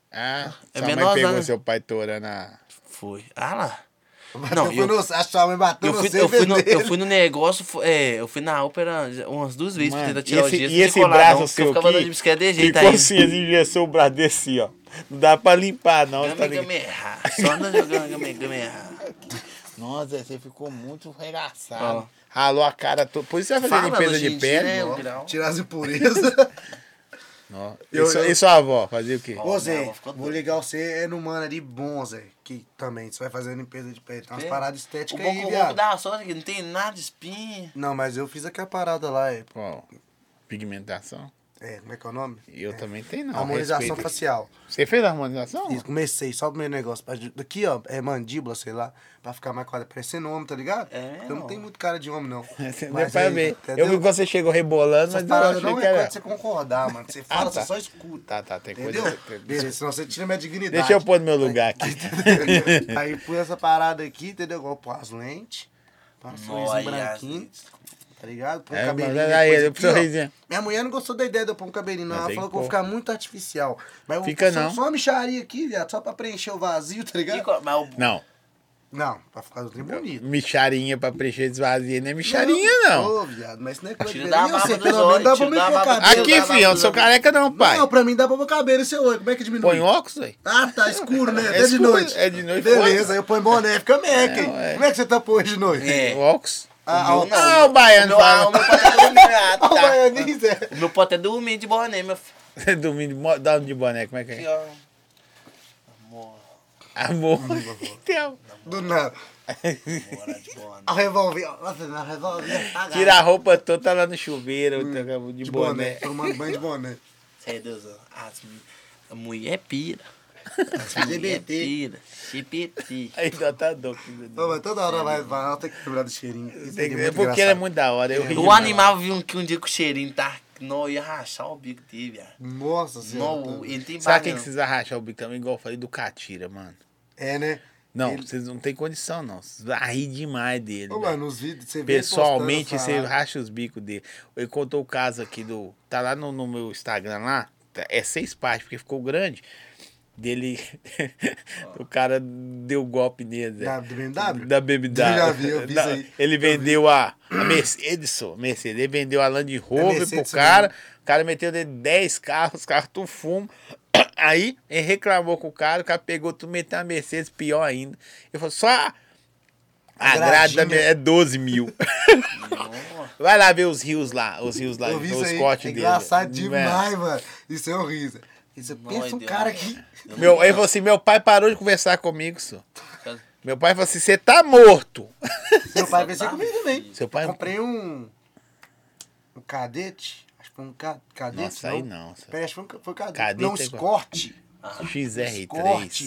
A: Ah,
B: É
A: sua mãe
B: menorzão,
A: pegou
B: né?
A: seu pai atorando a...
B: Foi. Ah lá.
C: Bateu
B: Não,
C: foi
B: eu-
C: no- Acho que a mãe bateu
B: Eu
C: no
B: fui,
C: seu
B: eu, fui no, eu
C: veneno.
B: fui no negócio, fu- é, eu fui na ópera umas duas vezes
A: Mano,
B: pra tentar
A: e
B: tirar
A: esse,
B: o gesso.
A: e esse
B: não colar,
A: braço
B: não, porque eu
A: seu
B: ficava andando de
A: aqui
B: bicicleta de jeito
A: ficou
B: ainda.
A: assim, ele engessou o braço desse, ó. Não dá pra limpar, não. tá
B: Gama,
A: ligado?
B: gama, errar. Só anda jogando gama, é, gama, errar.
A: Nossa, você ficou muito regaçado.
B: Ó.
A: Ralou a cara toda. Por isso você vai fazer
B: Fala,
A: limpeza
B: hoje
A: de
B: em
A: pele.
B: dia, né,
A: ó.
B: o grau.
C: Tirar as impurezas.
A: Nossa.
C: Eu-
A: e, sua,
C: eu-
A: e sua avó, fazia o quê?
B: Ó.
C: Ô,
B: Ó,
C: Zé,
B: minha avó ficou
C: vou
B: doida.
C: ligar você é no mano ali bom, Zé. Que também, você vai fazer limpeza de pele. Tem umas
B: É.
C: paradas
B: O
C: estéticas
B: bom
C: aí,
B: que o roubo
C: viado.
B: dá uma sorte que não tem nada de espinha.
C: Não, mas eu fiz aquela parada lá, é.
A: Qual? Pigmentação?
C: É, como é que é o nome?
A: E Eu
C: É.
A: também tenho, não.
C: harmonização
A: respeito.
C: facial.
A: Você fez a harmonização?
C: Isso, comecei, só o primeiro negócio. pra- Daqui, ó, é mandíbula, sei lá, pra ficar mais quadrada, parecendo homem, tá ligado?
B: É,
C: Porque eu não
B: ó.
C: tenho muito cara de homem, não.
A: Né, Deu
C: Mas
A: é, pra
C: aí,
A: ver.
C: entendeu?
A: Eu vi que você chegou rebolando,
C: Essas
A: mas eu
C: paradas
A: achei
C: não
A: que
C: é
A: era.
C: quando você concordar, mano. Você
A: Ah,
C: fala,
A: tá.
C: você só escuta.
A: Tá, tá, tem
C: Entendeu?
A: coisa. tem-
C: Beleza, senão você tira minha dignidade.
A: Deixa eu pôr no meu lugar aqui.
C: Aí pus essa parada aqui, entendeu? Igual pôr as lentes, passou um
B: Olha,
C: branquinho, tá ligado? Põe
A: É,
C: um cabelinho.
A: mas aí,
C: depois
A: pro
C: aqui, ó.
A: sorrisinho.
C: Minha mulher não gostou da ideia de eu pôr um cabelinho, não.
A: Mas
C: Ela
A: tem
C: falou que
A: que
C: eu vou
A: pôr.
C: ficar muito artificial. Mas eu-
A: Fica
C: só,
A: não.
C: Só uma micharia aqui, viado, só pra preencher o vazio, tá
B: E
C: ligado?
B: qual- mas o-
A: Não,
C: Não, pra ficar do trem bonito.
A: micharinha pra preencher esse vazio, não é micharinha, não.
C: Ô, viado, mas isso não é coisa
B: Tira
C: de
B: da
C: velho. Eu
B: barba
C: sei,
B: dos
C: pelo menos dá
B: olhos,
C: pra
B: tira da
C: meu
B: barba-
C: cabelo.
B: Aqui,
A: Aqui, filho, eu não sou careca, não, pai.
C: Não, pra mim dá pra meu cabelo e seu olho. Como é que diminui?
A: Põe óculos, velho.
C: Ah, tá escuro, né?
A: É
C: Até de
A: escuro,
C: noite.
A: é de noite, foda-se.
C: Beleza, aí eu ponho boné, fica mec, hein?
A: ué.
C: Como é que você tá pôr hoje de noite?
B: É.
A: Óculos.
C: Ah,
B: O
C: ó,
B: meu
C: tá.
A: Ah, o baiano
B: Meu, ah, o meu
A: fala.
B: pode até dormir. Ah,
C: Ó, o
B: tá.
C: baianinho, Zé.
B: O meu pode até dormir de boné, meu filho.
A: Dormindo, de mo- dá um de boné, como é que
B: Aqui,
A: é?
B: ó. Amor,
A: Amor. Então,
C: Do nada.
B: morar de boné.
C: A revólver, ó. Nossa, né? na revólver.
A: Tira a roupa toda, tá lá no chuveiro, tá de,
C: Hum, de boné.
A: boné.
C: Tomando banho de boné.
B: Sério, é Deus, as, mu- a mulher é pira. As mulher é
C: LGBT.
B: pira. Chipiti.
A: Aí dá tá doido.
C: Não, mas toda hora vai, vai, ela tem que lembrar do cheirinho. Isso aí é
A: É
C: muito
A: porque ela é
C: engraçado.
A: muito da hora. Eu ri
B: O
A: demais.
B: animal viu que um dia com o cheirinho tá. Não, ia rachar o bico dele, viado.
C: Nossa senhora. tá.
B: Não, ele tem
A: Sabe
B: barba
A: quem que
B: mesmo.
A: vocês arracham o bico também? Igual eu falei do Catira, mano.
C: É, né?
A: Não,
C: Ele-
A: vocês não têm condição, não. Vocês vão rir demais dele.
C: Ô,
A: velho.
C: mano, nos vídeos você vê ele postando,
A: Pessoalmente, você
C: fala,
A: racha os bicos dele. Ele contou o caso aqui do. Tá lá no, no meu Instagram lá. tá- É seis partes, porque ficou grande. Dele. o cara deu golpe nele.
C: Da
A: Zé.
C: BMW?
A: Da BMW.
C: Eu já vi, eu vi
A: Da-
C: isso aí.
A: Ele vendeu a, a Mercedes, só, Mercedes. Ele vendeu a Land Rover pro
C: É Mercedes
A: cara. O cara meteu dele 10 carros, os carros tu fumo. Aí ele reclamou com o cara, o cara pegou, tu meteu a Mercedes, pior ainda. Ele falou, só a- a grade da
C: Gradinha.
A: minha é 12 mil.
B: Não,
A: Vai lá ver os rios lá, os rios lá,
C: Eu vi isso
A: os
C: aí.
A: cortes
C: é
A: dele.
C: engraçado
A: Né?
C: demais, mano. Isso é horrível. Isso é
B: Não,
C: pensa um
B: Deus.
C: cara que...
A: Meu, ele falou assim, meu pai parou de conversar comigo, senhor.
C: Tá.
B: cara.
A: Meu pai falou assim, você tá morto.
C: Seu pai veio comigo também.
A: Seu pai...
C: Comprei um... Um cadete. Acho que foi um ca- cadete,
A: Nossa, aí não. senhor.
C: Peraí, acho que foi um- foi um cadete.
A: Cadete
C: não, um
A: é igual-
C: Escort.
A: XR3.
C: Escort.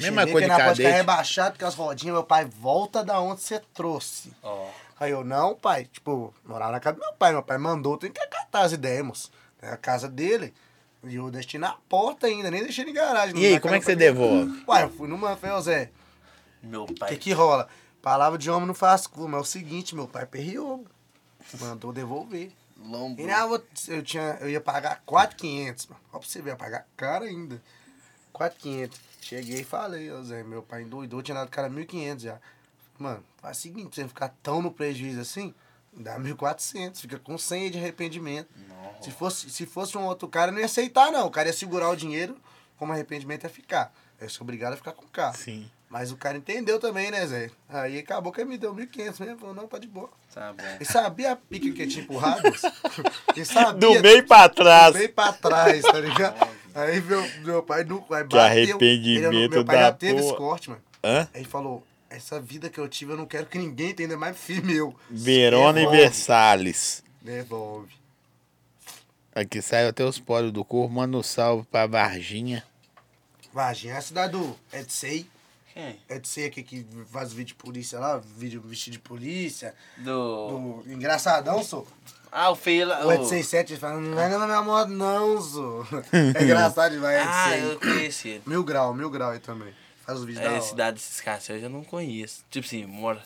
A: Mesma coisa
C: cheguei que
A: de
C: na porta ficava
A: cadete.
C: rebaixado com as rodinhas. Meu pai, volta da onde você trouxe.
B: Ó.
C: Aí eu, não, pai. Tipo, morava na casa do meu pai. Meu pai mandou, tem que acatar as ideias. É a casa dele. E eu deixei na porta ainda, nem deixei na garagem.
A: E aí,
C: Na
A: como é que você
C: casa-
A: devolve?
C: Uai, eu fui numa, falei, ô Zé,
B: Meu
C: o que
B: pai.
C: que rola? Palavra de homem não faz culpa, é o seguinte, meu pai perreou, mandou devolver.
B: Lombo.
C: Ele, ah, vou- eu, tinha, eu ia pagar 4,500, mano. Ó pra você ver, ia pagar caro ainda. 4,500. Cheguei e falei, ô Zé, meu pai endoidou, tinha dado cara 1.500 já. Mano, faz o seguinte, pra você ficar tão no prejuízo assim, dá 1.400, fica com 100 aí de arrependimento. Se fosse, se fosse um outro cara, eu não ia aceitar, não. O cara ia segurar o dinheiro, como arrependimento é ficar. Eu sou obrigado a ficar com o carro.
A: Sim.
C: Mas o cara entendeu também, né, Zé? Aí acabou que ele me deu 1.500 mesmo, falou, não, tá de boa.
B: Tá bom.
C: Ele sabia a pique que tinha empurrado? Ele sabia.
A: Do meio pra trás.
C: Do meio pra trás, tá ligado? Aí meu, meu pai nunca.
A: Que arrependimento
C: ele, Meu pai
A: da
C: já teve
A: porra.
C: escorte, mano.
A: Hã?
C: Aí ele falou: essa vida que eu tive, eu não quero que ninguém tenha, ainda mais filho meu.
A: Verona e
C: Devolve,
A: Versalles.
C: Devolve.
A: Aqui saiu até os poros do corpo. Manda um salve pra Varginha.
C: Varginha, é a cidade do Edsei.
B: Quem?
C: Edsei aqui que faz vídeo de polícia lá, vídeo vestido de polícia.
B: Do.
C: Do engraçadão, sou.
B: Ah, o feio lá.
C: O
B: o-
C: Edsei 7, ele fala: não vai na minha moto, não, sou. É engraçado demais,
B: Ah,
C: Edsei.
B: eu conheci ele.
C: Mil grau, mil grau aí também. Faz os vídeos da
B: É,
C: hora.
B: cidade desses caras eu já não conheço. Tipo assim, mora.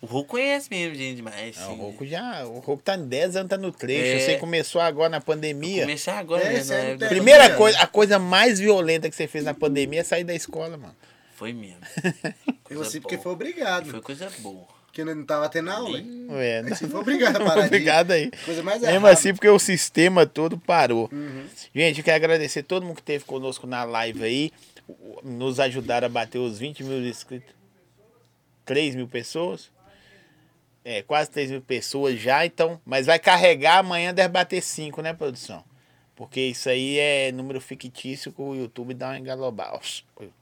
B: O Rô conhece mesmo, gente, demais.
A: Ah,
B: assim.
A: o Roco já. O Roco tá em 10 anos, tá no trecho.
B: É.
A: Você começou agora na pandemia.
B: Comecei agora,
C: É,
B: né?
C: sério,
B: na
C: tem-
B: época-
A: Primeira
C: Pandemia.
A: coisa, a coisa mais violenta que você fez na pandemia é sair da escola, mano.
B: Foi mesmo.
C: E
B: Coisa
C: você porque
B: boa.
C: foi obrigado,
B: Foi coisa boa.
C: porque não tava tendo aula. hein?
A: É,
C: Aí Hum. você foi obrigado a parar de ir.
A: Obrigado aí.
C: Coisa mais
A: Mesmo
C: errada. Uhum.
A: assim, porque o sistema todo parou. Gente, eu quero agradecer todo mundo que esteve conosco na live aí. O- o- Nos ajudaram a bater os 20 mil inscritos. 3 mil pessoas. É, quase 3 mil pessoas já, então. Mas vai carregar amanhã, deve bater 5, né, produção? Porque isso aí é número fictício que o YouTube dá uma engalobal.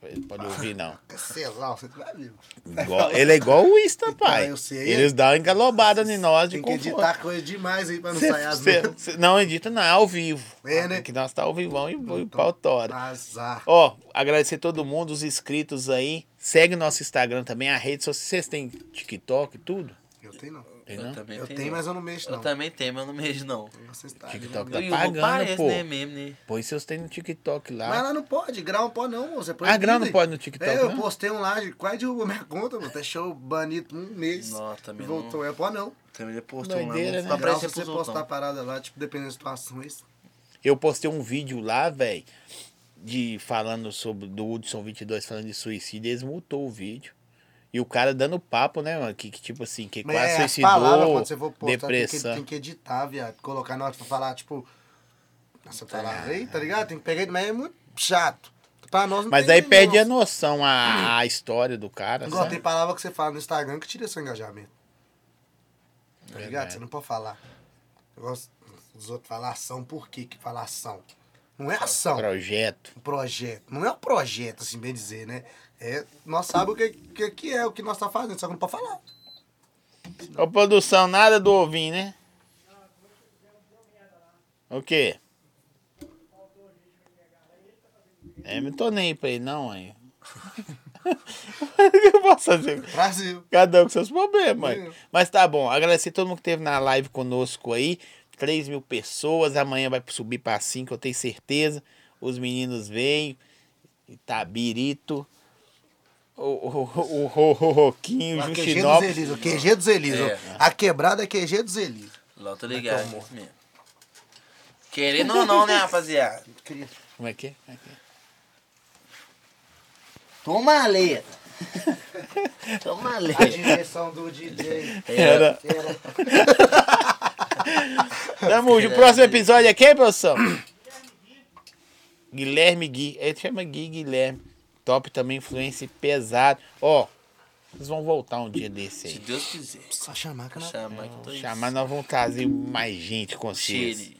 A: Ele pode ouvir, não.
C: Cancelar, você tá vivo.
A: Igual- ele é igual o Insta, pai.
C: Então, eu sei.
A: Eles dão uma engalobada em nós de
C: Tem que
A: conforto.
C: editar coisa demais aí pra não
A: Cê-
C: sair as
A: cê-
C: merdas.
A: cê- não edita, não, é ao vivo.
C: É, né? Então, tá.
A: Que nós tá ao vivão e, e o pau tora.
C: Azar.
A: Ó, agradecer todo mundo, os inscritos aí. Segue nosso Instagram também, a rede social. Vocês têm TikTok e tudo?
C: Eu tenho não.
A: Tem, né? não?
B: também
C: Eu tá- tenho, mas eu não mexo,
B: Eu
C: não.
B: também tenho, mas eu não mexo, não.
C: Vocês tá
A: TikTok
C: ligado?
A: tá
B: E o
A: pagando,
B: parece,
A: pô.
B: né, mesmo, né?
A: Pois vocês têm no TikTok lá.
C: Mas lá não pode, grau não pode não, moço. É
A: Ah, grau não
C: proibido.
A: pode no TikTok,
C: É, eu
A: não?
C: postei um lá, de- quase derrubou minha conta, moço. Deixou banido um mês.
B: Não, também não.
C: Voltou, é pode não.
B: Também ele postou um lá.
A: Doideira,
B: mas
A: né?
B: Tá
C: Grau, se
B: parecendo
C: você
B: pros
C: postar a
B: outros.
C: parada lá, tipo, dependendo da situação, isso.
A: Eu postei um vídeo lá, velho, de falando sobre do Hudson 22 falando de suicídio, eles multou o vídeo. E o cara dando papo, né, mano? Que, que tipo assim, que
C: Mas
A: quase
C: é, as
A: suicidou,
C: palavras, quando você for postar,
A: depressão.
C: Tem, que, tem que editar, viado. Colocar na hora pra falar, tipo. Essa
A: É.
C: palavra aí, tá ligado? Tem que pegar, mas é muito chato. Pra nós não
A: Mas
C: tem
A: aí né?
C: nem
A: perde a
C: noção.
A: noção, a, a história do cara,
C: Igual tem
A: sabe?
C: palavra que você fala no Instagram que tira seu engajamento. Tá ligado?
A: Verdade.
C: Você não pode falar. Eu gosto dos outros falar ação, por quê que falar ação? Não é ação.
A: Projeto.
C: um projeto. Não é um projeto, assim, bem dizer, né? É, nós sabemos o que, que, que é, o que nós tá fazendo, só que não pode falar.
A: Ô, produção, nada do ovinho, né? O quê? É, não tô nem aí pra ele, não, aí. O que eu posso fazer?
C: Brasil.
A: Cada um com seus problemas. mãe.
C: É.
A: Mas tá bom. Agradecer todo mundo que esteve na live conosco aí. 3 mil pessoas. Amanhã vai subir pra 5, eu tenho certeza. Os meninos veem. Itabirito. O, o, o, o, o, o Roquinho, o
C: A QG dos
A: Justinópolis.
C: Elis, o QG dos Elis.
B: É.
C: ó. A quebrada um é QG dos Elis.
B: Lá, eu tô ligado.
C: um
B: é isso mesmo. Querendo ou não, né, rapaziada?
A: Como é que é? Como é que é?
B: Toma a letra. Toma a
C: A
B: letra.
C: direção do DJ.
A: é?
B: É.
A: Era. Tamo junto. O próximo episódio é quem, produção? Guilherme Gui. Ele chama Gui Guilherme. Top também, influência pesado. Ó, vocês vão voltar um dia desse aí.
B: Se Deus quiser.
C: Só chamar que não.
B: Chama que eu tô
A: Chamar, nós vamos trazer mais gente com vocês.
B: Cheire.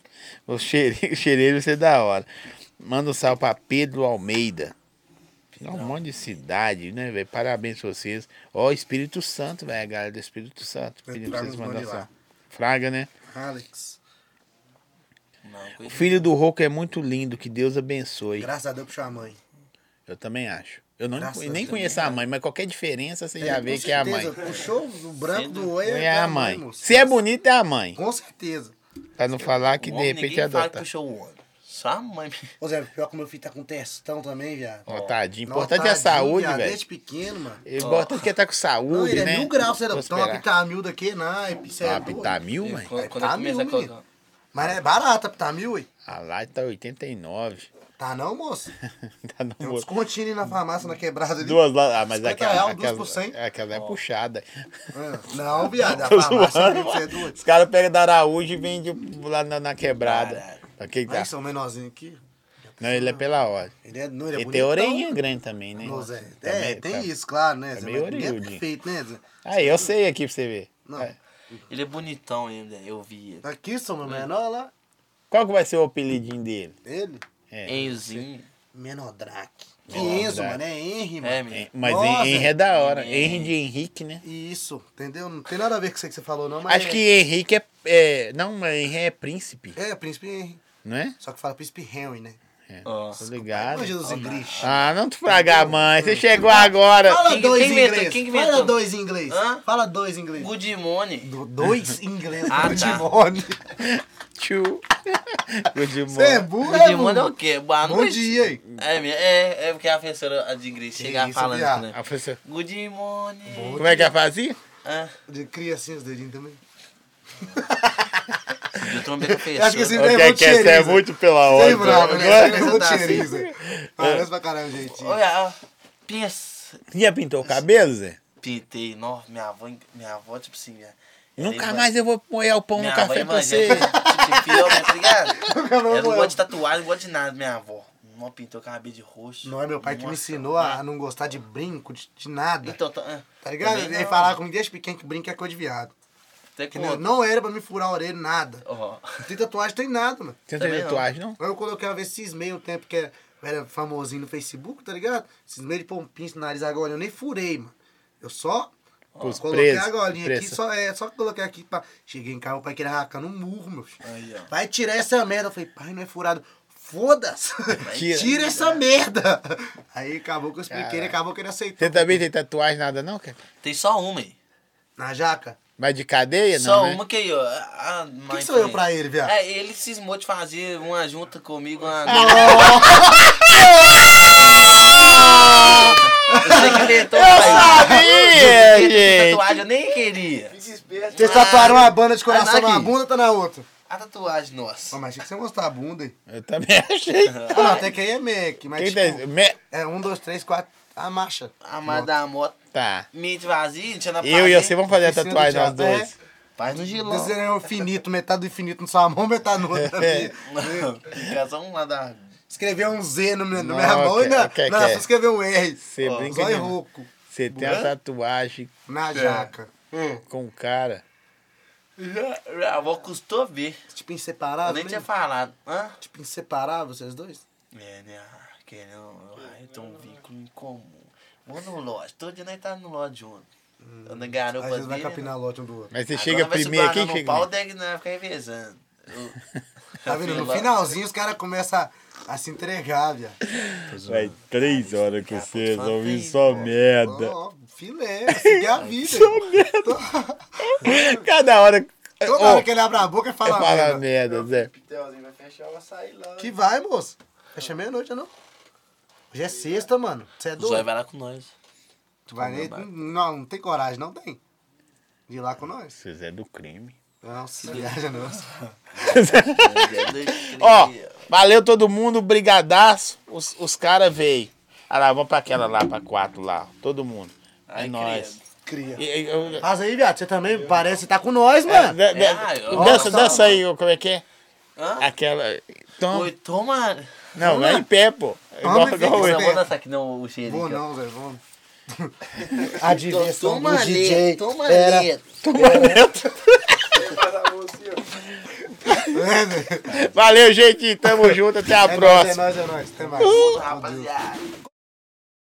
A: O cheire- o cheireiro vai ser da hora. Manda um salve pra Pedro Almeida. É um monte de cidade, né, velho? Parabéns pra vocês. Ó, Espírito Santo, velho, a galera do Espírito Santo.
C: Eu
A: Pedindo pra
C: trago
A: vocês
C: os
A: mandarem
C: bonde lá.
A: salve. Fraga, né?
C: Alex.
B: Não,
A: O
B: cuidado.
A: filho do Roco é muito lindo, que Deus abençoe.
C: Graças a Deus puxou a mãe.
A: Eu também acho. Eu não,
C: Graças
A: nem
C: a né?
A: conheço a mãe, mas qualquer diferença você já
C: Com
A: vê que é a mãe.
C: certeza, Puxou o branco do olho. tá
A: É a mãe.
C: moço.
A: Se é bonita, é a mãe.
C: Com certeza.
A: Pra não falar que
B: O
A: de
B: homem,
A: repente é
B: ninguém fala que
A: adota.
B: puxou o ônibus. Só a mãe.
C: Ô Zé, pior que meu filho tá com testão também, viado.
A: Ó, tadinho.
C: Não,
A: Importante é a
C: tadinho,
A: saúde,
C: viado,
A: velho.
C: Desde pequeno, mano.
A: O importante é que ele tá com saúde,
C: Não, ele
A: né?
C: é mil graus, você
A: Vou
C: não toma
A: esperar.
C: pitamil daqui, naipe, cê é
A: Ah,
C: doido.
A: pitamil, mãe?
B: Quando, quando
C: Tá
B: eu começo a
C: mil,
B: colocar.
C: Mas é barata a pitamil, ué.
A: A live tá 89.
C: Tá não, moço?
A: tá no
C: Tem um
A: bolo.
C: descontinho ali na farmácia, na quebrada ali.
A: Duas lá. Ah, mas
C: 50
A: aquela,
C: real,
A: aquela,
C: duas por cem.
A: aquela é puxada.
C: Ah, Não, viado, a
A: Tô
C: farmácia ali,
A: Tá zoando,
C: você é
A: mano.
C: doido.
A: Os caras pegam da Araújo e vendem lá na, na quebrada.
B: Caralho.
A: Pra quem tá-
C: Aí são menorzinhos aqui.
A: Não, ele é pela hora.
C: Ele é, não, ele é
A: Ele tem
C: bonitão,
A: orelhinha grande também, né?
C: Ô, Zé,
A: Também
C: é, tem
A: tá-
C: isso, claro, né? Zé?
A: meio
C: Mas ninguém é
A: orelhudo.
C: perfeito, né, Zé?
A: Aí, eu sei aqui pra você ver.
C: Não.
A: É. Hum.
B: Ele é bonitão ainda, eu vi ele.
C: Aqui são meu menor lá.
A: Qual que vai ser o apelidinho dele?
C: Ele.
A: É.
B: Enzinho.
C: Menodraque. Que
A: Menodraque.
C: Enzo, mano, é Henry, mano.
B: É,
A: É,
B: menino.
A: Mas
C: Nossa.
A: Henry é da hora.
B: É.
A: Henry de Henrique, né?
C: Isso, entendeu? Não tem nada a ver com isso que você falou, não, mas.
A: Acho
C: é-
A: que Henrique é. é- não, mas Henry é príncipe,
C: É, príncipe Henry.
A: não é?
C: Só que fala príncipe Henry, né?
A: É.
B: Ó.
A: Tô ligado.
C: Imagina os ingleses.
A: Ah, não te fragar, mãe. Você chegou agora.
C: Fala
B: Quem-
C: dois
B: quem
C: em
B: inventou?
C: inglês.
B: Quem que
C: Fala
B: inventou?
C: dois em inglês.
B: Hã?
C: Fala dois em inglês.
B: Good morning.
C: Do- Dois em inglês.
B: Ah,
C: do
B: tá.
C: Dimone.
A: Tio. Good
C: Você é
A: morning.
C: burro,
B: Good
C: é
B: morning é
C: burro.
B: o quê? Boa
C: Bom
B: noite.
C: dia aí.
B: É, minha- é, é porque a professora de inglês chega
C: isso,
B: falando
C: viado.
B: isso,
A: A
B: né?
A: professora,
B: Good morning.
A: Ah, Como é que é a fazia?
B: Ah,
C: De- Cria assim os dedinhos também.
B: eu trombei a
C: Eu acho que esse
B: professora.
A: Ok,
C: velho é muito
A: que essa é
C: cheiriza.
A: muito pela
C: Sei
A: hora.
C: bravo, né?
A: não é?
C: Esse velho é muito
B: Tá assim.
C: cheiriza. Parece pra caralho, gente.
B: Olha, ó, pensa.
A: Já pintou o cabelo, Zé?
B: Pintei, nossa, minha avó, minha avó, tipo assim, minha,
A: Nunca mais eu vou pôr o
C: um
A: pão no
B: minha
A: café
B: avó
A: pra você.
B: evangélica, tipo, fiel, né, tá ligado?
C: Nunca mais
B: Ela não
C: vou.
B: gosta de tatuagem, não gosta de nada, minha avó. Não pintou cabelo de roxo.
C: Não é meu pai que me
B: Nossa,
C: ensinou a não gostar de brinco, de, de nada.
B: né? Então, tá,
C: Tá ligado?
B: também
C: Ele
B: não.
C: falava comigo desde pequeno que brinco é coisa de viado.
B: Até
C: Que não,
B: quando?
C: não era pra me furar a orelha, nada.
B: Ó.
C: Não tem tatuagem, tem nada, mano.
A: Você não
B: Também
A: tem
B: não.
A: tatuagem, não?
C: Aí eu coloquei uma vez cismei um tempo que era, eu era famosinho no Facebook, tá ligado? Cismei de pôr um pinto no nariz agora, eu nem furei, mano. Eu só
A: Pros
C: coloquei
A: presos,
C: a golinha
A: presa.
C: aqui, só, é, só coloquei aqui pra. Cheguei em casa, o pai queria arrancar um murro, meu filho.
B: Aí, ó.
C: Vai tirar essa merda. Eu falei, pai, não é furado. Foda-se!
A: Tira.
C: Tira essa merda! Aí acabou que eu expliquei, ele
A: Caralho.
C: acabou que ele aceitou.
A: Você também tem tatuagem, nada não, cara?
B: Tem só uma aí.
C: Na jaca?
A: Mas de cadeia, não,
B: Só
A: né?
B: uma que aí, ó. A
C: O que, que sou eu pra ele, viado? Ah.
B: É, ele cismou de fazer uma junta comigo, uma. Você que inventou eu
A: sabia, gente.
B: tatuagem eu nem queria.
D: Fique esperto.
C: Vocês tatuaram uma banda de coração
B: Ah, não,
C: na
B: aqui.
C: bunda, tá na outra.
B: A tatuagem,
C: Pô,
B: nossa.
C: mas achei que você ia mostrar a bunda, hein?
A: Eu também achei.
C: Ah, não, até que aí é Mac, mas
A: Quem
C: tipo,
A: tá... Me-
C: é um, dois, três, quatro, a marcha.
B: A mais da moto,
A: Tá.
B: mente vazia, tinha na
A: Eu e você vamos fazer a
C: Oficina do
A: tatuagem nós
C: diabo, é.
A: dois.
B: Faz no gilão.
C: Desenho é o infinito, metade do infinito na sua mão, metade no outro.
B: Fica só um lá da.
C: Escreveu um Z no meu, na
A: Não,
C: minha mão e
A: quer-
C: na,
A: quer-
C: na
A: quer.
C: sua escreveu um R.
A: Você
C: Ó,
A: brinca
C: Zóio
A: de-
C: rouco,
A: Você tem a
B: Hã?
A: tatuagem
C: na jaca.
A: com o cara.
B: Já- Minha avó custou ver.
C: Tipo,
B: Eu
C: inseparável,
B: nem
C: né?
B: tinha falado. Hã?
C: Tipo, inseparável, vocês dois?
B: É, né? Ah, Que não, eu tenho um vínculo em comum. Vou no lote, todo dia nós tá no lote junto.
C: Hum,
B: Eu na garupa
C: Aí vocês vão
B: dele,
C: capinar lote um do outro.
A: Mas você
B: Agora
A: chega
B: vai
A: primeiro,
B: segurar
A: quem
B: no
A: chega?
B: pau,
A: primeiro?
B: daí nós fica revezando. Eu-
C: Tá vendo?
B: Eu
C: No
B: fui lá-
C: finalzinho os caras começam a, a se entregar, viado.
A: Vai três horas com vocês,
B: fala
A: ouvindo
B: aí,
A: só
B: pô.
A: merda.
C: Ó, filé, seguir a vida.
A: Cada hora.
C: Toda
A: Ó,
C: hora que ele abre a boca, fala
A: é fala
C: merda.
A: merda, Zé.
D: Pitelzinho vai fechar, vai sair lá.
C: Que vai, moço. Fecha meia-noite, não? Hoje é sexta, mano. Você é
B: O Zóio
C: doido.
B: vai lá com nós.
C: Tu vai nem... Não, não tem coragem, não tem. De ir lá com nós.
A: Vocês é do crime.
C: Nossa, viaja nossa.
B: é
A: Ó, valeu todo mundo, brigadaço. Os, os caras veio. Ah lá, vamos pra aquela lá, pra quatro lá. Todo mundo. É
B: Ai,
A: nóis.
C: Cria.
A: E- e- eu-
C: Mas aí, viado, você também parece que tá com nós,
A: é,
C: mano.
A: da- da-
B: ah, eu-
A: dança,
B: nossa,
A: dança aí, ô, como é que é?
B: Hã?
A: Aquela. Toma.
B: Oi, toma.
A: Não, vai em pé, pô.
C: Toma
A: Igual, igual
C: e fica
A: eu.
B: Não
C: Zé.
B: vou dançar aqui não, o cheirinho.
C: Vou
B: aqui, ó.
C: não, velho, vamos. A diversão
B: Toma
C: do DJ
B: letra, toma
C: era...
B: letra.
D: Ele faz a mão assim, ó.
C: É, velho.
A: Valeu, gente. Tamo junto. Até a
C: É nóis,
A: próxima.
C: é nóis, é nóis. Até mais.
B: Rapaziada.